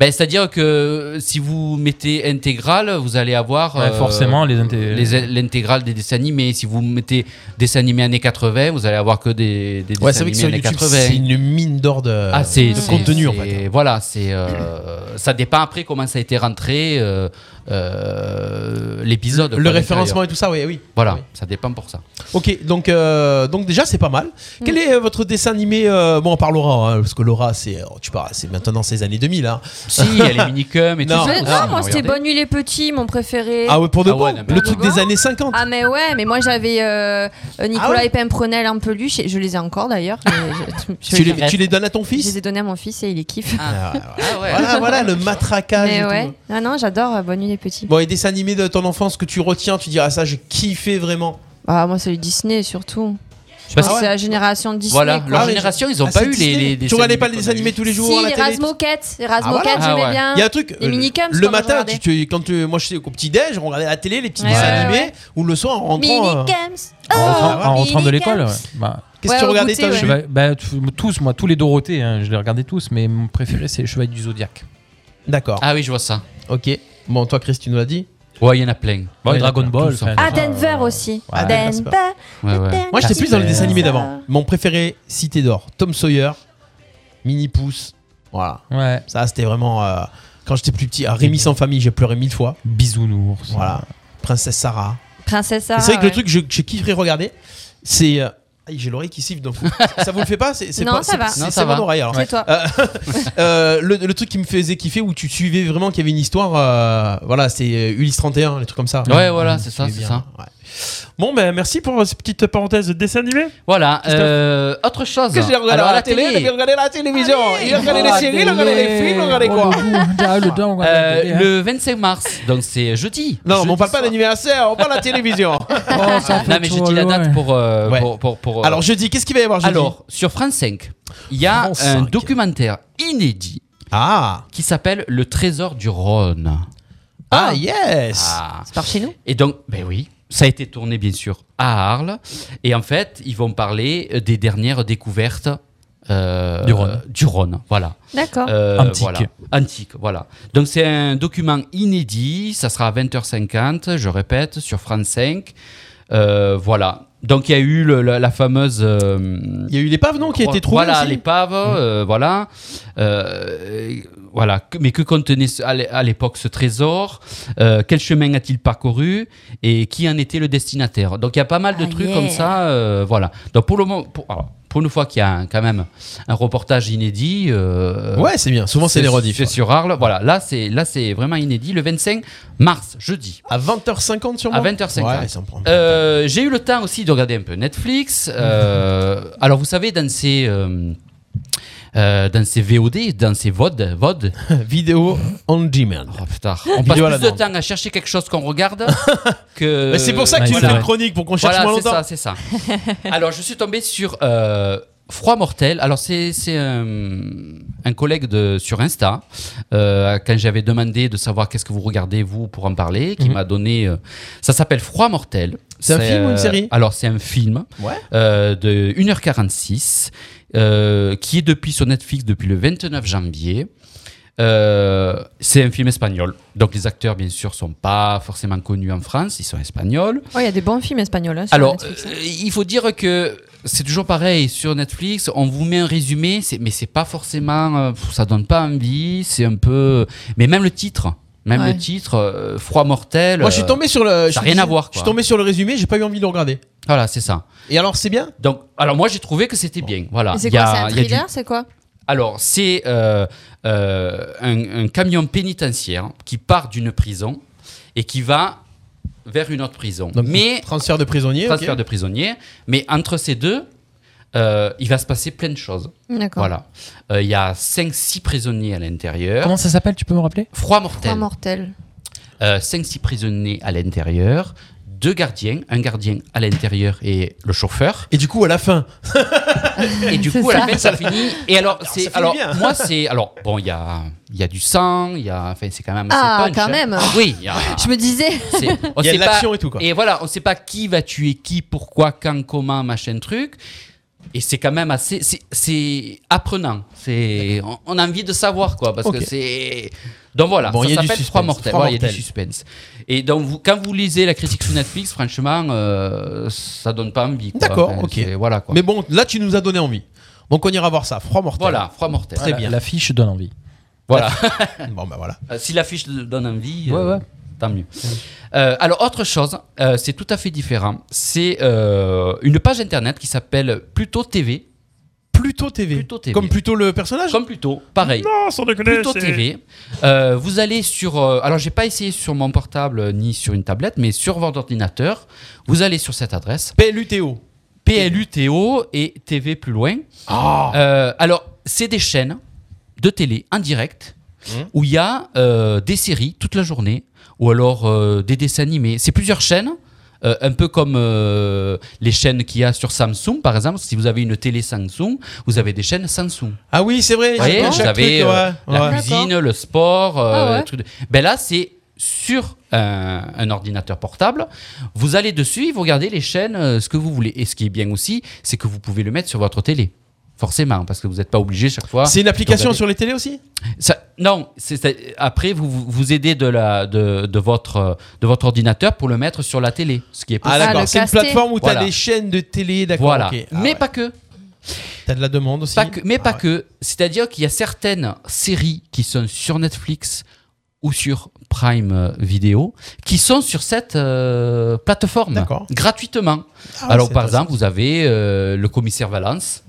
[SPEAKER 5] Ben, C'est-à-dire que si vous mettez intégrale, vous allez avoir.
[SPEAKER 6] Ouais,
[SPEAKER 5] euh,
[SPEAKER 6] forcément, les inté-
[SPEAKER 5] les- L'intégrale des dessins animés. Si vous mettez dessins animés années 80, vous allez avoir que des, des dessins
[SPEAKER 9] Ouais, c'est vrai
[SPEAKER 5] animés
[SPEAKER 9] que sur
[SPEAKER 5] années
[SPEAKER 9] YouTube,
[SPEAKER 5] 80.
[SPEAKER 9] c'est une mine d'or de,
[SPEAKER 5] Ah, c'est
[SPEAKER 9] de
[SPEAKER 5] c'est-
[SPEAKER 9] contenu en
[SPEAKER 5] c'est-
[SPEAKER 9] fait.
[SPEAKER 5] Voilà, c'est euh, ça dépend après comment ça a été rentré euh, euh, l'épisode.
[SPEAKER 9] Le
[SPEAKER 5] quoi,
[SPEAKER 9] référencement et tout ça, oui, oui.
[SPEAKER 5] Voilà,
[SPEAKER 9] Oui.
[SPEAKER 5] ça dépend pour
[SPEAKER 9] (laughs)
[SPEAKER 5] ça.
[SPEAKER 9] Ok, donc, euh, donc déjà c'est pas mal.
[SPEAKER 4] Mm.
[SPEAKER 9] Quel est euh, votre dessin animé euh, Bon, on parle Laura, hein, parce que Laura, c'est, oh, tu parles, c'est maintenant ces années 2000. Hein.
[SPEAKER 5] Si, il y a les minicums et
[SPEAKER 9] Non.
[SPEAKER 5] tout ça.
[SPEAKER 4] Mais
[SPEAKER 5] aussi,
[SPEAKER 4] non, ah, moi c'était
[SPEAKER 5] regardez.
[SPEAKER 4] Bonne Nuit les Petits, mon préféré.
[SPEAKER 9] Ah ouais, pour de
[SPEAKER 5] Ah
[SPEAKER 9] bon,
[SPEAKER 5] ouais, non, mais
[SPEAKER 9] le
[SPEAKER 5] pour
[SPEAKER 9] truc
[SPEAKER 4] de bon.
[SPEAKER 9] des années 50.
[SPEAKER 4] Ah mais ouais, mais moi j'avais euh, euh,
[SPEAKER 9] Ah
[SPEAKER 4] Nicolas
[SPEAKER 9] ouais
[SPEAKER 4] et Pimprenel en peluche, et je les ai
[SPEAKER 3] (laughs)
[SPEAKER 4] encore d'ailleurs. mais je- je-
[SPEAKER 9] tu,
[SPEAKER 4] je-
[SPEAKER 9] les, tu les donnes à ton
[SPEAKER 4] je
[SPEAKER 9] fils
[SPEAKER 4] (laughs) les ai donnés à mon fils et il les kiffe.
[SPEAKER 9] Ah, ouais, ouais.
[SPEAKER 5] Ah ouais.
[SPEAKER 9] Voilà, voilà le matraquage.
[SPEAKER 4] mais
[SPEAKER 9] et tout.
[SPEAKER 4] ouais, ah non, j'adore euh, Bonne Nuit les Petits.
[SPEAKER 9] Bon, et dessins animés de ton enfance que tu retiens, tu diras ah, ça, j'ai kiffé vraiment.
[SPEAKER 4] Ah, moi c'est Disney surtout. Je
[SPEAKER 5] Parce-
[SPEAKER 4] pense que c'est la génération Disney.
[SPEAKER 5] Bah, Voilà,
[SPEAKER 4] quoi.
[SPEAKER 5] leur
[SPEAKER 9] Ah, mais-
[SPEAKER 5] génération, ils n'ont
[SPEAKER 9] Ah,
[SPEAKER 5] pas
[SPEAKER 9] c'est
[SPEAKER 5] eu les,
[SPEAKER 9] Disney.
[SPEAKER 5] les
[SPEAKER 9] Tu
[SPEAKER 5] dessins
[SPEAKER 9] regardais pas les
[SPEAKER 5] animés
[SPEAKER 9] dessins animés tous les jours
[SPEAKER 4] Si,
[SPEAKER 9] à la
[SPEAKER 4] les
[SPEAKER 9] télé.
[SPEAKER 4] Rasmoquettes, les Rasmoquettes,
[SPEAKER 5] Ah,
[SPEAKER 4] j'aimais
[SPEAKER 5] ouais.
[SPEAKER 4] bien.
[SPEAKER 9] Il y a un truc.
[SPEAKER 4] Les
[SPEAKER 9] euh,
[SPEAKER 4] minicums, c'est quand
[SPEAKER 9] le
[SPEAKER 4] je
[SPEAKER 9] matin,
[SPEAKER 4] regardais.
[SPEAKER 9] tu, tu- quand tu- moi je sais qu'au petit déj, on regardait à la télé les petits
[SPEAKER 4] Ouais,
[SPEAKER 9] dessins
[SPEAKER 4] ouais,
[SPEAKER 9] animés,
[SPEAKER 4] ouais.
[SPEAKER 9] ou le soir en rentrant. euh,
[SPEAKER 4] Minicums. Oh,
[SPEAKER 6] En
[SPEAKER 9] Ah,
[SPEAKER 6] rentrant, en rentrant de
[SPEAKER 4] minicums.
[SPEAKER 6] l'école, ouais. Bah,
[SPEAKER 9] Qu'est-ce
[SPEAKER 4] Ouais,
[SPEAKER 9] que tu
[SPEAKER 4] au
[SPEAKER 9] regardais
[SPEAKER 4] goûter,
[SPEAKER 9] toi,
[SPEAKER 4] ouais.
[SPEAKER 9] Jules
[SPEAKER 6] Chevalier- bah, t- tous, moi, tous les Dorothées, hein, je les regardais tous, mais mon préféré c'est Chevalier du Zodiac.
[SPEAKER 9] D'accord.
[SPEAKER 5] Ah oui, je vois ça.
[SPEAKER 9] Ok. Bon, toi, Chris, tu nous l'as dit.
[SPEAKER 5] Ouais, il y en a plein.
[SPEAKER 6] Bon,
[SPEAKER 5] Ouais,
[SPEAKER 6] Dragon
[SPEAKER 5] tous,
[SPEAKER 6] Ball,
[SPEAKER 5] en fait.
[SPEAKER 6] enfin,
[SPEAKER 4] Ah, Denver aussi.
[SPEAKER 9] Ouais, Denver, c'est
[SPEAKER 4] Denver.
[SPEAKER 9] pas-
[SPEAKER 5] Ouais, ouais.
[SPEAKER 4] Denver.
[SPEAKER 9] Moi, j'étais plus dans le dessin animé
[SPEAKER 4] Bah, Ça.
[SPEAKER 9] d'avant. Mon préféré, Cité d'or, Tom Sawyer, Mini Pouce. Voilà.
[SPEAKER 6] Ouais.
[SPEAKER 9] Ça, c'était vraiment. euh, quand j'étais plus petit, à Rémi sans famille, j'ai pleuré mille fois.
[SPEAKER 6] Bisounours.
[SPEAKER 9] Voilà. Princesse Sarah.
[SPEAKER 4] Princesse
[SPEAKER 9] Et
[SPEAKER 4] Sarah.
[SPEAKER 9] c'est vrai que le
[SPEAKER 4] ouais.
[SPEAKER 9] truc que je, que je kifferais regarder, c'est. euh, aïe, j'ai l'oreille qui siffle d'un coup. ça vous le fait pas c'est, c'est
[SPEAKER 4] Non,
[SPEAKER 9] pas,
[SPEAKER 4] ça
[SPEAKER 9] c'est-
[SPEAKER 4] va.
[SPEAKER 9] C'est,
[SPEAKER 5] Non,
[SPEAKER 9] c'est
[SPEAKER 5] ça
[SPEAKER 9] mon
[SPEAKER 5] va.
[SPEAKER 9] oreille alors.
[SPEAKER 4] C'est toi.
[SPEAKER 9] Euh, euh, le, le truc qui me faisait kiffer où tu suivais vraiment qu'il y avait une histoire, euh, voilà, c'est euh, Ulysse 31, les trucs comme ça.
[SPEAKER 5] Ouais, voilà, c'est ça,
[SPEAKER 9] C'était
[SPEAKER 5] c'est
[SPEAKER 9] bien.
[SPEAKER 5] ça.
[SPEAKER 9] Ouais.
[SPEAKER 7] Bon, ben merci pour cette petite parenthèse de dessin animé.
[SPEAKER 5] Voilà,
[SPEAKER 7] Christophe.
[SPEAKER 5] euh, autre chose.
[SPEAKER 9] que j'ai regardé
[SPEAKER 5] Alors,
[SPEAKER 9] à la télé,
[SPEAKER 5] euh,
[SPEAKER 9] j'ai regardé la télévision, j'ai regardé les séries, j'ai regardé les films, j'ai regardé
[SPEAKER 6] Oh,
[SPEAKER 9] quoi
[SPEAKER 5] euh,
[SPEAKER 6] hein.
[SPEAKER 5] le 25 mars, donc c'est jeudi.
[SPEAKER 9] hein. Non,
[SPEAKER 5] Jeudi
[SPEAKER 9] mais on parle pas
[SPEAKER 5] soir.
[SPEAKER 9] d'anniversaire, on parle de la
[SPEAKER 5] (laughs)
[SPEAKER 9] télévision.
[SPEAKER 5] Ah, Non, mais je dis la date pour, euh,
[SPEAKER 9] Ouais.
[SPEAKER 5] pour, pour, pour, euh,
[SPEAKER 9] Alors jeudi, qu'est-ce qu'il va y avoir jeudi
[SPEAKER 5] alors, sur France 5, il y a
[SPEAKER 9] France
[SPEAKER 5] un
[SPEAKER 9] 5.
[SPEAKER 5] documentaire inédit
[SPEAKER 9] ah,
[SPEAKER 5] qui s'appelle Le Trésor du Rhône.
[SPEAKER 9] ah yes.
[SPEAKER 5] Ah.
[SPEAKER 4] C'est par chez nous.
[SPEAKER 5] Et donc, ben oui, ça a été tourné bien sûr à Arles. Et en fait, ils vont parler euh, des dernières découvertes euh,
[SPEAKER 6] Du Rhône.
[SPEAKER 5] du Rhône, voilà.
[SPEAKER 4] D'accord.
[SPEAKER 5] Euh,
[SPEAKER 6] Antique.
[SPEAKER 5] Voilà. Antique, voilà. Donc c'est un document inédit, ça sera à 20h50, je répète, sur France 5. Euh, voilà. Donc il y a eu le- la, la fameuse... euh,
[SPEAKER 9] Il y a eu l'épave non qui a été trouvée
[SPEAKER 5] voilà,
[SPEAKER 9] aussi Mmh.
[SPEAKER 5] l'épave, euh, voilà. Euh, voilà. Que- Mais que contenait ce- à l'é- à l'époque ce trésor Euh, Quel chemin a-t-il parcouru Et qui en était le destinataire Donc il y a pas mal de
[SPEAKER 4] Ah,
[SPEAKER 5] trucs
[SPEAKER 4] yeah.
[SPEAKER 5] comme ça. euh, voilà. Donc pour le moment. Pour, alors, pour une fois qu'il y a un- quand même un reportage inédit. euh,
[SPEAKER 9] Ouais, c'est bien. Souvent c'est les rediffs.
[SPEAKER 5] C'est sur Arles. Voilà, là c'est là c'est vraiment inédit. Le 25 mars, jeudi.
[SPEAKER 9] À 20h50 sûrement
[SPEAKER 5] À 20h50.
[SPEAKER 9] Ouais, ça me prend.
[SPEAKER 5] Euh, j'ai eu le temps aussi de regarder un peu Netflix. Euh, alors, vous savez, dans ces, euh, euh, dans ces VOD, dans ces VOD, VOD
[SPEAKER 9] Vidéo on demand.
[SPEAKER 5] oh, putain, on passe
[SPEAKER 9] Vidéo à la
[SPEAKER 5] plus de
[SPEAKER 9] demande.
[SPEAKER 5] temps à chercher quelque chose qu'on
[SPEAKER 9] (laughs)
[SPEAKER 5] regarde que.
[SPEAKER 9] Mais c'est pour ça que
[SPEAKER 6] ouais,
[SPEAKER 9] tu nous
[SPEAKER 6] c'est
[SPEAKER 9] fais une
[SPEAKER 6] vrai.
[SPEAKER 9] chronique pour qu'on cherche
[SPEAKER 5] Voilà,
[SPEAKER 9] moins
[SPEAKER 5] c'est
[SPEAKER 9] longtemps.
[SPEAKER 5] ça, c'est ça. (laughs) Alors, je suis tombé sur euh, Froid Mortel. Alors, c'est c'est un, un collègue de, sur Insta, euh, quand j'avais demandé de savoir qu'est-ce que vous regardez, vous, pour en parler, qui m'a donné... euh, ça s'appelle Froid Mortel.
[SPEAKER 9] Mhm. C'est un film ou une
[SPEAKER 5] euh,
[SPEAKER 9] série
[SPEAKER 5] Alors, c'est un film
[SPEAKER 9] Ouais.
[SPEAKER 5] euh, de 1h46, euh, qui est depuis sur Netflix depuis le 29 janvier. Euh, c'est un film espagnol. Donc les acteurs, bien sûr, sont pas forcément connus en France, ils sont espagnols.
[SPEAKER 4] Oh, il y a des bons films espagnols. hein, sur
[SPEAKER 5] Alors,
[SPEAKER 4] Netflix.
[SPEAKER 5] euh, il faut dire que c'est toujours pareil sur Netflix. On vous met un résumé, c'est- mais c'est pas forcément, euh, pff, ça donne pas envie. C'est un peu, mais même le titre. Même
[SPEAKER 9] Ouais.
[SPEAKER 5] le titre, euh, Froid mortel.
[SPEAKER 9] Moi, je suis
[SPEAKER 5] euh,
[SPEAKER 9] tombé sur le. je
[SPEAKER 5] Ça
[SPEAKER 9] suis-
[SPEAKER 5] n'a rien à voir.
[SPEAKER 9] Je suis tombé sur le résumé, j'ai pas eu envie de le regarder.
[SPEAKER 5] Voilà, c'est ça.
[SPEAKER 9] Et alors, c'est bien
[SPEAKER 5] Donc, alors moi, j'ai trouvé que c'était bien. Voilà.
[SPEAKER 4] Et C'est
[SPEAKER 5] Il y
[SPEAKER 4] quoi
[SPEAKER 5] a-
[SPEAKER 4] C'est un
[SPEAKER 5] il y a du-
[SPEAKER 4] thriller C'est quoi
[SPEAKER 5] Alors, c'est euh, euh, un, un camion pénitentiaire qui part d'une prison et qui va vers une autre prison.
[SPEAKER 9] Donc,
[SPEAKER 5] mais
[SPEAKER 9] Transfert de prisonnier.
[SPEAKER 5] transfert
[SPEAKER 9] ok.
[SPEAKER 5] de prisonniers. Mais entre ces deux, euh, il va se passer plein de choses.
[SPEAKER 4] D'accord.
[SPEAKER 5] Voilà. Euh, Il y a 5-6 prisonniers à l'intérieur.
[SPEAKER 6] Comment ça s'appelle Tu peux me rappeler
[SPEAKER 5] Froid
[SPEAKER 4] Trois
[SPEAKER 5] mortel.
[SPEAKER 4] mortels.
[SPEAKER 5] 5-6 Euh, prisonniers à l'intérieur. Deux gardiens, un gardien à l'intérieur et le chauffeur.
[SPEAKER 9] Et du coup, à la fin.
[SPEAKER 5] Et
[SPEAKER 4] (laughs)
[SPEAKER 5] du
[SPEAKER 4] C'est
[SPEAKER 5] coup, à
[SPEAKER 4] ça.
[SPEAKER 5] la fin, ça finit. Et alors,
[SPEAKER 9] ça
[SPEAKER 5] c'est
[SPEAKER 9] finit
[SPEAKER 5] alors
[SPEAKER 9] bien.
[SPEAKER 5] moi, c'est alors bon, il y a il y a du sang, il y a enfin, c'est quand même assez
[SPEAKER 4] Ah,
[SPEAKER 5] punch,
[SPEAKER 4] quand
[SPEAKER 5] hein.
[SPEAKER 4] même.
[SPEAKER 5] Oui, il y a-
[SPEAKER 4] (laughs) Je me disais.
[SPEAKER 9] (laughs)
[SPEAKER 5] c'est- on
[SPEAKER 9] Il y a
[SPEAKER 5] sait
[SPEAKER 9] de
[SPEAKER 5] pas-
[SPEAKER 9] l'action et tout, quoi.
[SPEAKER 5] Et voilà, on sait pas qui va tuer qui, pourquoi, quand, comment, machin truc. Et c'est quand même assez, c'est- c'est apprenant. C'est, on, on a envie de savoir quoi, parce
[SPEAKER 9] Ok.
[SPEAKER 5] que c'est. Donc voilà,
[SPEAKER 9] Bon, il y
[SPEAKER 5] ça
[SPEAKER 9] a du
[SPEAKER 5] s'appelle
[SPEAKER 9] suspense,
[SPEAKER 5] Trois mortels.
[SPEAKER 9] Trois
[SPEAKER 5] Voilà, Il y a du
[SPEAKER 9] mortels.
[SPEAKER 5] suspense. Et donc vous, quand vous lisez la critique sur Netflix, franchement, euh, ça donne pas envie. quoi.
[SPEAKER 9] D'accord,
[SPEAKER 5] Enfin,
[SPEAKER 9] ok.
[SPEAKER 5] c'est- Voilà quoi.
[SPEAKER 9] Mais bon, là, tu nous as donné envie. Donc, on ira voir ça. Froid mortel.
[SPEAKER 5] Voilà, froid mortel.
[SPEAKER 9] Très
[SPEAKER 6] La-
[SPEAKER 9] bien.
[SPEAKER 6] L'affiche donne envie.
[SPEAKER 5] Voilà.
[SPEAKER 9] Bon, bah voilà.
[SPEAKER 5] Euh, si l'affiche donne envie,
[SPEAKER 6] Ouais,
[SPEAKER 5] euh,
[SPEAKER 6] ouais.
[SPEAKER 5] tant mieux. Euh, alors, autre chose, euh, c'est tout à fait différent. C'est euh, une page internet qui s'appelle Plutôt TV.
[SPEAKER 9] Plutôt TV.
[SPEAKER 5] Plutôt TV.
[SPEAKER 9] Comme plutôt le personnage
[SPEAKER 5] Comme Plutôt, pareil.
[SPEAKER 7] Non, sans déconner.
[SPEAKER 5] Plutôt
[SPEAKER 7] c'est-
[SPEAKER 5] TV. Euh, vous allez sur. euh, alors, j'ai pas essayé sur mon portable euh, ni sur une tablette, mais sur votre ordinateur, vous allez sur cette adresse
[SPEAKER 9] PLUTO.
[SPEAKER 5] PLUTO et TV plus loin.
[SPEAKER 9] Ah
[SPEAKER 5] Euh, alors, c'est des chaînes de télé en direct où il y a euh, des séries toute la journée ou alors euh, des dessins animés. C'est plusieurs chaînes. euh, un peu comme euh, les chaînes qu'il y a sur Samsung, par exemple, si vous avez une télé Samsung, vous avez des chaînes Samsung.
[SPEAKER 9] Ah oui, c'est vrai.
[SPEAKER 5] Vous voyez,
[SPEAKER 9] j'entends
[SPEAKER 5] vous
[SPEAKER 9] chaque
[SPEAKER 5] avez
[SPEAKER 9] truc,
[SPEAKER 5] euh,
[SPEAKER 9] ouais,
[SPEAKER 5] la
[SPEAKER 9] ouais.
[SPEAKER 5] cuisine, le sport, euh,
[SPEAKER 4] Ah ouais.
[SPEAKER 5] le truc de- Ben là, c'est sur un, un ordinateur portable. Vous allez dessus, et vous regardez les chaînes, euh, ce que vous voulez. Et ce qui est bien aussi, c'est que vous pouvez le mettre sur votre télé. Forcément, parce que vous n'êtes pas obligé chaque fois.
[SPEAKER 9] C'est une application
[SPEAKER 5] Regardez.
[SPEAKER 9] sur les télés aussi
[SPEAKER 5] Ça- non, c'est- c'est- après, vous vous- vous aidez de, la, de, de votre, euh, de votre ordinateur pour le mettre sur la télé, ce qui est
[SPEAKER 9] Ah
[SPEAKER 5] possible.
[SPEAKER 9] d'accord,
[SPEAKER 4] le
[SPEAKER 9] c'est une
[SPEAKER 4] casté.
[SPEAKER 9] plateforme où t'as
[SPEAKER 5] Voilà.
[SPEAKER 9] des chaînes de télé, d'accord.
[SPEAKER 5] voilà.
[SPEAKER 9] ok. Ah
[SPEAKER 5] mais
[SPEAKER 9] ouais.
[SPEAKER 5] pas que.
[SPEAKER 9] T'as de la demande aussi
[SPEAKER 5] Pas que- mais
[SPEAKER 9] Ah
[SPEAKER 5] pas
[SPEAKER 9] ouais.
[SPEAKER 5] que. C'est-à-dire qu'il y a certaines séries qui sont sur Netflix ou sur Prime euh, Video qui sont sur cette euh, plateforme
[SPEAKER 9] D'accord.
[SPEAKER 5] gratuitement.
[SPEAKER 9] Ah ouais,
[SPEAKER 5] Alors
[SPEAKER 9] c'est
[SPEAKER 5] par
[SPEAKER 9] intéressant.
[SPEAKER 5] exemple, vous avez euh, le commissaire Valence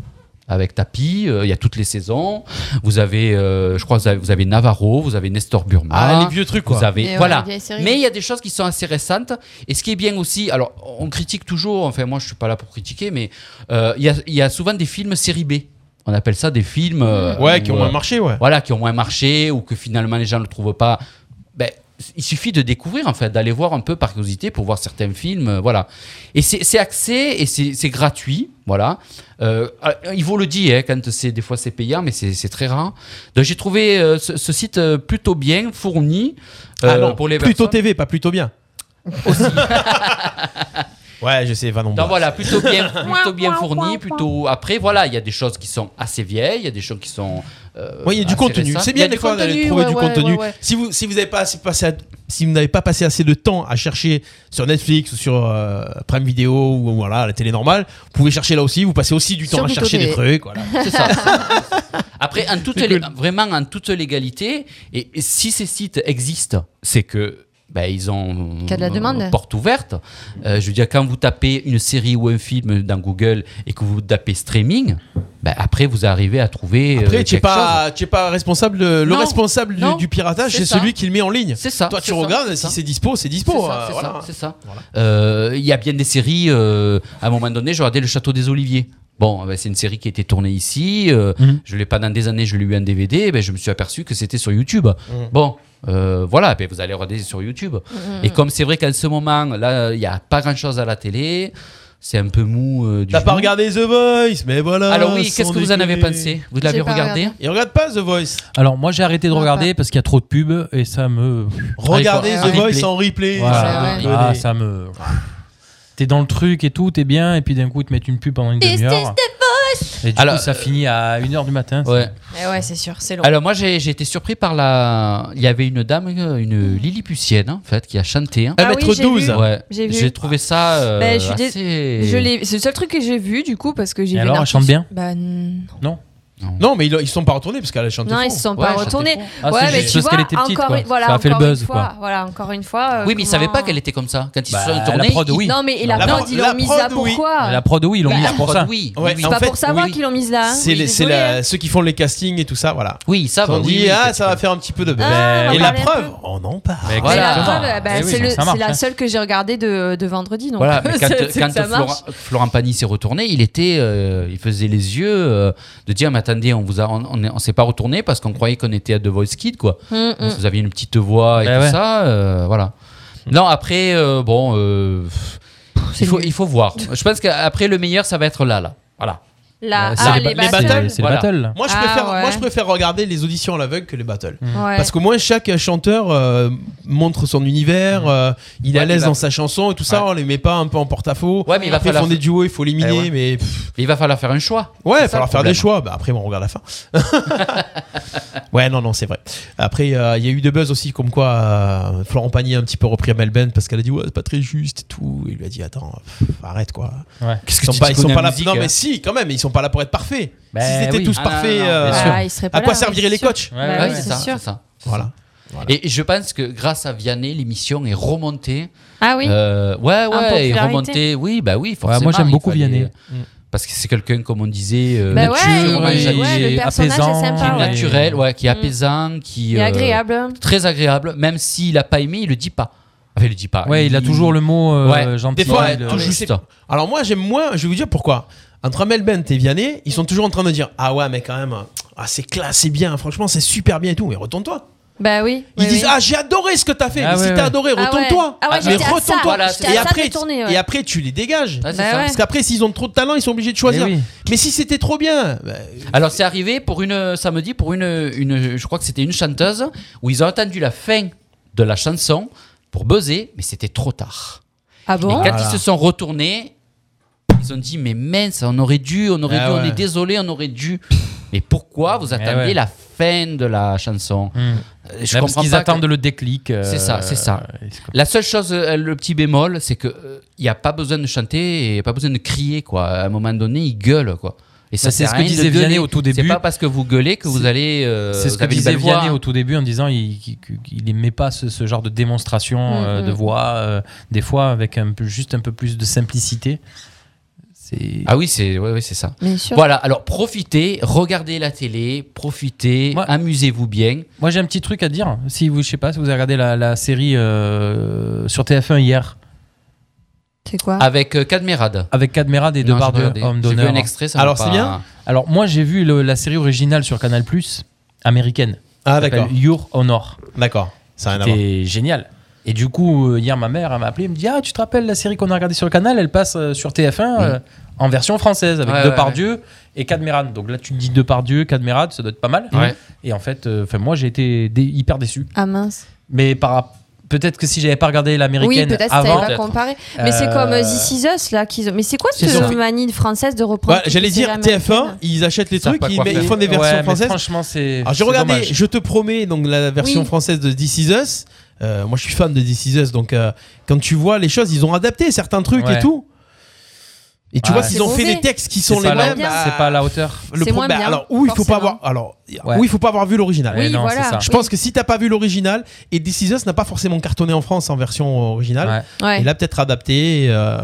[SPEAKER 5] avec Tapi, euh, il y a toutes les saisons. Vous avez, euh, je crois, que vous avez, vous avez Navarro, vous avez Nestor Burma.
[SPEAKER 9] Ah, les vieux trucs quoi.
[SPEAKER 5] Vous avez,
[SPEAKER 4] Et ouais,
[SPEAKER 5] voilà.
[SPEAKER 4] les vieilles séries.
[SPEAKER 5] Mais il y a des choses qui sont assez récentes. Et ce qui est bien aussi, alors on critique toujours, enfin moi je suis pas là pour critiquer, mais euh, il y, a, il y a souvent des films série B. On appelle ça des films. euh,
[SPEAKER 9] Ouais, qui
[SPEAKER 5] où,
[SPEAKER 9] ont
[SPEAKER 5] euh,
[SPEAKER 9] un marché, ouais.
[SPEAKER 5] Voilà, qui ont moins marché ou que finalement les gens ne le trouvent pas. Ben, il suffit de découvrir, en fait, d'aller voir un peu par curiosité pour voir certains films. euh, voilà. Et c'est c'est accès et c'est c'est gratuit. Voilà. Euh, ah, il vaut le dit, hein, quand c'est des fois c'est payant, mais c'est c'est très rare. Donc j'ai trouvé euh, ce, ce site euh, plutôt bien fourni euh,
[SPEAKER 9] Ah non,
[SPEAKER 5] pour les
[SPEAKER 9] plutôt
[SPEAKER 5] personnes.
[SPEAKER 9] TV, pas plutôt bien. (laughs) ouais, je sais, va non.
[SPEAKER 5] Donc voilà, plutôt
[SPEAKER 9] (laughs)
[SPEAKER 5] bien, plutôt bien fourni, plutôt. Après, voilà, il y a des choses qui sont assez vieilles, il y a des choses qui sont. euh,
[SPEAKER 9] Oui, il y a du
[SPEAKER 5] assez
[SPEAKER 9] contenu.
[SPEAKER 5] récentes.
[SPEAKER 9] C'est
[SPEAKER 5] Il y a
[SPEAKER 9] bien
[SPEAKER 5] du
[SPEAKER 9] des fois d'aller
[SPEAKER 5] contenu,
[SPEAKER 9] trouver
[SPEAKER 5] ouais,
[SPEAKER 9] du
[SPEAKER 5] ouais,
[SPEAKER 9] contenu.
[SPEAKER 5] ouais, ouais.
[SPEAKER 9] Si vous si vous n'avez pas assez passé à- si vous n'avez pas passé assez de temps à chercher sur Netflix ou sur euh, Prime Video ou voilà la télé normale, vous pouvez chercher là aussi. Vous passez aussi du
[SPEAKER 4] Sur
[SPEAKER 9] temps à
[SPEAKER 4] Pluto
[SPEAKER 9] chercher des
[SPEAKER 4] TV.
[SPEAKER 5] (laughs)
[SPEAKER 9] trucs. Voilà.
[SPEAKER 5] C'est ça. Après, en toute lé- vraiment en toute légalité, et et si ces sites existent, c'est que ben, ils ont
[SPEAKER 4] Qu'il y a de la
[SPEAKER 5] euh,
[SPEAKER 4] demande.
[SPEAKER 5] porte ouverte. Euh, je veux dire, quand vous tapez une série ou un film dans Google et que vous tapez streaming, ben, après vous arrivez à trouver. euh,
[SPEAKER 9] Après, tu n'es
[SPEAKER 5] quelque chose.
[SPEAKER 9] pas, tu es pas responsable. de- le
[SPEAKER 5] Non,
[SPEAKER 9] responsable du,
[SPEAKER 5] non,
[SPEAKER 9] du piratage,
[SPEAKER 5] c'est
[SPEAKER 9] c'est
[SPEAKER 5] ça.
[SPEAKER 9] celui qui le met en ligne.
[SPEAKER 5] C'est ça.
[SPEAKER 9] Toi, tu
[SPEAKER 5] c'est ça,
[SPEAKER 9] regardes,
[SPEAKER 5] c'est
[SPEAKER 9] si
[SPEAKER 5] ça.
[SPEAKER 9] c'est dispo, c'est dispo.
[SPEAKER 5] C'est
[SPEAKER 9] euh,
[SPEAKER 5] ça, c'est
[SPEAKER 9] voilà.
[SPEAKER 5] ça, c'est ça.
[SPEAKER 9] Voilà.
[SPEAKER 5] Euh, Il y a bien des séries. euh, à un moment donné, je regardais Le Château des Oliviers. Bon, ben, c'est une série qui a été tournée ici. euh,
[SPEAKER 6] Mhm.
[SPEAKER 5] Je l'ai pas dans des années, je l'ai eu en DVD. Ben, je me suis aperçu que c'était sur YouTube.
[SPEAKER 9] Mhm.
[SPEAKER 5] Bon. euh, voilà, ben, vous allez regarder sur YouTube.
[SPEAKER 4] Mhm.
[SPEAKER 5] Et comme c'est vrai qu'en ce moment, là, il n'y a pas grand chose à la télé, c'est un peu mou. euh, du
[SPEAKER 9] T'as pas
[SPEAKER 5] genou.
[SPEAKER 9] regardé The Voice, mais voilà.
[SPEAKER 5] Alors, oui,
[SPEAKER 9] sans
[SPEAKER 5] Ah, qu'est-ce que vous en avez
[SPEAKER 9] déconner.
[SPEAKER 5] pensé Ah, Vous
[SPEAKER 4] J'ai
[SPEAKER 5] l'avez
[SPEAKER 4] pas
[SPEAKER 5] regardé,
[SPEAKER 4] regardé.
[SPEAKER 9] Il regarde pas The Voice.
[SPEAKER 6] Alors moi j'ai arrêté de
[SPEAKER 4] Non,
[SPEAKER 6] regarder parce qu'il y a trop de pubs et ça me.
[SPEAKER 9] Regardez
[SPEAKER 5] quoi,
[SPEAKER 9] The
[SPEAKER 5] un
[SPEAKER 9] Voice
[SPEAKER 5] replay.
[SPEAKER 9] en replay.
[SPEAKER 6] Voilà.
[SPEAKER 4] ouais.
[SPEAKER 9] sans
[SPEAKER 6] Ah,
[SPEAKER 9] déconner.
[SPEAKER 6] ça me. T'es dans le truc et tout, t'es bien, et puis d'un coup, ils te mettent une pub pendant une
[SPEAKER 4] It's
[SPEAKER 6] demi-heure. Et du
[SPEAKER 5] Alors,
[SPEAKER 6] coup, ça finit à 1h du matin.
[SPEAKER 5] Ouais.
[SPEAKER 4] Mais ouais, c'est sûr, c'est long.
[SPEAKER 5] Alors moi j'ai j'ai été surpris par la... Il y avait une dame, euh,
[SPEAKER 4] Mhm.
[SPEAKER 5] une Lilliputienne en fait, qui a chanté. hein.
[SPEAKER 4] Ah oui,
[SPEAKER 9] 1m12.
[SPEAKER 4] j'ai vu.
[SPEAKER 5] Ouais.
[SPEAKER 4] j'ai vu.
[SPEAKER 5] J'ai trouvé ça euh,
[SPEAKER 4] Ben, je suis dé-
[SPEAKER 5] assez-
[SPEAKER 4] Je l'ai- C'est le seul truc que j'ai vu du coup parce que j'ai
[SPEAKER 6] Et
[SPEAKER 4] vu.
[SPEAKER 6] alors,
[SPEAKER 4] un
[SPEAKER 6] elle chante bien
[SPEAKER 4] Bah non.
[SPEAKER 6] Non
[SPEAKER 9] Non, mais ils, ils sont pas retournés parce qu'elle a chanté.
[SPEAKER 4] Non,
[SPEAKER 9] faux.
[SPEAKER 4] ils se sont pas
[SPEAKER 6] Ouais,
[SPEAKER 4] retournés.
[SPEAKER 6] chantait faux. Ah,
[SPEAKER 4] ouais,
[SPEAKER 6] c'est
[SPEAKER 4] mais
[SPEAKER 6] juste
[SPEAKER 4] tu
[SPEAKER 6] parce
[SPEAKER 4] vois,
[SPEAKER 6] qu'elle était petite,
[SPEAKER 4] encore,
[SPEAKER 6] quoi.
[SPEAKER 4] une- Voilà,
[SPEAKER 6] Ça a fait le
[SPEAKER 4] encore une
[SPEAKER 6] buzz,
[SPEAKER 4] fois,
[SPEAKER 6] quoi.
[SPEAKER 4] Voilà, encore une fois. euh,
[SPEAKER 5] Oui, mais ils savaient
[SPEAKER 4] comment-
[SPEAKER 5] pas qu'elle était comme ça. Quand ils
[SPEAKER 6] Bah,
[SPEAKER 5] se sont
[SPEAKER 6] la
[SPEAKER 5] tournés,
[SPEAKER 6] prod,
[SPEAKER 5] ils-
[SPEAKER 6] oui.
[SPEAKER 4] Non, mais et la,
[SPEAKER 9] La
[SPEAKER 4] prod,
[SPEAKER 9] prod-
[SPEAKER 4] ils
[SPEAKER 9] la
[SPEAKER 4] l'ont mise là
[SPEAKER 9] prod, oui.
[SPEAKER 4] pourquoi
[SPEAKER 6] La prod, oui, ils l'ont
[SPEAKER 5] Bah,
[SPEAKER 6] mise
[SPEAKER 5] la
[SPEAKER 6] pour
[SPEAKER 5] prod,
[SPEAKER 6] ça.
[SPEAKER 5] Oui,
[SPEAKER 9] Ouais,
[SPEAKER 5] oui,
[SPEAKER 4] C'est
[SPEAKER 9] en
[SPEAKER 5] oui.
[SPEAKER 4] pas
[SPEAKER 9] fait,
[SPEAKER 4] pour savoir
[SPEAKER 5] oui.
[SPEAKER 4] qu'ils l'ont mise là. hein.
[SPEAKER 9] C'est
[SPEAKER 4] Je suis
[SPEAKER 9] les- c'est
[SPEAKER 4] désolée, hein.
[SPEAKER 9] la- ceux qui font les castings et tout ça, voilà.
[SPEAKER 5] Oui, ça
[SPEAKER 9] Ils
[SPEAKER 5] va.
[SPEAKER 9] ont
[SPEAKER 5] oui,
[SPEAKER 9] dit,
[SPEAKER 5] oui,
[SPEAKER 9] ah, ça
[SPEAKER 5] effectivement.
[SPEAKER 9] va faire un petit peu de buzz.
[SPEAKER 4] Ah, on va
[SPEAKER 9] et la
[SPEAKER 4] parler un
[SPEAKER 9] preuve, on en parle.
[SPEAKER 6] Mais
[SPEAKER 4] Mais la
[SPEAKER 5] Voilà.
[SPEAKER 4] preuve, euh, bah,
[SPEAKER 6] Eh oui,
[SPEAKER 4] c'est
[SPEAKER 6] ça-
[SPEAKER 4] le-
[SPEAKER 6] ça marche,
[SPEAKER 4] c'est la
[SPEAKER 6] hein.
[SPEAKER 4] seule que j'ai regardée de, de vendredi. Donc (laughs)
[SPEAKER 5] Voilà, mais quand,
[SPEAKER 4] c'est- c'est que
[SPEAKER 5] quand
[SPEAKER 4] ça
[SPEAKER 5] Florent,
[SPEAKER 4] marche.
[SPEAKER 5] Florent Pagny s'est retourné, il était, euh, il faisait les yeux euh, de dire, mais attendez, on vous a, on, on est- on s'est pas retourné parce qu'on croyait qu'on était à The Voice Kid, quoi.
[SPEAKER 4] Hum, hum.
[SPEAKER 5] Parce que Vous aviez une petite voix et
[SPEAKER 6] Ben
[SPEAKER 5] tout
[SPEAKER 6] ouais.
[SPEAKER 5] ça, euh, voilà. Non, après, euh, bon, euh, pff,
[SPEAKER 4] c'est
[SPEAKER 5] il faut,
[SPEAKER 4] nul.
[SPEAKER 5] il faut voir. Je pense qu'après le meilleur, ça va être là, là. Voilà.
[SPEAKER 4] La,
[SPEAKER 6] Euh,
[SPEAKER 4] ah,
[SPEAKER 6] c'est
[SPEAKER 4] les,
[SPEAKER 9] ba- les
[SPEAKER 4] battles.
[SPEAKER 9] battles.
[SPEAKER 6] C'est c'est le
[SPEAKER 5] Voilà.
[SPEAKER 6] battle. là.
[SPEAKER 9] Moi je,
[SPEAKER 4] Ah,
[SPEAKER 9] préfère, moi,
[SPEAKER 4] ouais.
[SPEAKER 9] je préfère regarder les auditions à l'aveugle que les battles.
[SPEAKER 4] Ouais.
[SPEAKER 9] Parce qu'au moins, chaque chanteur euh, montre son univers, euh, il est
[SPEAKER 5] Mm.
[SPEAKER 9] à
[SPEAKER 5] Ouais,
[SPEAKER 9] l'aise
[SPEAKER 5] il va-
[SPEAKER 9] dans sa chanson et tout ça, on les met pas un peu en porte-à-faux.
[SPEAKER 5] Ouais, mais il va
[SPEAKER 9] Après, ils
[SPEAKER 5] falloir,
[SPEAKER 9] font des duos, il faut éliminer,
[SPEAKER 5] Eh ouais.
[SPEAKER 9] mais pff,
[SPEAKER 5] il va falloir faire un choix. C'est
[SPEAKER 9] ouais, il va
[SPEAKER 5] ça, le
[SPEAKER 9] falloir faire
[SPEAKER 5] problème.
[SPEAKER 9] des choix. Bah, après, bon, on regarde la fin. (laughs) ouais, non, non, c'est vrai. Après, euh, il y a eu de buzz aussi, comme quoi euh, Florent Pagny a un petit peu repris à Melbourne parce qu'elle a dit, ouais, c'est pas très juste et tout. Il lui a dit, attends, pff, arrête quoi.
[SPEAKER 6] Ouais.
[SPEAKER 5] Qu'est-ce
[SPEAKER 9] Ils sont
[SPEAKER 5] tu
[SPEAKER 9] pas,
[SPEAKER 5] dis
[SPEAKER 9] ils sont
[SPEAKER 5] qu'on
[SPEAKER 9] pas
[SPEAKER 5] est
[SPEAKER 9] là.
[SPEAKER 5] musique,
[SPEAKER 9] non,
[SPEAKER 5] hein
[SPEAKER 9] mais si, quand même, ils sont pas là pour être parfaits.
[SPEAKER 6] Ben
[SPEAKER 9] S'ils étaient
[SPEAKER 6] oui.
[SPEAKER 9] tous
[SPEAKER 5] Ah, non,
[SPEAKER 9] parfaits,
[SPEAKER 5] non, non,
[SPEAKER 9] euh,
[SPEAKER 5] bien
[SPEAKER 4] Bah,
[SPEAKER 5] sûr.
[SPEAKER 4] ils seraient pas
[SPEAKER 9] à quoi
[SPEAKER 4] là,
[SPEAKER 9] serviraient
[SPEAKER 4] oui,
[SPEAKER 9] les
[SPEAKER 4] c'est sûr.
[SPEAKER 9] coachs
[SPEAKER 6] Ouais, ouais,
[SPEAKER 4] Bah
[SPEAKER 5] Ouais,
[SPEAKER 4] oui,
[SPEAKER 6] ouais.
[SPEAKER 5] c'est
[SPEAKER 4] c'est
[SPEAKER 5] ça,
[SPEAKER 4] sûr.
[SPEAKER 5] c'est ça.
[SPEAKER 9] Voilà.
[SPEAKER 5] Et je pense que grâce à Vianney, l'émission est remontée.
[SPEAKER 4] Ah oui.
[SPEAKER 5] Euh, ouais, ouais, et
[SPEAKER 4] popularité.
[SPEAKER 5] remontée. Oui, bah oui,
[SPEAKER 6] moi,
[SPEAKER 5] forcément.
[SPEAKER 6] j'aime
[SPEAKER 5] il
[SPEAKER 6] beaucoup
[SPEAKER 5] fallait- euh,
[SPEAKER 6] Vianney.
[SPEAKER 9] Mm.
[SPEAKER 5] Parce que c'est quelqu'un, comme on disait, euh,
[SPEAKER 4] Bah ouais,
[SPEAKER 5] nature,
[SPEAKER 4] il est-
[SPEAKER 5] humanité,
[SPEAKER 4] ouais, le personnage est
[SPEAKER 6] apaisant,
[SPEAKER 4] sympa,
[SPEAKER 5] qui est
[SPEAKER 4] ouais.
[SPEAKER 5] naturel, ouais, qui est
[SPEAKER 4] Mm.
[SPEAKER 5] apaisant, qui
[SPEAKER 4] Il est
[SPEAKER 5] euh,
[SPEAKER 4] agréable.
[SPEAKER 5] très agréable. Même s'il a pas aimé, il le dit pas. Enfin, Ah, il le dit pas.
[SPEAKER 6] Ouais, il a toujours le mot euh,
[SPEAKER 5] Ouais.
[SPEAKER 6] gentil.
[SPEAKER 9] Des fois,
[SPEAKER 6] le-
[SPEAKER 5] tout
[SPEAKER 9] mais
[SPEAKER 5] juste. Ah,
[SPEAKER 9] c'est- Alors moi j'aime moins, je vais vous dire pourquoi. Entre Amel Bent et Vianney, ils sont toujours en train de dire Ah ouais, mais quand même, ah, c'est classe, c'est bien, franchement, c'est super bien et tout, mais retourne-toi.
[SPEAKER 4] Bah oui.
[SPEAKER 9] Ils
[SPEAKER 4] oui,
[SPEAKER 9] disent
[SPEAKER 4] oui.
[SPEAKER 9] Ah, j'ai adoré ce que t'as fait,
[SPEAKER 6] Ah
[SPEAKER 9] mais si
[SPEAKER 6] ouais,
[SPEAKER 9] t'as
[SPEAKER 6] ouais.
[SPEAKER 9] adoré,
[SPEAKER 4] Ah ouais.
[SPEAKER 9] retourne-toi.
[SPEAKER 4] Ah ouais,
[SPEAKER 9] mais
[SPEAKER 4] j'étais à ça,
[SPEAKER 9] retourne-toi.
[SPEAKER 5] j'étais
[SPEAKER 4] à
[SPEAKER 9] et,
[SPEAKER 4] ça de
[SPEAKER 9] après,
[SPEAKER 4] tourner, ouais.
[SPEAKER 9] et après, tu les dégages.
[SPEAKER 5] Ah, c'est
[SPEAKER 4] Bah
[SPEAKER 5] ça.
[SPEAKER 4] ouais.
[SPEAKER 9] Parce qu'après, s'ils ont trop de talent, ils sont obligés de choisir.
[SPEAKER 6] Eh oui.
[SPEAKER 9] Mais si c'était trop bien, bah,
[SPEAKER 5] Alors c'est arrivé pour une euh, samedi pour une, une je crois que c'était une chanteuse où ils ont attendu la fin de la chanson pour buzzer mais c'était trop tard.
[SPEAKER 4] Ah
[SPEAKER 5] Et
[SPEAKER 4] bon
[SPEAKER 5] quand
[SPEAKER 9] Voilà.
[SPEAKER 5] ils se sont retournés, ils ont dit mais mince on aurait dû on aurait
[SPEAKER 9] Ah
[SPEAKER 5] dû
[SPEAKER 9] ouais.
[SPEAKER 5] on est désolé on aurait dû mais pourquoi vous attendez
[SPEAKER 6] Eh ouais.
[SPEAKER 5] la fin de la chanson
[SPEAKER 6] Hmm.
[SPEAKER 5] Euh, Je
[SPEAKER 6] Là, parce
[SPEAKER 5] comprends
[SPEAKER 6] qu'ils
[SPEAKER 5] pas.
[SPEAKER 6] attendent
[SPEAKER 5] que-
[SPEAKER 6] le déclic. euh,
[SPEAKER 5] C'est ça, c'est ça.
[SPEAKER 6] euh, c'est quoi.
[SPEAKER 5] La seule chose euh, le petit bémol c'est que euh, il y a pas besoin de chanter et y a pas besoin de crier quoi. À un moment donné ils gueulent quoi. Et ça,
[SPEAKER 6] Bah, c'est
[SPEAKER 5] sert
[SPEAKER 6] ce
[SPEAKER 5] à
[SPEAKER 6] que
[SPEAKER 5] rien de
[SPEAKER 6] disait Vianney
[SPEAKER 5] gueuler.
[SPEAKER 6] au tout
[SPEAKER 5] C'est
[SPEAKER 6] début.
[SPEAKER 5] pas parce que vous gueulez que vous
[SPEAKER 6] C'est-
[SPEAKER 5] allez. euh,
[SPEAKER 6] C'est ce
[SPEAKER 5] vous
[SPEAKER 6] que
[SPEAKER 5] avez une
[SPEAKER 6] disait
[SPEAKER 5] belle voix.
[SPEAKER 6] Vianney au tout début en disant il- qu'il qu'il aimait pas ce, ce genre de démonstration euh,
[SPEAKER 4] Mm,
[SPEAKER 6] de
[SPEAKER 4] mm.
[SPEAKER 6] voix, euh, des fois avec un peu, juste un peu plus de simplicité. C'est.
[SPEAKER 5] Ah oui, c'est ouais, ouais, c'est ça.
[SPEAKER 4] Bien sûr.
[SPEAKER 5] Voilà, alors profitez, regardez la télé, profitez,
[SPEAKER 6] Moi-
[SPEAKER 5] amusez-vous bien.
[SPEAKER 6] Moi j'ai un petit truc à dire. Si vous, je sais pas, si vous avez regardé la, la série euh, sur TF1 hier
[SPEAKER 4] C'est quoi
[SPEAKER 5] Avec euh, Cadmerade.
[SPEAKER 6] avec Cadmerade et deux
[SPEAKER 5] Non,
[SPEAKER 6] barres
[SPEAKER 5] j'ai
[SPEAKER 6] de
[SPEAKER 5] regardé.
[SPEAKER 6] Homme
[SPEAKER 5] J'ai vu
[SPEAKER 6] d'honneur.
[SPEAKER 5] un extrait, ça m'a
[SPEAKER 9] Alors, c'est
[SPEAKER 5] pas-
[SPEAKER 9] bien
[SPEAKER 6] Alors moi j'ai vu le- la série originale sur Canal Plus américaine.
[SPEAKER 9] Ah,
[SPEAKER 6] Ça s'appelle
[SPEAKER 9] d'accord.
[SPEAKER 6] Your Honor.
[SPEAKER 9] D'accord. Ça a rien à voir.
[SPEAKER 6] C'était génial. Et du coup, euh, hier, ma mère elle m'a appelé, elle me dit Ah, tu te rappelles la série qu'on a regardée sur le canal Elle passe euh, sur TF1 euh, en version française avec
[SPEAKER 5] Ouais, ouais,
[SPEAKER 6] Depardieu et Cadmeran. Donc là, tu te dis Depardieu, Cadmeran, ça doit être pas mal.
[SPEAKER 5] Ouais.
[SPEAKER 6] Et en fait, euh, 'fin, moi, j'ai été dé- hyper déçu.
[SPEAKER 4] Ah mince.
[SPEAKER 6] Mais par rap- peut-être que si j'avais pas regardé
[SPEAKER 4] Oui,
[SPEAKER 6] l'américaine
[SPEAKER 4] peut-être que
[SPEAKER 6] avant.
[SPEAKER 4] t'avais pas comparé. Mais c'est
[SPEAKER 6] Euh,
[SPEAKER 4] comme euh, This Is Us là qu'ils ont. Mais c'est quoi
[SPEAKER 5] C'est ça.
[SPEAKER 4] cette manie française de reprendre
[SPEAKER 9] Ouais, Bah, J'allais
[SPEAKER 4] toutes
[SPEAKER 9] dire
[SPEAKER 4] les séries
[SPEAKER 9] TF1,
[SPEAKER 4] américaines
[SPEAKER 9] ils achètent les
[SPEAKER 5] Ils savent
[SPEAKER 9] trucs,
[SPEAKER 5] pas
[SPEAKER 9] ils,
[SPEAKER 5] quoi
[SPEAKER 9] mais ils
[SPEAKER 5] faire.
[SPEAKER 9] font des
[SPEAKER 6] Ouais,
[SPEAKER 9] versions
[SPEAKER 6] mais
[SPEAKER 9] françaises.
[SPEAKER 6] Franchement, c'est.
[SPEAKER 9] Alors j'ai
[SPEAKER 6] c'est
[SPEAKER 9] regardé,
[SPEAKER 6] dommage.
[SPEAKER 9] je te promets, donc la version
[SPEAKER 4] Oui.
[SPEAKER 9] française de This Is Us. Euh, moi je suis fan de This Is Us, donc euh, quand tu vois les choses, ils ont adapté certains trucs
[SPEAKER 6] Ouais.
[SPEAKER 9] et tout. Et tu
[SPEAKER 6] Ouais.
[SPEAKER 9] vois qu'ils ont
[SPEAKER 4] C'est
[SPEAKER 9] fait
[SPEAKER 4] mauvais.
[SPEAKER 9] des textes qui
[SPEAKER 6] C'est
[SPEAKER 9] sont les
[SPEAKER 6] pas la-
[SPEAKER 9] mêmes. bah,
[SPEAKER 6] C'est pas à la hauteur.
[SPEAKER 9] le
[SPEAKER 4] C'est moins
[SPEAKER 9] problème.
[SPEAKER 4] bien,
[SPEAKER 9] Alors où il faut pas
[SPEAKER 4] forcément.
[SPEAKER 9] avoir, alors
[SPEAKER 6] Ouais.
[SPEAKER 9] où il faut pas avoir vu l'original.
[SPEAKER 6] Ouais,
[SPEAKER 4] Oui,
[SPEAKER 6] non,
[SPEAKER 4] voilà.
[SPEAKER 6] c'est ça.
[SPEAKER 9] Je pense que si t'as pas vu l'original et This Is Us n'a pas forcément cartonné en France en version originale,
[SPEAKER 6] Ouais.
[SPEAKER 4] Ouais.
[SPEAKER 9] il a peut-être adapté. euh,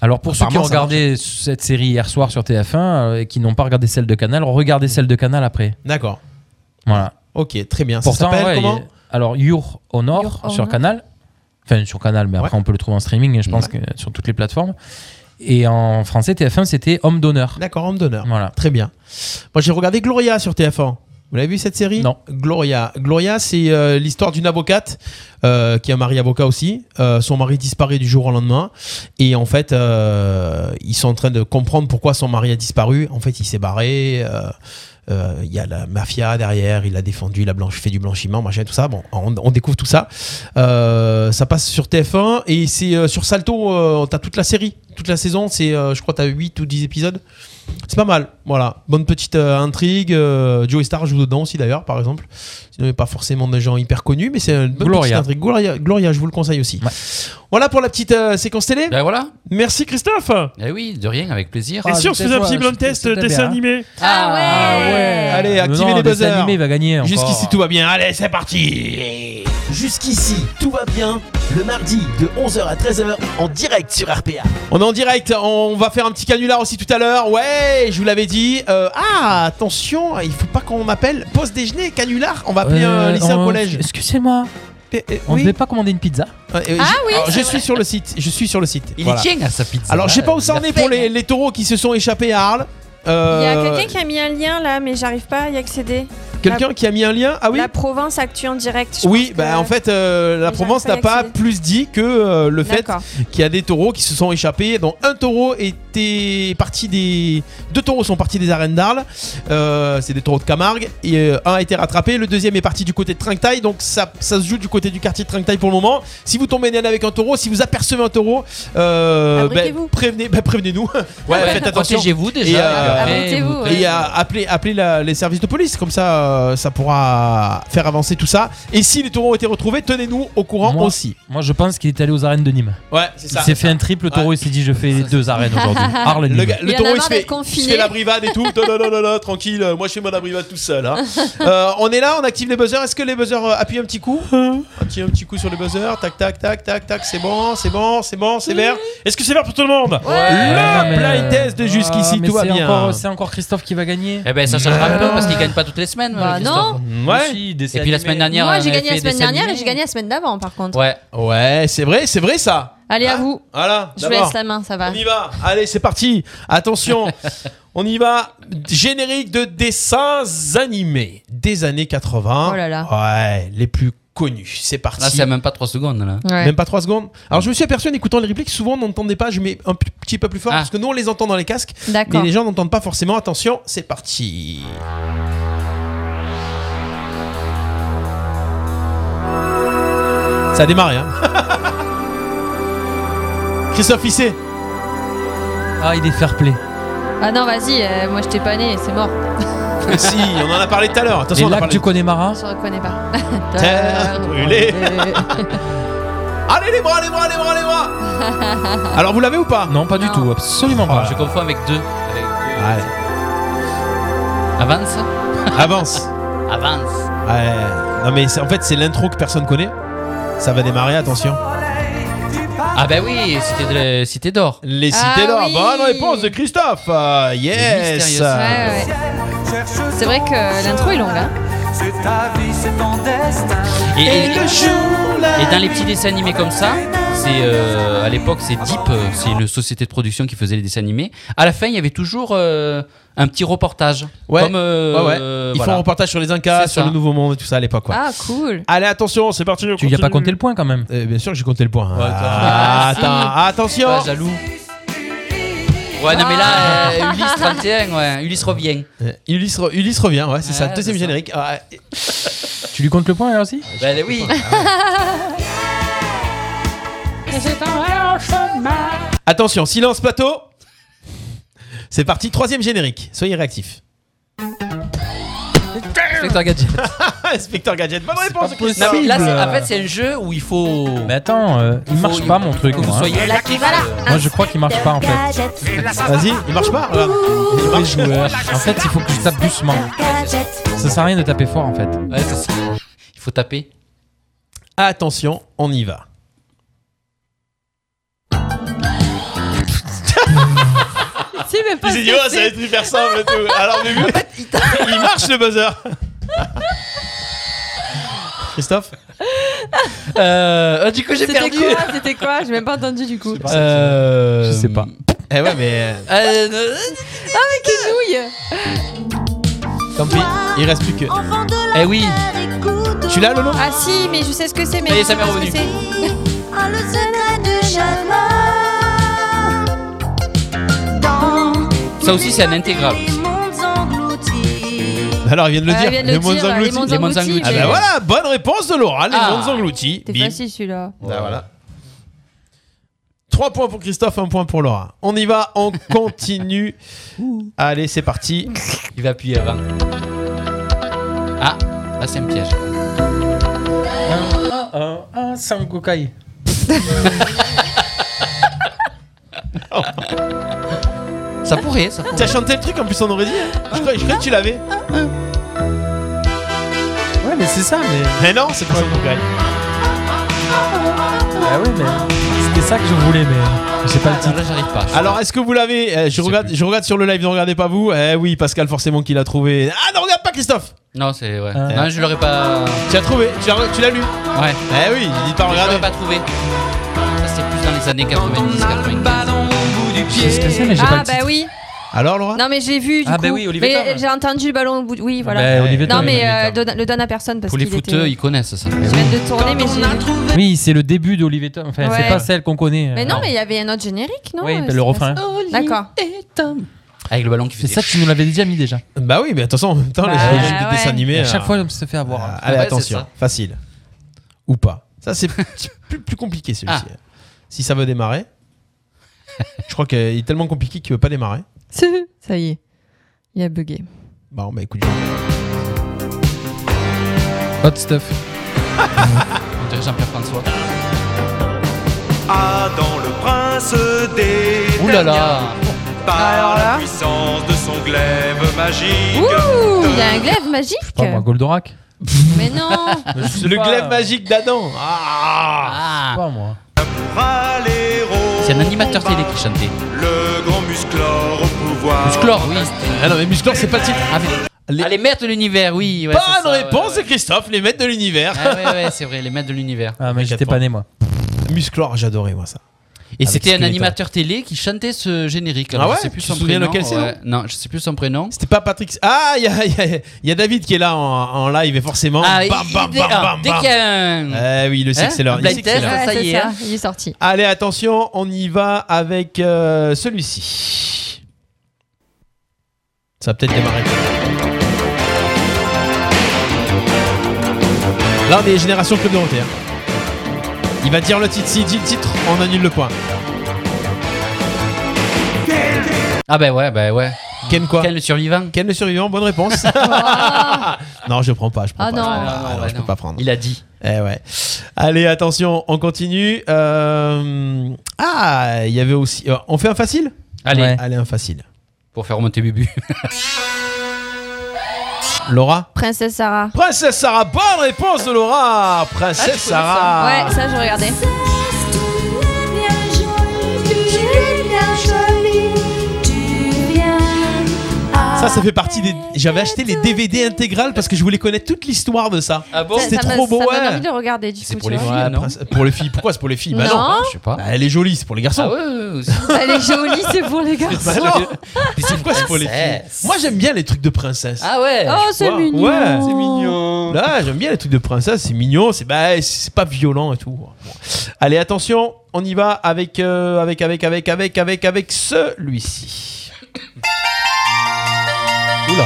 [SPEAKER 6] Alors pour ceux qui ont
[SPEAKER 9] Apparemment, ça hein.
[SPEAKER 6] regardé cette série hier soir sur TF1 euh, et qui n'ont pas regardé celle de Canal, regardez celle de Canal après.
[SPEAKER 9] D'accord.
[SPEAKER 6] Voilà.
[SPEAKER 9] Ok, très bien.
[SPEAKER 6] Pourtant,
[SPEAKER 9] ça s'appelle
[SPEAKER 6] ouais,
[SPEAKER 9] comment
[SPEAKER 6] il- alors Your Honor
[SPEAKER 4] Your
[SPEAKER 6] sur
[SPEAKER 4] Honor.
[SPEAKER 6] Canal, enfin sur Canal, mais après on peut le trouver en streaming, et je pense que sur toutes les plateformes. Et en français, TF1, c'était Homme d'honneur.
[SPEAKER 9] D'accord, homme d'honneur.
[SPEAKER 6] Voilà.
[SPEAKER 9] Très bien. Moi, j'ai regardé Gloria sur TF1. Vous l'avez vu cette série
[SPEAKER 6] Non.
[SPEAKER 9] Gloria. Gloria, c'est euh, l'histoire d'une avocate euh, qui a un mari avocat aussi. Euh, son mari disparaît du jour au lendemain. Et en fait, euh, ils sont en train de comprendre pourquoi son mari a disparu. En fait, il s'est barré. euh, euh, Il y a la mafia derrière, il a défendu, il a blanchi- fait du blanchiment, machin, tout ça. Bon, on, on découvre tout ça. Euh, ça passe sur TF1 et c'est euh, sur Salto, euh, t'as toute la série, toute la saison. C'est, euh, je crois, t'as 8 ou 10 épisodes. C'est pas mal, voilà. Bonne petite euh, intrigue. Euh, Joey Star joue dedans aussi, d'ailleurs, par exemple. Sinon, il n'y a pas forcément des gens hyper connus, mais c'est une bonne
[SPEAKER 6] Gloria.
[SPEAKER 9] petite intrigue. Gloria, Gloria, je vous le conseille aussi.
[SPEAKER 6] Ouais.
[SPEAKER 9] Voilà pour la petite euh, séquence télé.
[SPEAKER 5] Ben voilà.
[SPEAKER 9] Merci Christophe.
[SPEAKER 5] Eh oui, de rien, avec plaisir.
[SPEAKER 7] Et si on se faisait un
[SPEAKER 6] Ah, tais-toi,
[SPEAKER 7] petit blind
[SPEAKER 6] c'était-
[SPEAKER 7] test
[SPEAKER 6] c'était
[SPEAKER 7] dessin
[SPEAKER 6] bien, hein.
[SPEAKER 7] animé
[SPEAKER 4] Ah ouais.
[SPEAKER 9] Allez, activez
[SPEAKER 6] non,
[SPEAKER 9] les
[SPEAKER 6] dessin
[SPEAKER 9] buzzers.
[SPEAKER 6] animé, hein, il va gagner encore.
[SPEAKER 9] Jusqu'ici tout va bien. Allez, c'est parti.
[SPEAKER 3] Jusqu'ici, tout va bien. Le mardi de 11h à 13h en direct sur RPA.
[SPEAKER 9] On est en direct, on va faire un petit canular aussi tout à l'heure. Ouais, je vous l'avais dit. Euh, ah, attention, il faut pas qu'on m'appelle pause déjeuner, canular. On va appeler
[SPEAKER 6] Euh,
[SPEAKER 9] un lycéen
[SPEAKER 6] on-
[SPEAKER 9] collège.
[SPEAKER 6] Excusez-moi,
[SPEAKER 9] Eh, eh,
[SPEAKER 6] on ne
[SPEAKER 9] oui.
[SPEAKER 6] devait pas commander une pizza
[SPEAKER 9] Euh,
[SPEAKER 4] Ah
[SPEAKER 9] euh, je-
[SPEAKER 4] oui,
[SPEAKER 9] alors,
[SPEAKER 4] c'est
[SPEAKER 9] je suis sur le site. Je suis sur le site.
[SPEAKER 5] Il
[SPEAKER 9] Voilà.
[SPEAKER 5] tient à sa pizza.
[SPEAKER 9] Alors, je sais pas où ça en
[SPEAKER 5] Il a
[SPEAKER 9] est pour
[SPEAKER 5] fait-
[SPEAKER 9] les, les taureaux qui se sont échappés à Arles.
[SPEAKER 4] Il
[SPEAKER 9] Euh,
[SPEAKER 4] y a quelqu'un qui a mis un lien là, mais j'arrive pas à y accéder.
[SPEAKER 9] quelqu'un qui a mis un lien. Ah oui.
[SPEAKER 4] La Provence Actu en direct. je
[SPEAKER 9] Oui,
[SPEAKER 4] pense que-
[SPEAKER 9] bah en fait, euh, la
[SPEAKER 4] j'arrive
[SPEAKER 9] Provence
[SPEAKER 4] pas à
[SPEAKER 9] n'a pas
[SPEAKER 4] l'accéder.
[SPEAKER 9] plus dit que euh, le fait
[SPEAKER 4] D'accord.
[SPEAKER 9] qu'il y a des taureaux qui se sont échappés. dont un taureau était parti des. Deux taureaux sont partis des arènes d'Arles. Euh, c'est des taureaux de Camargue. Et euh, un a été rattrapé. Le deuxième est parti du côté de Trinquetaille. Donc ça, ça se joue du côté du quartier de Trinquetaille pour le moment. Si vous tombez nez à nez avec un taureau, si vous apercevez un taureau, euh, ben,
[SPEAKER 4] Abriquez-vous.
[SPEAKER 9] prévenez,
[SPEAKER 4] (laughs)
[SPEAKER 9] ben, prévenez-nous. ouais,
[SPEAKER 5] Ouais,
[SPEAKER 9] faites attention.
[SPEAKER 5] Protégez-vous déjà.
[SPEAKER 9] Et,
[SPEAKER 5] et
[SPEAKER 9] euh,
[SPEAKER 5] après,
[SPEAKER 4] Arrêtez-vous,
[SPEAKER 5] vous-
[SPEAKER 4] ouais.
[SPEAKER 9] Et à appeler, appeler la- les services de police, comme ça, euh, ça pourra faire avancer tout ça. Et si les taureaux ont été retrouvés, tenez-nous au courant
[SPEAKER 6] Moi.
[SPEAKER 9] aussi.
[SPEAKER 6] Moi, je pense qu'il est allé aux arènes de Nîmes.
[SPEAKER 9] Ouais, c'est
[SPEAKER 6] Il
[SPEAKER 9] ça.
[SPEAKER 6] s'est fait un triple, le taureau, il s'est dit Je fais les deux arènes
[SPEAKER 4] (laughs)
[SPEAKER 6] aujourd'hui. Arles et
[SPEAKER 9] Le,
[SPEAKER 6] Nîmes.
[SPEAKER 9] gars- le
[SPEAKER 4] Il y en a
[SPEAKER 9] taureau il
[SPEAKER 4] marre
[SPEAKER 9] se,
[SPEAKER 4] d'être
[SPEAKER 9] fait, il se
[SPEAKER 4] confiné.
[SPEAKER 9] fait la brivade et tout.
[SPEAKER 4] (laughs)
[SPEAKER 9] Non, non, non, non, non, tranquille, euh, moi je fais ma la brivade tout seul. hein. Euh, on est là, on active les buzzers. Est-ce que les buzzers euh, appuient un petit coup
[SPEAKER 4] Hein?
[SPEAKER 9] Appuient un petit coup sur les buzzers. Tac, tac, tac, tac, tac. C'est bon, c'est bon, c'est bon, c'est vert.
[SPEAKER 7] Est-ce que c'est vert pour tout le monde
[SPEAKER 6] Ah, mais,
[SPEAKER 9] blind test de
[SPEAKER 6] ah,
[SPEAKER 9] jusqu'ici,
[SPEAKER 6] mais
[SPEAKER 9] tout va
[SPEAKER 6] c'est
[SPEAKER 9] bien.
[SPEAKER 6] encore- C'est encore Christophe qui va gagner.
[SPEAKER 5] Eh ben, ça changera
[SPEAKER 9] Non.
[SPEAKER 5] un peu parce qu'il gagne pas toutes les semaines.
[SPEAKER 4] Bah,
[SPEAKER 5] euh,
[SPEAKER 4] non.
[SPEAKER 5] Christophe.
[SPEAKER 9] Ouais.
[SPEAKER 6] Aussi,
[SPEAKER 5] Et
[SPEAKER 6] dessin
[SPEAKER 5] puis la
[SPEAKER 6] animé.
[SPEAKER 5] semaine dernière,
[SPEAKER 4] Moi
[SPEAKER 5] on
[SPEAKER 9] euh,
[SPEAKER 4] j'ai
[SPEAKER 5] avait
[SPEAKER 4] gagné la
[SPEAKER 5] fait des
[SPEAKER 4] semaine dernière et
[SPEAKER 5] animés.
[SPEAKER 4] j'ai gagné la semaine d'avant par contre.
[SPEAKER 5] Ouais.
[SPEAKER 9] Ouais, c'est vrai, c'est vrai ça.
[SPEAKER 4] Allez à
[SPEAKER 9] Ah.
[SPEAKER 4] vous.
[SPEAKER 9] Voilà.
[SPEAKER 4] Je vous
[SPEAKER 9] d'abord.
[SPEAKER 4] laisse la main, ça va.
[SPEAKER 9] On y va. Allez, c'est parti. Attention. on y va. Générique de dessins animés des années 80.
[SPEAKER 4] Oh là là.
[SPEAKER 9] Ouais, les plus connus. C'est parti.
[SPEAKER 5] Là, c'est même pas 3 secondes. Là.
[SPEAKER 4] Ouais.
[SPEAKER 9] Même pas 3 secondes. Alors je me suis aperçu en écoutant les replays que souvent on n'entendait pas, je mets un p- petit peu plus fort
[SPEAKER 5] Ah.
[SPEAKER 9] parce que nous on les entend dans les casques, mais
[SPEAKER 4] D'accord.
[SPEAKER 9] les gens n'entendent pas forcément. Attention, c'est parti. Ça a démarré hein. (laughs) Christophe Issé,
[SPEAKER 6] Ah, il est fair play.
[SPEAKER 4] Ah non, vas-y, euh, moi je t'ai pas né, c'est mort. (laughs)
[SPEAKER 9] Mais si, on en a parlé tout à l'heure.
[SPEAKER 6] Les
[SPEAKER 9] Attention, on a
[SPEAKER 6] lacs
[SPEAKER 9] parlé.
[SPEAKER 6] du Connemara.
[SPEAKER 4] Je reconnais pas.
[SPEAKER 9] Terre brûlée. Allez les bras, les bras, les bras, les bras. Alors vous l'avez ou pas
[SPEAKER 6] Non, pas du
[SPEAKER 4] Non.
[SPEAKER 6] tout, absolument
[SPEAKER 9] Oh là
[SPEAKER 6] pas.
[SPEAKER 5] Ah, Je confonds avec 2.
[SPEAKER 9] Allez,
[SPEAKER 5] Avance.
[SPEAKER 9] avance.
[SPEAKER 5] Avance.
[SPEAKER 9] Ouais. Non mais c'est- en fait c'est l'intro que personne connaît. Ça va démarrer, attention.
[SPEAKER 5] Ah, ben oui, c'était de- c'était d'or.
[SPEAKER 9] Les
[SPEAKER 4] Ah
[SPEAKER 9] cités d'or.
[SPEAKER 4] oui.
[SPEAKER 9] Bonne réponse de Christophe. Ah,
[SPEAKER 5] Les
[SPEAKER 9] yes.
[SPEAKER 5] mystérieuses.
[SPEAKER 4] Ouais, ouais. C'est vrai que l'intro est longue. Hein.
[SPEAKER 2] C'est ta vie, c'est ton destin.
[SPEAKER 5] Et, et-
[SPEAKER 9] jour là.
[SPEAKER 5] et dans les petits dessins animés comme ça, c'est euh, à l'époque, c'est Deep, euh, c'est une société de production qui faisait les dessins animés. À la fin, il y avait toujours euh, un petit reportage.
[SPEAKER 9] Ouais.
[SPEAKER 5] Comme, euh,
[SPEAKER 9] Ouais, ouais.
[SPEAKER 5] euh,
[SPEAKER 9] Ils font
[SPEAKER 5] voilà.
[SPEAKER 9] un reportage sur les Incas,
[SPEAKER 5] C'est
[SPEAKER 9] sur
[SPEAKER 5] ça.
[SPEAKER 9] le Nouveau Monde et tout ça à l'époque. quoi.
[SPEAKER 4] Ah, cool.
[SPEAKER 9] Allez attention, c'est
[SPEAKER 7] C'est parti, on
[SPEAKER 6] Tu n'y as pas
[SPEAKER 7] continue.
[SPEAKER 6] compté le point quand même.
[SPEAKER 9] Euh, bien sûr que j'ai compté le point.
[SPEAKER 6] Ouais, attends.
[SPEAKER 9] Ah, Bah, attends, attention.
[SPEAKER 5] Pas jaloux. Ouais, non, mais
[SPEAKER 9] Ah.
[SPEAKER 5] là, euh, Ulysse 31, ouais. Ulysse revient.
[SPEAKER 9] Euh, Ulysse, re- Ulysse revient, ouais, c'est
[SPEAKER 5] Ouais,
[SPEAKER 9] ça. Deuxième
[SPEAKER 5] c'est ça.
[SPEAKER 9] générique. Ah,
[SPEAKER 6] Tu lui comptes le point là aussi
[SPEAKER 5] Bah, oui.
[SPEAKER 9] Attention, silence plateau. C'est parti, troisième générique. Soyez réactifs.
[SPEAKER 5] Inspecteur Gadget.
[SPEAKER 9] Ah, (laughs) Inspecteur Gadget, bonne réponse. Christophe.
[SPEAKER 5] Non, mais là, c'est- en fait, c'est un jeu où il faut.
[SPEAKER 6] Mais attends, euh, il
[SPEAKER 5] faut-
[SPEAKER 6] marche pas mon truc.
[SPEAKER 5] Faut que vous
[SPEAKER 6] moi, hein.
[SPEAKER 5] soyez là qui va
[SPEAKER 6] Moi, je crois qu'il marche pas en fait.
[SPEAKER 9] Vas-y, il marche pas. regarde. Il marche.
[SPEAKER 6] En fait, il faut que je tape doucement. Ça sert à rien de taper fort en fait.
[SPEAKER 5] Ouais, c'est ça. Il faut taper.
[SPEAKER 9] Attention, on y va.
[SPEAKER 4] C'est même
[SPEAKER 9] Il s'est dit, oh, ça va être hyper simple et tout. Alors, mais oui, il marche le buzzer. Christophe
[SPEAKER 5] Euh, du coup, j'ai
[SPEAKER 4] C'était quoi C'était quoi J'ai même pas entendu du coup.
[SPEAKER 5] Euh...
[SPEAKER 6] Je sais pas.
[SPEAKER 9] Eh ouais, mais.
[SPEAKER 5] Euh, euh,
[SPEAKER 4] Quelle
[SPEAKER 9] Tant pis, il reste plus que.
[SPEAKER 5] eh oui.
[SPEAKER 9] Tu l'as, Lolo
[SPEAKER 4] Ah si, mais je sais ce que c'est, mais
[SPEAKER 5] Ça y est,
[SPEAKER 4] je sais
[SPEAKER 5] ça m'est
[SPEAKER 4] pas ce que
[SPEAKER 5] revenu.
[SPEAKER 4] c'est.
[SPEAKER 8] Ah, le secret du chagrin. Dans
[SPEAKER 5] Ça aussi, c'est un intégral.
[SPEAKER 8] les mondes engloutis.
[SPEAKER 9] Alors, il vient de le
[SPEAKER 4] Ah,
[SPEAKER 9] dire.
[SPEAKER 4] il vient de le
[SPEAKER 9] mondes
[SPEAKER 4] dire,
[SPEAKER 9] engloutis.
[SPEAKER 4] les mondes
[SPEAKER 5] Les mondes
[SPEAKER 4] engloutis,
[SPEAKER 5] engloutis.
[SPEAKER 9] Ah
[SPEAKER 4] mais-
[SPEAKER 9] bah voilà, bonne réponse de Laura, les
[SPEAKER 5] Ah.
[SPEAKER 9] mondes engloutis.
[SPEAKER 4] C'était
[SPEAKER 9] Bim.
[SPEAKER 4] facile celui-là.
[SPEAKER 9] Ah, voilà. 3 points pour Christophe, 1 point pour Laura. On y va, on continue. Allez, c'est parti.
[SPEAKER 5] Il va appuyer avant. Ah, là, c'est un piège.
[SPEAKER 6] Ah, ah, c'est un gokai.
[SPEAKER 5] Ça pourrait, ça pourrait.
[SPEAKER 9] T'as chanté le truc en plus, on aurait dit. hein. Je croyais je croyais que tu l'avais.
[SPEAKER 6] mais c'est ça, mais.
[SPEAKER 9] Mais non, c'est pas ça qu'on gagne.
[SPEAKER 6] Ah ouais, mais. C'était ça que je voulais, mais. J'ai pas le
[SPEAKER 5] Alors
[SPEAKER 6] titre.
[SPEAKER 5] là, j'arrive pas.
[SPEAKER 9] Alors, est-ce que vous l'avez Euh, je,
[SPEAKER 5] sais
[SPEAKER 9] regarde,
[SPEAKER 5] plus.
[SPEAKER 9] je regarde sur le live, ne regardez pas vous. Eh oui, Pascal, forcément qu'il a trouvé. Ah non, regarde pas Christophe
[SPEAKER 5] Non, c'est. Ouais.
[SPEAKER 6] Euh.
[SPEAKER 5] Non, je l'aurais pas.
[SPEAKER 9] Tu as trouvé, tu l'as- tu l'as lu.
[SPEAKER 5] Ouais.
[SPEAKER 9] Eh oui, il dit pas
[SPEAKER 5] Je l'aurais
[SPEAKER 9] regarder.
[SPEAKER 5] pas trouvé. Ça, c'est plus dans les années 90, 95.
[SPEAKER 6] Je sais ce que c'est, mais j'ai pas
[SPEAKER 4] Ah
[SPEAKER 6] le titre.
[SPEAKER 4] bah oui.
[SPEAKER 9] Alors, Laura
[SPEAKER 4] Non mais j'ai vu du
[SPEAKER 6] Ah,
[SPEAKER 4] coup.
[SPEAKER 6] bah oui, Olivier
[SPEAKER 4] mais euh,
[SPEAKER 6] Tom.
[SPEAKER 4] j'ai entendu le ballon au bout. de- Oui, voilà.
[SPEAKER 6] Bah, Olivier
[SPEAKER 4] non
[SPEAKER 6] Tom,
[SPEAKER 4] mais
[SPEAKER 6] Olivier
[SPEAKER 4] euh,
[SPEAKER 6] Tom.
[SPEAKER 4] donne- le donne à personne parce
[SPEAKER 5] Pour les
[SPEAKER 4] qu'il
[SPEAKER 5] footeux,
[SPEAKER 4] était...
[SPEAKER 5] ils connaissent ça.
[SPEAKER 4] Je viens de tourner mais j'ai...
[SPEAKER 6] Oui, c'est le début d'Olivier Tom. Enfin, c'est
[SPEAKER 4] Ouais.
[SPEAKER 6] pas celle qu'on connaît.
[SPEAKER 4] Mais
[SPEAKER 6] euh,
[SPEAKER 4] non mais il y avait un autre générique, non
[SPEAKER 6] Oui,
[SPEAKER 4] Euh,
[SPEAKER 6] le
[SPEAKER 4] c'est
[SPEAKER 6] refrain.
[SPEAKER 4] pas ça. D'accord.
[SPEAKER 5] Avec le ballon qui
[SPEAKER 6] C'est
[SPEAKER 5] fait
[SPEAKER 6] ça, tu nous l'avais déjà mis déjà.
[SPEAKER 9] Bah oui, mais attention, en même temps,
[SPEAKER 4] Bah,
[SPEAKER 9] les génériques de
[SPEAKER 4] ouais.
[SPEAKER 9] dessins animés.
[SPEAKER 6] à chaque
[SPEAKER 9] euh,
[SPEAKER 6] fois, je me suis fait
[SPEAKER 9] euh,
[SPEAKER 6] avoir.
[SPEAKER 9] allez,
[SPEAKER 5] Ouais, c'est
[SPEAKER 9] attention,
[SPEAKER 5] ça.
[SPEAKER 9] facile. Ou pas. Ça, c'est plus, plus compliqué celui-ci.
[SPEAKER 4] Ah.
[SPEAKER 9] Si ça veut démarrer. je crois qu'il est tellement compliqué qu'il veut pas démarrer.
[SPEAKER 4] (laughs) Ça y est. Il a bugué.
[SPEAKER 9] Bon, bah écoute.
[SPEAKER 6] Hot stuff.
[SPEAKER 5] On dirait Jean-Pierre François.
[SPEAKER 2] Ah, dans le prince des.
[SPEAKER 5] Ouh là là
[SPEAKER 2] Par la puissance de son glaive magique.
[SPEAKER 4] Ouh, il y a un glaive magique.
[SPEAKER 6] Pas moi, Goldorak.
[SPEAKER 4] Mais non.
[SPEAKER 9] Le glaive magique d'Adam. Ah
[SPEAKER 5] Ah
[SPEAKER 6] euh, Pas moi.
[SPEAKER 2] Pour aller au
[SPEAKER 5] C'est un animateur
[SPEAKER 2] combat,
[SPEAKER 5] télé qui chantait.
[SPEAKER 2] Le grand musclor au pouvoir.
[SPEAKER 5] Musclor, oui.
[SPEAKER 9] Ah non, mais Musclor, c'est pas le titre.
[SPEAKER 5] Ah, mais-
[SPEAKER 9] Les-
[SPEAKER 5] Ah, les maîtres de l'univers, oui. ouais, c'est
[SPEAKER 9] Bonne
[SPEAKER 5] ça, ouais,
[SPEAKER 9] réponse,
[SPEAKER 5] ouais.
[SPEAKER 9] c'est Christophe, les maîtres de l'univers.
[SPEAKER 5] Ah ouais, ouais, c'est vrai, les maîtres de l'univers.
[SPEAKER 6] Ah, mais j'étais
[SPEAKER 9] quatre
[SPEAKER 6] pas né, moi.
[SPEAKER 9] Musclor, j'adorais moi ça.
[SPEAKER 5] Et
[SPEAKER 6] Avec
[SPEAKER 5] c'était un
[SPEAKER 6] Skeletor.
[SPEAKER 5] animateur télé qui chantait ce générique. Alors,
[SPEAKER 9] Ah ouais,
[SPEAKER 5] je sais plus
[SPEAKER 9] tu
[SPEAKER 5] son
[SPEAKER 9] te souviens
[SPEAKER 5] prénom.
[SPEAKER 9] lequel c'est,
[SPEAKER 5] ouais. Non, je sais plus son prénom.
[SPEAKER 9] C'était pas Patrick. Ah, il y a, il y a- (laughs) il y a David qui est là en, en live et forcément.
[SPEAKER 5] Ah,
[SPEAKER 9] bam,
[SPEAKER 5] il-
[SPEAKER 9] bam,
[SPEAKER 5] dès-
[SPEAKER 9] bam,
[SPEAKER 5] ah,
[SPEAKER 9] bam,
[SPEAKER 5] Dès
[SPEAKER 9] bam.
[SPEAKER 5] qu'il y a un.
[SPEAKER 9] Eh oui, il sait
[SPEAKER 5] Hein
[SPEAKER 9] que c'est l'heure.
[SPEAKER 5] Un
[SPEAKER 9] Il sait
[SPEAKER 5] blind
[SPEAKER 9] que c'est
[SPEAKER 5] test.
[SPEAKER 9] l'heure.
[SPEAKER 5] Ah,
[SPEAKER 4] Ouais,
[SPEAKER 5] ça
[SPEAKER 4] c'est
[SPEAKER 5] y est, hein.
[SPEAKER 4] Il est sorti.
[SPEAKER 9] Allez, attention, on y va avec euh, celui-ci. Ça va peut-être démarrer. Là, on est génération Club Dorothée. hein. Il va dire le titre. S'il dit le titre, on annule le point.
[SPEAKER 5] Ah, bah ouais, bah ouais.
[SPEAKER 9] Ken quoi
[SPEAKER 5] Quel le survivant
[SPEAKER 9] Ken le survivant, bonne
[SPEAKER 5] (laughs)
[SPEAKER 9] réponse. non, je prends pas, je prends
[SPEAKER 4] Ah
[SPEAKER 9] pas.
[SPEAKER 4] non.
[SPEAKER 5] Ah,
[SPEAKER 9] Ah, non,
[SPEAKER 5] bah
[SPEAKER 9] je peux pas prendre.
[SPEAKER 5] Il a dit.
[SPEAKER 9] Eh ouais. Allez, attention, on continue. Euh, Ah, il y avait aussi. euh, On fait un facile
[SPEAKER 5] Allez,
[SPEAKER 6] Ouais.
[SPEAKER 9] Allez, un facile.
[SPEAKER 5] pour faire remonter Bubu.
[SPEAKER 9] Laura
[SPEAKER 4] Princesse Sarah.
[SPEAKER 9] Princesse Sarah, bonne réponse de Laura Princesse Sarah
[SPEAKER 4] Ouais, ça je regardais.
[SPEAKER 8] Tu es bien jolie, tu es bien jolie, tu viens.
[SPEAKER 9] Ça, ça fait partie des. J'avais acheté les DVD intégrales parce que je voulais connaître toute l'histoire de ça.
[SPEAKER 5] Ah (laughs) bon
[SPEAKER 4] Ça-
[SPEAKER 9] C'était
[SPEAKER 4] ça me-
[SPEAKER 9] trop beau,
[SPEAKER 4] Ça me
[SPEAKER 9] ouais.
[SPEAKER 4] donne envie de le regarder du coup.
[SPEAKER 5] C'est pour
[SPEAKER 4] tu
[SPEAKER 5] les
[SPEAKER 4] vois.
[SPEAKER 5] filles, non
[SPEAKER 9] Prince- Pour les filles. Pourquoi c'est pour les filles Bah non.
[SPEAKER 4] Non.
[SPEAKER 5] (laughs)
[SPEAKER 4] bah,
[SPEAKER 5] Je sais pas.
[SPEAKER 9] Bah, elle est jolie, c'est pour les garçons.
[SPEAKER 5] Ah ouais, ouais, ouais, aussi.
[SPEAKER 4] Elle est jolie, c'est pour les
[SPEAKER 9] Bah
[SPEAKER 4] garçons.
[SPEAKER 9] non. Mais c'est pourquoi c'est pour les filles
[SPEAKER 5] Princesse.
[SPEAKER 9] Moi, j'aime bien les trucs de princesse.
[SPEAKER 5] Ah ouais
[SPEAKER 4] Oh, c'est
[SPEAKER 9] Ouais,
[SPEAKER 4] mignon.
[SPEAKER 9] ouais, c'est
[SPEAKER 5] mignon
[SPEAKER 9] Là, j'aime bien les trucs de princesse, c'est mignon, c'est bah, c'est pas violent et tout. Bon. Allez, attention, on y va avec euh, avec avec avec avec avec avec celui-ci.
[SPEAKER 5] Oula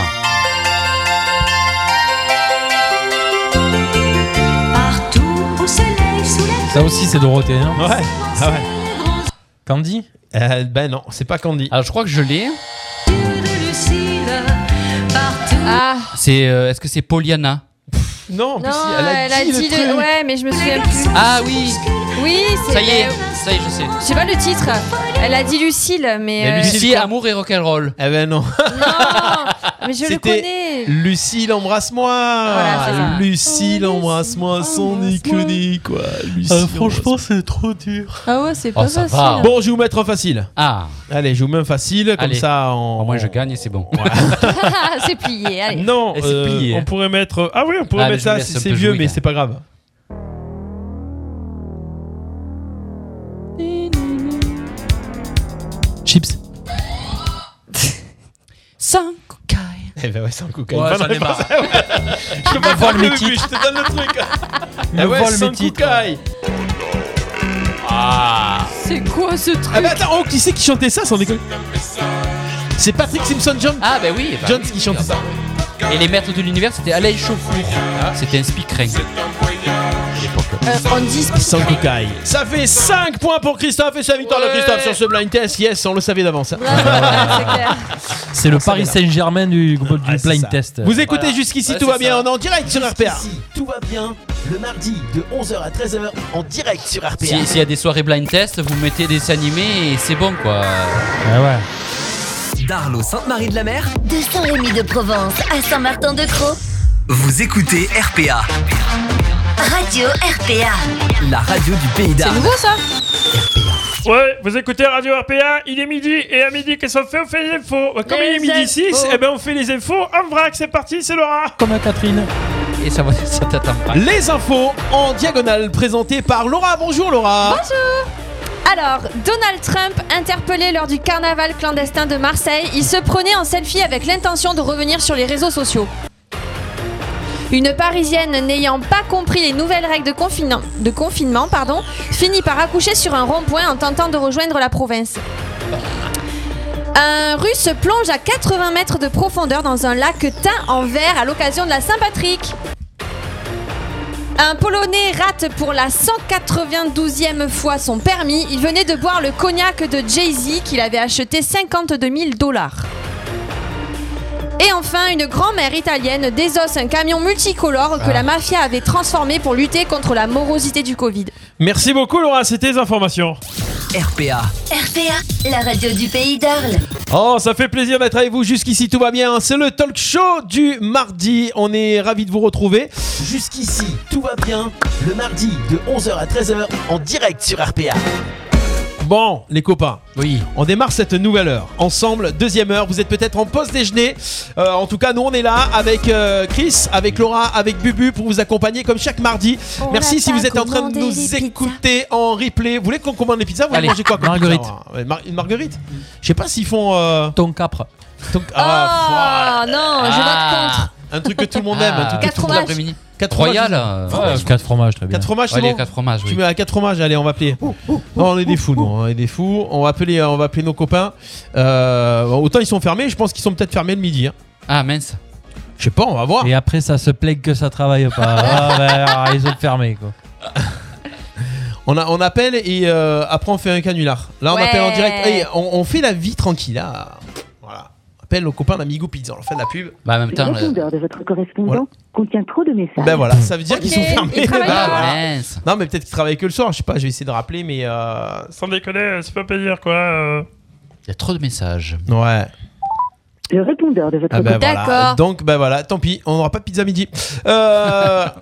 [SPEAKER 8] Partout au soleil, sous la
[SPEAKER 6] Ça aussi, c'est Dorothée, non
[SPEAKER 9] Ouais. Ah ouais.
[SPEAKER 6] Candy
[SPEAKER 9] Euh, ben non, c'est pas Candy.
[SPEAKER 5] Alors je crois que je l'ai.
[SPEAKER 8] couture de Lucille, partout.
[SPEAKER 4] Ah,
[SPEAKER 5] C'est euh, est-ce que c'est Poliana
[SPEAKER 9] non, en plus,
[SPEAKER 4] non,
[SPEAKER 9] elle a dit, le
[SPEAKER 4] le-
[SPEAKER 9] truc.
[SPEAKER 4] Ouais, mais je me souviens plus.
[SPEAKER 5] Ah oui,
[SPEAKER 4] Oui, c'est.
[SPEAKER 5] ça y est,
[SPEAKER 4] mais-
[SPEAKER 5] ça y est, je sais.
[SPEAKER 4] Je sais pas le titre. Elle a dit Lucille, mais.
[SPEAKER 9] Mais
[SPEAKER 4] euh,
[SPEAKER 9] Lucille,
[SPEAKER 5] Lucie,
[SPEAKER 9] quoi
[SPEAKER 5] amour et rock'n'roll.
[SPEAKER 9] Eh ben non.
[SPEAKER 4] Non Mais je le
[SPEAKER 9] C'était-
[SPEAKER 4] connais.
[SPEAKER 9] Lucille, embrasse-moi.
[SPEAKER 4] Voilà, c'est ça.
[SPEAKER 9] Lucille, embrasse-moi, sans déconner quoi. Lucille,
[SPEAKER 5] Euh,
[SPEAKER 9] embrasse-moi.
[SPEAKER 6] Oh, c'est trop dur.
[SPEAKER 4] Ah ouais, c'est
[SPEAKER 5] Oh,
[SPEAKER 4] pas
[SPEAKER 5] ça
[SPEAKER 4] facile.
[SPEAKER 5] va.
[SPEAKER 9] Bon, je vais vous mettre un facile.
[SPEAKER 5] Ah,
[SPEAKER 9] Allez, je vous mets un facile, comme
[SPEAKER 5] Allez.
[SPEAKER 9] ça, on...
[SPEAKER 5] au moins je gagne et c'est bon.
[SPEAKER 4] (laughs) c'est plié, allez.
[SPEAKER 5] (laughs)
[SPEAKER 9] Non,
[SPEAKER 5] Et c'est
[SPEAKER 9] euh,
[SPEAKER 5] plié.
[SPEAKER 7] On pourrait mettre. Ah oui, on pourrait
[SPEAKER 5] Ah, mais je
[SPEAKER 7] mettre
[SPEAKER 5] vous
[SPEAKER 7] ça.
[SPEAKER 9] Ça,
[SPEAKER 5] laisse
[SPEAKER 9] c'est
[SPEAKER 5] un
[SPEAKER 9] c'est
[SPEAKER 5] peu
[SPEAKER 9] vieux,
[SPEAKER 5] jouer,
[SPEAKER 9] mais
[SPEAKER 5] gars.
[SPEAKER 9] c'est
[SPEAKER 5] (laughs)
[SPEAKER 9] pas grave.
[SPEAKER 6] Chips.
[SPEAKER 5] Sans cocaïne.
[SPEAKER 9] Eh ben ouais, c'est un coup quand
[SPEAKER 6] Ouais,
[SPEAKER 9] même.
[SPEAKER 6] j'en ai marre.
[SPEAKER 9] je peux pas
[SPEAKER 6] vole
[SPEAKER 9] prendre
[SPEAKER 6] mes
[SPEAKER 9] le but,
[SPEAKER 6] titres.
[SPEAKER 9] je te donne
[SPEAKER 5] (laughs)
[SPEAKER 9] le truc.
[SPEAKER 6] Me
[SPEAKER 9] Eh ouais,
[SPEAKER 6] vole
[SPEAKER 9] c'est
[SPEAKER 6] mes
[SPEAKER 9] un coup
[SPEAKER 6] titres.
[SPEAKER 9] caille. Ah
[SPEAKER 4] C'est quoi ce truc (laughs)
[SPEAKER 9] Ah bah attends, oh, qui c'est qui chantait ça sans déconner C'est Patrick Simpson Jones.
[SPEAKER 5] Ah bah oui, bah
[SPEAKER 9] Jones
[SPEAKER 5] oui,
[SPEAKER 9] qui chantait ça.
[SPEAKER 5] Et les maîtres de l'univers, c'était Alain Chauffour. C'était un speakring.
[SPEAKER 4] Euh, On dit
[SPEAKER 9] Sans cocaille. Ça fait 5 points pour Christophe et c'est la victoire de
[SPEAKER 5] Ouais.
[SPEAKER 9] Christophe sur ce blind test. Yes, on le savait d'avance. hein.
[SPEAKER 6] C'est le Paris
[SPEAKER 9] Ah, c'est
[SPEAKER 6] Saint-Germain du, du
[SPEAKER 9] Ah, c'est
[SPEAKER 6] blind
[SPEAKER 9] ça.
[SPEAKER 6] test.
[SPEAKER 9] Vous écoutez
[SPEAKER 5] Voilà.
[SPEAKER 9] jusqu'ici,
[SPEAKER 5] Ouais,
[SPEAKER 9] tout
[SPEAKER 5] c'est
[SPEAKER 9] va bien.
[SPEAKER 5] ça.
[SPEAKER 9] On est en direct sur RPA.
[SPEAKER 3] Ici, tout va bien. Le mardi de 11h à 13h en direct sur RPA.
[SPEAKER 5] Si- S'il y a des soirées blind test, vous mettez des dessins animés et c'est bon quoi.
[SPEAKER 6] Ah ouais.
[SPEAKER 10] D'Arlo Sainte-Marie de la Mer
[SPEAKER 11] De Saint-Rémy de Provence à Saint-Martin-de-Croix,
[SPEAKER 10] Vous écoutez RPA,
[SPEAKER 11] Radio RPA.
[SPEAKER 10] la radio du pays
[SPEAKER 4] C'est
[SPEAKER 10] d'Arles.
[SPEAKER 4] nouveau ça
[SPEAKER 7] Ouais, vous écoutez Radio RPA, il est midi, et à midi, qu'est-ce qu'on fait On fait les infos. Comme
[SPEAKER 4] Les
[SPEAKER 7] il est midi
[SPEAKER 4] infos.
[SPEAKER 7] 6, eh ben on fait les infos en vrac, c'est parti, c'est Laura.
[SPEAKER 6] Comme à Catherine.
[SPEAKER 5] Et ça, va- (laughs) ça t'attend pas.
[SPEAKER 9] Les infos en diagonale présentées par Laura. Bonjour Laura.
[SPEAKER 4] Alors, Donald Trump interpellé lors du carnaval clandestin de Marseille, il se prenait en selfie avec l'intention de revenir sur les réseaux sociaux. Une Parisienne n'ayant pas compris les nouvelles règles de, confine- de confinement pardon, finit par accoucher sur un rond-point en tentant de rejoindre la province. Un Russe se plonge à 80 mètres de profondeur dans un lac teint en vert à l'occasion de la Saint-Patrick. Un Polonais rate pour la 192e fois son permis. Il venait de boire le cognac de Jay-Z qu'il avait acheté 52 000 dollars. Et enfin, une grand-mère italienne désosse un camion multicolore que la mafia avait transformé pour lutter contre la morosité du Covid.
[SPEAKER 7] Merci beaucoup Laura, c'était les informations.
[SPEAKER 10] RPA,
[SPEAKER 11] RPA, la radio du pays d'Arles.
[SPEAKER 9] Oh, ça fait plaisir d'être avec vous jusqu'ici, tout va bien. C'est le talk show du mardi. On est ravis de vous retrouver.
[SPEAKER 3] Jusqu'ici, tout va bien. Le mardi de 11h à 13h en direct sur RPA.
[SPEAKER 9] Bon, les copains,
[SPEAKER 5] Oui.
[SPEAKER 9] on démarre cette nouvelle heure. Ensemble, deuxième heure. Vous êtes peut-être en pause déjeuner. Euh, en tout cas, nous, on est là avec euh, Chris, avec Laura, avec Bubu pour vous accompagner comme chaque mardi.
[SPEAKER 4] On
[SPEAKER 9] Merci
[SPEAKER 4] n'a
[SPEAKER 9] si
[SPEAKER 4] pas
[SPEAKER 9] vous êtes en train de
[SPEAKER 4] commandé
[SPEAKER 9] nous
[SPEAKER 4] les
[SPEAKER 9] écouter en replay. Vous voulez qu'on commande les pizzas Vous voulez
[SPEAKER 5] Allez,
[SPEAKER 9] manger quoi comme
[SPEAKER 6] marguerite.
[SPEAKER 9] pizza, Laura Ouais, mar- Une marguerite Je sais pas s'ils font. euh,
[SPEAKER 6] Ton capre.
[SPEAKER 9] ton- ah,
[SPEAKER 4] oh non, je vote contre.
[SPEAKER 9] un truc que tout le monde aime.
[SPEAKER 5] Ah.
[SPEAKER 9] un truc que
[SPEAKER 4] Quatre
[SPEAKER 9] tout le monde-
[SPEAKER 4] fromages.
[SPEAKER 9] Quatre
[SPEAKER 5] Royal.
[SPEAKER 9] fromages.
[SPEAKER 5] euh,
[SPEAKER 6] Ouais,
[SPEAKER 5] ouais,
[SPEAKER 6] 4 fromages, très bien.
[SPEAKER 9] Ah, Quatre fromages, c'est
[SPEAKER 5] les
[SPEAKER 9] bon
[SPEAKER 5] quatre fromages,
[SPEAKER 9] Tu
[SPEAKER 5] oui.
[SPEAKER 9] mets à 4 fromages, allez, on va appeler. Non, on est des fous, nous, on est des fous. On va appeler, on va appeler nos copains. Euh, autant ils sont fermés, je pense qu'ils sont peut-être fermés le midi. hein.
[SPEAKER 5] Ah mince.
[SPEAKER 9] Je sais pas, on va voir.
[SPEAKER 6] Et après, ça se plaigne que ça travaille
[SPEAKER 9] (laughs)
[SPEAKER 6] pas. Ah, ben, alors, ils ont fermé, quoi.
[SPEAKER 9] On, a- on appelle et euh, après on fait un canular. Là, on
[SPEAKER 4] Ouais.
[SPEAKER 9] appelle en direct. Hey, on, on fait la vie tranquille. ah. Là. Voilà. On appelle nos copains d'Amigo Pizza, on leur fait de la pub.
[SPEAKER 5] Bah en même temps. euh,
[SPEAKER 12] de votre correspondant
[SPEAKER 9] Voilà.
[SPEAKER 12] contient trop de messages.
[SPEAKER 9] Ben voilà, ça veut dire
[SPEAKER 4] Ok,
[SPEAKER 9] qu'ils sont fermés.
[SPEAKER 4] ils travaillent
[SPEAKER 9] Bah,
[SPEAKER 5] Ah
[SPEAKER 9] voilà.
[SPEAKER 5] mince.
[SPEAKER 9] Non, mais peut-être qu'ils travaillent que le soir. Je sais pas, je vais essayer de rappeler, mais. euh,
[SPEAKER 7] Sans déconner, euh, c'est pas plaisir quoi. euh.
[SPEAKER 5] Il y a trop de messages.
[SPEAKER 9] Ouais.
[SPEAKER 12] Le répondeur de votre
[SPEAKER 9] Ah ben voilà.
[SPEAKER 4] D'accord.
[SPEAKER 9] Donc ben voilà, tant pis, on n'aura pas de pizza midi. Euh, (laughs)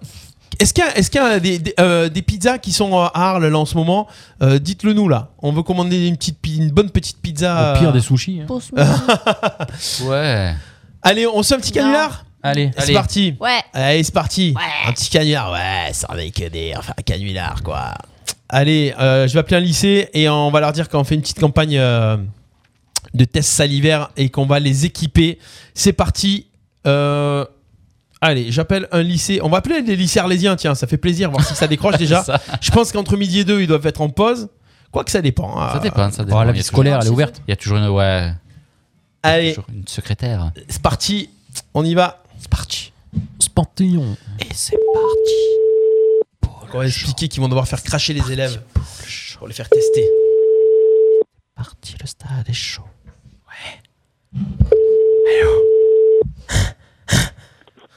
[SPEAKER 9] Est-ce qu'il y a, est-ce qu'il y a des, des, euh, des pizzas qui sont à Arles là en ce moment Euh, Dites-le nous là. On veut commander une, petite, pi- une bonne petite pizza.
[SPEAKER 6] Au pire,
[SPEAKER 9] euh.
[SPEAKER 6] des sushis. hein.
[SPEAKER 4] Pour ce midi.
[SPEAKER 5] Ouais.
[SPEAKER 9] Allez, on se fait un petit
[SPEAKER 4] Non.
[SPEAKER 9] canular
[SPEAKER 6] Allez,
[SPEAKER 9] C'est parti.
[SPEAKER 4] Ouais.
[SPEAKER 9] Allez, c'est parti.
[SPEAKER 4] Ouais.
[SPEAKER 9] Un petit canular, ouais, ça avec euh, des. Enfin, un canular quoi. Allez, euh, je vais appeler un lycée et on va leur dire qu'on fait une petite campagne euh, de tests salivaires et qu'on va les équiper. C'est parti. Euh, allez, j'appelle un lycée. On va appeler les lycées arlésiens, tiens, ça fait plaisir, voir si
[SPEAKER 5] (laughs)
[SPEAKER 9] ça décroche déjà.
[SPEAKER 5] Ça,
[SPEAKER 9] Je pense qu'entre midi et deux, ils doivent être en pause. Quoi que ça dépend. hein.
[SPEAKER 5] ça dépend, ça dépend.
[SPEAKER 6] Bon, Oh, la
[SPEAKER 5] Il y a
[SPEAKER 6] vie scolaire,
[SPEAKER 5] toujours-
[SPEAKER 6] elle est ouverte.
[SPEAKER 5] Il y a toujours une ouais. il y a
[SPEAKER 9] Allez,
[SPEAKER 5] toujours une secrétaire.
[SPEAKER 9] c'est parti. On y va.
[SPEAKER 5] C'est parti.
[SPEAKER 6] Spantillon.
[SPEAKER 5] Et c'est parti.
[SPEAKER 9] On va expliquer qu'ils vont devoir faire cracher les élèves pour les faire tester.
[SPEAKER 5] Parti, le stade est chaud.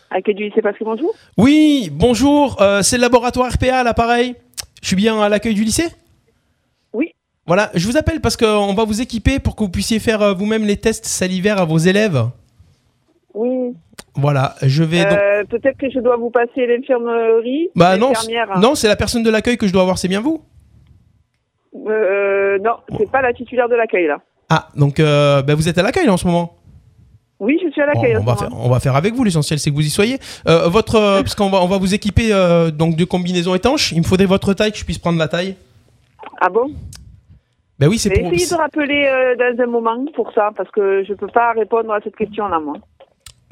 [SPEAKER 12] Accueil du lycée Patrick, bonjour.
[SPEAKER 9] Oui, bonjour, euh, c'est le laboratoire RPA à l'appareil. Je suis bien à l'accueil du lycée
[SPEAKER 12] Oui.
[SPEAKER 9] Voilà, je vous appelle parce qu'on va vous équiper pour que vous puissiez faire euh, vous-même les tests salivaires à vos élèves.
[SPEAKER 12] Oui.
[SPEAKER 9] Voilà, je vais donc.
[SPEAKER 12] Euh, Peut-être que je dois vous passer l'infirmerie.
[SPEAKER 9] Bah non,
[SPEAKER 12] l'infirmière, hein.
[SPEAKER 9] non, c'est la personne de l'accueil que je dois voir, c'est bien vous
[SPEAKER 12] Euh, non, c'est pas la titulaire de l'accueil là.
[SPEAKER 9] Ah, donc euh, bah, vous êtes à l'accueil là, en ce moment
[SPEAKER 12] Oui, je suis à
[SPEAKER 9] Bon,
[SPEAKER 12] l'accueil. en
[SPEAKER 9] on,
[SPEAKER 12] ce
[SPEAKER 9] va
[SPEAKER 12] moment.
[SPEAKER 9] faire, on va faire avec vous, l'essentiel c'est que vous y soyez. Euh, votre, euh, parce qu'on va, on va vous équiper euh, donc de combinaisons étanches, il me faudrait votre taille que je puisse prendre la taille.
[SPEAKER 12] Ah bon
[SPEAKER 9] Bah oui, c'est
[SPEAKER 12] Mais
[SPEAKER 9] pour.
[SPEAKER 12] Essayez de rappeler euh, dans un moment pour ça, parce que je peux pas répondre à cette question là, moi.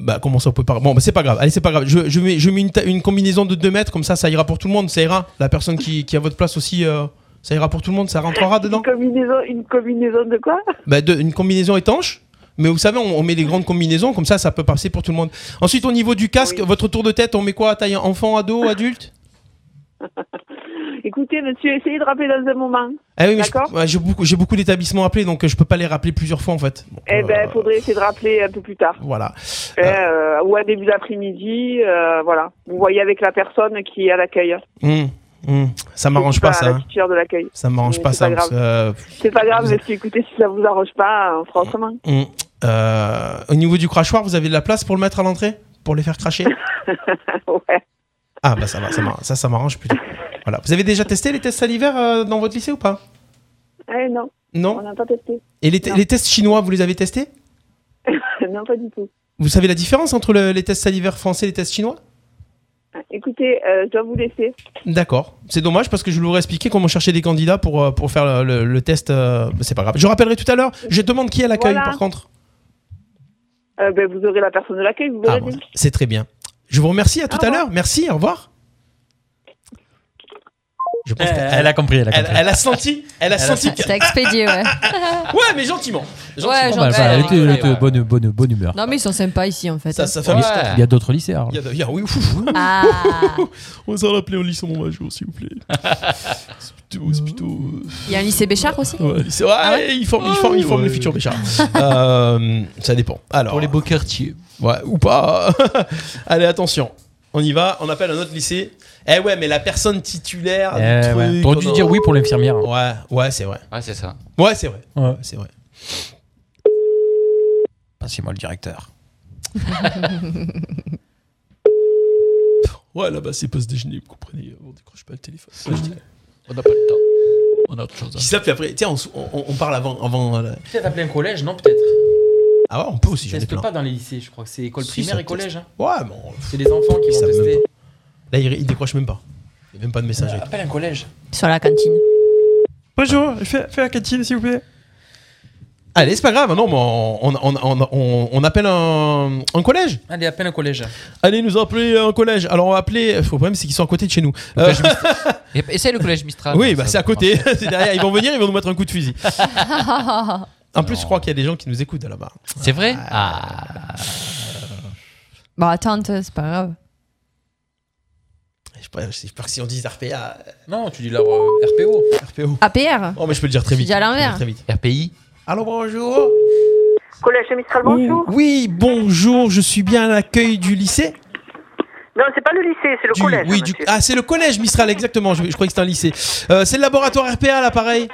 [SPEAKER 9] Bah comment ça on peut pas Bon bah c'est pas grave. Allez c'est pas grave. Je, je mets, je mets une, ta- une combinaison de 2 mètres comme ça ça ira pour tout le monde. Ça ira. La personne qui, qui a votre place aussi euh, ça ira pour tout le monde. Ça rentrera dedans.
[SPEAKER 12] Une combinaison, une combinaison de quoi
[SPEAKER 9] Bah de- une combinaison étanche. Mais vous savez on, on met les grandes combinaisons comme ça ça peut passer pour tout le monde. Ensuite au niveau du casque
[SPEAKER 12] Oui.
[SPEAKER 9] votre tour de tête on met quoi taille enfant ado adulte
[SPEAKER 12] Écoutez, monsieur, essayez de rappeler dans un moment.
[SPEAKER 9] Ah oui mais je-
[SPEAKER 12] D'accord.
[SPEAKER 9] ouais, j'ai beaucoup j'ai beaucoup d'établissements appelés donc euh, je peux pas les rappeler plusieurs fois en fait. Bon,
[SPEAKER 12] Eh ben,
[SPEAKER 9] euh,
[SPEAKER 12] faudrait essayer de rappeler un peu plus tard.
[SPEAKER 9] Voilà.
[SPEAKER 12] Eh, euh, ou à début d'après-midi, euh, voilà. Vous voyez avec la personne qui est à l'accueil.
[SPEAKER 9] Hum, hum. Ça m'arrange pas
[SPEAKER 12] Pas
[SPEAKER 9] ça.
[SPEAKER 12] La
[SPEAKER 9] hein.
[SPEAKER 12] titulaire de l'accueil.
[SPEAKER 9] Ça m'arrange
[SPEAKER 12] Mais
[SPEAKER 9] pas
[SPEAKER 12] c'est
[SPEAKER 9] ça
[SPEAKER 12] pas
[SPEAKER 9] parce que, euh,
[SPEAKER 12] C'est pas grave,
[SPEAKER 9] Vous-
[SPEAKER 12] mais si, écoutez, si ça vous arrange pas, on fera autrement.
[SPEAKER 9] Euh,
[SPEAKER 12] (laughs) (laughs)
[SPEAKER 9] Hum. Euh, au niveau du crachoir, vous avez de la place pour le mettre à l'entrée Pour les faire cracher Ah bah ça va, ça m'arrange, ça, ça m'arrange plutôt. Voilà. Vous avez déjà testé les tests salivaires euh, dans votre lycée ou pas
[SPEAKER 12] Eh, non.
[SPEAKER 9] Non.
[SPEAKER 12] On n'a pas testé. (laughs)
[SPEAKER 9] Et les, te- les tests chinois, vous les avez testés
[SPEAKER 12] non, pas du tout.
[SPEAKER 9] Vous savez la différence entre le- les tests salivaires français et les tests chinois
[SPEAKER 12] Écoutez, euh, je dois vous laisser.
[SPEAKER 9] D'accord. C'est dommage parce que je vous aurais expliqué comment chercher des candidats pour, euh, pour faire le, le- le test. euh, mais c'est pas grave. Je rappellerai tout à l'heure. Je demande qui est à l'accueil
[SPEAKER 12] Voilà.
[SPEAKER 9] par contre.
[SPEAKER 12] Euh, ben, vous aurez la personne de l'accueil, vous
[SPEAKER 9] Ah,
[SPEAKER 12] l'aurez
[SPEAKER 9] bon,
[SPEAKER 12] dit.
[SPEAKER 9] c'est très bien. Je vous remercie. À tout à l'heure. Merci. Au revoir. Je pense qu'elle-
[SPEAKER 6] Elle a compris, elle a
[SPEAKER 9] Euh, Elle,
[SPEAKER 6] compris.
[SPEAKER 9] elle a senti, elle a senti. que-
[SPEAKER 4] T'as expédié, ouais.
[SPEAKER 9] Ouais, mais gentiment.
[SPEAKER 4] Ouais,
[SPEAKER 6] Pas
[SPEAKER 4] genre,
[SPEAKER 6] mal,
[SPEAKER 4] ouais,
[SPEAKER 6] ça, elle
[SPEAKER 4] ouais.
[SPEAKER 6] était, elle était bonne, bonne, bonne humeur.
[SPEAKER 4] Non, mais ils sont sympas ici en fait.
[SPEAKER 9] Ça, ça fait un petit-
[SPEAKER 6] Il y a d'autres lycées. alors.
[SPEAKER 9] Il y a de- il y a- oui, ouf.
[SPEAKER 4] Ah.
[SPEAKER 7] On va s'en rappeler au lycée Montmajour, s'il vous plaît.
[SPEAKER 9] (laughs)
[SPEAKER 7] C'est plutôt. C'est plutôt.
[SPEAKER 4] Il y a un lycée Béchard aussi
[SPEAKER 9] Ouais, c'est- Ah ouais, ils forment, ils forment- ils
[SPEAKER 7] Ah
[SPEAKER 9] forment le futur Béchard. Euh, ça dépend. Alors, Pour les beaux quartiers. Ouais, ou pas. (laughs) Allez, attention. On y va, on appelle un autre lycée. Eh ouais, mais la personne titulaire. du
[SPEAKER 6] Eh
[SPEAKER 9] truc,
[SPEAKER 6] ouais. T'aurais dû
[SPEAKER 9] Ah, on-
[SPEAKER 6] dire oui pour l'infirmière.
[SPEAKER 9] Ouais, ouais, c'est vrai.
[SPEAKER 5] Ouais, c'est ça.
[SPEAKER 9] Ouais, c'est vrai.
[SPEAKER 6] Ouais.
[SPEAKER 9] C'est vrai.
[SPEAKER 6] Passez-moi le directeur.
[SPEAKER 7] Ouais, là-bas, c'est pause déjeuner, vous comprenez. On décroche pas le téléphone.
[SPEAKER 9] Ouais, je dis-
[SPEAKER 5] On n'a pas le temps. On a autre chose.
[SPEAKER 9] Qui ça, puis après, tiens, on, s- on- on parle avant. avant euh, la-
[SPEAKER 13] Peut-être appeler un collège, non Peut-être.
[SPEAKER 9] Ah ouais, on peut aussi,
[SPEAKER 13] Je
[SPEAKER 9] j'en ai
[SPEAKER 13] teste
[SPEAKER 9] plein.
[SPEAKER 13] pas dans les lycées, je crois que c'est école
[SPEAKER 9] Si,
[SPEAKER 13] primaire
[SPEAKER 9] ça
[SPEAKER 13] et collège. hein.
[SPEAKER 9] Ouais, mais on-
[SPEAKER 13] C'est les enfants qui
[SPEAKER 9] Ils
[SPEAKER 13] vont
[SPEAKER 9] savent même
[SPEAKER 13] tester.
[SPEAKER 9] Là, il, il décroche même pas. Il n'y a même pas de
[SPEAKER 5] Euh,
[SPEAKER 9] message.
[SPEAKER 13] Appelle un collège.
[SPEAKER 4] Sur la cantine.
[SPEAKER 7] Bonjour, je fais, fais la cantine, s'il vous plaît.
[SPEAKER 9] Allez, c'est pas grave, non, mais on, on- on- on- on appelle un, un collège.
[SPEAKER 13] Allez, appelle un collège.
[SPEAKER 9] Allez, nous appeler un collège. Alors, on va appeler. Le problème, c'est qu'ils sont à côté de chez nous. Euh,
[SPEAKER 5] Essaye le collège Mistral.
[SPEAKER 9] oui,
[SPEAKER 5] ça
[SPEAKER 9] bah,
[SPEAKER 5] va
[SPEAKER 9] c'est à côté.
[SPEAKER 5] marcher.
[SPEAKER 9] (laughs) c'est derrière. Ils vont venir, ils vont nous mettre un coup de (laughs) fusil. En plus,
[SPEAKER 5] Non.
[SPEAKER 9] je crois qu'il y a des gens qui nous écoutent là-bas.
[SPEAKER 5] C'est vrai Ah.
[SPEAKER 4] Bon, attends, c'est pas grave.
[SPEAKER 9] Je sais pas, je sais pas si on dit RPA.
[SPEAKER 13] Non, tu dis leur euh, RPO.
[SPEAKER 9] RPO.
[SPEAKER 4] APR
[SPEAKER 9] Oh, mais je peux le dire très
[SPEAKER 4] Tu
[SPEAKER 9] vite.
[SPEAKER 4] dis à l'envers.
[SPEAKER 9] Je peux le dire très vite.
[SPEAKER 5] RPI
[SPEAKER 9] Allô, bonjour.
[SPEAKER 12] Collège Mistral, bonjour.
[SPEAKER 9] Oui, bonjour, je suis bien à l'accueil du lycée.
[SPEAKER 12] Non, c'est pas le lycée, c'est le
[SPEAKER 9] Du-
[SPEAKER 12] collège.
[SPEAKER 9] oui, du- Ah, c'est le collège Mistral, exactement. Je, je croyais que c'était un lycée. Euh, c'est le laboratoire RPA, là, pareil.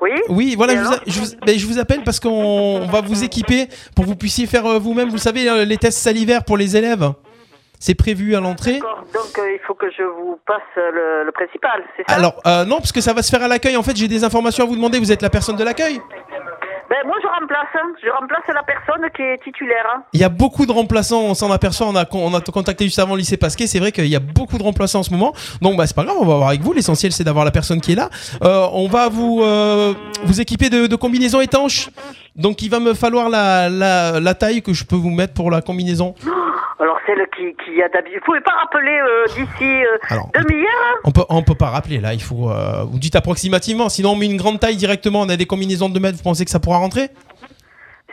[SPEAKER 12] Oui.
[SPEAKER 9] Oui, voilà, je vous, a- je vous- ben, je vous appelle parce qu'on on va vous équiper pour que vous puissiez faire euh, vous-même, vous savez, euh, les tests salivaires pour les élèves. C'est prévu à l'entrée.
[SPEAKER 12] Donc, euh, il faut que je vous passe euh, le, le principal, c'est ça
[SPEAKER 9] Alors, euh, non, parce que ça va se faire à l'accueil. En fait, j'ai des informations à vous demander. Vous êtes la personne de l'accueil
[SPEAKER 12] ben, Moi, je remplace. hein. Je remplace la personne qui est titulaire. hein.
[SPEAKER 9] Il y a beaucoup de remplaçants, on s'en aperçoit, on a, con- on a contacté juste avant le lycée Pasquet, c'est vrai qu'il y a beaucoup de remplaçants en ce moment, donc bah, c'est pas grave, on va voir avec vous, l'essentiel c'est d'avoir la personne qui est là. Euh, on va vous, euh, vous équiper de, de combinaisons étanches, donc il va me falloir la, la, la taille que je peux vous mettre pour la combinaison.
[SPEAKER 12] Alors, celle qui, qui a d'habitude. Vous pouvez pas rappeler euh, d'ici euh,
[SPEAKER 9] Alors,
[SPEAKER 12] demi-heure hein
[SPEAKER 9] on peut, on peut pas rappeler là, il faut, euh, vous dites approximativement, sinon on met une grande taille directement, on a des combinaisons de 2 mètres, vous pensez que ça pourra rentrer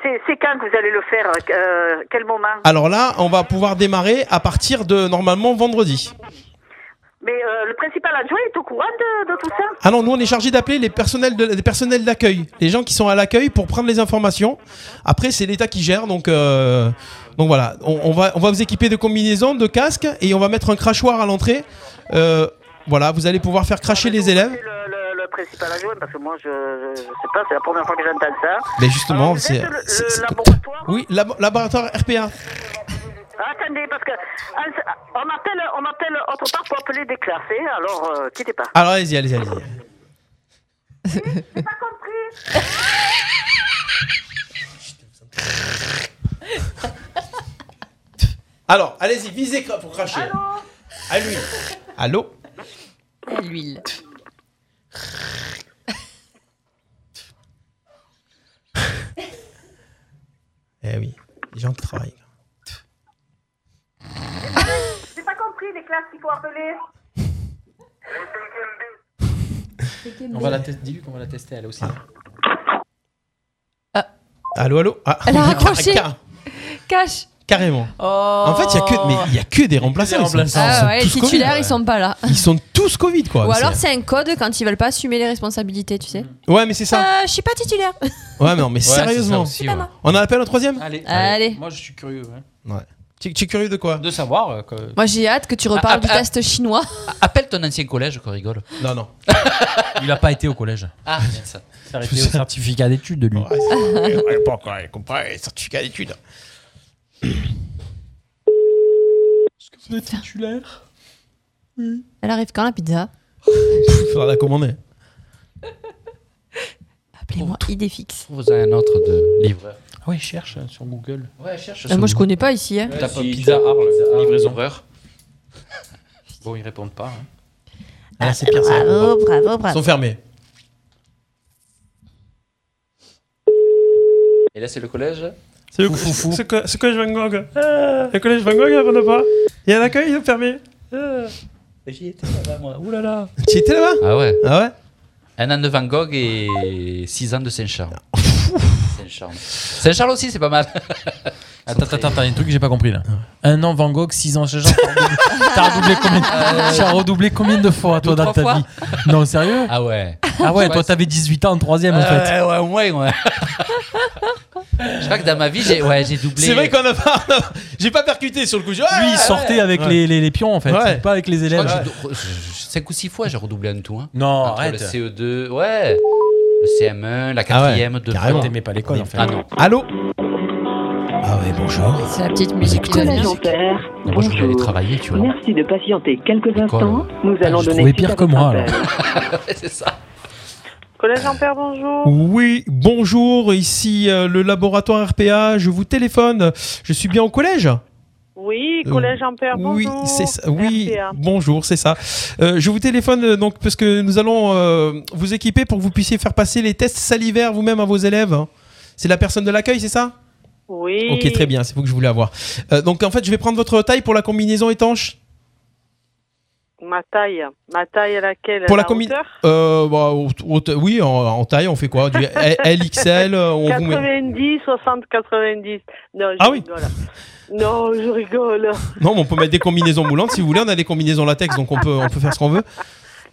[SPEAKER 12] C'est c'est quand que vous allez le faire euh, Quel moment
[SPEAKER 9] Alors là, on va pouvoir démarrer à partir de normalement vendredi.
[SPEAKER 12] Mais euh, le principal adjoint est au courant de, de tout ça
[SPEAKER 9] Ah non, nous on est chargé d'appeler les personnels de, les personnels d'accueil, les gens qui sont à l'accueil pour prendre les informations. Après c'est l'État qui gère, donc euh, donc voilà, on, on va on va vous équiper de combinaisons, de casques et on va mettre un crachoir à l'entrée. Euh, voilà, vous allez pouvoir faire cracher les élèves.
[SPEAKER 12] Le, le principal adjoint, parce que moi, je, je, je sais pas, c'est la première fois que j'entends ça.
[SPEAKER 9] Mais justement,
[SPEAKER 12] vous
[SPEAKER 9] c'est
[SPEAKER 12] êtes le-
[SPEAKER 9] c'est-
[SPEAKER 12] le
[SPEAKER 9] c'est-
[SPEAKER 12] laboratoire Ah,
[SPEAKER 9] oui labo- laboratoire RPA.
[SPEAKER 12] Attendez, parce que euh, on m'appelle, on m'appelle autre part pour appeler des classes, hein, alors euh, quittez pas.
[SPEAKER 9] Alors allez-y, allez-y, allez-y. (laughs) Alors, allez-y, visez cra- pour cracher. À lui. Allô
[SPEAKER 4] L'huile.
[SPEAKER 9] Eh oui, les gens qui travaillent.
[SPEAKER 12] J'ai pas compris les classes qu'il faut appeler.
[SPEAKER 13] On va la tester. Dis-lui qu'on va la tester, elle aussi.
[SPEAKER 9] Allô, allô Ah, (laughs)
[SPEAKER 4] Elle a raccroché.
[SPEAKER 9] car-
[SPEAKER 4] Cache
[SPEAKER 9] Carrément.
[SPEAKER 4] Oh.
[SPEAKER 9] En fait, il y a que mais il y a que des remplaçants, ils sont, ils sont
[SPEAKER 4] Ah ouais, les
[SPEAKER 9] tous Covid.
[SPEAKER 4] titulaires, ils sont pas là.
[SPEAKER 9] Ils sont tous Covid quoi.
[SPEAKER 4] Ou
[SPEAKER 9] C'est-
[SPEAKER 4] alors c'est un code quand ils veulent pas assumer les responsabilités, tu sais.
[SPEAKER 9] Ouais, mais c'est ça.
[SPEAKER 4] Euh, je suis pas titulaire.
[SPEAKER 9] Ouais, mais non, mais
[SPEAKER 13] c'est ça
[SPEAKER 9] sérieusement.
[SPEAKER 13] aussi, ouais.
[SPEAKER 9] On en appelle un troisième
[SPEAKER 13] Allez,
[SPEAKER 4] Allez.
[SPEAKER 13] Moi, je suis curieux. hein.
[SPEAKER 9] Ouais. Tu, tu es curieux de quoi
[SPEAKER 13] De savoir. euh, que...
[SPEAKER 4] Moi j'ai hâte que tu reparles
[SPEAKER 5] Ah, ah,
[SPEAKER 4] du
[SPEAKER 5] ah.
[SPEAKER 4] test chinois.
[SPEAKER 5] Appelle ton ancien collège qu'on rigole.
[SPEAKER 9] Non, non.
[SPEAKER 6] Il a pas été au collège.
[SPEAKER 5] (laughs) Ah, bien ça.
[SPEAKER 6] Il s'est arrêté au certificat d'études de lui.
[SPEAKER 9] Ouais, pas encore, elle comprend, elle est certificat d'études.
[SPEAKER 7] le titulaire.
[SPEAKER 4] Elle arrive quand la pizza
[SPEAKER 9] Il faudra la commander.
[SPEAKER 4] Appelez-moi Idéfix.
[SPEAKER 5] Vous avez un autre de livreur.
[SPEAKER 6] Ouais, cherche sur Google.
[SPEAKER 13] Ouais, cherche.
[SPEAKER 4] Euh, moi je connais pas ici. hein.
[SPEAKER 13] Tape pizza Arles, livraison. (laughs) Bon, ils répondent pas. hein.
[SPEAKER 9] Ah, c'est pire ça.
[SPEAKER 4] Bravo, bravo,
[SPEAKER 9] Ils
[SPEAKER 4] bravo.
[SPEAKER 9] sont fermés.
[SPEAKER 13] Et là, c'est le collège
[SPEAKER 7] C'est le c'est quoi- c'est quoi, Van Gogh Ah, Le collège Van Gogh, ils répondent pas. Il y a l'accueil, ils ont fermé. Ah.
[SPEAKER 13] J'y étais là-bas, moi. Ouh là là.
[SPEAKER 9] Tu étais là-bas
[SPEAKER 5] Ah ouais
[SPEAKER 9] Ah ouais
[SPEAKER 5] Un an de Van Gogh et 6 ans de Saint-Charles. (laughs) Saint-Charles. Saint-Charles aussi, c'est pas mal.
[SPEAKER 6] Attends, attends, attends, il y a un truc que j'ai pas compris là. Un an Van Gogh, 6 ans chez Jean. (laughs) T'as redoublé combien
[SPEAKER 5] Euh,
[SPEAKER 6] T'as redoublé combien de fois toi
[SPEAKER 5] deux,
[SPEAKER 6] dans
[SPEAKER 5] trois
[SPEAKER 6] ta
[SPEAKER 5] fois.
[SPEAKER 6] vie Non, sérieux
[SPEAKER 5] Ah ouais.
[SPEAKER 6] Ah
[SPEAKER 5] Je
[SPEAKER 6] ouais,
[SPEAKER 5] crois
[SPEAKER 6] toi
[SPEAKER 5] que
[SPEAKER 6] t'avais 18 ans en troisième en
[SPEAKER 9] Euh,
[SPEAKER 5] Ouais,
[SPEAKER 6] fait.
[SPEAKER 5] ouais, ouais, ouais. Je crois que dans ma vie, j'ai ouais, j'ai doublé.
[SPEAKER 9] C'est vrai qu'on a pas. J'ai pas percuté sur le coup. Ah, Lui,
[SPEAKER 6] Lui, il sortait avec les, les, les pions en fait,
[SPEAKER 5] Ouais.
[SPEAKER 6] pas avec les
[SPEAKER 5] Je crois
[SPEAKER 6] élèves.
[SPEAKER 5] que j'ai dou- je- je- Cinq ou six fois, j'ai redoublé en tout. hein.
[SPEAKER 9] Oh,
[SPEAKER 6] Non,
[SPEAKER 5] Entre
[SPEAKER 6] arrête.
[SPEAKER 5] Le CE2, ouais. Le CM1, la quatrième, deux
[SPEAKER 6] carrément.
[SPEAKER 5] fois.
[SPEAKER 6] T'aimais pas l'école, en fait.
[SPEAKER 5] Ah non.
[SPEAKER 9] Allô Ah ouais, bonjour.
[SPEAKER 4] C'est la petite musique. qui donne la musique.
[SPEAKER 5] Non, moi, je voulais aller travailler, tu vois.
[SPEAKER 14] Merci de patienter quelques
[SPEAKER 5] instants.
[SPEAKER 14] Nous
[SPEAKER 9] Ah,
[SPEAKER 14] allons
[SPEAKER 5] je
[SPEAKER 14] donner.
[SPEAKER 5] pire
[SPEAKER 14] que
[SPEAKER 5] moi,
[SPEAKER 13] c'est ça.
[SPEAKER 12] Collège Ampère, bonjour.
[SPEAKER 9] Oui, bonjour, ici euh, le laboratoire RPA, je vous téléphone. Je suis bien au collège
[SPEAKER 12] Oui,
[SPEAKER 9] Euh,
[SPEAKER 12] Collège Ampère, bonjour. hein.
[SPEAKER 9] Oui, c'est ça. Oui,
[SPEAKER 12] RPA.
[SPEAKER 9] bonjour, c'est ça. Euh, je vous téléphone euh, donc parce que nous allons euh, vous équiper pour que vous puissiez faire passer les tests salivaires vous-même à vos élèves. hein. C'est la personne de l'accueil, c'est ça
[SPEAKER 12] Oui.
[SPEAKER 9] Ok, très bien, c'est vous que je voulais avoir. Euh, donc en fait, je vais prendre votre taille pour la combinaison étanche.
[SPEAKER 12] Ma taille. Ma taille à laquelle
[SPEAKER 9] Pour la, combi-
[SPEAKER 12] combinaison
[SPEAKER 9] Euh, bah, au- au- oui, en, en taille, on fait quoi Du LXL, euh, on vous met.
[SPEAKER 12] 90, 60, 90. Non, je
[SPEAKER 9] Ah oui.
[SPEAKER 12] rigole. Non, je rigole.
[SPEAKER 9] Non, mais on peut mettre des combinaisons moulantes si vous voulez. On a des combinaisons latex, donc on peut, on peut faire ce qu'on veut.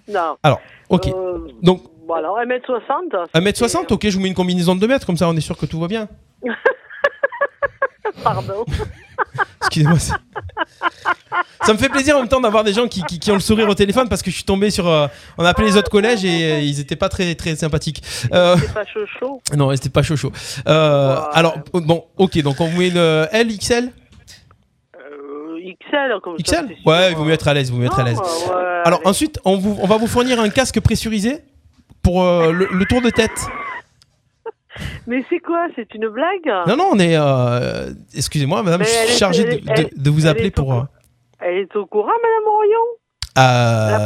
[SPEAKER 12] Non.
[SPEAKER 9] Alors, ok.
[SPEAKER 12] Euh,
[SPEAKER 9] Donc,
[SPEAKER 12] Voilà, 1m60.
[SPEAKER 9] 1m60, ok, je vous mets une combinaison de 2 mètres, comme ça on est sûr que tout va bien. (laughs)
[SPEAKER 12] Pardon.
[SPEAKER 9] Excusez-moi. Ça... ça me fait plaisir en même temps d'avoir des gens qui, qui- qui ont le sourire au téléphone parce que je suis tombé sur. euh, on a appelé les autres collèges et euh, ils étaient pas très, très sympathiques. Euh,
[SPEAKER 12] C'est pas chaud chaud.
[SPEAKER 9] non, c'était pas chaud chaud. Euh, Alors, bon, ok, donc on vous met une LXL
[SPEAKER 12] Euh, XL, comme ça,
[SPEAKER 9] XL
[SPEAKER 12] c'est sûr.
[SPEAKER 9] Ouais, vous mettre à l'aise, vous mettre à l'aise.
[SPEAKER 12] hein. Non, ouais,
[SPEAKER 9] Alors ensuite, on, vous, on va vous fournir un casque pressurisé pour euh, le, le tour de tête.
[SPEAKER 12] Mais c'est quoi C'est une blague
[SPEAKER 9] Non, non, on est. euh, Excusez-moi, madame,
[SPEAKER 12] Mais elle
[SPEAKER 9] je
[SPEAKER 12] est-
[SPEAKER 9] suis chargé de,
[SPEAKER 12] elle est-
[SPEAKER 9] de- de vous
[SPEAKER 12] elle
[SPEAKER 9] appeler
[SPEAKER 12] est
[SPEAKER 9] pour. euh,
[SPEAKER 12] Elle est au courant, Madame Orion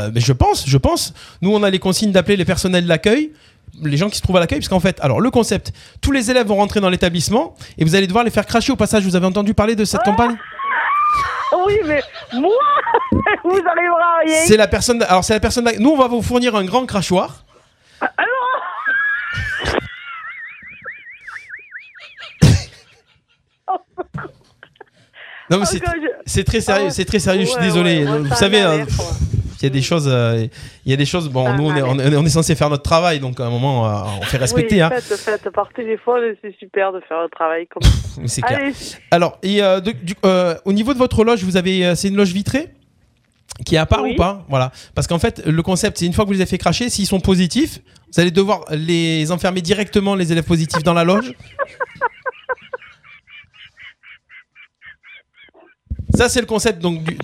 [SPEAKER 9] Euh, mais je pense, je pense. Nous, on a les consignes d'appeler les personnels de l'accueil, les gens qui se trouvent à l'accueil, parce qu'en fait, alors le concept, tous les élèves vont rentrer dans l'établissement et vous allez devoir les faire cracher au passage. Vous avez entendu parler de
[SPEAKER 12] Ah,
[SPEAKER 9] cette campagne
[SPEAKER 12] Oui, mais moi, (laughs) vous allez voir rien.
[SPEAKER 9] C'est la personne. Alors c'est la personne. d'ac- Nous, on va vous fournir un grand crachoir.
[SPEAKER 12] Ah,
[SPEAKER 9] Non mais c'est-
[SPEAKER 12] Encore, je-
[SPEAKER 9] c'est très sérieux,
[SPEAKER 12] Ah,
[SPEAKER 9] c'est très sérieux. Je suis
[SPEAKER 12] Oh, ouais,
[SPEAKER 9] désolé.
[SPEAKER 12] ouais, moi,
[SPEAKER 9] vous
[SPEAKER 12] ça
[SPEAKER 9] savez,
[SPEAKER 12] m'énerve,
[SPEAKER 9] hein, il y
[SPEAKER 12] Mm.
[SPEAKER 9] a des choses, euh, il y a des choses. Bon,
[SPEAKER 12] Ça
[SPEAKER 9] nous on est, on est- on est censé faire notre travail, donc à un moment euh, on fait respecter.
[SPEAKER 12] Oui,
[SPEAKER 9] hein.
[SPEAKER 12] faites, faites par téléphone, c'est super de faire le travail comme ça.
[SPEAKER 9] Mais C'est clair.
[SPEAKER 12] Allez.
[SPEAKER 9] Alors, et, euh, de- du- euh, au niveau de votre loge, vous avez, euh, c'est une loge vitrée qui est à part
[SPEAKER 12] Oui.
[SPEAKER 9] ou pas Voilà. Parce qu'en fait, le concept, c'est une fois que vous les avez fait cracher, s'ils sont positifs, vous allez devoir les enfermer directement, les élèves positifs, dans la loge. Ça, c'est le concept donc du. du-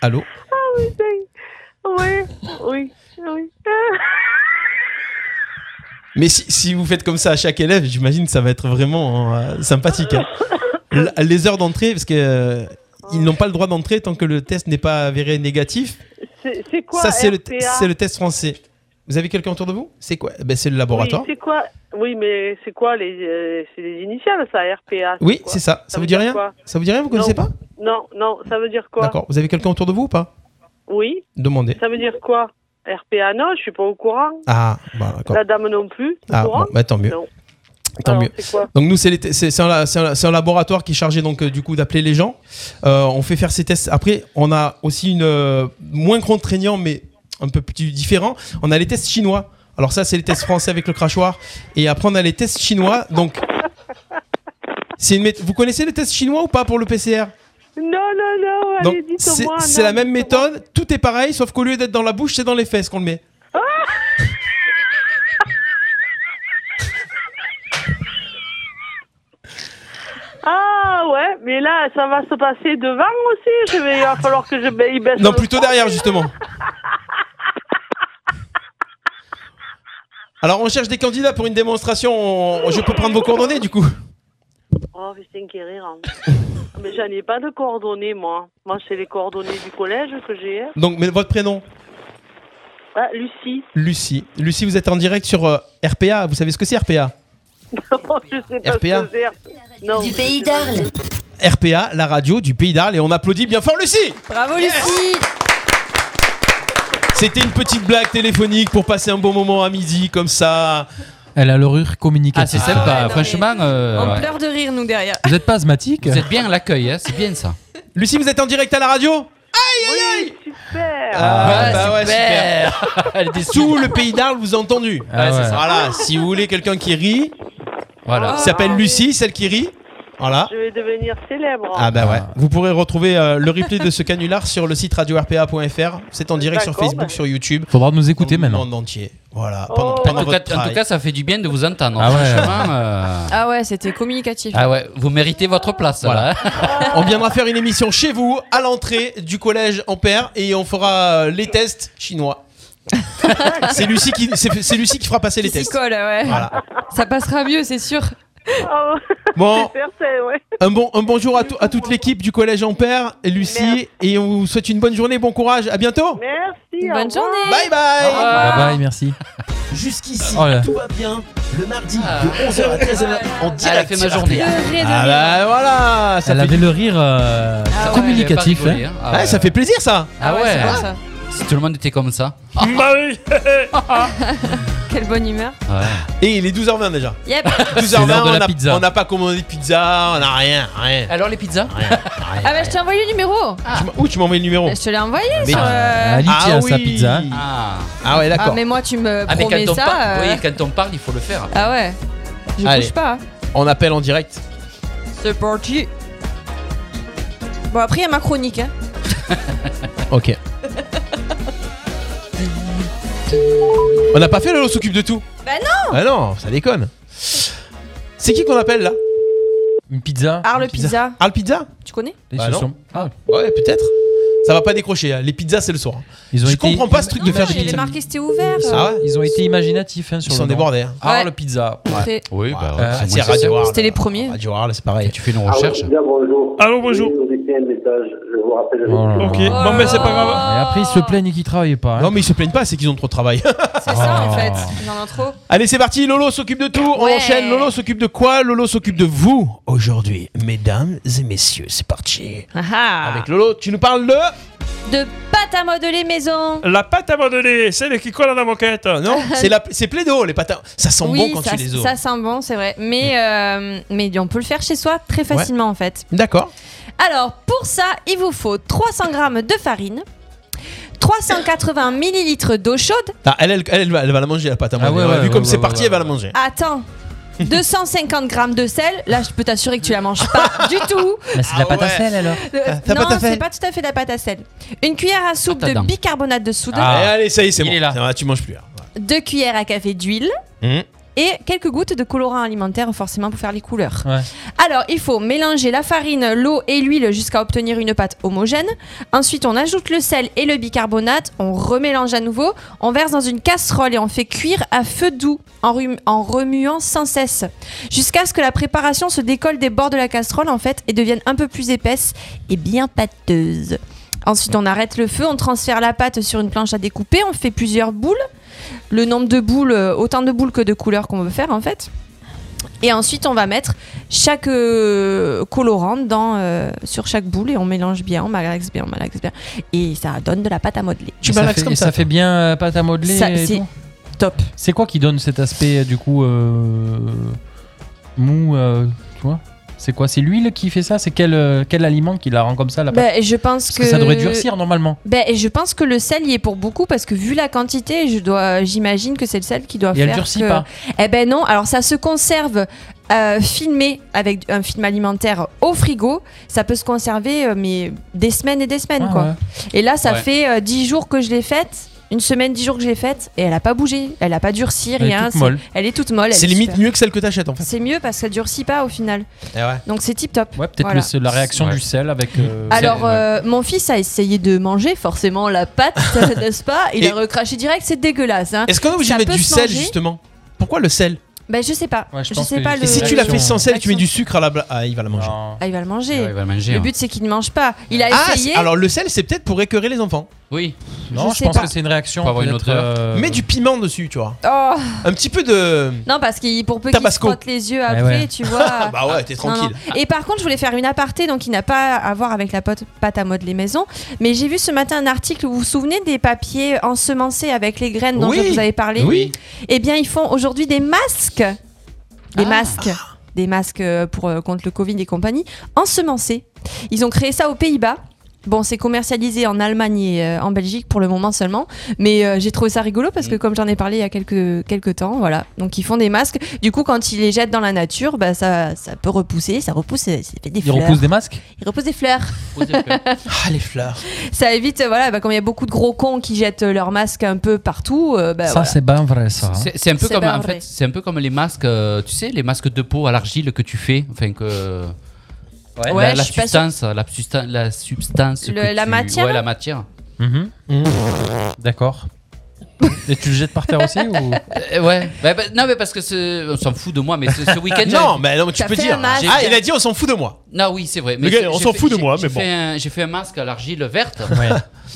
[SPEAKER 9] Allô
[SPEAKER 12] Ah oui, dingue. Oui, oui, oui.
[SPEAKER 9] Mais
[SPEAKER 12] (laughs)
[SPEAKER 9] si, si vous faites comme ça à chaque élève, j'imagine que ça va être vraiment euh, sympathique. hein. L- Les heures d'entrée, parce que. euh, ils n'ont pas le droit d'entrer tant que le test n'est pas avéré négatif.
[SPEAKER 12] C'est c'est quoi
[SPEAKER 9] Ça, c'est le,
[SPEAKER 12] RPA?
[SPEAKER 9] c'est le test français. Vous avez quelqu'un autour de vous C'est quoi ben, C'est le laboratoire.
[SPEAKER 12] Oui, c'est quoi Oui, mais c'est quoi les euh, c'est les initiales ça RPA.
[SPEAKER 9] Oui,
[SPEAKER 12] quoi
[SPEAKER 9] c'est ça. Ça, vous dit
[SPEAKER 12] veut dire
[SPEAKER 9] rien
[SPEAKER 12] quoi
[SPEAKER 9] Ça vous dit rien Vous connaissez pas
[SPEAKER 12] Non, non, ça veut dire quoi
[SPEAKER 9] D'accord. Vous avez quelqu'un autour de vous ou pas
[SPEAKER 12] Oui.
[SPEAKER 9] Demandez.
[SPEAKER 12] Ça veut dire quoi RPA non, je suis pas au courant.
[SPEAKER 9] Ah, bah, d'accord.
[SPEAKER 12] La dame non plus. au
[SPEAKER 9] Ah,
[SPEAKER 12] courant
[SPEAKER 9] bon, bah, tant mieux.
[SPEAKER 12] Non.
[SPEAKER 9] Tant
[SPEAKER 12] Alors,
[SPEAKER 9] mieux.
[SPEAKER 12] c'est quoi
[SPEAKER 9] Donc nous, c'est les te- c'est c'est un, la- c'est un- c'est un laboratoire qui est chargé donc euh, du coup d'appeler les gens. Euh, on fait faire ces tests. Après, on a aussi une euh, moins contraignant, mais un peu plus différent. On a les tests chinois. Alors ça, c'est les tests français avec le crachoir. Et après, on a les tests chinois. Donc, c'est une méth- vous connaissez les tests chinois ou pas pour le PCR
[SPEAKER 12] Non, non, non,
[SPEAKER 9] Donc,
[SPEAKER 12] allez,
[SPEAKER 9] c'est
[SPEAKER 12] dites-moi.
[SPEAKER 9] c'est
[SPEAKER 12] non.
[SPEAKER 9] la même méthode, tout est pareil, sauf qu'au lieu d'être dans la bouche, c'est dans les fesses qu'on le met.
[SPEAKER 12] Ah
[SPEAKER 14] ouais, mais là, ça va se passer devant aussi. Je vais, il va falloir que je ba- il baisse.
[SPEAKER 9] Non,
[SPEAKER 14] le-
[SPEAKER 9] plutôt derrière, justement. Alors, on cherche des candidats pour une démonstration. On- Je peux prendre vos coordonnées, du coup
[SPEAKER 14] Oh, putain, qui rire. mais j'en ai pas de coordonnées, moi. Moi, c'est les coordonnées du collège que j'ai. hein.
[SPEAKER 9] Donc, mais votre prénom
[SPEAKER 14] Ah, Lucie. (laughs)
[SPEAKER 9] Lucie. Lucie, vous êtes en direct sur euh, RPA. Vous savez ce que c'est, RPA
[SPEAKER 14] Non, je sais pas
[SPEAKER 9] RPA.
[SPEAKER 14] ce que c'est. Non,
[SPEAKER 11] Du pays d'Arles.
[SPEAKER 9] RPA, la radio du Pays d'Arles. Et on applaudit bien fort Lucie
[SPEAKER 4] Bravo Lucie
[SPEAKER 9] C'était une petite blague téléphonique pour passer un bon moment à midi, comme ça.
[SPEAKER 6] Elle a l'orure
[SPEAKER 5] Ah,
[SPEAKER 6] communicative.
[SPEAKER 5] c'est sympa, franchement. euh,
[SPEAKER 4] On
[SPEAKER 5] ouais.
[SPEAKER 4] pleure de rire, nous, derrière.
[SPEAKER 6] Vous êtes pas asthmatique
[SPEAKER 5] Vous êtes bien à l'accueil, hein, c'est bien ça.
[SPEAKER 9] Lucie, vous êtes en direct à la radio
[SPEAKER 14] Aïe, aïe, Super
[SPEAKER 9] Ah, bah ouais,
[SPEAKER 5] super. (laughs)
[SPEAKER 9] super. Tout le Pays d'Arles vous a entendu.
[SPEAKER 5] Ah, c'est ça.
[SPEAKER 9] Voilà, si vous voulez quelqu'un qui rit,
[SPEAKER 5] voilà.
[SPEAKER 9] Ça s'appelle Lucie, celle qui rit. Voilà.
[SPEAKER 14] Je vais devenir célèbre.
[SPEAKER 9] Ah bah ouais. Vous pourrez retrouver euh, le replay de ce canular sur le site radio-rpa.fr. C'est en direct sur
[SPEAKER 14] D'accord,
[SPEAKER 9] Facebook,
[SPEAKER 14] bah.
[SPEAKER 9] sur YouTube.
[SPEAKER 6] Faudra nous écouter
[SPEAKER 9] En
[SPEAKER 6] maintenant.
[SPEAKER 9] monde entier. Voilà.
[SPEAKER 5] En tout
[SPEAKER 9] pendant
[SPEAKER 5] cas-
[SPEAKER 9] votre
[SPEAKER 5] en, tout
[SPEAKER 9] travail.
[SPEAKER 5] cas, ça fait du bien de vous entendre.
[SPEAKER 6] Ah ouais.
[SPEAKER 5] franchement, euh,
[SPEAKER 4] Ah ouais, c'était communicatif.
[SPEAKER 5] ah ouais, vous méritez votre place.
[SPEAKER 9] Voilà.
[SPEAKER 5] Là, hein.
[SPEAKER 9] On viendra faire une émission chez vous, à l'entrée du collège Ampère, et on fera euh, les tests chinois.
[SPEAKER 4] (laughs)
[SPEAKER 9] c'est Lucie qui c'est c'est Lucie qui fera passer les
[SPEAKER 4] Qui s'y
[SPEAKER 9] tests.
[SPEAKER 4] colle, ouais.
[SPEAKER 9] Voilà.
[SPEAKER 4] Ça passera mieux, c'est sûr.
[SPEAKER 14] (laughs)
[SPEAKER 9] Bon,
[SPEAKER 14] Super, c'est- Oh, ouais.
[SPEAKER 9] un bon un bonjour à, tout- à toute l'équipe du collège Ampère, et Lucie, et on vous souhaite une bonne journée, bon courage, à bientôt.
[SPEAKER 14] Merci.
[SPEAKER 4] Bonne journée.
[SPEAKER 9] Bye bye.
[SPEAKER 6] Bye bye,
[SPEAKER 9] (laughs)
[SPEAKER 6] merci.
[SPEAKER 3] Jusqu'ici,
[SPEAKER 6] Oh là.
[SPEAKER 3] tout va bien. Le mardi de 11h à 13h en direct.
[SPEAKER 5] (laughs) Elle a fait ma
[SPEAKER 3] sur
[SPEAKER 5] journée.
[SPEAKER 3] RPA.
[SPEAKER 4] Pleurer de
[SPEAKER 9] Ah
[SPEAKER 4] rire.
[SPEAKER 9] bah voilà, ça
[SPEAKER 6] Elle
[SPEAKER 9] fait
[SPEAKER 6] avait le rire euh,
[SPEAKER 4] Ah ouais.
[SPEAKER 6] communicatif.
[SPEAKER 5] Elle a pas rigolé,
[SPEAKER 6] hein.
[SPEAKER 5] hein. Ah
[SPEAKER 9] Ouais,
[SPEAKER 5] ouais.
[SPEAKER 9] ça fait plaisir ça.
[SPEAKER 5] Ah ouais.
[SPEAKER 4] c'est bon, ça.
[SPEAKER 5] Si tout le monde était comme ça.
[SPEAKER 7] Bah oui
[SPEAKER 4] Quelle bonne humeur.
[SPEAKER 5] Ouais.
[SPEAKER 9] Et il est 12h20 déjà.
[SPEAKER 4] Yep.
[SPEAKER 9] 12h20,
[SPEAKER 6] l'heure de
[SPEAKER 9] on
[SPEAKER 6] la
[SPEAKER 9] a-
[SPEAKER 6] pizza.
[SPEAKER 9] on n'a pas commandé de pizza, on n'a rien, rien.
[SPEAKER 5] Alors les pizzas
[SPEAKER 9] rien, rien,
[SPEAKER 4] (laughs) Ah bah je t'ai envoyé le numéro.
[SPEAKER 9] Tu m'as- Où tu m'envoies le numéro
[SPEAKER 4] Bah, je te l'ai envoyé
[SPEAKER 9] Ah. Mais-
[SPEAKER 5] hein.
[SPEAKER 4] sur. euh,
[SPEAKER 6] Ali tient
[SPEAKER 9] Ah
[SPEAKER 6] à sa
[SPEAKER 9] oui.
[SPEAKER 6] pizza.
[SPEAKER 5] Ah,
[SPEAKER 9] Ah ouais,
[SPEAKER 4] Ah
[SPEAKER 9] d'accord.
[SPEAKER 4] mais moi tu me
[SPEAKER 5] Ah, mais
[SPEAKER 4] promets
[SPEAKER 5] quand on,
[SPEAKER 4] ça.
[SPEAKER 5] parle,
[SPEAKER 4] euh,
[SPEAKER 5] oui, quand on parle, il faut le faire.
[SPEAKER 4] Ah ouais. Je
[SPEAKER 9] Allez.
[SPEAKER 4] touche pas. hein.
[SPEAKER 9] On appelle en direct.
[SPEAKER 4] C'est parti. Bon après il y a ma chronique. Hein.
[SPEAKER 9] Ok. on n'a pas fait Lolo s'occupe de tout.
[SPEAKER 4] Bah
[SPEAKER 9] non Bah non, ça déconne. C'est qui qu'on appelle là
[SPEAKER 6] Une pizza.
[SPEAKER 4] Arle pizza.
[SPEAKER 9] Arle Ah, Pizza
[SPEAKER 4] Tu connais
[SPEAKER 6] Ils
[SPEAKER 9] Bah
[SPEAKER 6] se
[SPEAKER 9] non.
[SPEAKER 6] sont- Ah,
[SPEAKER 9] Ouais, peut-être. Ça va pas décrocher, hein. les pizzas c'est le soir.
[SPEAKER 6] ils ont
[SPEAKER 9] Je
[SPEAKER 6] été- hein,
[SPEAKER 9] comprends pas ce truc
[SPEAKER 4] Non,
[SPEAKER 9] de faire
[SPEAKER 4] mais
[SPEAKER 9] des
[SPEAKER 4] Ah, Il est
[SPEAKER 9] pizzas.
[SPEAKER 4] marqué c'était ouvert.
[SPEAKER 9] Ah ouais
[SPEAKER 6] Ils ont été imaginatifs hein, sur
[SPEAKER 9] Ils sont
[SPEAKER 6] le nom.
[SPEAKER 9] débordés. hein.
[SPEAKER 6] Arles pizza.
[SPEAKER 4] Après,
[SPEAKER 5] Oui,
[SPEAKER 9] Ouais.
[SPEAKER 5] bah
[SPEAKER 6] ouais,
[SPEAKER 9] Ah,
[SPEAKER 6] c'est
[SPEAKER 9] c'est
[SPEAKER 5] moins
[SPEAKER 9] Radio
[SPEAKER 5] ça.
[SPEAKER 9] Arles.
[SPEAKER 4] C'était les premiers.
[SPEAKER 9] Radio Arles, c'est pareil.
[SPEAKER 5] Tu fais une recherche.
[SPEAKER 15] bonjour.
[SPEAKER 7] Allô, bonjour.
[SPEAKER 15] Je vous ai un message, je vous rappelle.
[SPEAKER 6] Oh là là.
[SPEAKER 7] Ok,
[SPEAKER 6] Et
[SPEAKER 4] Oh
[SPEAKER 7] bon, mais
[SPEAKER 4] là
[SPEAKER 7] c'est pas
[SPEAKER 4] là.
[SPEAKER 7] grave.
[SPEAKER 6] après, ils se plaignent qu'ils travaillent pas. hein.
[SPEAKER 9] Non mais ils se plaignent pas, c'est qu'ils ont trop de travail.
[SPEAKER 4] C'est ça en
[SPEAKER 6] Oh.
[SPEAKER 4] fait. Ils en ont trop.
[SPEAKER 9] Allez, c'est parti. Lolo s'occupe de tout. On
[SPEAKER 4] Ouais.
[SPEAKER 9] enchaîne. Lolo s'occupe de quoi Lolo s'occupe de vous aujourd'hui, mesdames et messieurs. C'est parti.
[SPEAKER 4] Ah ah.
[SPEAKER 9] Avec Lolo, tu nous parles de
[SPEAKER 4] De pâte à modeler maison.
[SPEAKER 7] La pâte abandonnée, celle qui colle à la moquette.
[SPEAKER 4] (laughs)
[SPEAKER 9] Ah non C'est la... c'est plaido les patins. Ça sent
[SPEAKER 4] oui,
[SPEAKER 9] bon quand
[SPEAKER 4] ça,
[SPEAKER 9] tu les ouvres.
[SPEAKER 4] ça
[SPEAKER 9] Mm.
[SPEAKER 4] sent bon, c'est vrai. Mais, euh, mais on peut le faire chez soi très facilement en fait.
[SPEAKER 9] D'accord.
[SPEAKER 4] Alors, pour ça, il vous faut 300 g de farine, 380 ml d'eau chaude,
[SPEAKER 9] Ah, elle, elle, elle va, elle va la manger la pâte. à
[SPEAKER 6] Ah
[SPEAKER 9] modeler.
[SPEAKER 6] ouais,
[SPEAKER 9] On a
[SPEAKER 6] ouais,
[SPEAKER 9] vu
[SPEAKER 6] ouais,
[SPEAKER 9] comme
[SPEAKER 6] ouais,
[SPEAKER 9] c'est
[SPEAKER 6] ouais,
[SPEAKER 9] parti,
[SPEAKER 6] ouais,
[SPEAKER 9] elle va la
[SPEAKER 6] ouais.
[SPEAKER 9] manger. (laughs)
[SPEAKER 4] attends, 250 g de sel. Là, je peux t'assurer que tu la manges
[SPEAKER 9] (laughs)
[SPEAKER 4] pas du tout.
[SPEAKER 6] Mais c'est de la
[SPEAKER 9] Ah
[SPEAKER 6] pâte à
[SPEAKER 9] ouais.
[SPEAKER 6] sel alors.
[SPEAKER 4] Euh,
[SPEAKER 9] ta
[SPEAKER 4] non,
[SPEAKER 9] pâte à
[SPEAKER 4] c'est
[SPEAKER 9] sel.
[SPEAKER 4] pas tout à fait de la pâte à sel. Une cuillère à soupe
[SPEAKER 5] Ah,
[SPEAKER 4] de
[SPEAKER 5] t'as dingue.
[SPEAKER 4] bicarbonate de soude,
[SPEAKER 9] Ah, allez, ça y est, c'est
[SPEAKER 6] Il
[SPEAKER 9] bon.
[SPEAKER 6] est là.
[SPEAKER 9] Ça va, tu manges plus. hein.
[SPEAKER 4] deux cuillères à café d'huile
[SPEAKER 9] Hum.
[SPEAKER 4] et quelques gouttes de colorant alimentaire forcément pour faire les couleurs.
[SPEAKER 6] Ouais.
[SPEAKER 4] Alors, il faut mélanger la farine, l'eau et l'huile jusqu'à obtenir une pâte homogène. Ensuite, on ajoute le sel et le bicarbonate, on remélange à nouveau, on verse dans une casserole et on fait cuire à feu doux en, rum- en remuant sans cesse jusqu'à ce que la préparation se décolle des bords de la casserole en fait et devienne un peu plus épaisse et bien pâteuse. Ensuite, on arrête le feu, on transfère la pâte sur une planche à découper, on fait plusieurs boules. Le nombre de boules, euh, autant de boules que de couleurs qu'on veut faire en fait. Et ensuite, on va mettre chaque euh, colorant dans, euh, sur chaque boule et on mélange bien, on malaxe bien, on malaxe bien. Et ça donne de la pâte à modeler.
[SPEAKER 9] Tu
[SPEAKER 6] Et ça
[SPEAKER 9] malaxes
[SPEAKER 6] fait-
[SPEAKER 9] comme
[SPEAKER 6] et
[SPEAKER 9] ça,
[SPEAKER 6] Ça fait bien euh, pâte à modeler.
[SPEAKER 4] Ça,
[SPEAKER 6] et
[SPEAKER 4] c'est
[SPEAKER 6] tout
[SPEAKER 4] top.
[SPEAKER 6] C'est quoi qui donne cet aspect euh, du coup euh, mou, euh, tu vois C'est quoi C'est l'huile qui fait ça C'est quel, euh, quel aliment qui la rend comme ça la pâte
[SPEAKER 4] Ben, et je pense
[SPEAKER 6] Parce
[SPEAKER 4] que...
[SPEAKER 6] que ça devrait durcir normalement.
[SPEAKER 4] Ben, et je pense que le sel y est pour beaucoup parce que vu la quantité, je dois, j'imagine que c'est le sel qui doit
[SPEAKER 6] Et
[SPEAKER 4] faire.
[SPEAKER 6] elle durcit
[SPEAKER 4] que-
[SPEAKER 6] pas.
[SPEAKER 4] Eh ben non. Alors ça se conserve euh, filmé avec un film alimentaire au frigo. Ça peut se conserver euh, mais des semaines et des semaines
[SPEAKER 6] Ah
[SPEAKER 4] quoi.
[SPEAKER 6] ouais.
[SPEAKER 4] Et là, ça
[SPEAKER 5] Ouais.
[SPEAKER 4] fait euh, 10 jours que je l'ai faite. une semaine, dix jours que j'ai faite et elle a pas bougé, elle a pas durci,
[SPEAKER 9] Elle est
[SPEAKER 4] rien.
[SPEAKER 9] toute
[SPEAKER 4] c'est-
[SPEAKER 9] molle.
[SPEAKER 4] elle est toute molle. elle
[SPEAKER 9] C'est
[SPEAKER 4] est
[SPEAKER 9] limite
[SPEAKER 4] super.
[SPEAKER 9] mieux que celle que t'achètes en fait.
[SPEAKER 4] C'est mieux parce qu'elle durcit pas au final.
[SPEAKER 9] Eh ouais.
[SPEAKER 4] Donc c'est tip top.
[SPEAKER 6] Ouais, peut-être
[SPEAKER 4] Voilà.
[SPEAKER 6] le- c'est la réaction du sel avec. euh,
[SPEAKER 4] Alors,
[SPEAKER 6] c'est- ouais.
[SPEAKER 4] euh, mon fils a essayé de manger forcément la pâte,
[SPEAKER 9] (laughs)
[SPEAKER 4] n'est-ce pas Il
[SPEAKER 9] Et-
[SPEAKER 4] a recraché direct, c'est dégueulasse. hein.
[SPEAKER 9] Est-ce qu'on est obligé
[SPEAKER 4] Ça
[SPEAKER 9] de mettre
[SPEAKER 4] peut
[SPEAKER 9] du
[SPEAKER 4] se
[SPEAKER 9] sel
[SPEAKER 4] manger.
[SPEAKER 9] justement Pourquoi le sel
[SPEAKER 4] Ben, je sais pas. je sais pas le.
[SPEAKER 9] Et si tu l'as fait sans sel et tu mets du sucre à la bla- Ah, il va la manger.
[SPEAKER 4] Ah, il va le manger.
[SPEAKER 9] il va le manger,
[SPEAKER 4] Le
[SPEAKER 9] hein.
[SPEAKER 4] but, c'est qu'il ne mange pas. Il a
[SPEAKER 9] Ah,
[SPEAKER 4] essayé.
[SPEAKER 9] c'est- alors le sel, c'est peut-être pour écœurer les enfants.
[SPEAKER 5] Oui.
[SPEAKER 6] Non, je,
[SPEAKER 4] sais
[SPEAKER 6] pense
[SPEAKER 4] pas.
[SPEAKER 6] que c'est une réaction.
[SPEAKER 5] Pour avoir une
[SPEAKER 6] peut-être,
[SPEAKER 5] odeur.
[SPEAKER 6] euh,
[SPEAKER 9] Mets du piment dessus, tu vois.
[SPEAKER 4] Oh.
[SPEAKER 9] Un petit peu de.
[SPEAKER 4] Non, parce qu'il pour peu qu'il se
[SPEAKER 9] Tabasco.
[SPEAKER 4] frotte les yeux
[SPEAKER 9] Eh
[SPEAKER 4] après,
[SPEAKER 9] ouais.
[SPEAKER 4] tu
[SPEAKER 9] (laughs)
[SPEAKER 4] vois.
[SPEAKER 9] Bah ouais, t'es
[SPEAKER 4] Ah. Non,
[SPEAKER 9] tranquille.
[SPEAKER 4] non. Et par contre, je voulais faire une aparté, donc il n'a pas à voir avec la pote- pâte à modeler maison. Mais j'ai vu ce matin un article où vous vous souvenez des papiers ensemencés avec les graines dont
[SPEAKER 16] Oui.
[SPEAKER 4] je vous avais parlé.
[SPEAKER 16] Oui.
[SPEAKER 4] Eh bien, ils font aujourd'hui des masques. Des
[SPEAKER 16] Ah.
[SPEAKER 4] masques. Des masques euh, pour, euh, contre le Covid et compagnie, ensemencés. Ils ont créé ça aux Pays-Bas. Bon, c'est commercialisé en Allemagne et euh, en Belgique pour le moment seulement, mais euh, j'ai trouvé ça rigolo parce
[SPEAKER 9] Mm.
[SPEAKER 4] que comme j'en ai parlé il y a quelques, quelques temps, voilà. Donc ils font des masques. Du coup, quand ils les jettent dans la nature, bah, ça, ça peut repousser, ça repousse, ça fait des
[SPEAKER 6] Ils
[SPEAKER 4] fleurs.
[SPEAKER 6] repoussent des masques
[SPEAKER 4] Ils repoussent des fleurs. (laughs)
[SPEAKER 9] Ah, les fleurs.
[SPEAKER 4] ça évite, euh, voilà, bah, comme il y a beaucoup de gros cons qui jettent euh, leurs masques un peu partout, euh, bah,
[SPEAKER 6] Ça,
[SPEAKER 4] voilà.
[SPEAKER 6] c'est pas vrai, ça. hein.
[SPEAKER 5] C'est c'est un peu
[SPEAKER 4] C'est
[SPEAKER 5] comme
[SPEAKER 4] pas
[SPEAKER 5] en
[SPEAKER 4] vrai.
[SPEAKER 5] fait, c'est un peu comme les masques, euh, tu sais, les masques de peau à l'argile que tu fais, enfin que
[SPEAKER 4] Ouais.
[SPEAKER 5] la-
[SPEAKER 4] Ouais,
[SPEAKER 5] la,
[SPEAKER 4] je suis pas sûre.
[SPEAKER 5] substance, la substance, la substance,
[SPEAKER 4] Le-
[SPEAKER 5] que
[SPEAKER 4] la
[SPEAKER 5] tu-
[SPEAKER 4] matière,
[SPEAKER 5] ouais,
[SPEAKER 4] là
[SPEAKER 5] la matière.
[SPEAKER 6] Mhm. D'accord. Et tu le jettes par terre aussi ou
[SPEAKER 5] Euh, ouais. Bah, bah, non mais parce que ce- on s'en fout de moi, mais ce, ce
[SPEAKER 9] (laughs)
[SPEAKER 5] week-end.
[SPEAKER 9] Non,
[SPEAKER 5] j'avais-
[SPEAKER 9] mais non, mais tu
[SPEAKER 5] T'as
[SPEAKER 9] peux
[SPEAKER 5] fait
[SPEAKER 9] dire.
[SPEAKER 5] un masque.
[SPEAKER 9] Ah, il a dit on s'en fout de moi.
[SPEAKER 5] Non, oui, c'est vrai.
[SPEAKER 9] Le gars,
[SPEAKER 5] c'est-
[SPEAKER 9] on
[SPEAKER 5] j'ai
[SPEAKER 9] s'en
[SPEAKER 5] fait-
[SPEAKER 9] fout de
[SPEAKER 5] j'ai-
[SPEAKER 9] moi,
[SPEAKER 5] j'ai
[SPEAKER 9] mais
[SPEAKER 5] fait
[SPEAKER 9] bon.
[SPEAKER 5] un- J'ai fait un masque à l'argile
[SPEAKER 9] (laughs)
[SPEAKER 5] verte.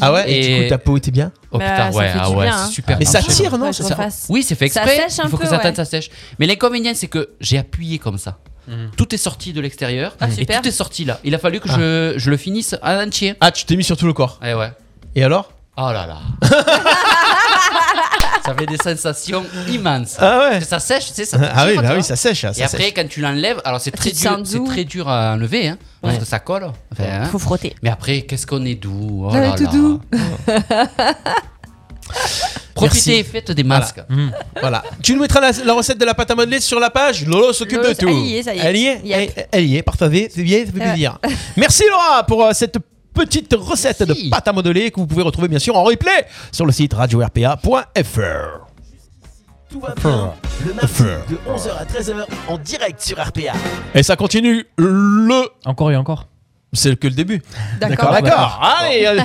[SPEAKER 9] Ah ouais, et du coup, ta peau était bien
[SPEAKER 5] Oh
[SPEAKER 9] Bah,
[SPEAKER 5] putain,
[SPEAKER 9] ça
[SPEAKER 5] ouais,
[SPEAKER 9] fait du
[SPEAKER 5] ah ouais,
[SPEAKER 9] bien, hein.
[SPEAKER 5] c'est super.
[SPEAKER 9] Mais ça
[SPEAKER 5] Ah,
[SPEAKER 9] tire, non,
[SPEAKER 5] ouais,
[SPEAKER 9] c'est
[SPEAKER 5] je
[SPEAKER 9] ça
[SPEAKER 5] refasse. Oui, c'est fait
[SPEAKER 9] Ça
[SPEAKER 5] exprès.
[SPEAKER 9] sèche un
[SPEAKER 5] Il faut
[SPEAKER 9] peu,
[SPEAKER 5] que ça
[SPEAKER 9] ouais.
[SPEAKER 5] tâte, ça sèche. Mais l'inconvénient, c'est que j'ai appuyé comme ça.
[SPEAKER 9] Mhm.
[SPEAKER 5] Tout est sorti de l'extérieur
[SPEAKER 9] Ah,
[SPEAKER 5] et tout est sorti là. Il a fallu que je, je le finisse en entier.
[SPEAKER 9] Ah, tu t'es mis sur tout le corps.
[SPEAKER 5] Et ouais.
[SPEAKER 9] Et alors
[SPEAKER 5] Oh
[SPEAKER 9] (laughs)
[SPEAKER 5] là là. ça fait des sensations immenses.
[SPEAKER 9] Ah ouais.
[SPEAKER 5] Parce que Ça sèche, tu sais, ça
[SPEAKER 9] Ah oui,
[SPEAKER 5] tire,
[SPEAKER 9] bah
[SPEAKER 5] tu
[SPEAKER 9] oui,
[SPEAKER 5] vois.
[SPEAKER 9] ça sèche, ça
[SPEAKER 5] Et après,
[SPEAKER 9] sèche.
[SPEAKER 5] quand tu l'enlèves, alors c'est très
[SPEAKER 9] te
[SPEAKER 5] dur,
[SPEAKER 9] sens
[SPEAKER 5] c'est
[SPEAKER 9] doux.
[SPEAKER 5] très dur à enlever, hein, parce que ça colle. Enfin, hein.
[SPEAKER 4] Faut frotter.
[SPEAKER 5] Mais après, qu'est-ce qu'on est doux. Oh
[SPEAKER 4] Ah,
[SPEAKER 5] là
[SPEAKER 4] tout
[SPEAKER 5] là.
[SPEAKER 4] (laughs) doux.
[SPEAKER 5] Profitez
[SPEAKER 9] Merci.
[SPEAKER 5] et faites des masques.
[SPEAKER 9] Voilà. Voilà. Tu nous mettras la, la recette de la pâte à modeler sur la page. Lolo s'occupe
[SPEAKER 4] Lolo,
[SPEAKER 9] de tout.
[SPEAKER 4] elle y est, ça y est.
[SPEAKER 9] Elle y est.
[SPEAKER 4] Yep.
[SPEAKER 9] Elle, elle y est. Partagez, c'est bien, ça fait
[SPEAKER 4] Ouais.
[SPEAKER 9] plaisir. Merci Laura pour euh, cette petite recette de pâte à modeler que vous pouvez retrouver bien sûr en replay sur le site radio-rpa.fr.
[SPEAKER 3] Tout va bien. Le mardi de 11h à 13h en direct sur RPA.
[SPEAKER 9] Et ça continue le.
[SPEAKER 6] Encore et encore.
[SPEAKER 9] C'est que le début.
[SPEAKER 6] D'accord,
[SPEAKER 9] d'accord.
[SPEAKER 6] d'accord.
[SPEAKER 4] (laughs)
[SPEAKER 9] Allez, allez.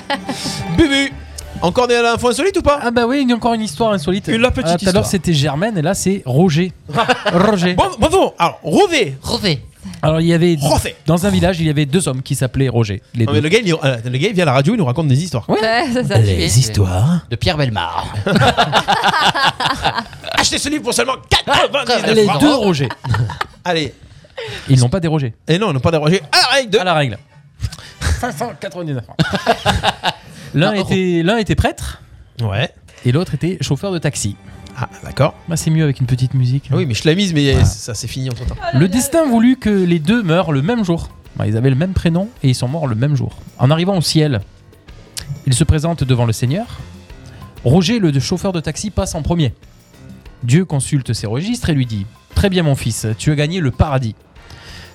[SPEAKER 9] Bubu. Encore des infos insolites ou pas
[SPEAKER 6] Ah bah oui, il y a encore une histoire insolite.
[SPEAKER 9] Une la petite
[SPEAKER 6] Ah, Tout à l'heure
[SPEAKER 9] histoire.
[SPEAKER 6] c'était Germaine et là c'est
[SPEAKER 9] (laughs)
[SPEAKER 6] Roger. Roger.
[SPEAKER 9] Bon, bonjour. Alors Roger.
[SPEAKER 5] Roger.
[SPEAKER 6] Alors il y avait
[SPEAKER 9] Roger.
[SPEAKER 6] dans un village il y avait deux hommes qui s'appelaient Roger. Les
[SPEAKER 9] Non, mais
[SPEAKER 6] deux.
[SPEAKER 9] le gars, il, euh, le gars, il vient à la radio, il nous raconte des histoires. quoi.
[SPEAKER 4] Ouais, c'est ça.
[SPEAKER 9] Les histoires.
[SPEAKER 5] De Pierre Belmar.
[SPEAKER 9] Achetez ce livre pour seulement 99
[SPEAKER 6] Les
[SPEAKER 9] francs.
[SPEAKER 6] deux Roger.
[SPEAKER 9] Ah, (laughs) Allez.
[SPEAKER 6] Ils n'ont pas dérogé.
[SPEAKER 9] Et non, ils n'ont pas dérogé à la règle.
[SPEAKER 6] À la règle. 599 francs. L'un était l'un était prêtre.
[SPEAKER 9] Ouais.
[SPEAKER 6] Et l'autre était chauffeur de taxi.
[SPEAKER 9] Ah d'accord. Ah
[SPEAKER 6] Bah c'est mieux avec une petite musique.
[SPEAKER 9] Oui, mais je l'ai mise, mais ça c'est fini entre temps.
[SPEAKER 6] Le destin voulut que les deux meurent le même jour. Bah, Ils avaient le même prénom et ils sont morts le même jour. En arrivant au ciel, ils se présentent devant le Seigneur. Roger, le chauffeur de taxi, passe en premier. Dieu consulte ses registres et lui dit Très bien, mon fils, tu as gagné le paradis.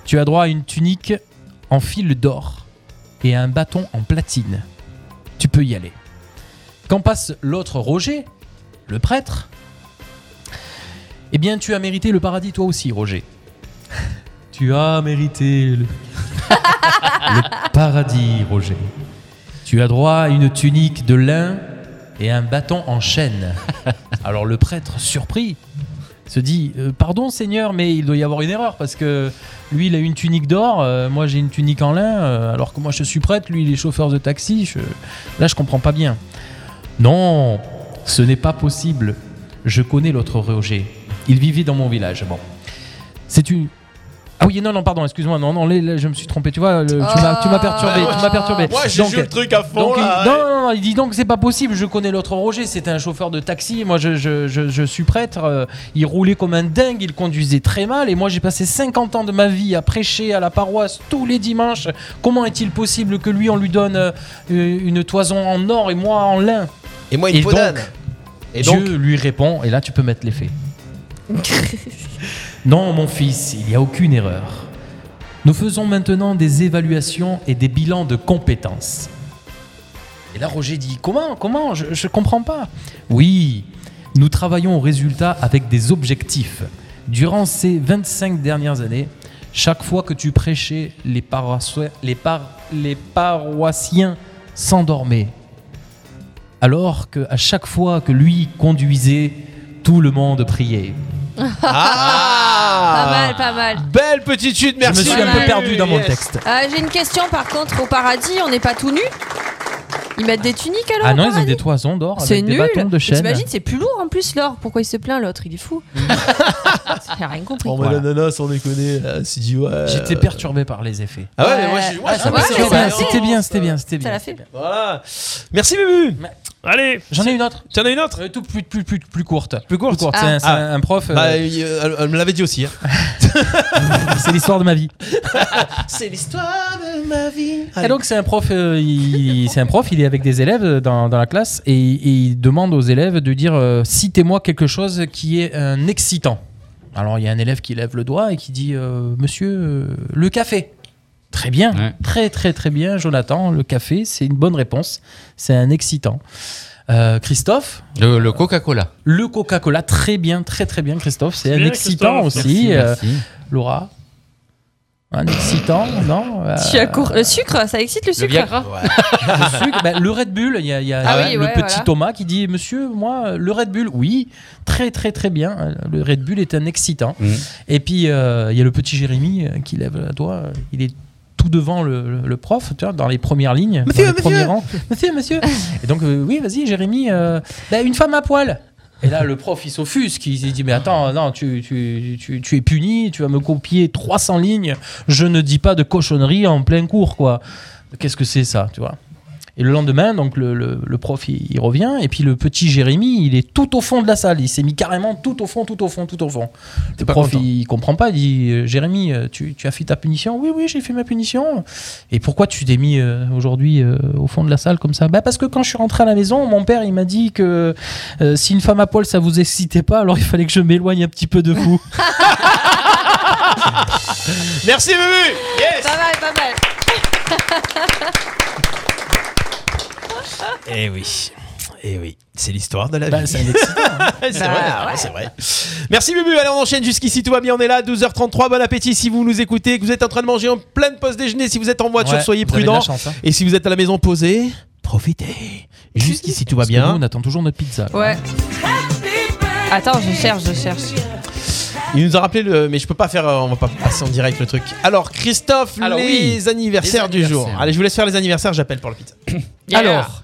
[SPEAKER 6] Tu as droit à une tunique en fil d'or et à un bâton en platine. Tu peux y aller. Quand passe l'autre Roger, le prêtre, eh bien, tu as mérité le paradis toi aussi, Roger. Tu as mérité le, (laughs) le paradis, Roger. Tu as droit à une tunique de lin et un bâton en chêne. Alors le prêtre, surpris, se dit euh, Pardon, Seigneur, mais il doit y avoir une erreur parce que lui, il a une tunique d'or, euh, moi j'ai une tunique en lin, euh, alors que moi je suis prêtre, lui, il est chauffeur de taxi. je- Là, je comprends pas bien. Non, ce n'est pas possible. Je connais l'autre Roger. Il vivait dans mon village. Bon. C'est une. Ah oui, non, non, pardon, excuse-moi, non, non, là, là, je me suis trompé, tu vois, le- tu m'as tu m'as perturbé, tu m'as perturbé.
[SPEAKER 9] Moi, j'ai
[SPEAKER 6] Donc,
[SPEAKER 9] joué le truc à fond,
[SPEAKER 6] donc, il-
[SPEAKER 9] là,
[SPEAKER 6] non, non, non, il dit donc c'est pas possible, je connais l'autre Roger, c'était un chauffeur de taxi, moi je, je- je- je suis prêtre, euh, il roulait comme un dingue, il conduisait très mal, et moi j'ai passé 50 ans de ma vie à prêcher à la paroisse tous les dimanches. Comment est-il possible que lui on lui donne euh, une toison en or et moi en lin
[SPEAKER 9] Et moi
[SPEAKER 6] une
[SPEAKER 9] peau d'âne. Et donc
[SPEAKER 6] Dieu lui répond, et là tu peux mettre
[SPEAKER 9] (laughs)
[SPEAKER 6] l'effet. Non, mon fils, il n'y a aucune erreur. Nous faisons maintenant des évaluations et des bilans de compétences. Et là, Roger dit Comment Comment Je ne comprends pas. Oui, nous travaillons au résultat avec des objectifs. Durant ces 25 dernières années, chaque fois que tu prêchais, les, paroissiens- les, par- les paroissiens s'endormaient. Alors qu'à chaque fois que lui conduisait, tout le monde priait.
[SPEAKER 4] Pas mal, pas mal.
[SPEAKER 9] Belle petite chute, merci.
[SPEAKER 6] Je me suis un peu
[SPEAKER 9] Manu.
[SPEAKER 6] perdu dans mon
[SPEAKER 9] Yes.
[SPEAKER 6] texte.
[SPEAKER 4] Euh, J'ai une question par contre. Au paradis, on n'est pas tout nu Ils mettent des tuniques alors
[SPEAKER 6] Ah
[SPEAKER 4] au
[SPEAKER 6] non, ils ont
[SPEAKER 4] paradis
[SPEAKER 6] des toisons d'or
[SPEAKER 4] C'est
[SPEAKER 6] avec des
[SPEAKER 4] nul.
[SPEAKER 6] bâtons de
[SPEAKER 4] Mais
[SPEAKER 6] chêne.
[SPEAKER 4] T'imagines, c'est plus lourd en plus l'or. Pourquoi il se plaint l'autre Il est
[SPEAKER 6] (laughs)
[SPEAKER 4] fou. J'ai rien compris.
[SPEAKER 9] Oh, mais l'ananas, on les connaît. euh, c'est du, ouais,
[SPEAKER 6] J'étais
[SPEAKER 9] euh,
[SPEAKER 6] perturbé par les effets.
[SPEAKER 9] Ah ouais, mais moi, j'ai- ouais,
[SPEAKER 6] Ah,
[SPEAKER 9] ça
[SPEAKER 6] ça
[SPEAKER 9] m'a
[SPEAKER 6] va,
[SPEAKER 9] fait
[SPEAKER 6] c'était bien,
[SPEAKER 9] mal.
[SPEAKER 6] C'était bien, c'était bien, c'était
[SPEAKER 9] Ça
[SPEAKER 6] bien.
[SPEAKER 9] l'a fait. Voilà. Merci, Bubu.
[SPEAKER 7] Allez.
[SPEAKER 6] J'en ai une autre. Euh,
[SPEAKER 9] T'en as une autre
[SPEAKER 6] Tout plus, plus, plus, plus courte.
[SPEAKER 9] Plus courte.
[SPEAKER 6] C'est un- c'est un, prof. euh,
[SPEAKER 9] Bah, il, euh, elle- elle me l'avait dit aussi.
[SPEAKER 6] c'est l'histoire de ma vie.
[SPEAKER 9] c'est l'histoire de Ah, ma vie.
[SPEAKER 6] Et donc c'est un prof, euh, il, il- c'est un prof, il est avec des élèves euh, dans, dans la classe et, et il demande aux élèves de dire euh, citez-moi quelque chose qui est un excitant. Alors il y a un élève qui lève le doigt et qui dit euh, Monsieur, euh, le café. Très bien, très très très bien, Jonathan. Le café, c'est une bonne réponse. C'est un excitant. Euh, Christophe
[SPEAKER 5] Le, le Coca-Cola.
[SPEAKER 6] le Coca-Cola, très bien, très très bien, Christophe. C'est un
[SPEAKER 5] Bien,
[SPEAKER 6] excitant
[SPEAKER 5] Christophe.
[SPEAKER 6] aussi. euh,
[SPEAKER 5] Merci, merci.
[SPEAKER 6] Laura Un excitant, non euh,
[SPEAKER 4] Tu as cour- Le sucre, ça excite le sucre. hein.
[SPEAKER 6] le, sucre, bah, le Red Bull, il y a, il y a
[SPEAKER 4] Ah oui,
[SPEAKER 6] le
[SPEAKER 4] ouais,
[SPEAKER 6] petit
[SPEAKER 4] voilà.
[SPEAKER 6] Thomas qui dit Monsieur, moi, le Red Bull, oui, très, très, très bien. Le Red Bull est un excitant.
[SPEAKER 7] Mm.
[SPEAKER 6] Et puis, euh, il y a le petit Jérémy euh, qui lève la doigt. Il est tout devant le, le prof, tu vois, dans les premières lignes,
[SPEAKER 7] Monsieur,
[SPEAKER 6] dans les
[SPEAKER 7] monsieur.
[SPEAKER 6] premiers rangs. Monsieur, monsieur. Et donc, euh, oui, vas-y, Jérémy, euh, bah, une femme à poil. Et là, le prof, il s'offusque. Il il dit Mais attends, non, tu, tu, tu, tu es puni, tu vas me copier 300 lignes. Je ne dis pas de cochonnerie en plein cours, quoi. Qu'est-ce que c'est ça, tu vois et le lendemain, donc le, le- le prof il, il revient, et puis le petit Jérémy, il est tout au fond de la salle. Il s'est mis carrément tout au fond, tout au fond, tout au fond. Le prof, il, il comprend pas. Il dit euh, Jérémy, euh, tu, tu as fait ta punition Oui, oui, j'ai fait ma punition. Et pourquoi tu t'es mis euh, aujourd'hui euh, au fond de la salle comme ça bah Parce que quand je suis rentré à la maison, mon père, il m'a dit que euh, si une femme à poil, ça vous excitait pas, alors il fallait que je m'éloigne un petit peu de
[SPEAKER 9] (laughs)
[SPEAKER 6] vous.
[SPEAKER 9] Merci, Bubu. Yes.
[SPEAKER 4] Pas mal, pas mal.
[SPEAKER 9] Eh oui. Eh oui. C'est l'histoire de la vie.
[SPEAKER 6] c'est un excitant,
[SPEAKER 9] (laughs) c'est vrai, Bah, ouais, c'est vrai. Merci Bubu, allez on enchaîne jusqu'ici, tout va bien, on est là, 12h33, bon appétit si vous nous écoutez, que vous êtes en train de manger en pleine pause déjeuner, si vous êtes en voiture,
[SPEAKER 6] Ouais,
[SPEAKER 9] soyez
[SPEAKER 6] vous avez de
[SPEAKER 9] prudents.
[SPEAKER 6] la chance, hein.
[SPEAKER 9] Et si vous êtes à la maison posée, profitez. Jusqu'ici tout va
[SPEAKER 6] Parce que
[SPEAKER 9] bien.
[SPEAKER 6] nous, on attend toujours notre pizza.
[SPEAKER 4] Ouais. Attends, je cherche, je cherche.
[SPEAKER 9] Il nous a rappelé le mais je peux pas faire euh, on va pas passer en direct le truc. Alors Christophe,
[SPEAKER 5] Alors,
[SPEAKER 9] les
[SPEAKER 5] oui, les
[SPEAKER 9] anniversaires du jour.
[SPEAKER 5] anniversaires.
[SPEAKER 9] Allez, je vous laisse faire les anniversaires, j'appelle pour le pizza.
[SPEAKER 5] Alors,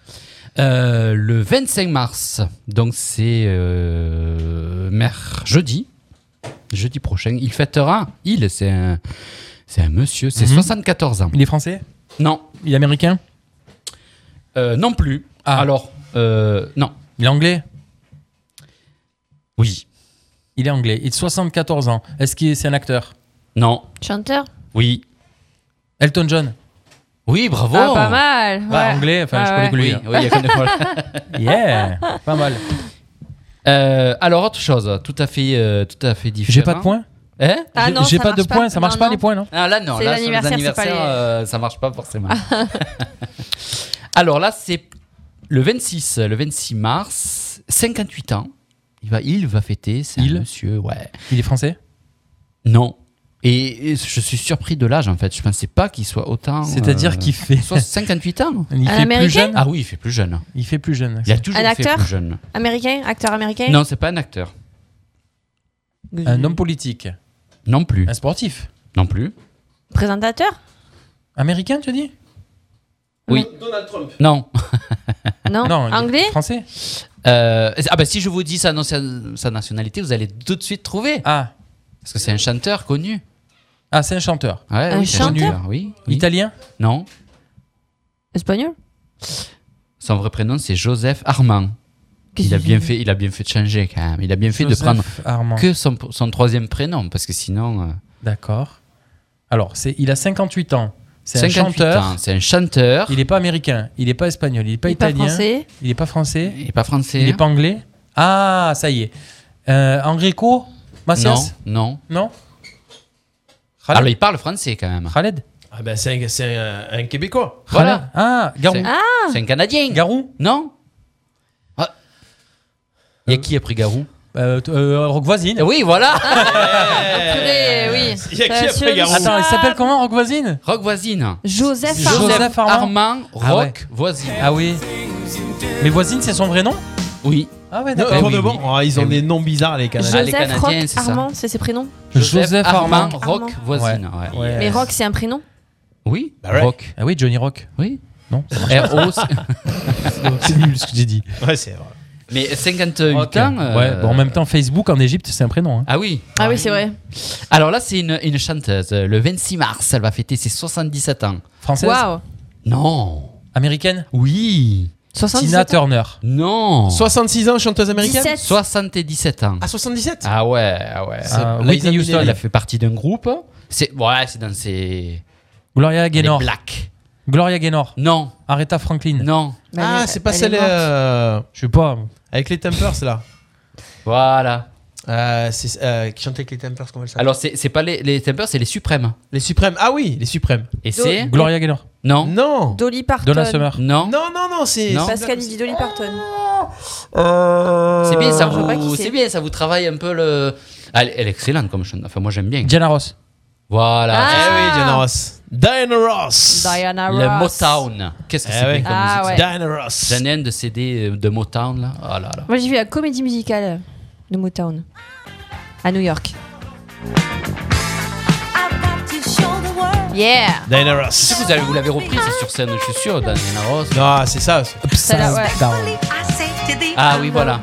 [SPEAKER 5] euh, le 25 mars, donc c'est euh, mer- jeudi, jeudi prochain, il fêtera, il, c'est un, c'est un monsieur, c'est
[SPEAKER 6] Mhm.
[SPEAKER 5] 74 ans.
[SPEAKER 6] Il est français
[SPEAKER 5] Non. euh,
[SPEAKER 6] Il est américain
[SPEAKER 5] Non plus. Alors, euh, non.
[SPEAKER 6] Il est anglais
[SPEAKER 5] Oui.
[SPEAKER 6] Il est anglais. Il a 74 ans. Est-ce que c'est un acteur
[SPEAKER 5] Non.
[SPEAKER 4] Chanteur
[SPEAKER 5] Oui.
[SPEAKER 6] Elton John
[SPEAKER 5] Oui, bravo.
[SPEAKER 4] Ah, pas mal. Ouais.
[SPEAKER 6] Bah, anglais, enfin,
[SPEAKER 4] Ah,
[SPEAKER 6] je connais
[SPEAKER 4] ouais.
[SPEAKER 6] que lui.
[SPEAKER 5] Oui, oui, il y
[SPEAKER 6] (laughs)
[SPEAKER 5] a que deux.
[SPEAKER 6] Yeah, pas mal.
[SPEAKER 5] Euh, alors, autre chose, tout à fait, euh, tout à fait différent.
[SPEAKER 6] J'ai pas de points
[SPEAKER 5] Hein
[SPEAKER 6] Ah J'ai- non, j'ai ça pas de marche pas. points, ça marche Non, pas, non. les points, non
[SPEAKER 5] Ah là, non,
[SPEAKER 6] C'est
[SPEAKER 5] là, sur les
[SPEAKER 6] l'anniversaire, c'est pas
[SPEAKER 5] anniversaires,
[SPEAKER 6] les-
[SPEAKER 5] euh, ça marche
[SPEAKER 6] (laughs)
[SPEAKER 5] pas forcément. (laughs) alors là, c'est le 26, le 26 mars, 58 ans. Il va, il va fêter, c'est un monsieur, ouais.
[SPEAKER 6] Il est français
[SPEAKER 5] Non. Et et je suis surpris de l'âge en fait. Je pensais pas qu'il soit autant.
[SPEAKER 6] C'est-à-dire
[SPEAKER 5] euh,
[SPEAKER 6] qu'il fait.
[SPEAKER 5] soit 58 ans.
[SPEAKER 6] (laughs) Il
[SPEAKER 4] Un
[SPEAKER 6] fait
[SPEAKER 4] Américain
[SPEAKER 6] plus jeune
[SPEAKER 5] Ah oui, il fait plus jeune.
[SPEAKER 6] Il fait plus jeune.
[SPEAKER 5] Il a toujours
[SPEAKER 4] Un
[SPEAKER 5] fait
[SPEAKER 4] acteur
[SPEAKER 5] plus jeune.
[SPEAKER 4] Américain Acteur américain
[SPEAKER 5] Non, c'est pas un acteur.
[SPEAKER 6] Un homme politique
[SPEAKER 5] Non plus.
[SPEAKER 6] Un sportif
[SPEAKER 5] Non plus.
[SPEAKER 4] Présentateur
[SPEAKER 6] Américain, tu dis
[SPEAKER 5] Oui.
[SPEAKER 9] Donald Trump.
[SPEAKER 5] Non.
[SPEAKER 4] Non. Non, il est Anglais
[SPEAKER 6] Français
[SPEAKER 5] Ah bah si je vous dis sa, non- sa- sa nationalité, vous allez tout de suite trouver.
[SPEAKER 6] Ah.
[SPEAKER 5] Parce que c'est un chanteur connu.
[SPEAKER 6] Ah, c'est un chanteur.
[SPEAKER 5] Ouais,
[SPEAKER 4] Un
[SPEAKER 5] oui, c'est
[SPEAKER 4] chanteur
[SPEAKER 5] oui, oui.
[SPEAKER 6] Italien
[SPEAKER 5] Non.
[SPEAKER 4] Espagnol
[SPEAKER 5] Son vrai prénom c'est Joseph Armand. Il a bien fait, il a bien fait de changer quand même. Il a bien fait
[SPEAKER 6] Joseph
[SPEAKER 5] de prendre
[SPEAKER 6] Armand.
[SPEAKER 5] que son, son troisième prénom parce que sinon. euh,
[SPEAKER 6] D'accord. Alors, c'est, il a 58 ans. C'est un
[SPEAKER 5] 58
[SPEAKER 6] chanteur.
[SPEAKER 5] ans, C'est un chanteur.
[SPEAKER 6] Il n'est pas américain, il n'est pas espagnol, il n'est pas
[SPEAKER 4] Il est pas
[SPEAKER 6] italien.
[SPEAKER 4] français.
[SPEAKER 6] Il n'est pas français. Il
[SPEAKER 5] n'est pas français.
[SPEAKER 6] Il n'est pas anglais. Ah, ça y est. Euh, Enrico Macias
[SPEAKER 5] Non, non.
[SPEAKER 6] Non
[SPEAKER 5] Alors il parle français quand même.
[SPEAKER 6] Khaled
[SPEAKER 9] Ah ben c'est un, c'est un- un Québécois.
[SPEAKER 5] Voilà.
[SPEAKER 6] Ah,
[SPEAKER 5] Garou.
[SPEAKER 4] Ah.
[SPEAKER 5] C'est un Canadien.
[SPEAKER 6] Garou
[SPEAKER 5] Non Ah. Il y a qui après Garou
[SPEAKER 6] Euh, Rock Voisine.
[SPEAKER 5] Oui, voilà
[SPEAKER 6] Euh,
[SPEAKER 9] (laughs)
[SPEAKER 4] Purée, oui. Ça assure-
[SPEAKER 6] Attends, il s'appelle comment, Rock Voisine
[SPEAKER 5] Rock Voisine.
[SPEAKER 4] Joseph Armand.
[SPEAKER 6] Joseph Armand,
[SPEAKER 5] Rock
[SPEAKER 6] Ah ouais.
[SPEAKER 5] Voisine.
[SPEAKER 6] Ah oui. Mais Voisine, c'est son vrai nom
[SPEAKER 5] Oui.
[SPEAKER 6] Ah ouais,
[SPEAKER 9] Non,
[SPEAKER 6] d'accord.
[SPEAKER 9] pour de bon, oh, ils ont des noms bizarres les Canadiens.
[SPEAKER 4] Joseph Rock Armand, c'est ses prénoms
[SPEAKER 6] Joseph Armand,
[SPEAKER 4] Armand.
[SPEAKER 6] Rock Voisine.
[SPEAKER 5] Ouais.
[SPEAKER 4] Mais Rock, c'est un prénom
[SPEAKER 5] Oui,
[SPEAKER 6] ouais.
[SPEAKER 5] Rock.
[SPEAKER 6] Ah oui, Johnny Rock.
[SPEAKER 5] Oui.
[SPEAKER 6] Non, ça marche pas.
[SPEAKER 5] R.O.
[SPEAKER 6] C'est nul ce que j'ai dit.
[SPEAKER 9] Ouais, c'est vrai.
[SPEAKER 5] Mais 58
[SPEAKER 6] Ah, Ok.
[SPEAKER 5] ans. euh,
[SPEAKER 6] Ouais, bon, en même temps, Facebook en Égypte, c'est un prénom. hein.
[SPEAKER 5] Ah oui
[SPEAKER 4] Ah oui, c'est vrai.
[SPEAKER 5] Alors là, c'est une, une chanteuse. Le 26 mars, elle va fêter ses 77 ans.
[SPEAKER 6] Française
[SPEAKER 4] Waouh.
[SPEAKER 5] Non.
[SPEAKER 6] Américaine
[SPEAKER 5] Oui.
[SPEAKER 4] 77
[SPEAKER 6] Tina Turner.
[SPEAKER 5] Non.
[SPEAKER 9] 66 ans, chanteuse américaine
[SPEAKER 4] 17.
[SPEAKER 5] 77 ans.
[SPEAKER 9] Ah 77
[SPEAKER 5] Ah ouais, ah ouais.
[SPEAKER 6] C'est
[SPEAKER 5] Ah,
[SPEAKER 6] Liza
[SPEAKER 5] Whitney Houston,
[SPEAKER 6] Minnelli.
[SPEAKER 5] elle a fait partie d'un groupe. C'est ouais, c'est dans ses
[SPEAKER 6] Gloria Gaynor.
[SPEAKER 5] les Black.
[SPEAKER 6] Gloria Gaynor.
[SPEAKER 5] Non.
[SPEAKER 6] Aretha Franklin.
[SPEAKER 5] Non.
[SPEAKER 9] Ah, c'est pas celle. euh,
[SPEAKER 6] Je sais pas.
[SPEAKER 9] Avec les Tempers là.
[SPEAKER 5] Voilà.
[SPEAKER 9] Euh, c'est, euh, qui chantait avec les Tempers, comment elle s'appelle
[SPEAKER 5] Alors c'est c'est pas les les Tempers, c'est les Suprêmes.
[SPEAKER 9] Les Suprêmes. Ah oui, les Suprêmes.
[SPEAKER 5] Et c'est
[SPEAKER 6] Gloria Gaynor.
[SPEAKER 5] Non.
[SPEAKER 9] Non.
[SPEAKER 4] Dolly Parton.
[SPEAKER 6] Donna Summer.
[SPEAKER 5] Non.
[SPEAKER 9] Non, non, non, c'est.
[SPEAKER 5] Non.
[SPEAKER 4] Pascal, il dit Dolly Parton.
[SPEAKER 5] C'est bien, ça
[SPEAKER 4] Je vois pas
[SPEAKER 5] vous,
[SPEAKER 4] qui
[SPEAKER 5] c'est
[SPEAKER 4] c'est.
[SPEAKER 5] bien, ça vous travaille un peu le. Elle, elle est excellente comme chanteuse. Enfin, moi j'aime bien.
[SPEAKER 6] Diana Ross.
[SPEAKER 5] Voilà.
[SPEAKER 4] Ah,
[SPEAKER 5] Eh
[SPEAKER 9] Eh oui, Diana Ross. Diana Ross.
[SPEAKER 4] Diana Ross.
[SPEAKER 5] Le Motown. Qu'est-ce que
[SPEAKER 9] Eh
[SPEAKER 5] c'est
[SPEAKER 9] oui.
[SPEAKER 5] bien comme
[SPEAKER 4] Ah
[SPEAKER 5] musique
[SPEAKER 4] ouais.
[SPEAKER 5] ça.
[SPEAKER 9] Diana Ross.
[SPEAKER 5] J'en ai un de CD de Motown là. Oh là là.
[SPEAKER 4] Moi, j'ai vu la comédie musicale de Motown à New York. Yeah!
[SPEAKER 9] Diana
[SPEAKER 5] Je sais
[SPEAKER 9] Ross.
[SPEAKER 5] que vous, avez- vous l'avez reprise sur scène, je suis sûr, Diana Ross.
[SPEAKER 9] Non, c'est ça.
[SPEAKER 4] Celle-là, ouais.
[SPEAKER 5] Ah oui, voilà.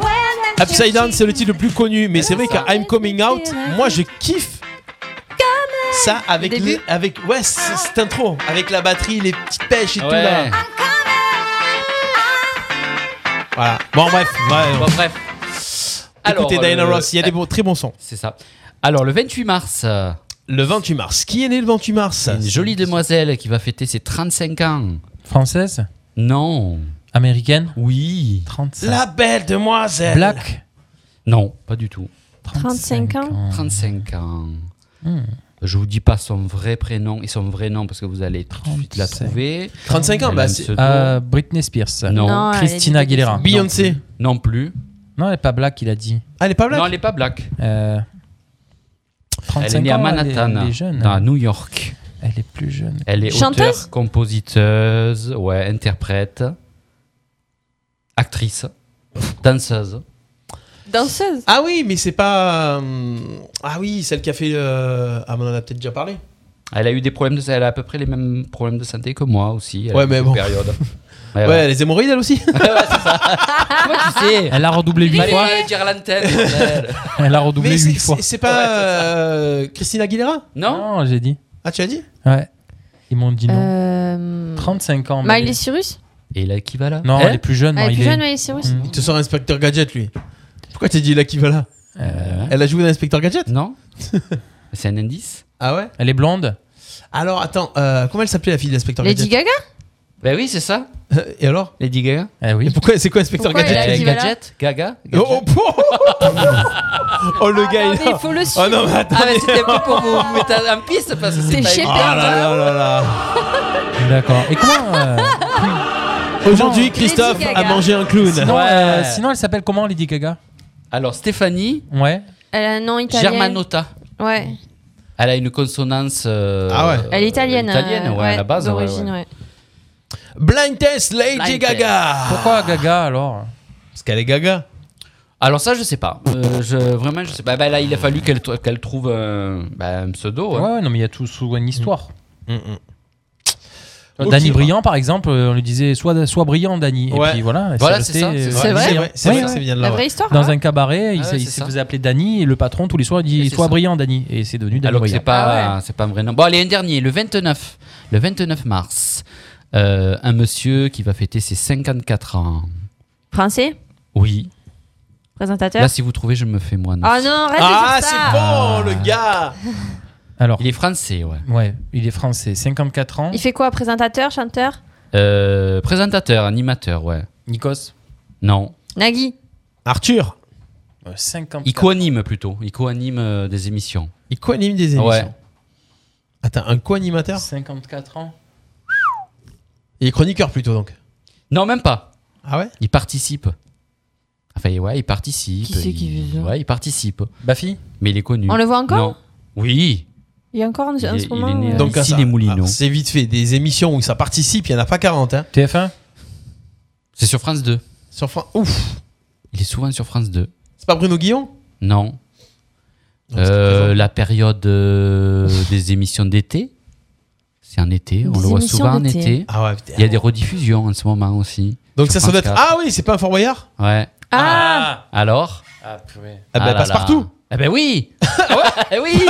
[SPEAKER 9] Upside Down, c'est le titre le plus connu, mais c'est vrai qu'à I'm Coming Out,
[SPEAKER 4] Ah,
[SPEAKER 9] moi je kiffe ça avec
[SPEAKER 4] Le début.
[SPEAKER 9] les- avec ouais, c'est- cette intro, avec la batterie, les petites pêches et tout là.
[SPEAKER 5] Ouais.
[SPEAKER 9] Voilà. Bon bref, ouais,
[SPEAKER 5] Bon, bref.
[SPEAKER 9] écoutez Diana
[SPEAKER 5] euh,
[SPEAKER 9] Ross, il y a des Ah, bons- très bons sons.
[SPEAKER 5] C'est ça. Alors, le 28 mars, euh,
[SPEAKER 9] Le 28 mars, qui est né le 28 mars
[SPEAKER 5] une jolie demoiselle qui va fêter ses 35 ans.
[SPEAKER 6] Française
[SPEAKER 5] Non.
[SPEAKER 6] Américaine
[SPEAKER 5] Oui.
[SPEAKER 6] 35.
[SPEAKER 9] La belle demoiselle.
[SPEAKER 6] Black
[SPEAKER 5] Non, pas du tout.
[SPEAKER 4] 35 ans.
[SPEAKER 6] Ah.
[SPEAKER 5] 35 ans.
[SPEAKER 6] Hmm.
[SPEAKER 5] Je vous dis pas son vrai prénom et son vrai nom parce que vous allez tout de suite la
[SPEAKER 6] 35.
[SPEAKER 5] trouver.
[SPEAKER 9] 35 ans,
[SPEAKER 5] Elle a
[SPEAKER 9] bah,
[SPEAKER 5] un
[SPEAKER 9] c'est-
[SPEAKER 5] pseudo.
[SPEAKER 6] Euh, Britney Spears.
[SPEAKER 5] Non.
[SPEAKER 4] Non, elle est
[SPEAKER 6] Christina
[SPEAKER 4] décédée.
[SPEAKER 6] Aguilera.
[SPEAKER 9] Beyoncé.
[SPEAKER 5] Non plus.
[SPEAKER 6] Non, elle n'est pas black, il a dit.
[SPEAKER 9] Ah, elle est pas black
[SPEAKER 5] Non, elle n'est pas black.
[SPEAKER 6] Euh, 35
[SPEAKER 5] elle est née à
[SPEAKER 6] ans, elle est-
[SPEAKER 5] Manhattan,
[SPEAKER 6] Elle est jeune.
[SPEAKER 5] à New York.
[SPEAKER 6] Elle est plus jeune.
[SPEAKER 5] Elle est
[SPEAKER 4] Chanteuse
[SPEAKER 5] auteure, compositeuse, ouais, interprète, actrice, danseuse.
[SPEAKER 4] Danseuse.
[SPEAKER 9] Ah oui, mais c'est pas euh, Ah oui, celle qui a fait euh, Ah, mais on en a peut-être déjà parlé.
[SPEAKER 5] Elle a eu des problèmes de, elle a à peu près les mêmes problèmes de santé que moi aussi. Elle
[SPEAKER 9] Ouais,
[SPEAKER 5] a eu
[SPEAKER 9] mais
[SPEAKER 5] des
[SPEAKER 9] bon.
[SPEAKER 5] périodes.
[SPEAKER 6] (laughs)
[SPEAKER 9] Ouais, les hémorroïdes elle aussi.
[SPEAKER 5] Moi, Ah, tu sais.
[SPEAKER 6] Elle a redoublé 8
[SPEAKER 5] Fallait
[SPEAKER 6] fois.
[SPEAKER 5] pas le dire à l'antenne. bordel.
[SPEAKER 6] Elle a redoublé
[SPEAKER 9] mais c'est-
[SPEAKER 6] 8 fois.
[SPEAKER 9] c'est c'est pas euh, Christina Aguilera
[SPEAKER 5] non
[SPEAKER 6] Non, j'ai dit.
[SPEAKER 9] Ah, tu as dit
[SPEAKER 6] Ouais. Ils m'ont dit non.
[SPEAKER 4] Euh,
[SPEAKER 6] 35 ans. mais elle est-
[SPEAKER 4] Miley Cyrus?
[SPEAKER 5] Et là, qui va là
[SPEAKER 6] Non,
[SPEAKER 5] Hein
[SPEAKER 6] elle est plus jeune.
[SPEAKER 4] Elle
[SPEAKER 6] non,
[SPEAKER 4] est
[SPEAKER 6] il
[SPEAKER 4] plus
[SPEAKER 6] est-
[SPEAKER 4] jeune, Miley Cyrus?
[SPEAKER 6] Mm.
[SPEAKER 9] Il te sort Inspecteur Gadget lui. Pourquoi t'as dit là qui va là
[SPEAKER 6] Hmm.
[SPEAKER 5] Euh,
[SPEAKER 9] Elle a joué dans Inspecteur Gadget
[SPEAKER 5] Non C'est un indice
[SPEAKER 9] Ah ouais
[SPEAKER 6] Elle est blonde.
[SPEAKER 9] Alors attends, euh, comment elle s'appelait la fille d'Inspecteur
[SPEAKER 4] Lady
[SPEAKER 9] Gadget
[SPEAKER 4] Gaga?
[SPEAKER 5] Ben oui, c'est ça.
[SPEAKER 9] Euh, Et alors
[SPEAKER 5] Lady Gaga.
[SPEAKER 6] Eh
[SPEAKER 9] Et
[SPEAKER 6] oui.
[SPEAKER 9] pourquoi c'est quoi Inspecteur
[SPEAKER 4] Pourquoi
[SPEAKER 9] Gadget
[SPEAKER 4] elle a
[SPEAKER 5] Euh,
[SPEAKER 4] dit voilà
[SPEAKER 5] Gadget Gaga
[SPEAKER 9] Oh, oh, pouh Oh, le gars il
[SPEAKER 4] Ah, Attendez, il faut le suivre. bah,
[SPEAKER 9] Oh non mais attends
[SPEAKER 5] Ah, mais c'était pas pour
[SPEAKER 9] (laughs)
[SPEAKER 5] vous mettre en piste parce que
[SPEAKER 4] T'es
[SPEAKER 5] c'est pas
[SPEAKER 4] chez
[SPEAKER 5] évident.
[SPEAKER 9] Oh là là là là
[SPEAKER 6] D'accord. Et comment
[SPEAKER 5] (laughs)
[SPEAKER 6] euh,
[SPEAKER 9] Aujourd'hui Christophe
[SPEAKER 4] Lady Gaga.
[SPEAKER 9] a mangé un clown
[SPEAKER 6] sinon,
[SPEAKER 5] Ouais.
[SPEAKER 6] euh, sinon, elle s'appelle comment Lady Gaga
[SPEAKER 5] Alors, Stéphanie
[SPEAKER 6] Ouais.
[SPEAKER 4] Elle a un nom Euh, italien.
[SPEAKER 5] Germanotta.
[SPEAKER 4] Ouais.
[SPEAKER 5] Elle a une consonance. euh,
[SPEAKER 9] Ah ouais.
[SPEAKER 4] Elle est italienne.
[SPEAKER 5] Italienne,
[SPEAKER 4] euh,
[SPEAKER 5] ouais, à la base. ouais,
[SPEAKER 4] D'origine,
[SPEAKER 5] ouais.
[SPEAKER 4] ouais.
[SPEAKER 9] Blind Test Lady
[SPEAKER 5] Blind
[SPEAKER 9] Gaga
[SPEAKER 6] Pourquoi
[SPEAKER 5] Ah.
[SPEAKER 6] Gaga alors
[SPEAKER 9] Parce qu'elle est Gaga
[SPEAKER 5] Alors, ça, je sais pas. Euh, je, vraiment, je sais pas. Bah, là, il a fallu qu'elle tr- qu'elle trouve un, bah, un pseudo.
[SPEAKER 6] ouais.
[SPEAKER 5] hein.
[SPEAKER 6] ouais, non, mais il y a tout souvent une histoire.
[SPEAKER 9] Mm, Ok.
[SPEAKER 6] Danny Brillant, par exemple, euh, on lui disait soit, soit brillant, Danny.
[SPEAKER 9] Ouais.
[SPEAKER 6] Et puis voilà,
[SPEAKER 5] Voilà,
[SPEAKER 6] c'est
[SPEAKER 5] c'est ça, c'est
[SPEAKER 6] resté
[SPEAKER 5] ça.
[SPEAKER 6] euh,
[SPEAKER 4] vrai
[SPEAKER 9] C'est
[SPEAKER 6] brillant.
[SPEAKER 9] vrai, c'est
[SPEAKER 6] Ouais,
[SPEAKER 9] vrai que
[SPEAKER 6] ouais.
[SPEAKER 9] ça vient de
[SPEAKER 4] La
[SPEAKER 9] là ouais.
[SPEAKER 4] vraie histoire.
[SPEAKER 6] Dans
[SPEAKER 4] hein.
[SPEAKER 6] un cabaret, il,
[SPEAKER 5] Ah ouais,
[SPEAKER 6] s'est- il
[SPEAKER 5] c'est
[SPEAKER 6] s'est
[SPEAKER 5] ça.
[SPEAKER 6] faisait appeler Danny et le patron tous les soirs il
[SPEAKER 5] Et
[SPEAKER 6] dit
[SPEAKER 5] c'est
[SPEAKER 6] Sois
[SPEAKER 5] ça.
[SPEAKER 6] brillant, Danny. Et c'est devenu Danny
[SPEAKER 5] Alors que
[SPEAKER 6] Brillant.
[SPEAKER 5] c'est pas,
[SPEAKER 4] Ah
[SPEAKER 5] c'est pas un vrai nom. Bon, allez, un dernier, le 29. Le 29 mars, euh, un monsieur qui va fêter ses 54 ans.
[SPEAKER 4] Français,
[SPEAKER 5] Oui. Là,
[SPEAKER 4] présentateur.
[SPEAKER 5] si vous trouvez, je me fais moi.
[SPEAKER 4] Oh non, arrête
[SPEAKER 9] Ah
[SPEAKER 4] de dire ça.
[SPEAKER 9] c'est bon le gars
[SPEAKER 6] Alors,
[SPEAKER 5] Il est français, ouais.
[SPEAKER 6] ouais, il est français, 54 ans.
[SPEAKER 4] Il fait quoi, présentateur, chanteur
[SPEAKER 5] Euh, présentateur, animateur, ouais.
[SPEAKER 6] Nikos
[SPEAKER 5] Non.
[SPEAKER 4] Nagui.
[SPEAKER 9] Arthur
[SPEAKER 6] 54
[SPEAKER 5] Il co-anime plutôt. Il co-anime euh, des émissions.
[SPEAKER 9] Il co-anime des émissions
[SPEAKER 5] Ouais.
[SPEAKER 9] Attends, un co-animateur
[SPEAKER 6] 54 ans.
[SPEAKER 9] Il est chroniqueur plutôt donc
[SPEAKER 5] Non, même pas.
[SPEAKER 9] Ah ouais
[SPEAKER 5] Il participe. Enfin, ouais, il participe.
[SPEAKER 4] Qui c'est
[SPEAKER 5] il...
[SPEAKER 4] qui fait ça
[SPEAKER 5] Ouais, il participe.
[SPEAKER 6] Bafi
[SPEAKER 5] Mais il est connu.
[SPEAKER 4] On le voit encore
[SPEAKER 5] Non. Oui.
[SPEAKER 4] Il y a encore un,
[SPEAKER 5] Il
[SPEAKER 4] un
[SPEAKER 5] est-
[SPEAKER 4] ce moment euh
[SPEAKER 5] il est né euh,
[SPEAKER 4] où-
[SPEAKER 5] à
[SPEAKER 9] Donc, à ça-
[SPEAKER 5] Ciné-Moulineau.
[SPEAKER 9] ah, c'est vite fait. Des émissions où ça participe, il n'y en a pas 40. Hein.
[SPEAKER 6] TF1
[SPEAKER 5] C'est sur France 2.
[SPEAKER 9] Sur France. Ouf
[SPEAKER 5] Il est souvent sur France 2.
[SPEAKER 9] C'est pas Bruno Guillon
[SPEAKER 5] Non.
[SPEAKER 4] Ah,
[SPEAKER 5] Euh, la période euh, des émissions d'été. C'est en été, on
[SPEAKER 9] Des
[SPEAKER 5] le voit
[SPEAKER 9] émissions
[SPEAKER 5] souvent en
[SPEAKER 9] d'été.
[SPEAKER 5] été.
[SPEAKER 9] Ah ouais, putain.
[SPEAKER 5] Il y a des rediffusions en ce moment aussi.
[SPEAKER 9] Donc
[SPEAKER 5] Sur
[SPEAKER 9] ça, ça doit être.
[SPEAKER 5] France
[SPEAKER 9] Ah oui, c'est pas un Fort Boyard
[SPEAKER 5] 4. Ouais.
[SPEAKER 4] Ah
[SPEAKER 5] Alors
[SPEAKER 13] Ah, purée.
[SPEAKER 9] Ah bah,
[SPEAKER 5] là
[SPEAKER 9] Passepartout.
[SPEAKER 5] là. Eh ben
[SPEAKER 6] (laughs)
[SPEAKER 5] oui
[SPEAKER 6] Ah
[SPEAKER 5] Ah Oui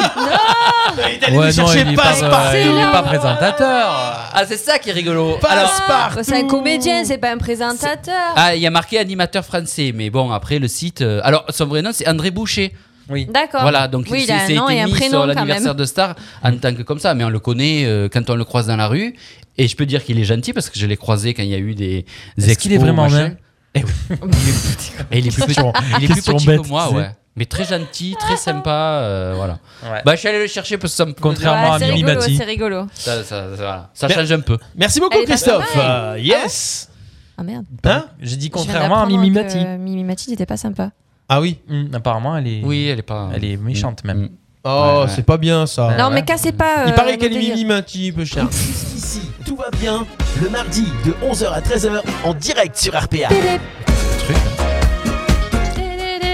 [SPEAKER 9] allé nous chercher
[SPEAKER 6] il est
[SPEAKER 9] passe
[SPEAKER 6] pas,
[SPEAKER 9] partout.
[SPEAKER 6] il est pas présentateur.
[SPEAKER 5] Ah, c'est ça qui est rigolo
[SPEAKER 4] Ah, C'est un comédien, c'est pas un présentateur.
[SPEAKER 5] Ah, il y a marqué animateur français, mais bon, après le site. euh, Alors, son vrai nom, c'est André Boucher.
[SPEAKER 6] Oui.
[SPEAKER 4] D'accord.
[SPEAKER 5] Voilà, donc
[SPEAKER 4] Oui,
[SPEAKER 5] c'est-
[SPEAKER 4] il a un
[SPEAKER 5] c'est
[SPEAKER 4] nom
[SPEAKER 5] été
[SPEAKER 4] et un
[SPEAKER 5] mis
[SPEAKER 4] prénom,
[SPEAKER 5] sur
[SPEAKER 4] quand
[SPEAKER 5] l'anniversaire
[SPEAKER 4] même.
[SPEAKER 5] de Star en tant que comme ça, mais on le connaît euh, quand on le croise dans la rue. Et je peux dire qu'il est gentil parce que je l'ai croisé quand il y a eu des, des
[SPEAKER 6] Est-ce qu'il est vraiment nain
[SPEAKER 5] Et
[SPEAKER 4] (laughs)
[SPEAKER 5] il est plus petit,
[SPEAKER 6] Question-
[SPEAKER 5] il est plus
[SPEAKER 6] question
[SPEAKER 5] petit
[SPEAKER 6] bête,
[SPEAKER 5] que moi,
[SPEAKER 6] tu sais.
[SPEAKER 5] ouais. Mais très gentil,
[SPEAKER 4] Ah,
[SPEAKER 5] très sympa, euh, voilà.
[SPEAKER 6] Ouais.
[SPEAKER 5] Bah, je suis allé le chercher parce que ça me
[SPEAKER 6] Contrairement
[SPEAKER 4] Ouais, Ah, c'est rigolo, c'est rigolo.
[SPEAKER 5] Ça, ça- ça- voilà. Ça
[SPEAKER 9] Mer-
[SPEAKER 5] change un peu.
[SPEAKER 9] Merci beaucoup,
[SPEAKER 4] Elle est pas
[SPEAKER 9] Christophe.
[SPEAKER 4] mal.
[SPEAKER 9] Euh, yes
[SPEAKER 4] Ah merde.
[SPEAKER 9] Hein
[SPEAKER 6] J'ai dit
[SPEAKER 4] Je viens
[SPEAKER 6] contrairement à
[SPEAKER 4] d'apprendre
[SPEAKER 6] Mimi
[SPEAKER 4] que
[SPEAKER 6] Mati.
[SPEAKER 4] Mimi Mati n'était pas sympa.
[SPEAKER 9] Ah oui
[SPEAKER 6] Hmm, Apparemment, elle est.
[SPEAKER 5] Oui, elle est pas. Mm.
[SPEAKER 6] Elle est méchante même.
[SPEAKER 9] Oh,
[SPEAKER 6] Ouais, ouais.
[SPEAKER 9] c'est pas bien ça.
[SPEAKER 4] non, mais cassez pas.
[SPEAKER 9] Il
[SPEAKER 4] euh,
[SPEAKER 9] paraît
[SPEAKER 4] nos
[SPEAKER 9] qu'elle est
[SPEAKER 4] délires.
[SPEAKER 9] minimatie, peu cher.
[SPEAKER 3] Jusqu'ici, tout va bien. Le mardi de 11h à 13h en direct sur RPA.
[SPEAKER 9] hein.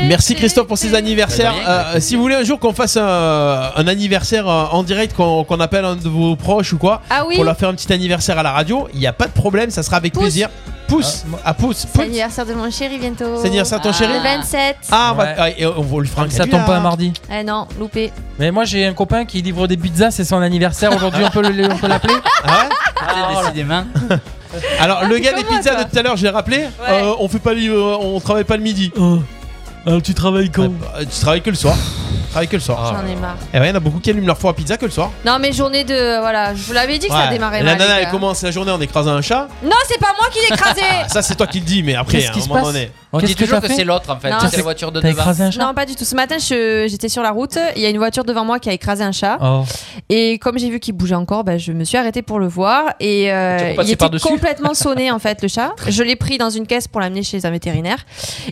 [SPEAKER 9] Merci Christophe pour ces anniversaires. Euh, si vous voulez un jour qu'on fasse un, un anniversaire euh, en direct, qu'on qu'on appelle un de vos proches ou quoi,
[SPEAKER 4] Ah oui
[SPEAKER 9] pour leur faire un petit anniversaire à la radio, il n'y a pas de problème, ça sera avec plaisir.
[SPEAKER 6] Ah,
[SPEAKER 9] Ah, Pouce, à pouce,
[SPEAKER 4] C'est
[SPEAKER 9] pouce.
[SPEAKER 4] l'anniversaire de mon chéri bientôt.
[SPEAKER 9] C'est l'anniversaire de ton chéri
[SPEAKER 4] Le 27.
[SPEAKER 9] Ah, on va- ah, et on vous le fera un
[SPEAKER 6] Ça
[SPEAKER 9] canular.
[SPEAKER 6] tombe pas un mardi.
[SPEAKER 4] Eh non, loupé.
[SPEAKER 6] Mais moi j'ai un copain qui livre des pizzas, c'est son anniversaire aujourd'hui, on peut le- on
[SPEAKER 4] (laughs)
[SPEAKER 6] peut l'appeler
[SPEAKER 9] Ah ouais
[SPEAKER 5] décidément.
[SPEAKER 9] Alors, le gars des
[SPEAKER 4] comment,
[SPEAKER 9] pizzas
[SPEAKER 4] Ah, toi
[SPEAKER 9] de tout à l'heure, je l'ai rappelé, euh, on fait pas, le- euh, on travaille pas le midi.
[SPEAKER 4] Oh,
[SPEAKER 6] Alors tu travailles quand
[SPEAKER 9] Euh, Tu travailles que le soir. Tu travailles que le soir.
[SPEAKER 4] J'en ai marre.
[SPEAKER 9] Et ouais, il y en a beaucoup qui allument leur four à pizza que le soir.
[SPEAKER 4] Non, mais journée de. euh, Voilà, je vous l'avais dit que ça
[SPEAKER 9] Ouais.
[SPEAKER 4] démarrait
[SPEAKER 9] La
[SPEAKER 4] mal.
[SPEAKER 9] nana,
[SPEAKER 4] les
[SPEAKER 9] elle
[SPEAKER 4] gars.
[SPEAKER 9] commence la journée en écrasant un chat.
[SPEAKER 4] Non, c'est pas moi qui
[SPEAKER 9] (laughs)
[SPEAKER 4] l'ai
[SPEAKER 9] Ah,
[SPEAKER 4] écrasé
[SPEAKER 9] Ça, c'est toi qui le dis, mais après,
[SPEAKER 6] Qu'est-ce
[SPEAKER 9] à un
[SPEAKER 6] qui se
[SPEAKER 9] moment
[SPEAKER 6] passe
[SPEAKER 9] donné.
[SPEAKER 5] On dit
[SPEAKER 6] Qu'est-ce que
[SPEAKER 5] toujours
[SPEAKER 6] t'as
[SPEAKER 5] que,
[SPEAKER 6] fait
[SPEAKER 5] c'est l'autre en fait,
[SPEAKER 4] Non,
[SPEAKER 5] c'est
[SPEAKER 4] c'est-
[SPEAKER 5] la voiture de
[SPEAKER 6] T'as
[SPEAKER 5] devant.
[SPEAKER 6] écrasé un chat
[SPEAKER 4] Non, pas du tout. Ce matin, je- j'étais sur la route. Il y a une voiture devant moi qui a écrasé un chat.
[SPEAKER 6] Oh.
[SPEAKER 4] Et comme j'ai vu qu'il bougeait encore, bah, je me suis arrêtée pour le voir. Et euh,
[SPEAKER 5] Tu es repassée
[SPEAKER 4] il était
[SPEAKER 5] par-dessus
[SPEAKER 4] complètement sonné, en fait, le chat. Je l'ai pris dans une caisse pour l'amener chez un vétérinaire.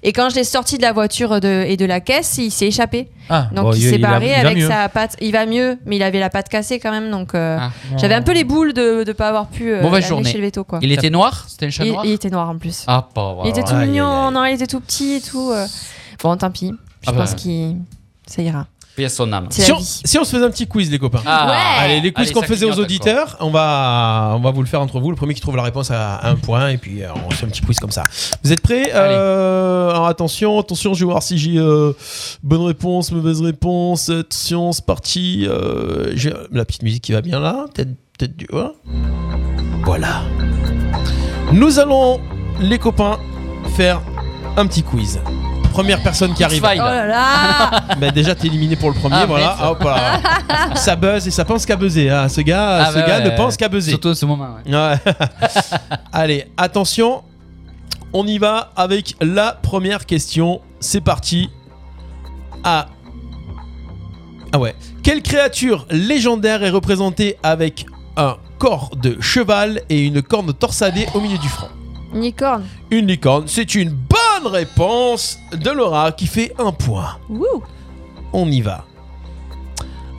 [SPEAKER 4] Et quand je l'ai sorti de la voiture de- et de la caisse, il s'est échappé.
[SPEAKER 6] Ah,
[SPEAKER 4] Donc
[SPEAKER 5] Oh,
[SPEAKER 6] bon,
[SPEAKER 4] il
[SPEAKER 6] il-
[SPEAKER 4] s'est
[SPEAKER 6] il va-
[SPEAKER 4] barré
[SPEAKER 6] il va
[SPEAKER 4] avec
[SPEAKER 6] mieux.
[SPEAKER 4] sa patte. Il va mieux, mais il avait la patte cassée quand même. Donc euh,
[SPEAKER 5] Ah.
[SPEAKER 4] j'avais un peu les boules de ne pas avoir pu euh,
[SPEAKER 5] Mauvaise
[SPEAKER 4] l'amener
[SPEAKER 5] journée.
[SPEAKER 4] chez le veto. Quoi.
[SPEAKER 5] Il était noir C'était un chat
[SPEAKER 4] il,
[SPEAKER 5] noir
[SPEAKER 4] il était noir en plus.
[SPEAKER 5] Ah, pauvre.
[SPEAKER 4] il était tout
[SPEAKER 5] alors là.
[SPEAKER 4] mignon, non, il était tout petit et tout. euh. Bon, tant pis. Je
[SPEAKER 5] Ah bah.
[SPEAKER 4] pense qu'il. Ça ira.
[SPEAKER 5] Paix à son âme.
[SPEAKER 4] C'est
[SPEAKER 9] Si
[SPEAKER 4] la
[SPEAKER 9] on,
[SPEAKER 4] vie.
[SPEAKER 9] si on se faisait un petit quiz, les copains.
[SPEAKER 5] Ah. Ouais.
[SPEAKER 9] Allez, les quiz
[SPEAKER 5] Allez,
[SPEAKER 9] qu'on
[SPEAKER 5] ça
[SPEAKER 9] faisait aux
[SPEAKER 5] clignote,
[SPEAKER 9] auditeurs, on va, on va vous le faire entre vous. Le premier qui trouve la réponse à un point, et puis euh, on fait un petit quiz comme ça. Vous êtes prêts Euh, Alors attention, attention, je vais voir si j'ai euh, bonne réponse, mauvaise réponse. Attention, c'est parti. Euh, j'ai la petite musique qui va bien là. Peut-être, peut-être du. voilà. Voilà. Nous allons, les copains, faire un petit quiz. Première personne qui arrive.
[SPEAKER 4] Oh là
[SPEAKER 5] (laughs)
[SPEAKER 4] là
[SPEAKER 9] Bah déjà t'es éliminé pour le premier,
[SPEAKER 5] Ah,
[SPEAKER 9] voilà.
[SPEAKER 5] merde.
[SPEAKER 9] Ah, hop
[SPEAKER 5] (laughs)
[SPEAKER 9] là. ça buzz et ça pense qu'à buzzer. hein. Ce gars,
[SPEAKER 5] Ah,
[SPEAKER 9] ce
[SPEAKER 5] bah
[SPEAKER 9] gars
[SPEAKER 5] ouais,
[SPEAKER 9] ne
[SPEAKER 5] ouais.
[SPEAKER 9] pense qu'à buzzer.
[SPEAKER 5] Surtout à ce moment. ouais.
[SPEAKER 9] Ouais. (laughs) Allez, attention. On y va avec la première question. C'est parti. Ah. Ah ouais. Quelle créature légendaire est représentée avec un corps de cheval et une corne torsadée au milieu du front
[SPEAKER 4] Unicorne.
[SPEAKER 9] Une licorne. C'est une bonne réponse de Laura qui fait un point.
[SPEAKER 4] Wouh
[SPEAKER 9] On y va.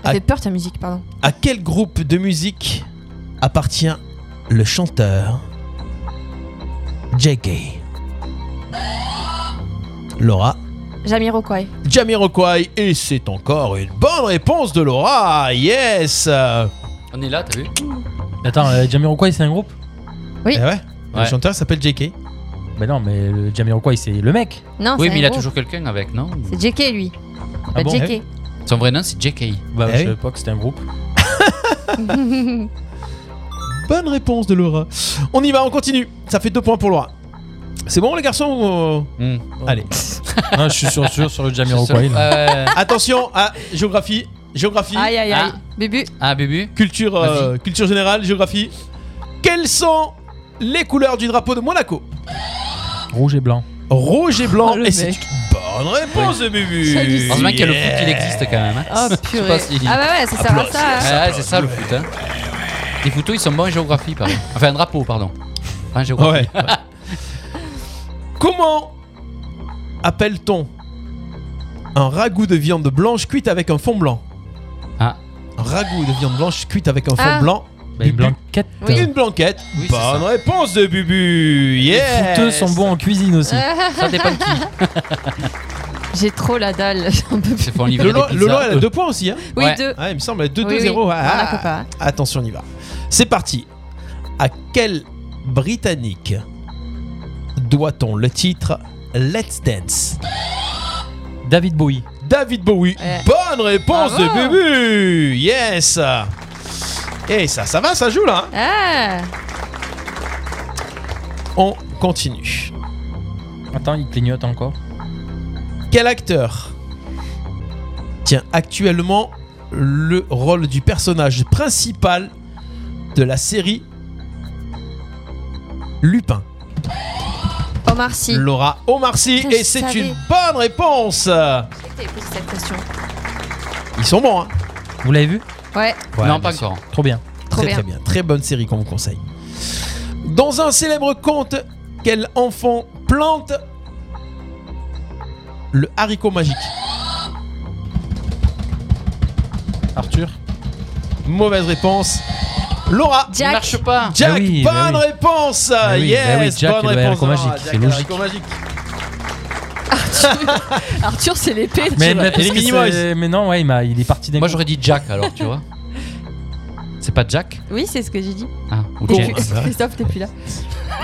[SPEAKER 4] Ça
[SPEAKER 9] Ah.
[SPEAKER 4] fait peur ta musique, pardon.
[SPEAKER 9] À quel groupe de musique appartient le chanteur J.K. Laura
[SPEAKER 4] Jamiroquai.
[SPEAKER 9] Jamiroquai et c'est encore une bonne réponse de Laura. Yes. Eh
[SPEAKER 5] On est là, t'as vu
[SPEAKER 6] Attends, euh, Jamiroquai c'est un groupe
[SPEAKER 4] Oui.
[SPEAKER 9] Eh ouais, Le
[SPEAKER 5] Ouais.
[SPEAKER 9] chanteur s'appelle J.K.
[SPEAKER 6] Mais non, mais le Jamiroquai c'est le mec.
[SPEAKER 4] Non,
[SPEAKER 5] Oui,
[SPEAKER 4] c'est un
[SPEAKER 5] mais il a
[SPEAKER 4] gros.
[SPEAKER 5] toujours quelqu'un avec, non
[SPEAKER 4] C'est JK lui. Bah,
[SPEAKER 6] bon
[SPEAKER 4] JK.
[SPEAKER 5] Son vrai nom, c'est JK.
[SPEAKER 6] Bah,
[SPEAKER 9] Eh
[SPEAKER 6] je savais
[SPEAKER 9] oui.
[SPEAKER 6] pas que c'était un groupe.
[SPEAKER 9] Bonne réponse de Laura. On y va, on continue. Ça fait deux points pour Laura. C'est bon les garçons ou-
[SPEAKER 5] Hmm.
[SPEAKER 9] Allez.
[SPEAKER 6] (laughs) Non, je suis sûr, sûr sur le
[SPEAKER 5] Je
[SPEAKER 6] Jamiroquai.
[SPEAKER 5] sais-
[SPEAKER 6] là.
[SPEAKER 5] Euh,
[SPEAKER 9] Attention à géographie, géographie,
[SPEAKER 4] (laughs) Aïe aïe aïe. Bubu.
[SPEAKER 5] Ah, Bubu
[SPEAKER 9] culture, euh, culture générale, géographie. Quelles sont les couleurs du drapeau de Monaco
[SPEAKER 6] Rouge et blanc.
[SPEAKER 9] Rouge et blanc.
[SPEAKER 4] Oh, le
[SPEAKER 9] et c'est une
[SPEAKER 4] mec.
[SPEAKER 9] Bonne réponse, de Bubu
[SPEAKER 5] Ça existe. Heureusement qu'il y a le foot,
[SPEAKER 9] (laughs)
[SPEAKER 5] il existe quand même, hein. Oh, Je sais purée. pas si-
[SPEAKER 4] Ah bah ouais, ça sert à ça. hein.
[SPEAKER 5] Ah ouais, c'est ça le foot. Hein. Les photos, ils sont bons en géographie, par exemple. Enfin, en drapeau, pardon. Pas en géographie.
[SPEAKER 9] Comment appelle-t-on un ragoût de viande blanche cuite avec un fond blanc
[SPEAKER 5] Ah.
[SPEAKER 9] Un ragoût de viande blanche cuite avec un fond
[SPEAKER 6] Ah.
[SPEAKER 9] blanc.
[SPEAKER 6] Bah, une
[SPEAKER 9] Bubu.
[SPEAKER 6] blanquette.
[SPEAKER 9] Oui. Une blanquette.
[SPEAKER 6] c'est
[SPEAKER 9] Bonne réponse de Bubu.
[SPEAKER 6] Les
[SPEAKER 9] Yeah.
[SPEAKER 6] footeux sont bons en cuisine aussi.
[SPEAKER 4] J'ai trop la dalle, (laughs) j'en peux plus.
[SPEAKER 9] Lolo, Lolo, elle a deux points aussi. Hein
[SPEAKER 4] Oui, Ouais. deux.
[SPEAKER 9] Ah, il me semble, 2-2-0.
[SPEAKER 4] Oui, oui. On la copa.
[SPEAKER 9] Attention, on y va. C'est parti. À quel Britannique doit-on le titre Let's Dance
[SPEAKER 6] David Bowie.
[SPEAKER 9] David Bowie. Bonne réponse
[SPEAKER 4] Bravo.
[SPEAKER 9] de Bubu. Yes. Et ça, ça va, ça joue là. hein
[SPEAKER 4] Ah.
[SPEAKER 9] On continue.
[SPEAKER 6] Attends, il clignote encore.
[SPEAKER 9] Quel acteur tient actuellement le rôle du personnage principal de la série Lupin
[SPEAKER 4] Omar Sy.
[SPEAKER 9] Laura Omar Sy,
[SPEAKER 4] Putain, je
[SPEAKER 9] et c'est
[SPEAKER 4] savais.
[SPEAKER 9] une bonne réponse
[SPEAKER 4] T'avais posé cette question.
[SPEAKER 9] Ils sont bons, hein
[SPEAKER 6] Vous l'avez vu
[SPEAKER 4] Ouais.
[SPEAKER 5] Non, pas encore.
[SPEAKER 6] Trop bien.
[SPEAKER 4] Trop
[SPEAKER 9] très,
[SPEAKER 4] bien.
[SPEAKER 9] Très bien. Très bonne série qu'on vous conseille. Dans un célèbre conte, quel enfant plante le haricot magique Arthur Mauvaise réponse. Laura
[SPEAKER 5] Jack. Il marche pas.
[SPEAKER 9] Jack,
[SPEAKER 5] Ah oui,
[SPEAKER 9] bonne
[SPEAKER 5] bah oui.
[SPEAKER 9] réponse
[SPEAKER 5] Ah oui,
[SPEAKER 9] Yes,
[SPEAKER 5] bah oui, Jack
[SPEAKER 9] bonne
[SPEAKER 5] et le
[SPEAKER 9] réponse.
[SPEAKER 5] haricot
[SPEAKER 9] Laura.
[SPEAKER 5] magique,
[SPEAKER 9] Jack
[SPEAKER 5] c'est
[SPEAKER 9] et le
[SPEAKER 5] logique.
[SPEAKER 9] haricot magique.
[SPEAKER 4] Arthur, c'est l'épée. tu
[SPEAKER 6] Mais,
[SPEAKER 4] vois.
[SPEAKER 6] mais- parce que c'est- mais non, ouais, il, m'a- il est parti d'un
[SPEAKER 5] Moi, j'aurais dit Jack alors, tu vois. C'est pas Jack
[SPEAKER 4] Oui, c'est ce que j'ai dit.
[SPEAKER 5] Ah, ou
[SPEAKER 4] T'es
[SPEAKER 5] James.
[SPEAKER 4] plus- Christophe, t'es plus là.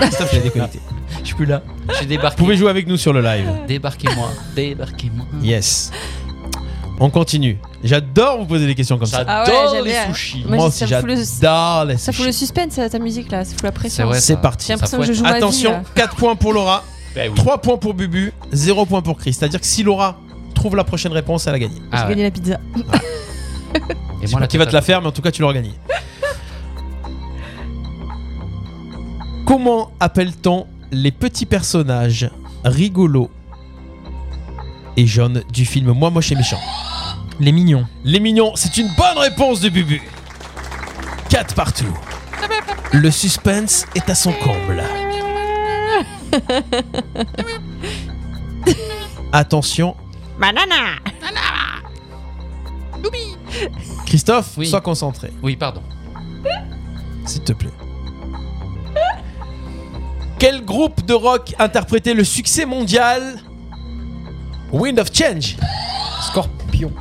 [SPEAKER 9] Christophe, il a déconnecté.
[SPEAKER 5] Je suis plus là. J'ai débarqué.
[SPEAKER 9] Vous pouvez jouer avec nous sur le live.
[SPEAKER 5] Débarquez-moi. Débarquez-moi.
[SPEAKER 9] Yes. On continue. J'adore vous poser des questions comme ça.
[SPEAKER 4] Ah ouais,
[SPEAKER 5] J'adore
[SPEAKER 4] j'aime
[SPEAKER 5] les
[SPEAKER 4] bien.
[SPEAKER 5] sushis.
[SPEAKER 4] Moi,
[SPEAKER 9] Moi
[SPEAKER 4] ça
[SPEAKER 9] aussi,
[SPEAKER 4] me fout le-
[SPEAKER 9] j'adore les
[SPEAKER 4] Ça fout le suspense, ça, ta musique là, ça fout la pression.
[SPEAKER 9] C'est parti.
[SPEAKER 4] J'ai l'impression que je joue ma vie,
[SPEAKER 9] Attention,
[SPEAKER 4] là.
[SPEAKER 9] 4 points pour
[SPEAKER 6] (laughs)
[SPEAKER 9] Laura,
[SPEAKER 6] Ben
[SPEAKER 9] 3 points pour Bubu, 0 points pour Chris. C'est-à-dire que si Laura trouve la prochaine réponse, elle a gagné.
[SPEAKER 4] J'ai gagné la pizza.
[SPEAKER 5] Ah, Et
[SPEAKER 9] moi,
[SPEAKER 5] la
[SPEAKER 9] qui va te la
[SPEAKER 5] totale.
[SPEAKER 9] faire, mais en tout cas, tu
[SPEAKER 6] (laughs)
[SPEAKER 9] l'auras gagné. Comment appelle-t-on les petits personnages rigolos et jaunes du film Moi, moi, chez méchant
[SPEAKER 6] Les mignons.
[SPEAKER 9] Les mignons, c'est une bonne réponse de Bubu. 4 partout. Le suspense est à son comble. Attention,
[SPEAKER 4] Banana
[SPEAKER 9] Christophe,
[SPEAKER 5] Oui.
[SPEAKER 9] sois concentré,
[SPEAKER 5] Oui, pardon.
[SPEAKER 9] s'il te plaît. Quel groupe de rock interprétait le succès mondial Wind of Change Scorpion.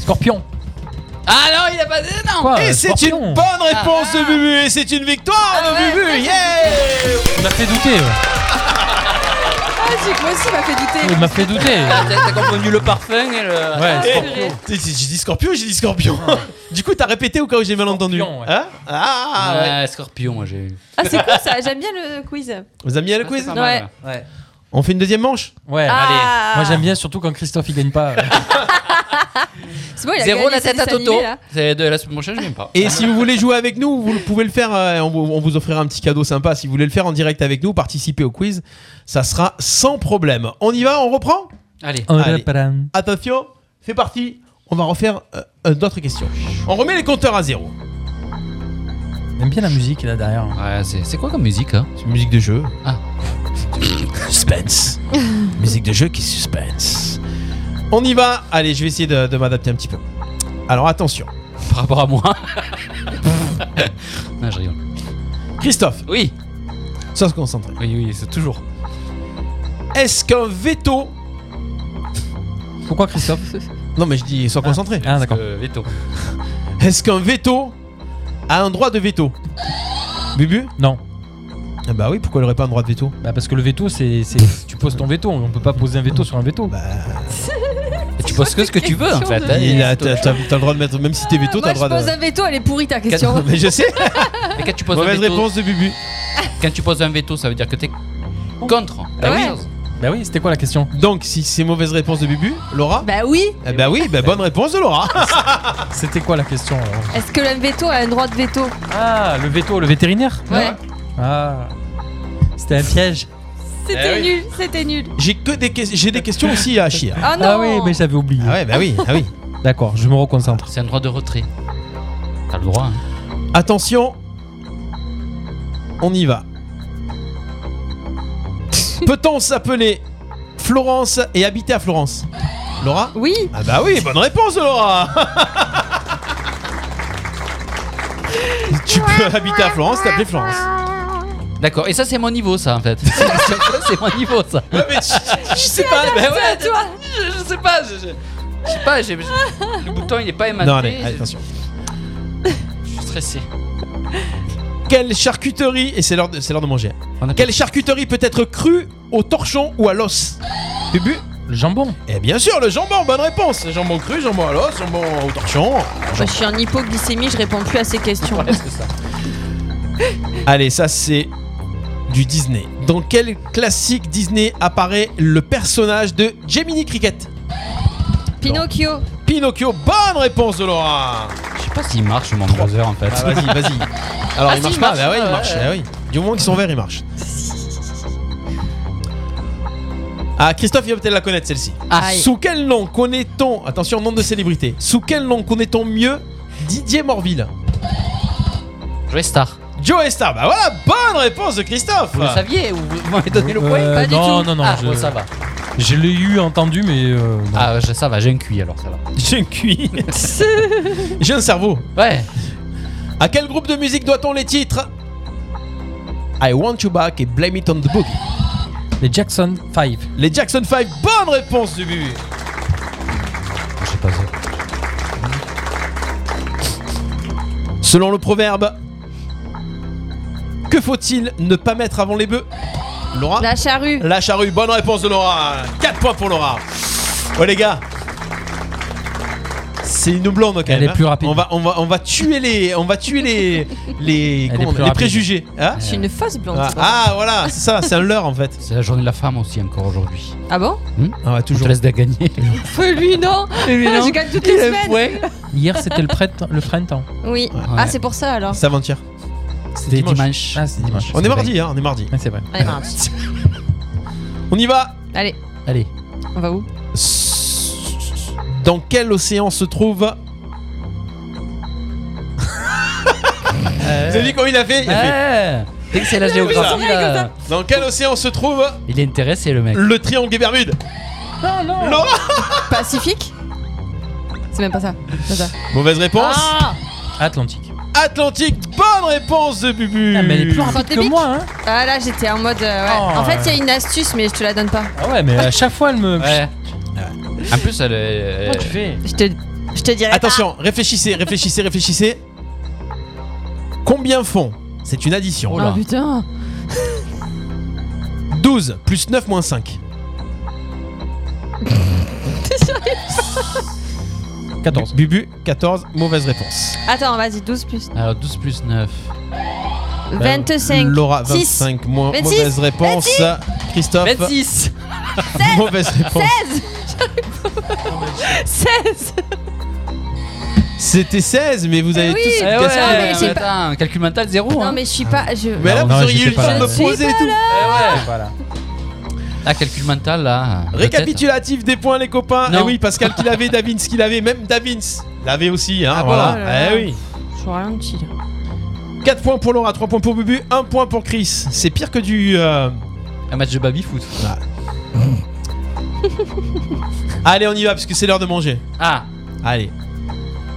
[SPEAKER 6] Scorpion.
[SPEAKER 5] Ah non, il a pas. Non
[SPEAKER 6] Euh,
[SPEAKER 9] Et c'est une bonne réponse de Bubu et c'est une victoire de Bubu. Yeah
[SPEAKER 6] Il m'a fait douter. ouais.
[SPEAKER 4] Ah, j'ai moi aussi, il m'a fait douter. Ah,
[SPEAKER 6] Il m'a fait douter.
[SPEAKER 5] Ah, T'as t'as confondu le parfum et le. Ah,
[SPEAKER 9] Eh, t'es- t'es- J'ai dit scorpion, j'ai dit scorpion. (laughs) du coup, t'as répété au cas où j'ai mal entendu. Hein ah, ouais.
[SPEAKER 5] Ouais, scorpion, moi j'ai.
[SPEAKER 4] Ah, c'est cool ça, j'aime bien le quiz.
[SPEAKER 9] Vous aimez bien le quiz
[SPEAKER 4] Ah, pas mal,
[SPEAKER 5] Ouais.
[SPEAKER 9] On fait une deuxième manche
[SPEAKER 6] Ouais,
[SPEAKER 4] Ah.
[SPEAKER 6] Eh, allez. Moi, j'aime bien surtout quand Christophe il gagne pas.
[SPEAKER 4] C'est bon, il a
[SPEAKER 5] Zéro
[SPEAKER 4] gagné
[SPEAKER 5] la
[SPEAKER 4] ses
[SPEAKER 5] tête à
[SPEAKER 4] dessins
[SPEAKER 5] Toto.
[SPEAKER 4] animés, là.
[SPEAKER 5] C'est de la semaine prochaine, je viens pas.
[SPEAKER 4] Ah.
[SPEAKER 9] Et si vous voulez jouer avec nous, vous le- pouvez le faire. euh, on, vous, on vous offrira un petit cadeau sympa. Si vous voulez le faire en direct avec nous, participer au quiz, ça sera sans problème. On y va, on reprend
[SPEAKER 5] Allez.
[SPEAKER 6] On
[SPEAKER 9] Allez.
[SPEAKER 6] reprend.
[SPEAKER 9] Attention, c'est parti. On va refaire euh, euh, d'autres questions. On remet les compteurs à zéro.
[SPEAKER 6] J'aime bien la musique là derrière.
[SPEAKER 5] Ouais, c'est c'est quoi comme musique hein
[SPEAKER 9] C'est une musique de jeu.
[SPEAKER 5] Ah.
[SPEAKER 9] (laughs)
[SPEAKER 4] (laughs)
[SPEAKER 9] suspense. Musique de jeu qui suspense. On y va. Allez, je vais essayer de, de m'adapter un petit peu. Alors attention.
[SPEAKER 5] Par rapport à (laughs) moi. non, je rigole.
[SPEAKER 9] Christophe.
[SPEAKER 5] Oui.
[SPEAKER 9] Sois concentré.
[SPEAKER 5] Oui, oui, c'est toujours.
[SPEAKER 9] Est-ce qu'un veto.
[SPEAKER 6] Pourquoi Christophe
[SPEAKER 9] Non, mais je dis sois concentré.
[SPEAKER 6] Ah, d'accord.
[SPEAKER 5] Euh, veto.
[SPEAKER 9] Est-ce qu'un veto a un droit de veto Bubu
[SPEAKER 6] Non.
[SPEAKER 9] Ah bah oui, pourquoi il aurait pas un droit de veto
[SPEAKER 6] Bah parce que le veto, c'est, c'est- tu poses ton veto. On peut pas poser un veto sur un veto.
[SPEAKER 5] tu poses que ce que tu veux, en fait.
[SPEAKER 9] T'as t'as- t'as- t'as le droit de mettre, même si t'es veto, t'as
[SPEAKER 4] Ah, Moi,
[SPEAKER 9] le droit
[SPEAKER 4] je pose
[SPEAKER 9] de.
[SPEAKER 4] un veto, elle est pourrie ta question.
[SPEAKER 9] (laughs) Mais je sais
[SPEAKER 5] Et quand tu poses
[SPEAKER 9] Mauvaise
[SPEAKER 5] un veto,
[SPEAKER 9] réponse de Bubu.
[SPEAKER 5] Quand tu poses un veto, ça veut dire que t'es contre. la
[SPEAKER 9] Bah oui.
[SPEAKER 5] chose.
[SPEAKER 6] Bah oui, c'était quoi la question
[SPEAKER 9] Donc, si c'est mauvaise réponse de Bubu, Laura
[SPEAKER 4] Bah oui
[SPEAKER 9] Eh bah oui, bah bonne réponse de Laura
[SPEAKER 6] C'était quoi la question alors
[SPEAKER 4] Est-ce que le veto a un droit de veto
[SPEAKER 6] Ah, le veto, le vétérinaire
[SPEAKER 4] Ouais.
[SPEAKER 6] Ah. C'était un piège.
[SPEAKER 4] C'était
[SPEAKER 9] Eh oui.
[SPEAKER 4] nul, c'était nul.
[SPEAKER 9] J'ai que des, ques- j'ai des questions aussi à chier.
[SPEAKER 4] Ah non. Ah oui, mais
[SPEAKER 6] j'avais oublié.
[SPEAKER 9] Ah ouais, bah oui, ah oui.
[SPEAKER 6] D'accord, je me reconcentre.
[SPEAKER 5] C'est un droit de retrait. T'as le droit. hein.
[SPEAKER 9] Attention, on y va. Peut-on s'appeler Florence et habiter à Florence Laura
[SPEAKER 4] Oui.
[SPEAKER 9] Ah bah oui, bonne réponse Laura Tu peux habiter à Florence, t'appeler Florence.
[SPEAKER 5] D'accord, et ça c'est mon niveau ça en (laughs) fait. C'est- c'est- ça, c'est mon niveau ça.
[SPEAKER 9] je sais pas,
[SPEAKER 5] mais ouais.
[SPEAKER 4] toi.
[SPEAKER 5] Je, je sais pas, je, je- je sais pas, j'ai- j'ai- le bouton il est pas ématé.
[SPEAKER 9] Non allez, allez, attention.
[SPEAKER 5] Je suis stressé.
[SPEAKER 9] Quelle charcuterie Et c'est l'heure de, c'est l'heure de manger. Quelle charcuterie peut être crue au torchon ou à l'os Bubu
[SPEAKER 6] Le jambon.
[SPEAKER 9] Eh bien sûr, le jambon, bonne réponse. Jambon cru, jambon à l'os, jambon au torchon.
[SPEAKER 4] Moi, je suis en hypoglycémie, je réponds plus à ces questions.
[SPEAKER 9] Allez, ça c'est du Disney. Dans quel classique Disney apparaît le personnage de Gemini Cricket
[SPEAKER 4] Pinocchio.
[SPEAKER 9] Pinocchio, bonne réponse de Laura Je sais
[SPEAKER 5] pas s'il marche mon browser en fait.
[SPEAKER 9] Ah, vas-y, vas-y. (laughs) Alors
[SPEAKER 5] Ah,
[SPEAKER 9] il
[SPEAKER 5] si,
[SPEAKER 9] marche
[SPEAKER 5] il
[SPEAKER 9] pas,
[SPEAKER 5] marche,
[SPEAKER 9] bah ouais,
[SPEAKER 5] ouais,
[SPEAKER 9] il marche.
[SPEAKER 5] ouais.
[SPEAKER 9] bah oui. Du moment qu'ils sont verts, ils marchent. Ah, Christophe, il va peut-être la connaître celle-ci.
[SPEAKER 4] Ah.
[SPEAKER 5] Aïe.
[SPEAKER 9] Sous quel nom connaît-on, attention, nom de célébrité, sous quel nom connaît-on mieux Didier Morville
[SPEAKER 5] Joe Star.
[SPEAKER 9] Joe Star, bah voilà, bonne réponse de Christophe
[SPEAKER 5] Vous le saviez ou vous, vous m'avez donné le point
[SPEAKER 6] Euh,
[SPEAKER 5] Pas du
[SPEAKER 6] non,
[SPEAKER 5] tout.
[SPEAKER 6] non, non,
[SPEAKER 5] Ah,
[SPEAKER 6] je-
[SPEAKER 5] bon, ça va.
[SPEAKER 6] Je l'ai eu entendu, mais. euh,
[SPEAKER 5] Ah, je- ça va, j'ai un QI alors ça va.
[SPEAKER 9] J'ai un QI. J'ai un cerveau.
[SPEAKER 5] Ouais.
[SPEAKER 9] À quel groupe de musique doit-on les titres I Want You Back et Blame It on the Boogie.
[SPEAKER 6] Les Jackson 5.
[SPEAKER 9] Les Jackson 5, bonne réponse du but.
[SPEAKER 5] Je sais pas ça.
[SPEAKER 9] Selon le proverbe, que faut-il ne pas mettre avant les bœufs Laura
[SPEAKER 4] (laughs) La charrue.
[SPEAKER 9] La charrue, bonne réponse de Laura. 4 points pour Laura. Oh les gars. C'est une blonde quand
[SPEAKER 6] Elle
[SPEAKER 9] même,
[SPEAKER 6] est plus
[SPEAKER 9] hein.
[SPEAKER 6] rapide.
[SPEAKER 9] On va, on va, on va tuer les, on va tuer
[SPEAKER 6] (laughs)
[SPEAKER 9] les, les,
[SPEAKER 6] est
[SPEAKER 9] comment
[SPEAKER 6] plus
[SPEAKER 9] on dit, les
[SPEAKER 6] rapide.
[SPEAKER 9] préjugés. hein
[SPEAKER 4] Je suis une fausse blonde.
[SPEAKER 9] Ah,
[SPEAKER 4] c'est pas vrai.
[SPEAKER 9] ah, voilà, c'est ça, c'est un leurre en fait.
[SPEAKER 5] C'est la journée de la femme aussi encore aujourd'hui.
[SPEAKER 4] Ah bon
[SPEAKER 9] Ah ouais, (laughs) toujours.
[SPEAKER 5] On te laisse de gagner.
[SPEAKER 4] Feu lui non. Euh, Je gagne toutes les semaines.
[SPEAKER 6] Hier, c'était le printemps. Le printemps.
[SPEAKER 4] Oui. Ah c'est pour ça alors.
[SPEAKER 9] C'est avant-hier.
[SPEAKER 6] C'était dimanche. Ah, c'est dimanche.
[SPEAKER 9] On est
[SPEAKER 6] C'est
[SPEAKER 9] mardi,
[SPEAKER 6] vrai.
[SPEAKER 9] hein, on est mardi.
[SPEAKER 6] Ouais, c'est vrai.
[SPEAKER 4] Allez, mardi.
[SPEAKER 9] On y va.
[SPEAKER 4] Allez,
[SPEAKER 5] Allez.
[SPEAKER 4] on va où
[SPEAKER 9] Dans quel océan
[SPEAKER 6] (laughs)
[SPEAKER 9] se trouve Vous avez vu comment il a fait, il a
[SPEAKER 6] Hein
[SPEAKER 9] fait.
[SPEAKER 5] Ouais. Ah Dès que c'est la géographie là.
[SPEAKER 9] Dans quel océan se trouve
[SPEAKER 5] Il est intéressé le mec.
[SPEAKER 9] le triangle des Bermudes
[SPEAKER 4] Non non.
[SPEAKER 9] Non.
[SPEAKER 4] Pacifique. C'est même pas ça. C'est ça.
[SPEAKER 9] Mauvaise réponse.
[SPEAKER 4] Ah
[SPEAKER 6] Euh, Atlantique.
[SPEAKER 9] Atlantique, bonne réponse de Bubu.
[SPEAKER 6] Ah,
[SPEAKER 5] Ah,
[SPEAKER 6] mais elle est plus rapide.
[SPEAKER 4] que moi, hein Ah là, j'étais en mode. euh, ouais.
[SPEAKER 6] Oh,
[SPEAKER 4] en fait, il y
[SPEAKER 6] ouais.
[SPEAKER 4] a une astuce, mais je te la donne pas.
[SPEAKER 6] Ah ouais, mais à chaque fois, elle me.
[SPEAKER 5] Ouais. En plus, elle est.
[SPEAKER 6] Comment tu fais
[SPEAKER 4] Je te, je te dirai. pas.
[SPEAKER 9] Attention, réfléchissez, réfléchissez, réfléchissez. Combien font C'est une addition.
[SPEAKER 4] Oh putain
[SPEAKER 9] 12 plus 9 moins 5.
[SPEAKER 4] T'es sérieux
[SPEAKER 9] 14. Bubu, 14, mauvaise réponse.
[SPEAKER 4] Attends, vas-y, 12 plus.
[SPEAKER 5] Alors 12 plus 9.
[SPEAKER 4] 25.
[SPEAKER 9] Ben, Euh, Laura,
[SPEAKER 4] Six.
[SPEAKER 9] 25, mo-
[SPEAKER 4] 26.
[SPEAKER 9] mauvaise réponse.
[SPEAKER 4] 26.
[SPEAKER 9] Christophe,
[SPEAKER 5] 26
[SPEAKER 9] mauvaise réponse.
[SPEAKER 4] 16 J'arrive pas. 16
[SPEAKER 9] C'était 16, mais vous avez
[SPEAKER 4] oui.
[SPEAKER 9] tous
[SPEAKER 4] Eh
[SPEAKER 5] Eh
[SPEAKER 9] cassé.
[SPEAKER 5] ouais,
[SPEAKER 4] mais
[SPEAKER 5] mais
[SPEAKER 4] j'ai
[SPEAKER 5] attends, calcul mental hein 0.
[SPEAKER 4] Non, mais je suis pas. Je...
[SPEAKER 9] Mais
[SPEAKER 5] Non,
[SPEAKER 9] là, vous
[SPEAKER 5] non,
[SPEAKER 9] auriez eu
[SPEAKER 5] j'étais
[SPEAKER 9] le
[SPEAKER 5] pas
[SPEAKER 9] temps de
[SPEAKER 5] là.
[SPEAKER 9] me poser et tout.
[SPEAKER 6] Voilà.
[SPEAKER 5] Ah, calcul mental là.
[SPEAKER 9] Récapitulatif des points, les copains.
[SPEAKER 5] Non.
[SPEAKER 9] Eh oui, Pascal qui l'avait, Davins qui l'avait, même Davins l'avait aussi. Hein,
[SPEAKER 5] Ah bon
[SPEAKER 9] voilà.
[SPEAKER 5] Oh là
[SPEAKER 9] eh
[SPEAKER 5] là.
[SPEAKER 9] oui.
[SPEAKER 4] Je vois rien de chill.
[SPEAKER 9] 4 points pour Laura, 3 points pour Bubu, 1 point pour Chris. C'est pire que du. euh,
[SPEAKER 5] Un match de baby foot.
[SPEAKER 9] Allez, on y va parce que c'est l'heure de manger.
[SPEAKER 5] Ah,
[SPEAKER 9] Allez.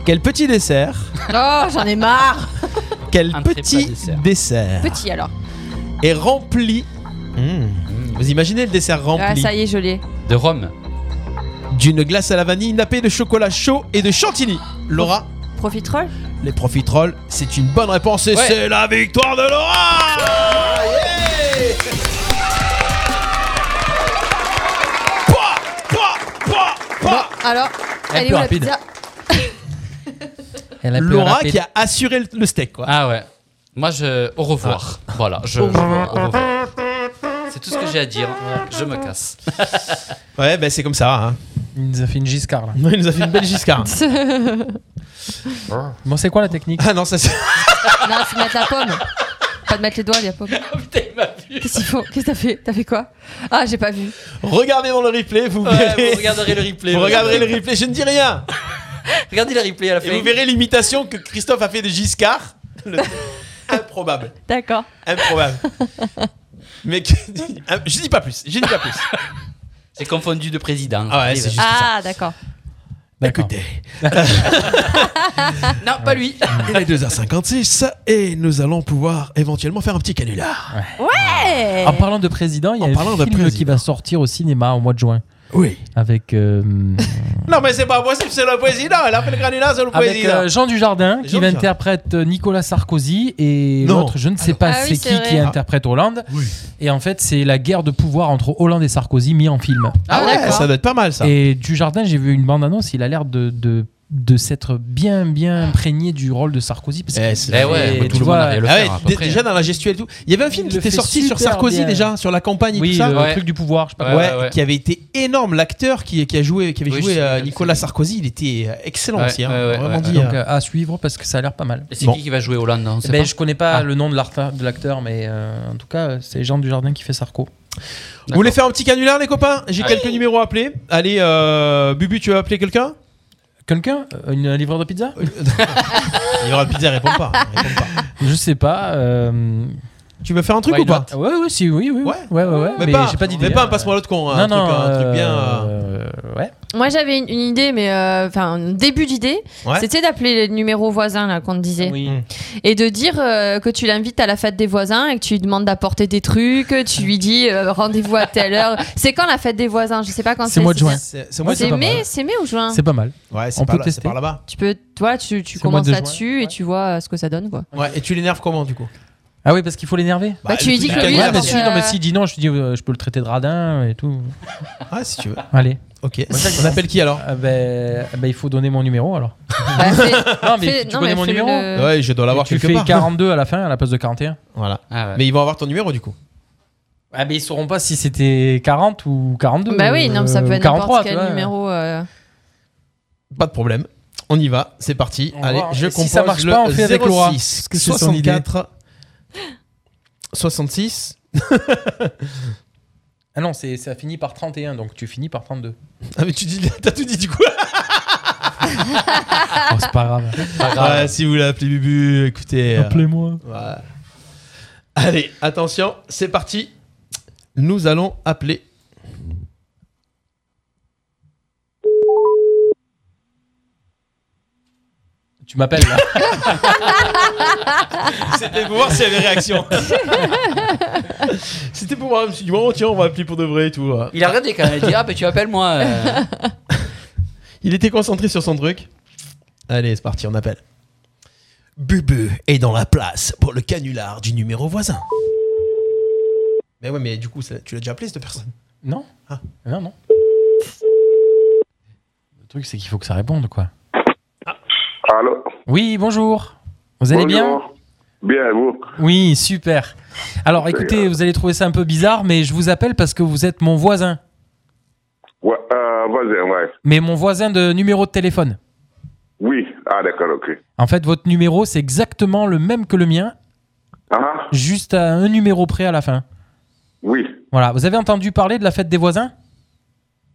[SPEAKER 9] Quel petit dessert
[SPEAKER 4] Oh, j'en ai marre
[SPEAKER 9] Quel
[SPEAKER 5] Entrée,
[SPEAKER 9] petit
[SPEAKER 5] plat, dessert.
[SPEAKER 9] dessert
[SPEAKER 4] Petit alors.
[SPEAKER 9] est rempli. Mmh. Vous imaginez le dessert
[SPEAKER 4] Ah,
[SPEAKER 9] rempli
[SPEAKER 4] ça y est, je l'ai.
[SPEAKER 5] de Rome.
[SPEAKER 9] d'une glace à la vanille nappée de chocolat chaud et de chantilly. Laura,
[SPEAKER 4] Profiterole
[SPEAKER 9] les profiteroles, c'est une bonne réponse et
[SPEAKER 4] Ouais. Ah,
[SPEAKER 9] c'est la victoire de Laura Yeah Pouah, pouah, pouah, pouah.
[SPEAKER 4] Alors, elle est
[SPEAKER 5] Elle est plus
[SPEAKER 4] où la
[SPEAKER 5] rapide.
[SPEAKER 4] pizza
[SPEAKER 5] Elle
[SPEAKER 9] Laura qui a assuré le- le steak quoi.
[SPEAKER 5] Ah ouais. Moi, je. Au revoir. Voilà, je. je- Au revoir. C'est tout ce que j'ai à dire. Je me casse.
[SPEAKER 9] Ouais, ben c'est comme ça. Hein.
[SPEAKER 6] Il nous a fait une Giscard là.
[SPEAKER 9] (laughs) Il nous a fait une belle Giscard.
[SPEAKER 4] (laughs)
[SPEAKER 6] Bon, c'est quoi la technique
[SPEAKER 9] (laughs) Ah non, ça c'est.
[SPEAKER 4] Non, c'est mettre la pomme. Pas de mettre les doigts, il y a pomme.
[SPEAKER 5] Putain, il m'a vu.
[SPEAKER 4] Qu'est-ce qu'il faut Qu'est-ce que t'as fait T'as fait quoi Ah, j'ai pas vu.
[SPEAKER 9] Regardez dans le replay, vous
[SPEAKER 4] Ouais,
[SPEAKER 9] verrez.
[SPEAKER 4] vous regarderez
[SPEAKER 13] le replay,
[SPEAKER 9] Vous
[SPEAKER 13] vous
[SPEAKER 9] regarderez le
[SPEAKER 13] verrez.
[SPEAKER 9] replay, je ne dis rien.
[SPEAKER 13] Regardez le replay à la
[SPEAKER 9] Et
[SPEAKER 13] fin.
[SPEAKER 9] vous verrez l'imitation que Christophe a fait de Giscard. Le- (laughs) Improbable.
[SPEAKER 4] D'accord.
[SPEAKER 9] Improbable. Mais que- (laughs) Ah, je dis pas plus. Je dis pas plus.
[SPEAKER 5] C'est confondu de président.
[SPEAKER 9] Ah ouais, c'est juste ça.
[SPEAKER 4] Ah, d'accord.
[SPEAKER 9] (laughs) Écoutez.
[SPEAKER 5] non, pas lui.
[SPEAKER 9] Il est 2h56 et nous allons pouvoir éventuellement faire un petit canular.
[SPEAKER 4] Ouais
[SPEAKER 6] En parlant de président, il y a
[SPEAKER 9] En
[SPEAKER 6] un
[SPEAKER 9] parlant
[SPEAKER 6] film
[SPEAKER 9] de
[SPEAKER 6] qui va sortir au cinéma au mois de juin.
[SPEAKER 9] Oui.
[SPEAKER 6] Avec, euh,
[SPEAKER 9] Non, mais c'est pas possible, c'est le président. Elle a fait le granulat, c'est le
[SPEAKER 6] avec
[SPEAKER 9] président.
[SPEAKER 6] euh, Jean Dujardin qui
[SPEAKER 9] Jean Dujardin.
[SPEAKER 6] interprète euh, Nicolas Sarkozy et
[SPEAKER 9] Non.
[SPEAKER 6] l'autre, je ne sais
[SPEAKER 9] Ah
[SPEAKER 6] pas
[SPEAKER 9] non. Ah
[SPEAKER 6] c'est
[SPEAKER 9] oui,
[SPEAKER 6] qui
[SPEAKER 9] c'est vrai.
[SPEAKER 6] qui interprète Hollande. Et en fait, c'est la guerre de pouvoir entre Hollande et Sarkozy mis en film.
[SPEAKER 9] Ah ouais, D'accord. ça doit être pas mal ça.
[SPEAKER 6] Et Dujardin, j'ai vu une bande-annonce, il a l'air de. de de s'être bien bien imprégné du rôle de Sarkozy parce que
[SPEAKER 9] Eh,
[SPEAKER 6] Et tu vois-
[SPEAKER 9] Ah ouais, dé-
[SPEAKER 5] hein.
[SPEAKER 9] déjà dans la gestuelle et tout. Il y avait un film
[SPEAKER 6] Il
[SPEAKER 9] qui
[SPEAKER 6] le
[SPEAKER 9] était
[SPEAKER 6] fait
[SPEAKER 9] sorti sur
[SPEAKER 6] super
[SPEAKER 9] Sarkozy
[SPEAKER 6] bien.
[SPEAKER 9] déjà, sur la campagne et
[SPEAKER 6] Oui,
[SPEAKER 9] tout ça.
[SPEAKER 6] le Ouais. truc du pouvoir, je sais pas
[SPEAKER 9] Ouais,
[SPEAKER 6] quoi. Ouais, ouais.
[SPEAKER 9] qui avait été énorme. L'acteur qui, qui a joué, qui avait
[SPEAKER 6] Oui,
[SPEAKER 9] joué
[SPEAKER 6] je sais,
[SPEAKER 9] euh,
[SPEAKER 6] je
[SPEAKER 9] Nicolas Sarkozy, il était euh, excellent
[SPEAKER 6] Ouais,
[SPEAKER 9] aussi. hein.
[SPEAKER 6] ouais, ouais,
[SPEAKER 9] Vraiment
[SPEAKER 6] ouais.
[SPEAKER 9] dit.
[SPEAKER 6] Donc,
[SPEAKER 9] euh,
[SPEAKER 6] euh, à suivre parce que ça a l'air pas mal.
[SPEAKER 5] Et c'est qui qui va jouer Hollande on sait
[SPEAKER 6] hein. ben,
[SPEAKER 5] pas
[SPEAKER 6] Je connais pas
[SPEAKER 5] Ah.
[SPEAKER 6] le nom de l'art- de l'acteur, mais euh, en tout cas, euh, c'est Jean Dujardin qui fait Sarko.
[SPEAKER 9] Vous voulez faire un petit canular, les copains J'ai
[SPEAKER 6] euh, Allez.
[SPEAKER 9] quelques numéros à appeler. Allez, euh, Bubu, tu veux appeler quelqu'un
[SPEAKER 6] Quelqu'un euh, Une livreur de pizza
[SPEAKER 9] Livreur de pizza, répond pas.
[SPEAKER 6] Je sais pas. euh,
[SPEAKER 9] Tu veux faire un truc
[SPEAKER 6] Why
[SPEAKER 9] ou pas
[SPEAKER 6] not Ah Ouais, ouais, si, oui, oui. Ouais, ouais, ouais. ouais,
[SPEAKER 9] Mais
[SPEAKER 6] Bah, mais
[SPEAKER 9] pas-
[SPEAKER 6] j'ai pas d'idée.
[SPEAKER 9] mais pas un passe-moi l'autre con,
[SPEAKER 6] Non,
[SPEAKER 9] un
[SPEAKER 6] non,
[SPEAKER 9] truc- un truc bien,
[SPEAKER 6] euh, Ouais.
[SPEAKER 4] Moi, j'avais une, une idée, mais euh, enfin, un début d'idée.
[SPEAKER 6] Ouais.
[SPEAKER 4] C'était d'appeler les numéros voisins, là, qu'on te disait. Mmh. Et de dire euh, que tu l'invites à la fête des voisins et que tu lui demandes d'apporter des trucs. Tu lui dis euh, rendez-vous à telle heure. C'est quand la fête des voisins Je sais pas quand c'est.
[SPEAKER 6] C'est mois de juin.
[SPEAKER 4] C'est
[SPEAKER 6] C'est- c'est mois- c'est pas
[SPEAKER 4] mai,
[SPEAKER 6] mal.
[SPEAKER 4] c'est mai ou juin
[SPEAKER 6] C'est pas mal.
[SPEAKER 9] Ouais,
[SPEAKER 6] On
[SPEAKER 9] c'est par,
[SPEAKER 6] peut
[SPEAKER 9] là-
[SPEAKER 6] tester.
[SPEAKER 9] c'est par là-bas.
[SPEAKER 4] Tu peux, toi, tu, tu
[SPEAKER 6] C'est le mois
[SPEAKER 4] commences
[SPEAKER 6] de juin,
[SPEAKER 4] là-dessus et tu vois euh, ce que ça donne, quoi.
[SPEAKER 9] Ouais, et tu l'énerves comment du coup
[SPEAKER 6] Ah oui, parce qu'il faut l'énerver.
[SPEAKER 4] Bah, Bah, tu lui dis que
[SPEAKER 6] Ouais,
[SPEAKER 4] lui, il
[SPEAKER 6] mais
[SPEAKER 4] apporte,
[SPEAKER 6] si, non, mais
[SPEAKER 4] euh,
[SPEAKER 6] si, dis non, je dis, euh, je peux le traiter de radin et tout.
[SPEAKER 9] Ah, si tu veux.
[SPEAKER 6] Allez.
[SPEAKER 9] Ok. On appelle qui alors
[SPEAKER 6] ben, ben, il faut donner mon numéro alors.
[SPEAKER 4] bah,
[SPEAKER 6] (laughs) non, mais
[SPEAKER 9] fais-
[SPEAKER 6] tu
[SPEAKER 9] non,
[SPEAKER 6] connais
[SPEAKER 9] mais
[SPEAKER 6] mon
[SPEAKER 9] fais
[SPEAKER 6] numéro
[SPEAKER 9] le- Ouais, je dois l'avoir
[SPEAKER 6] Tu
[SPEAKER 9] quelque
[SPEAKER 6] fais
[SPEAKER 9] part.
[SPEAKER 6] 42 à la fin à la place de 41.
[SPEAKER 9] Voilà.
[SPEAKER 5] Ah
[SPEAKER 6] ouais.
[SPEAKER 9] Mais ils vont avoir ton numéro du coup.
[SPEAKER 6] Ah, mais ils sauront pas si c'était 40 ou 42.
[SPEAKER 4] Bah oui, non, mais ça
[SPEAKER 6] euh,
[SPEAKER 4] peut
[SPEAKER 6] ou
[SPEAKER 4] être n'importe
[SPEAKER 6] 43, tu
[SPEAKER 4] quel
[SPEAKER 6] vois.
[SPEAKER 4] numéro. euh.
[SPEAKER 9] Pas de problème. On y va, c'est parti.
[SPEAKER 6] On va
[SPEAKER 9] Allez,
[SPEAKER 6] voir.
[SPEAKER 9] je
[SPEAKER 6] Et si
[SPEAKER 9] compose
[SPEAKER 6] ça marche
[SPEAKER 9] le
[SPEAKER 6] pas, on fait avec Laura,
[SPEAKER 9] 06
[SPEAKER 6] parce que c'est son
[SPEAKER 9] 64 66
[SPEAKER 6] Ah non, c'est- ça finit par 31, donc tu finis par 32.
[SPEAKER 9] Ah mais tu dis (laughs) t'as tout dit du coup.
[SPEAKER 4] Ah.
[SPEAKER 6] Oh, c'est pas grave.
[SPEAKER 9] (laughs) Ouais, si vous voulez appeler Bubu, écoutez. euh,
[SPEAKER 6] Appelez-moi.
[SPEAKER 9] ouais. Allez, attention, c'est parti. Nous allons appeler.
[SPEAKER 6] Tu m'appelles là.
[SPEAKER 9] C'était pour voir s'il y avait réaction. (laughs) C'était pour voir, je me suis dit, bon, tiens, on va appeler pour de vrai et tout. ouais.
[SPEAKER 5] Il a regardé quand même, il a dit Ah, ben tu appelles moi. euh.
[SPEAKER 9] Il était concentré sur son truc. Allez, c'est parti, on appelle. Bubu est dans la place pour le canular du numéro voisin. Mais ouais, mais du coup, ça- tu l'as déjà appelé cette personne
[SPEAKER 6] Non. Non, non. Le truc, c'est qu'il faut que ça réponde, quoi.
[SPEAKER 16] Ah. Allô
[SPEAKER 6] Oui, bonjour. Vous allez bien
[SPEAKER 16] Bonjour. Bien, et vous
[SPEAKER 6] Oui, super. Alors
[SPEAKER 16] Super.
[SPEAKER 6] écoutez, vous allez trouver ça un peu bizarre, mais je vous appelle parce que vous êtes mon voisin.
[SPEAKER 16] ouais, euh, Voisin, ouais.
[SPEAKER 6] Mais mon voisin de numéro de téléphone.
[SPEAKER 16] Oui, ah d'accord, ok.
[SPEAKER 6] En fait, votre numéro, c'est exactement le même que le mien,
[SPEAKER 16] Ah, ah,
[SPEAKER 6] juste à un numéro près à la fin.
[SPEAKER 16] oui.
[SPEAKER 6] Voilà, vous avez entendu parler de la fête des voisins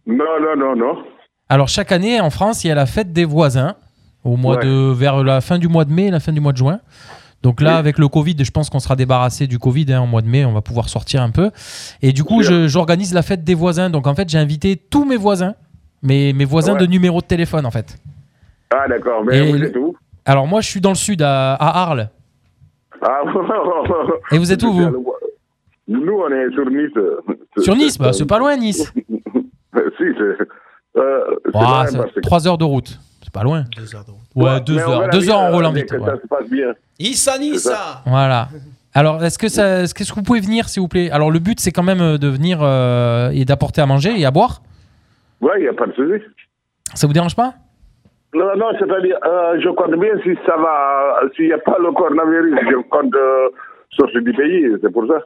[SPEAKER 16] Non, non, non, non.
[SPEAKER 6] Alors chaque année en France, il y a la fête des voisins au mois
[SPEAKER 16] Ouais.
[SPEAKER 6] de vers la fin du mois de mai, la fin du mois de juin. Donc là, avec le Covid, je pense qu'on sera débarrassé du Covid hein, en mois de mai. On va pouvoir sortir un peu. Et du coup, je- j'organise la fête des voisins. Donc en fait, j'ai invité tous mes voisins, mes, mes voisins
[SPEAKER 16] Ouais.
[SPEAKER 6] de numéro de téléphone en fait.
[SPEAKER 16] Ah d'accord, mais
[SPEAKER 6] Et
[SPEAKER 16] vous
[SPEAKER 6] Eh, le-
[SPEAKER 16] êtes où
[SPEAKER 6] Alors moi, je suis dans le sud, à, à Arles.
[SPEAKER 16] Ah, (laughs)
[SPEAKER 6] Et vous êtes où, vous
[SPEAKER 16] allé voir. Nous, on est sur Nice.
[SPEAKER 6] Sur Nice, bah, c'est pas loin Nice.
[SPEAKER 16] Euh, Si, c'est... Euh, c'est
[SPEAKER 6] Ouah,
[SPEAKER 16] loin,
[SPEAKER 6] c'est
[SPEAKER 16] parce que-
[SPEAKER 6] 3 heures de route. C'est pas loin. 2 heures de route. Ouais, 2
[SPEAKER 16] mais on
[SPEAKER 6] heures.
[SPEAKER 16] verra
[SPEAKER 6] 2
[SPEAKER 16] bien,
[SPEAKER 6] heures en
[SPEAKER 16] euh,
[SPEAKER 6] roulant
[SPEAKER 16] mais
[SPEAKER 6] vite.
[SPEAKER 16] Que
[SPEAKER 6] ouais.
[SPEAKER 16] ça se passe bien.
[SPEAKER 9] Issa Nissa
[SPEAKER 6] Voilà. Alors, est-ce que, ça, est-ce que vous pouvez venir, s'il vous plaît Alors, le but, c'est quand même euh, de venir euh, et d'apporter à manger et à boire.
[SPEAKER 16] Ouais, il n'y a pas de souci.
[SPEAKER 6] Ça vous dérange pas
[SPEAKER 16] Non, non, c'est-à-dire, euh, je compte bien si ça va, s'il n'y a pas le coronavirus, je compte euh, sortir du pays, c'est pour ça.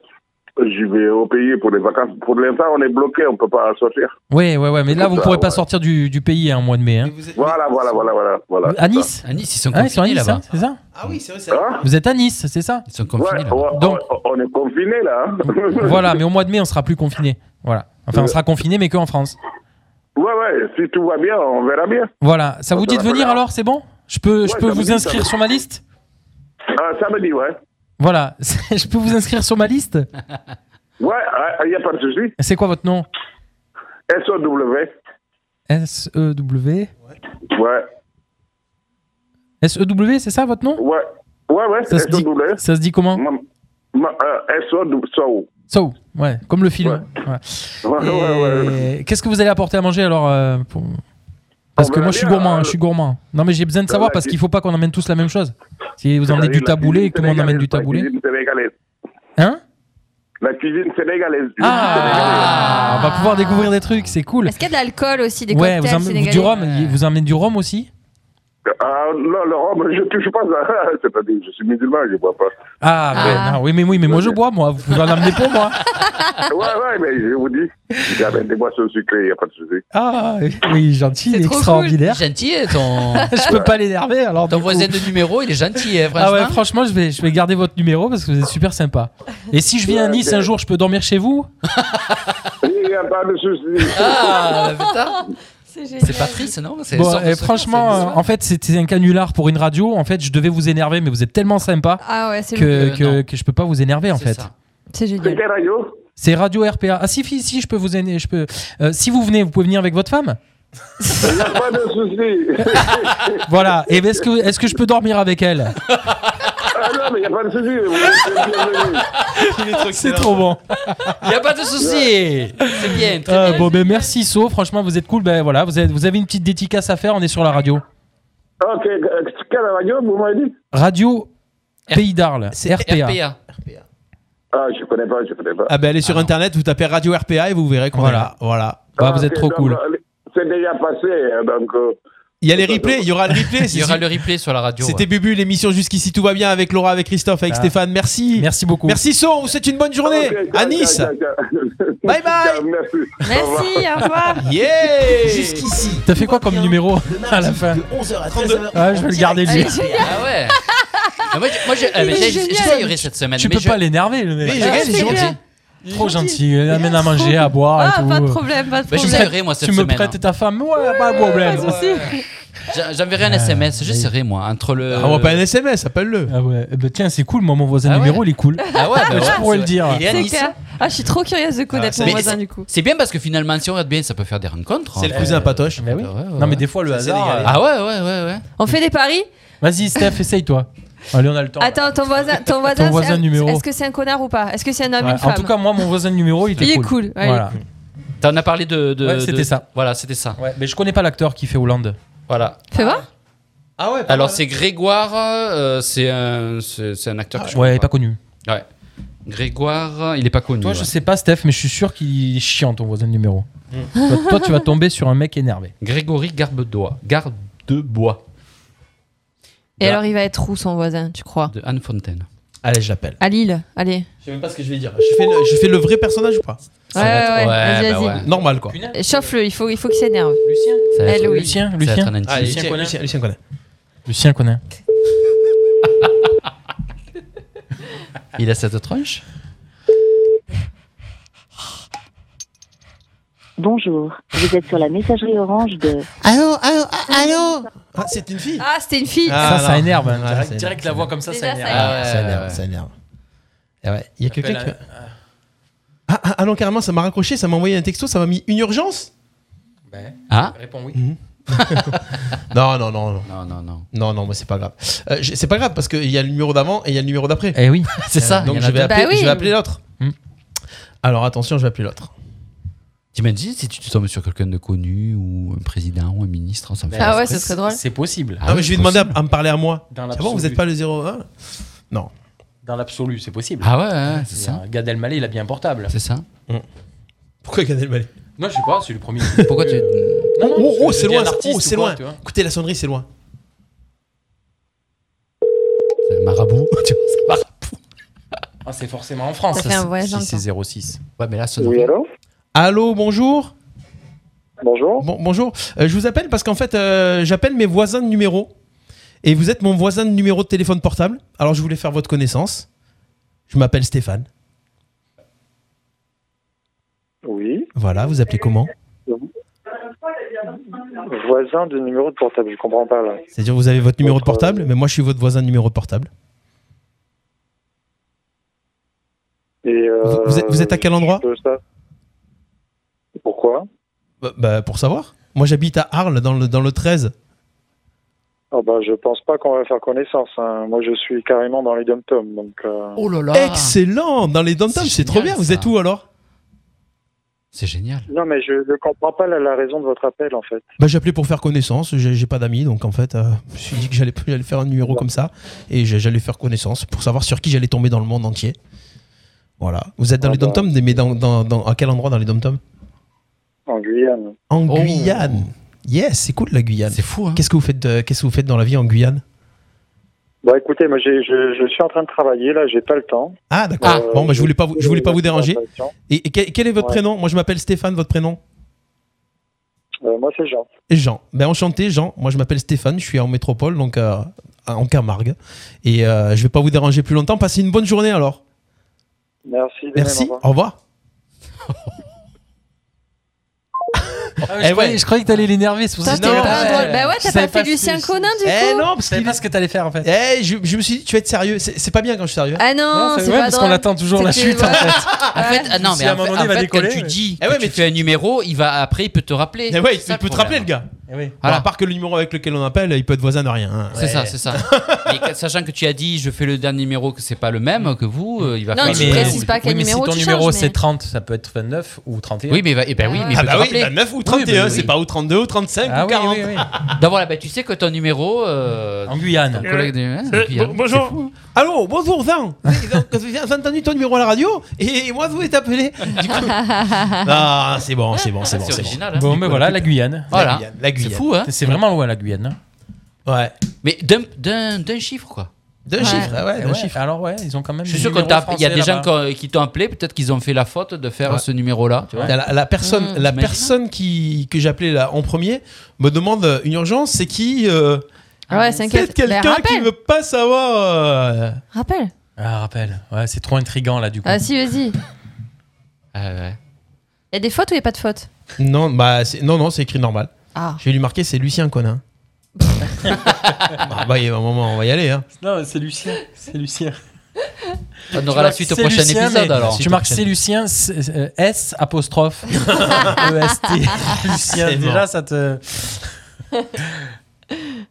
[SPEAKER 16] je vais au pays pour les vacances. Pour l'instant, on est bloqué, on ne peut pas sortir.
[SPEAKER 6] Oui, ouais, ouais, mais là, vous ne
[SPEAKER 16] Ah,
[SPEAKER 6] pourrez pas
[SPEAKER 16] ouais.
[SPEAKER 6] sortir du, du pays hein, au mois de mai. hein.
[SPEAKER 16] Voilà, voilà, voilà, voilà, voilà.
[SPEAKER 6] à Nice
[SPEAKER 5] À Nice, ils sont
[SPEAKER 6] Ah, ils sont à
[SPEAKER 5] confinés
[SPEAKER 6] Nice,
[SPEAKER 5] là-bas.
[SPEAKER 6] hein, c'est ça
[SPEAKER 9] Ah oui, c'est vrai, c'est
[SPEAKER 16] Hein
[SPEAKER 6] Vous êtes à Nice, c'est ça
[SPEAKER 5] Ils sont
[SPEAKER 16] Ouais, on, on- on est confiné là. hein.
[SPEAKER 6] Voilà, mais au mois de mai, on sera plus confiné. Voilà. Enfin, on sera confiné, mais que en France.
[SPEAKER 16] (laughs) Ouais, ouais, si tout va bien, on verra bien.
[SPEAKER 6] Voilà. Ça vous dit de venir alors C'est bon Je peux, je
[SPEAKER 16] Ouais, ça
[SPEAKER 6] peux
[SPEAKER 16] me
[SPEAKER 6] vous
[SPEAKER 16] dit, ça
[SPEAKER 6] inscrire
[SPEAKER 16] me-
[SPEAKER 6] sur ma liste
[SPEAKER 16] Ah, samedi, ouais.
[SPEAKER 6] Voilà. (laughs) je peux vous inscrire sur ma liste
[SPEAKER 16] Ouais, il n'y a pas de souci.
[SPEAKER 6] C'est quoi votre nom
[SPEAKER 16] SOW.
[SPEAKER 6] E S-E-W.
[SPEAKER 16] Ouais.
[SPEAKER 6] S-E-W, E c'est ça votre nom
[SPEAKER 16] Ouais. Ouais, ouais,
[SPEAKER 6] Ça se dit-
[SPEAKER 16] SOW.
[SPEAKER 6] ça se dit comment
[SPEAKER 16] Ma- euh, SOW. So.
[SPEAKER 6] So, ouais, comme le film. Ouais.
[SPEAKER 16] Ouais,
[SPEAKER 6] Et
[SPEAKER 16] ouais, ouais.
[SPEAKER 6] Qu'est-ce que vous allez apporter à manger alors euh, pour- Parce
[SPEAKER 16] On
[SPEAKER 6] que
[SPEAKER 16] verra
[SPEAKER 6] moi je suis
[SPEAKER 16] bien,
[SPEAKER 6] gourmand,
[SPEAKER 16] hein,
[SPEAKER 6] hein, je suis gourmand. Non mais j'ai besoin de
[SPEAKER 16] la
[SPEAKER 6] savoir parce
[SPEAKER 16] cuisine-
[SPEAKER 6] qu'il faut pas qu'on emmène tous la même chose. Si vous emmenez du
[SPEAKER 16] La cuisine
[SPEAKER 6] taboulé, tout le monde emmène du
[SPEAKER 16] sénégalaise,
[SPEAKER 6] taboulé.
[SPEAKER 16] La cuisine sénégalaise.
[SPEAKER 6] Hein
[SPEAKER 16] La cuisine sénégalaise.
[SPEAKER 6] Ah, on va pouvoir découvrir des trucs, c'est cool.
[SPEAKER 4] Est-ce qu'il y a de l'alcool aussi, des
[SPEAKER 6] ouais, vous
[SPEAKER 4] cocktails
[SPEAKER 6] emmenez- vous,
[SPEAKER 4] sénégalais euh.
[SPEAKER 6] du rhum, vous emmenez du rhum aussi
[SPEAKER 16] Ah, non, le rhum, je touche pas ça. (laughs) C'est-à-dire, je suis musulman, je bois pas.
[SPEAKER 6] Ah, ben, non, oui mais oui mais moi je bois moi, vous pouvez en amener pour moi. Ah,
[SPEAKER 16] ouais, ouais, mais je vous dis, j'avais des boissons sucrées, il n'y a pas de souci.
[SPEAKER 6] Ah oui,
[SPEAKER 4] (laughs)
[SPEAKER 6] gentil, extraordinaire.
[SPEAKER 5] Gentil, hein, ton.
[SPEAKER 6] je peux pas l'énerver alors.
[SPEAKER 5] Ton
[SPEAKER 6] du coup.
[SPEAKER 5] voisin de numéro, il est gentil, hein,
[SPEAKER 6] Ah
[SPEAKER 5] franchement.
[SPEAKER 6] ouais, franchement, je vais, je vais garder votre numéro parce que vous êtes super sympa. Et si je viens à Nice un jour, je peux dormir chez vous
[SPEAKER 16] Il n'y a pas de souci.
[SPEAKER 5] Ah, putain. C'est Patrice, non C'est-
[SPEAKER 6] Bon,
[SPEAKER 5] sort de
[SPEAKER 6] et
[SPEAKER 5] ce- c'est-
[SPEAKER 6] franchement, euh, en fait, c'était un canular pour une radio. En fait, je devais vous énerver, mais vous êtes tellement sympa
[SPEAKER 4] Ah ouais, c'est
[SPEAKER 6] que,
[SPEAKER 4] le-
[SPEAKER 6] que,
[SPEAKER 4] non.
[SPEAKER 6] que je peux pas vous énerver en fait.
[SPEAKER 4] C'est génial.
[SPEAKER 6] C'est Radio RPA. Ah si, si, si, je peux vous énerver. Je peux. Euh, si vous venez, vous pouvez venir avec votre femme.
[SPEAKER 16] Il n'y a pas de souci.
[SPEAKER 6] Voilà. Et ben, est-ce que, est-ce que je peux dormir avec elle
[SPEAKER 16] Ah non, mais il n'y a pas de souci. vous êtes les bienvenus.
[SPEAKER 6] C'est trop bon. euh,
[SPEAKER 5] Il n'y a pas de souci. C'est bien. très
[SPEAKER 6] Ah,
[SPEAKER 5] bien.
[SPEAKER 6] bon, ben merci So. Franchement, vous êtes cool. Ben voilà, vous avez, vous avez une petite dédicace à faire. On est sur la radio.
[SPEAKER 16] Ok, euh, quelle radio vous m'avez dit
[SPEAKER 6] Radio Pays d'Arles. RPA.
[SPEAKER 16] Ah, je ne connais pas, je ne connais pas.
[SPEAKER 9] Ah ben allez sur internet, vous tapez Radio RPA et vous verrez qu'on
[SPEAKER 6] Voilà.
[SPEAKER 9] est là. Voilà.
[SPEAKER 16] Ah, ok, donc, euh, C'est déjà passé, hein, donc. euh,
[SPEAKER 9] Il y a les replays, il y aura le replay.
[SPEAKER 5] (laughs) Il y aura le replay sur la radio.
[SPEAKER 9] C'était
[SPEAKER 5] ouais.
[SPEAKER 9] Bubu, l'émission jusqu'ici tout va bien avec Laura, avec Christophe, avec
[SPEAKER 5] Ah.
[SPEAKER 9] Stéphane. Merci.
[SPEAKER 6] (laughs) Merci beaucoup.
[SPEAKER 9] Merci So, on vous souhaite une bonne journée
[SPEAKER 16] ok,
[SPEAKER 9] à
[SPEAKER 16] ciao,
[SPEAKER 9] Nice.
[SPEAKER 16] ciao, ciao, ciao.
[SPEAKER 9] Bye bye.
[SPEAKER 16] (laughs) Ciao, Merci.
[SPEAKER 4] Merci, au (laughs) revoir.
[SPEAKER 9] Yeah
[SPEAKER 3] Jusqu'ici,
[SPEAKER 6] T'as fait quoi comme numéro (laughs) à la fin
[SPEAKER 3] 11h à 13h.
[SPEAKER 6] Ouais, je vais le garder lui. (laughs)
[SPEAKER 5] Ah ouais. Ah, Moi, j'ai- moi, j'ai- ah,
[SPEAKER 6] Il
[SPEAKER 5] mais
[SPEAKER 6] est
[SPEAKER 5] j'ai-
[SPEAKER 6] génial.
[SPEAKER 5] j'essayerai cette semaine.
[SPEAKER 6] Tu
[SPEAKER 5] mais
[SPEAKER 6] peux
[SPEAKER 5] je-
[SPEAKER 6] pas l'énerver le mec.
[SPEAKER 5] Mais j'ai- Ah, il est c'est gentil. bien.
[SPEAKER 6] Trop gentil, il amène à manger, à boire et
[SPEAKER 4] Ah,
[SPEAKER 6] tout.
[SPEAKER 4] pas de problème, pas de
[SPEAKER 5] Bah, je
[SPEAKER 4] problème.
[SPEAKER 5] serai, moi, cette
[SPEAKER 6] tu me
[SPEAKER 5] semaine,
[SPEAKER 6] prêtes
[SPEAKER 5] hein.
[SPEAKER 6] ta femme Ouais, pas de problème.
[SPEAKER 4] Pas de souci.
[SPEAKER 5] J'a- J'enverrai un SMS, j'essaierai moi. Entre le.
[SPEAKER 9] Ah, on va pas un SMS, appelle-le.
[SPEAKER 6] Ah ouais, eh ben, tiens, c'est cool, moi, mon voisin numéro, il est cool.
[SPEAKER 5] Ah ouais, bah ouais,
[SPEAKER 6] (laughs) je pourrais
[SPEAKER 5] c'est
[SPEAKER 6] le dire.
[SPEAKER 5] vrai. Il est à
[SPEAKER 4] C'est
[SPEAKER 5] Nice.
[SPEAKER 4] clair. Ah, je suis trop curieuse de connaître mon
[SPEAKER 5] Mais
[SPEAKER 4] voisin
[SPEAKER 5] c'est-
[SPEAKER 4] du coup.
[SPEAKER 5] C'est bien parce que finalement, si on regarde bien, ça peut faire des rencontres. hein.
[SPEAKER 9] C'est le cousin Patoche.
[SPEAKER 6] Mais oui. Non, mais des fois, le
[SPEAKER 9] C'est
[SPEAKER 6] hasard.
[SPEAKER 9] sénégalais.
[SPEAKER 6] euh,
[SPEAKER 5] Ah ouais, ouais, ouais, ouais.
[SPEAKER 4] On fait des paris
[SPEAKER 6] Vas-y, Steph, essaye, toi. Allez, on a le temps.
[SPEAKER 4] Attends, ton voisin, ton voisin, c'est
[SPEAKER 6] voisin
[SPEAKER 4] un-
[SPEAKER 6] numéro.
[SPEAKER 4] Est-ce que c'est un connard ou pas Est-ce que c'est un homme ou
[SPEAKER 6] Ouais,
[SPEAKER 4] une
[SPEAKER 6] en
[SPEAKER 4] femme
[SPEAKER 6] tout cas, moi, mon voisin numéro, il était
[SPEAKER 4] Il est
[SPEAKER 6] cool.
[SPEAKER 4] cool, ouais, il est
[SPEAKER 6] Voilà.
[SPEAKER 4] cool.
[SPEAKER 5] T'en as parlé de. de-
[SPEAKER 6] Ouais, c'était
[SPEAKER 5] de-
[SPEAKER 6] ça.
[SPEAKER 5] Voilà, c'était ça.
[SPEAKER 6] Ouais, mais je connais pas l'acteur qui fait Hollande.
[SPEAKER 5] Voilà.
[SPEAKER 4] Fais voir.
[SPEAKER 6] Ah ouais
[SPEAKER 5] Alors, c'est Grégoire, euh, c'est un, c'est c'est un acteur que je
[SPEAKER 6] Ouais, il
[SPEAKER 5] connais
[SPEAKER 6] est pas connu.
[SPEAKER 5] Ouais. Grégoire, il est pas connu.
[SPEAKER 6] Toi,
[SPEAKER 5] ouais.
[SPEAKER 6] je sais pas, Steph, mais je suis sûr qu'il est chiant, ton voisin numéro. Toi, toi, tu vas tomber sur un mec énervé.
[SPEAKER 5] Grégory Garbedois. Gardebois.
[SPEAKER 4] Et alors, il va être où son voisin, tu crois
[SPEAKER 5] De Anne Fontaine.
[SPEAKER 9] Allez, je l'appelle.
[SPEAKER 4] À Lille, allez.
[SPEAKER 9] Je sais même pas ce que je vais dire. Je fais le, je fais le vrai personnage ou pas
[SPEAKER 4] Ouais, ouais, ouais,
[SPEAKER 5] bah
[SPEAKER 4] vas-y,
[SPEAKER 6] bah
[SPEAKER 4] vas-y.
[SPEAKER 9] Normal quoi.
[SPEAKER 4] Euh, Chauffe-le, il faut, il faut qu'il s'énerve.
[SPEAKER 6] Lucien
[SPEAKER 5] Ça va
[SPEAKER 4] Eh,
[SPEAKER 5] être-
[SPEAKER 4] Louis.
[SPEAKER 6] Lucien,
[SPEAKER 5] Ça va
[SPEAKER 6] Lucien.
[SPEAKER 5] être un
[SPEAKER 9] Ah,
[SPEAKER 5] intime.
[SPEAKER 9] Lucien,
[SPEAKER 6] Conin.
[SPEAKER 9] Lucien, Lucien connaît.
[SPEAKER 6] Lucien connaît.
[SPEAKER 5] Il a cette tronche
[SPEAKER 1] Bonjour, vous êtes sur la messagerie orange de...
[SPEAKER 9] Allô, allô, allô Ah, c'est une fille
[SPEAKER 4] Ah, c'était une fille.
[SPEAKER 6] ça, ça énerve. hein.
[SPEAKER 9] Ouais,
[SPEAKER 6] direct,
[SPEAKER 9] ça énerve.
[SPEAKER 6] direct la voix comme ça,
[SPEAKER 4] Déjà,
[SPEAKER 6] ça énerve.
[SPEAKER 4] ça
[SPEAKER 5] énerve.
[SPEAKER 9] Ça
[SPEAKER 5] ouais.
[SPEAKER 9] énerve, ça énerve. Ah ouais, il y a quelqu'un qui.
[SPEAKER 6] Appelle
[SPEAKER 9] Ah, ah, ah non, carrément, ça m'a raccroché, ça m'a envoyé un texto, ça m'a mis une urgence
[SPEAKER 5] Ah
[SPEAKER 6] Réponds oui.
[SPEAKER 9] Non, non, non, non.
[SPEAKER 5] Non, non, non.
[SPEAKER 9] Non, non, moi c'est pas grave. Euh, je- c'est pas grave parce qu'il y a le numéro d'avant et il y a le numéro d'après.
[SPEAKER 6] Eh oui.
[SPEAKER 5] C'est ça. il
[SPEAKER 9] Donc
[SPEAKER 5] y en a
[SPEAKER 9] je vais,
[SPEAKER 5] deux.
[SPEAKER 9] appeler,
[SPEAKER 4] Bah oui.
[SPEAKER 9] je vais appeler l'autre.
[SPEAKER 6] Hmm.
[SPEAKER 9] Alors attention, je vais appeler l'autre.
[SPEAKER 5] T'imagines si tu tombes sur quelqu'un de connu ou un président ou un ministre, on s'en fait.
[SPEAKER 4] Ah ouais, ce serait drôle.
[SPEAKER 6] (laughs) C'est possible.
[SPEAKER 9] Ah, mais je vais demander à, à me parler à moi.
[SPEAKER 6] Dans
[SPEAKER 9] C'est bon, vous
[SPEAKER 6] l'absolu.
[SPEAKER 9] êtes pas le 01 Non.
[SPEAKER 6] Dans l'absolu, c'est possible.
[SPEAKER 5] Ah ouais, ouais, c'est ça.
[SPEAKER 6] Gad Elmaleh, il a bien un portable.
[SPEAKER 5] C'est ça.
[SPEAKER 9] Pourquoi Gad Elmaleh
[SPEAKER 6] Moi, je sais pas, c'est le (laughs) premier.
[SPEAKER 5] Pourquoi tu.
[SPEAKER 6] Non, non,
[SPEAKER 9] Oh,
[SPEAKER 6] parce
[SPEAKER 9] oh,
[SPEAKER 6] que
[SPEAKER 9] c'est
[SPEAKER 6] je dis
[SPEAKER 9] loin,
[SPEAKER 6] un
[SPEAKER 9] c'est-
[SPEAKER 6] artiste
[SPEAKER 9] oh,
[SPEAKER 6] ou
[SPEAKER 9] c'est
[SPEAKER 6] quoi,
[SPEAKER 9] loin.
[SPEAKER 6] tu vois.
[SPEAKER 9] Écoutez la sonnerie, c'est loin.
[SPEAKER 5] C'est un marabout. Tu vois, c'est un marabout.
[SPEAKER 6] Ah, c'est forcément en France.
[SPEAKER 4] Ça fait un voyage dans le
[SPEAKER 6] si c'est 06. Ouais, mais là, ce
[SPEAKER 9] Oui, allô Allô, bonjour Bonjour. bonjour. Euh, je vous appelle parce qu'en fait, euh, j'appelle mes voisins de numéro. Et vous êtes mon voisin de numéro de téléphone portable. Alors, je voulais faire votre connaissance. Je m'appelle Stéphane.
[SPEAKER 17] Oui.
[SPEAKER 9] Voilà, vous appelez comment
[SPEAKER 17] Voisin de numéro de portable, je comprends pas là.
[SPEAKER 9] C'est-à-dire, vous avez votre euh, numéro de portable, mais moi, je suis votre voisin de numéro de portable.
[SPEAKER 17] Et, euh,
[SPEAKER 9] Vous- vous êtes- vous êtes à quel endroit
[SPEAKER 17] je peux ça. Pourquoi
[SPEAKER 9] Bah, bah, pour savoir. Moi, j'habite à Arles, dans le, dans le 13.
[SPEAKER 17] Ah bah, Je pense pas qu'on va faire connaissance. hein. Moi, je suis carrément dans les dom donc. euh,
[SPEAKER 9] Oh
[SPEAKER 5] Ah.
[SPEAKER 9] Excellent Dans les Dantam, c'est trop bien. Vous êtes où alors
[SPEAKER 5] C'est génial.
[SPEAKER 17] Non, mais je ne comprends pas la, la raison de votre appel en
[SPEAKER 6] Ah,
[SPEAKER 17] fait.
[SPEAKER 9] Bah, j'appelais pour faire connaissance. J'ai j'ai pas d'amis, donc en fait, euh, je me suis dit que j'allais (laughs) j'allais faire un numéro comme ça. Et j'ai- j'allais faire connaissance pour savoir sur qui j'allais tomber dans le monde entier. Voilà. Vous êtes dans
[SPEAKER 17] Ah
[SPEAKER 9] les
[SPEAKER 17] bah.
[SPEAKER 9] Dom-Tom, mais dans, dans- dans- à quel endroit dans les Dom-Tom
[SPEAKER 17] En Guyane.
[SPEAKER 9] En Guyane. Yes, c'est cool la Guyane. C'est
[SPEAKER 5] fou.
[SPEAKER 17] Hein
[SPEAKER 5] hein.
[SPEAKER 9] Qu'est-ce que vous faites de- Qu'est-ce que vous faites dans la vie en Guyane
[SPEAKER 17] Bon, Bah, écoutez, moi, j'ai- je, je suis en train de travailler là, j'ai pas le temps.
[SPEAKER 9] Ah d'accord.
[SPEAKER 17] Euh,
[SPEAKER 9] bon, bah, je voulais pas vous, je voulais pas vous déranger.
[SPEAKER 17] conversation.
[SPEAKER 9] Et, et quel, quel est votre
[SPEAKER 17] Ouais.
[SPEAKER 9] prénom Moi, je m'appelle Stéphane. Votre prénom
[SPEAKER 17] Euh, moi, c'est Jean.
[SPEAKER 9] Et Jean. Ben, enchanté, Jean. Moi, je m'appelle Stéphane. Je suis en métropole, donc euh, en Camargue. Et euh, je vais pas vous déranger plus longtemps. Passez une bonne journée alors.
[SPEAKER 17] Merci. de
[SPEAKER 9] Merci.
[SPEAKER 17] même, au revoir.
[SPEAKER 9] Au revoir.
[SPEAKER 6] Ah, je, croyais, eh je croyais que t'allais l'énerver, c'est pour ça que
[SPEAKER 4] Toi, t'es
[SPEAKER 6] j'étais
[SPEAKER 4] pas
[SPEAKER 6] là.
[SPEAKER 4] drôle. Bah ouais,
[SPEAKER 6] Je
[SPEAKER 4] t'as
[SPEAKER 6] savais
[SPEAKER 4] pas fait Lucien Conin du
[SPEAKER 9] Eh
[SPEAKER 4] coup
[SPEAKER 9] non, parce qu'il
[SPEAKER 6] pas ce que t'allais faire en fait.
[SPEAKER 9] Eh, je, je me suis dit, tu vas être sérieux. C'est c'est pas bien quand je suis sérieux.
[SPEAKER 4] Ah non, c'est
[SPEAKER 6] ouais,
[SPEAKER 4] pas
[SPEAKER 6] parce
[SPEAKER 4] drôle.
[SPEAKER 6] qu'on attend toujours la
[SPEAKER 4] C'était-
[SPEAKER 6] chute, hein. (laughs) en
[SPEAKER 4] voilà.
[SPEAKER 5] En
[SPEAKER 4] Ouais.
[SPEAKER 5] fait, ah non,
[SPEAKER 6] Si
[SPEAKER 5] mais
[SPEAKER 6] à un
[SPEAKER 5] en fait-
[SPEAKER 6] moment donné,
[SPEAKER 5] en
[SPEAKER 6] il va
[SPEAKER 5] fait, quand
[SPEAKER 6] décoller,
[SPEAKER 5] tu
[SPEAKER 6] ouais.
[SPEAKER 5] dis
[SPEAKER 9] Eh
[SPEAKER 5] que
[SPEAKER 9] ouais,
[SPEAKER 5] tu fais un numéro, il va après, il peut te rappeler.
[SPEAKER 9] Eh ouais,
[SPEAKER 5] C'est
[SPEAKER 9] il
[SPEAKER 5] ça
[SPEAKER 9] peut
[SPEAKER 5] le
[SPEAKER 9] te rappeler le
[SPEAKER 5] problème.
[SPEAKER 9] gars. Bon,
[SPEAKER 5] Voilà.
[SPEAKER 9] à part que le numéro avec lequel on appelle, il peut être voisin de rien. hein.
[SPEAKER 5] C'est ça,
[SPEAKER 9] Ouais.
[SPEAKER 5] c'est ça. mais que- sachant que tu as dit, je fais le dernier numéro, que c'est pas le même que vous, euh, il va
[SPEAKER 4] Non,
[SPEAKER 5] falloir-
[SPEAKER 4] tu précises pas quel
[SPEAKER 6] oui, mais si
[SPEAKER 4] numéro
[SPEAKER 6] ton
[SPEAKER 4] tu
[SPEAKER 6] numéro
[SPEAKER 4] changes,
[SPEAKER 6] c'est
[SPEAKER 4] mais-
[SPEAKER 6] 30, ça peut être 29 ou 31.
[SPEAKER 5] Oui, mais va- eh ben oui, mais il
[SPEAKER 9] Ah
[SPEAKER 5] peut
[SPEAKER 9] bah
[SPEAKER 5] te
[SPEAKER 9] oui,
[SPEAKER 5] rappeler.
[SPEAKER 9] bah 9 ou
[SPEAKER 5] Oui,
[SPEAKER 9] 31,
[SPEAKER 5] mais
[SPEAKER 9] c'est
[SPEAKER 5] oui.
[SPEAKER 9] pas ou 32 ou 35
[SPEAKER 5] Ah
[SPEAKER 9] ou
[SPEAKER 5] oui,
[SPEAKER 9] 40.
[SPEAKER 5] oui, oui. Donc voilà, bah, tu sais que ton numéro. en
[SPEAKER 6] Guyane.
[SPEAKER 5] collègue de-
[SPEAKER 9] Euh,
[SPEAKER 5] hein, en Guyane, c'est fou.
[SPEAKER 9] Allô, bonjour Zan. (laughs) Oui, donc, J'ai entendu ton numéro à la radio et moi je voulais t'appeler. Du (laughs) coup- Ah, c'est bon, c'est bon, c'est bon.
[SPEAKER 6] C'est
[SPEAKER 9] c'est
[SPEAKER 6] original,
[SPEAKER 9] bon.
[SPEAKER 6] hein. Bon, mais voilà, la Guyane.
[SPEAKER 5] Voilà.
[SPEAKER 9] La Guyane.
[SPEAKER 5] C'est fou, hein
[SPEAKER 6] C'est vraiment loin la Guyane. hein.
[SPEAKER 9] Ouais.
[SPEAKER 5] Mais d'un- d'un d'un chiffre, quoi.
[SPEAKER 9] D'un
[SPEAKER 6] Ouais.
[SPEAKER 9] chiffre, hein. ouais, d'un
[SPEAKER 6] Eh ouais,
[SPEAKER 9] chiffre.
[SPEAKER 6] Alors ouais, ils ont quand même.
[SPEAKER 5] Je suis
[SPEAKER 6] des
[SPEAKER 5] sûr qu'il
[SPEAKER 6] numéros
[SPEAKER 5] y a
[SPEAKER 6] français
[SPEAKER 5] des gens
[SPEAKER 6] là-bas.
[SPEAKER 5] qui ont- qui t'ont appelé, peut-être qu'ils ont fait la faute de faire
[SPEAKER 9] Ouais.
[SPEAKER 5] ce numéro-là. tu vois.
[SPEAKER 9] La, la personne,
[SPEAKER 5] Mmh,
[SPEAKER 9] la
[SPEAKER 5] t'imagines
[SPEAKER 9] personne qui, que j'appelais là en premier me demande euh, une urgence, c'est qui euh,
[SPEAKER 4] Ah ouais, c'est inquiétant.
[SPEAKER 9] Peut-être
[SPEAKER 4] Mais
[SPEAKER 9] quelqu'un qui
[SPEAKER 4] rappelle.
[SPEAKER 9] veut pas savoir. euh,
[SPEAKER 4] Rappelle.
[SPEAKER 6] Ah, rappel. Ouais, c'est trop intrigant là du coup.
[SPEAKER 4] Ah si, vas-y.
[SPEAKER 5] Ah ouais.
[SPEAKER 4] Il y a des fautes ou il n'y a pas de fautes
[SPEAKER 9] Non, bah, c'est- non, non, c'est écrit normal.
[SPEAKER 4] Ah.
[SPEAKER 9] Je vais lui marquer, c'est Lucien Conin. ah bah, il y a un moment, on va y aller. Hein.
[SPEAKER 6] Non, c'est Lucien. C'est Lucien.
[SPEAKER 5] On aura la suite au prochain épisode alors.
[SPEAKER 6] Tu marques c'est Lucien c'est, euh, S
[SPEAKER 5] (laughs)
[SPEAKER 6] apostrophe E S T Lucien.
[SPEAKER 9] C'est
[SPEAKER 6] Déjà
[SPEAKER 9] mort.
[SPEAKER 6] ça te.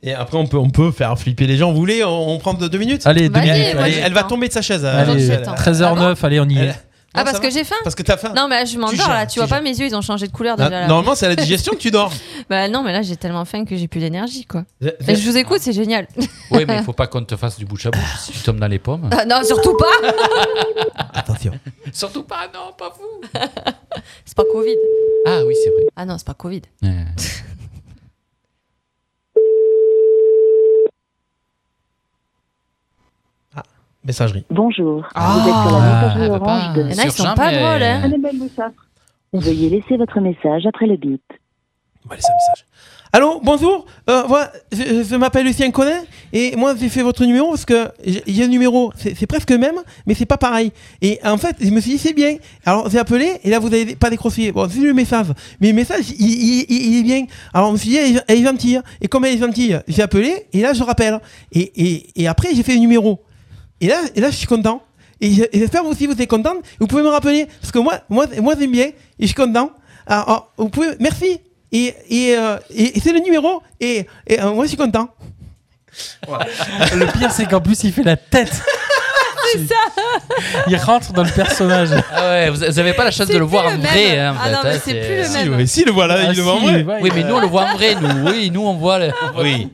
[SPEAKER 9] Et après, on peut, on peut faire flipper les gens. Vous voulez, on, on prend deux, deux minutes
[SPEAKER 6] Allez, deux Vas-y, minutes,
[SPEAKER 9] Elle,
[SPEAKER 6] moi, j'ai
[SPEAKER 9] elle va tomber de sa chaise. euh,
[SPEAKER 6] Allez,
[SPEAKER 9] elle-
[SPEAKER 6] 13h09, allez, on y est.
[SPEAKER 4] Ah, parce que j'ai faim
[SPEAKER 9] Parce que t'as faim.
[SPEAKER 4] Non, mais là, je m'endors
[SPEAKER 9] gères,
[SPEAKER 4] là. Tu vois pas, mes yeux, ils ont changé de couleur déjà.
[SPEAKER 9] Ah,
[SPEAKER 4] là.
[SPEAKER 9] Normalement, c'est à la digestion que
[SPEAKER 4] (laughs)
[SPEAKER 9] tu dors.
[SPEAKER 4] Bah non, mais là, j'ai tellement faim que j'ai plus d'énergie, quoi.
[SPEAKER 9] Ve-
[SPEAKER 4] Mais je vous écoute, c'est génial.
[SPEAKER 5] Oui, mais il faut pas qu'on te fasse du bouche à bouche si tu tombes dans les pommes.
[SPEAKER 4] (laughs) Ah, non, surtout pas
[SPEAKER 9] Attention.
[SPEAKER 5] Surtout pas, non, pas vous
[SPEAKER 4] C'est pas Covid.
[SPEAKER 5] Ah oui, c'est vrai.
[SPEAKER 4] Ah non, c'est pas Covid.
[SPEAKER 9] Messagerie.
[SPEAKER 1] Bonjour.
[SPEAKER 9] Ah,
[SPEAKER 1] vous êtes sur la messagerie
[SPEAKER 9] elle veut
[SPEAKER 1] orange
[SPEAKER 9] pas.
[SPEAKER 1] de.
[SPEAKER 9] Il y en a, ils Sur sont Jean, pas mais- drôles, hein.
[SPEAKER 1] Annabelle Bouchard. Veuillez laisser votre message après le bip.
[SPEAKER 9] On va laisser un message. Allô, bonjour. Euh, voilà, je, je m'appelle Lucien Conin et moi j'ai fait votre numéro parce que j'ai j'ai un numéro, c'est c'est presque le même, mais c'est pas pareil. Et en fait, je me suis dit c'est bien. Alors j'ai appelé et là vous avez pas décroché. Bon, c'est le message, mais le message il, il- il- il est bien. Alors je me suis dit elle est- elle est gentille et comme elle est gentille, j'ai appelé et là je rappelle et, et- et après j'ai fait le numéro. Et là, et là je suis content. Et je- et j'espère aussi que vous êtes contente. Vous pouvez me rappeler parce que moi, moi, moi j'aime bien et je suis content. Ah, ah, vous pouvez, merci. Et, et, euh, et- et c'est le numéro. Et, et, euh, moi, je suis content.
[SPEAKER 6] Le pire, c'est qu'en plus, il fait la tête.
[SPEAKER 4] C'est ça
[SPEAKER 6] Il rentre dans le personnage.
[SPEAKER 5] Ah ouais, vous, vous avez pas la chance
[SPEAKER 6] C'est
[SPEAKER 5] de le
[SPEAKER 6] plus
[SPEAKER 5] voir
[SPEAKER 6] le
[SPEAKER 5] en
[SPEAKER 6] même.
[SPEAKER 5] vrai. hein, en
[SPEAKER 6] Ah non,
[SPEAKER 5] fait,
[SPEAKER 6] mais
[SPEAKER 5] hein,
[SPEAKER 6] c'est plus le Si, même.
[SPEAKER 9] ouais, Ah, si, le voilà,
[SPEAKER 6] Ah
[SPEAKER 9] il le voit en vrai.
[SPEAKER 5] Oui, mais nous on le voit en vrai, nous. Oui, nous on voit le.
[SPEAKER 9] (laughs) Oui.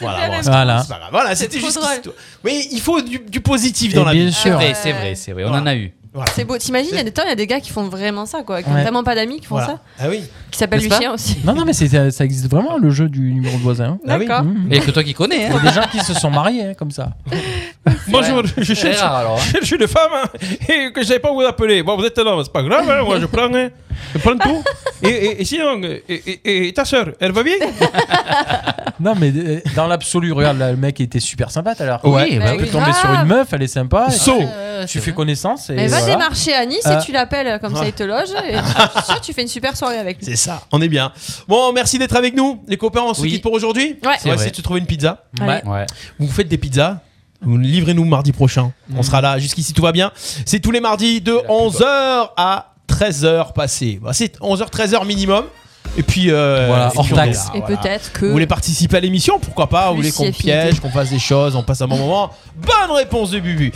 [SPEAKER 5] Voilà,
[SPEAKER 9] bon,
[SPEAKER 5] bon,
[SPEAKER 9] c'est pas grave, c'est pas grave. Voilà,
[SPEAKER 5] C'est
[SPEAKER 9] c'était
[SPEAKER 5] trop
[SPEAKER 9] juste.
[SPEAKER 5] drôle.
[SPEAKER 9] histoire. Mais il faut du, du positif dans
[SPEAKER 5] Et
[SPEAKER 9] la
[SPEAKER 5] bien
[SPEAKER 9] vie.
[SPEAKER 5] sûr. C'est vrai, c'est vrai, c'est vrai, on en a eu.
[SPEAKER 9] Voilà.
[SPEAKER 4] C'est beau. T'imagines, il y a des temps, il y a des gars qui font vraiment ça, quoi. Qui ont
[SPEAKER 6] Ouais.
[SPEAKER 4] vraiment pas d'amis, qui font ça.
[SPEAKER 9] Ah oui.
[SPEAKER 4] Qui s'appelle
[SPEAKER 6] N'est-ce pas
[SPEAKER 4] Lucien aussi.
[SPEAKER 6] Non, non, mais c'est- ça, ça existe vraiment le jeu du numéro de voisin.
[SPEAKER 4] Ah oui. D'accord.
[SPEAKER 6] Mmh.
[SPEAKER 5] Il y a que toi qui connais, hein.
[SPEAKER 6] Il y a des gens qui se sont mariés hein, comme ça.
[SPEAKER 7] Bonjour,
[SPEAKER 6] Ouais.
[SPEAKER 7] je,
[SPEAKER 6] C'est
[SPEAKER 7] cherche-
[SPEAKER 6] rare, alors, hein.
[SPEAKER 7] (laughs) je suis une femme hein, et que je savais pas vous appeler. Bon, vous êtes là, mais c'est pas grave, hein, moi je prends, hein, je prends tout. Et, et, et sinon, et, et- et ta soeur, elle va bien
[SPEAKER 6] Non, mais euh, dans l'absolu, regarde, là, le mec était super sympa tout à l'heure.
[SPEAKER 5] Ouais, bah
[SPEAKER 6] tu peux
[SPEAKER 5] oui.
[SPEAKER 6] tomber sur
[SPEAKER 4] Grave.
[SPEAKER 6] une meuf, elle est sympa.
[SPEAKER 5] So.
[SPEAKER 6] et
[SPEAKER 5] Ouais,
[SPEAKER 6] tu fais connaissance. Et
[SPEAKER 4] Mais va
[SPEAKER 6] voilà.
[SPEAKER 4] démarcher à Nice
[SPEAKER 6] Ah.
[SPEAKER 4] et tu l'appelles, comme ça
[SPEAKER 9] Ouais.
[SPEAKER 4] il te loge. Et (laughs) je suis sûre, tu fais une super soirée avec lui.
[SPEAKER 9] C'est ça, on est bien. Bon, merci d'être avec nous, les copains. On se quitte pour aujourd'hui.
[SPEAKER 4] Ouais. C'est
[SPEAKER 9] On
[SPEAKER 4] vrai.
[SPEAKER 9] va essayer de trouver une pizza.
[SPEAKER 4] Ouais.
[SPEAKER 5] hein.
[SPEAKER 9] Vous faites des pizzas. Vous livrez-nous mardi prochain. On sera là. Jusqu'ici, tout va bien. C'est tous les mardis de 11h à 13h passé. Bah, c'est 11h, 13h minimum. Et puis, euh,
[SPEAKER 6] Voilà,
[SPEAKER 9] et
[SPEAKER 6] hors
[SPEAKER 9] puis on est
[SPEAKER 6] taxe.
[SPEAKER 9] là,
[SPEAKER 4] Et
[SPEAKER 9] voilà.
[SPEAKER 4] peut-être que.
[SPEAKER 9] Vous voulez participer à l'émission Pourquoi pas Vous
[SPEAKER 4] Plus
[SPEAKER 9] voulez qu'on
[SPEAKER 4] si
[SPEAKER 9] piège, qu'on fasse des choses, on passe un bon moment Bonne réponse
[SPEAKER 4] (laughs)
[SPEAKER 9] de Bubu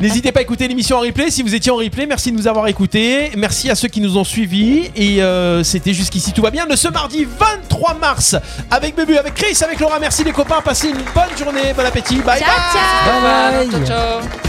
[SPEAKER 9] N'hésitez pas à écouter l'émission en replay. Si vous étiez en replay, merci de nous avoir écoutés. Merci à ceux qui nous ont suivis. Et euh, c'était jusqu'ici, tout va bien. Le ce mardi 23 mars, avec Bubu, avec Chris, avec Laura. Merci les copains. Passez une bonne journée. Bon appétit. Bye bye.
[SPEAKER 8] Ciao, ciao. Bye bye. Ciao, ciao.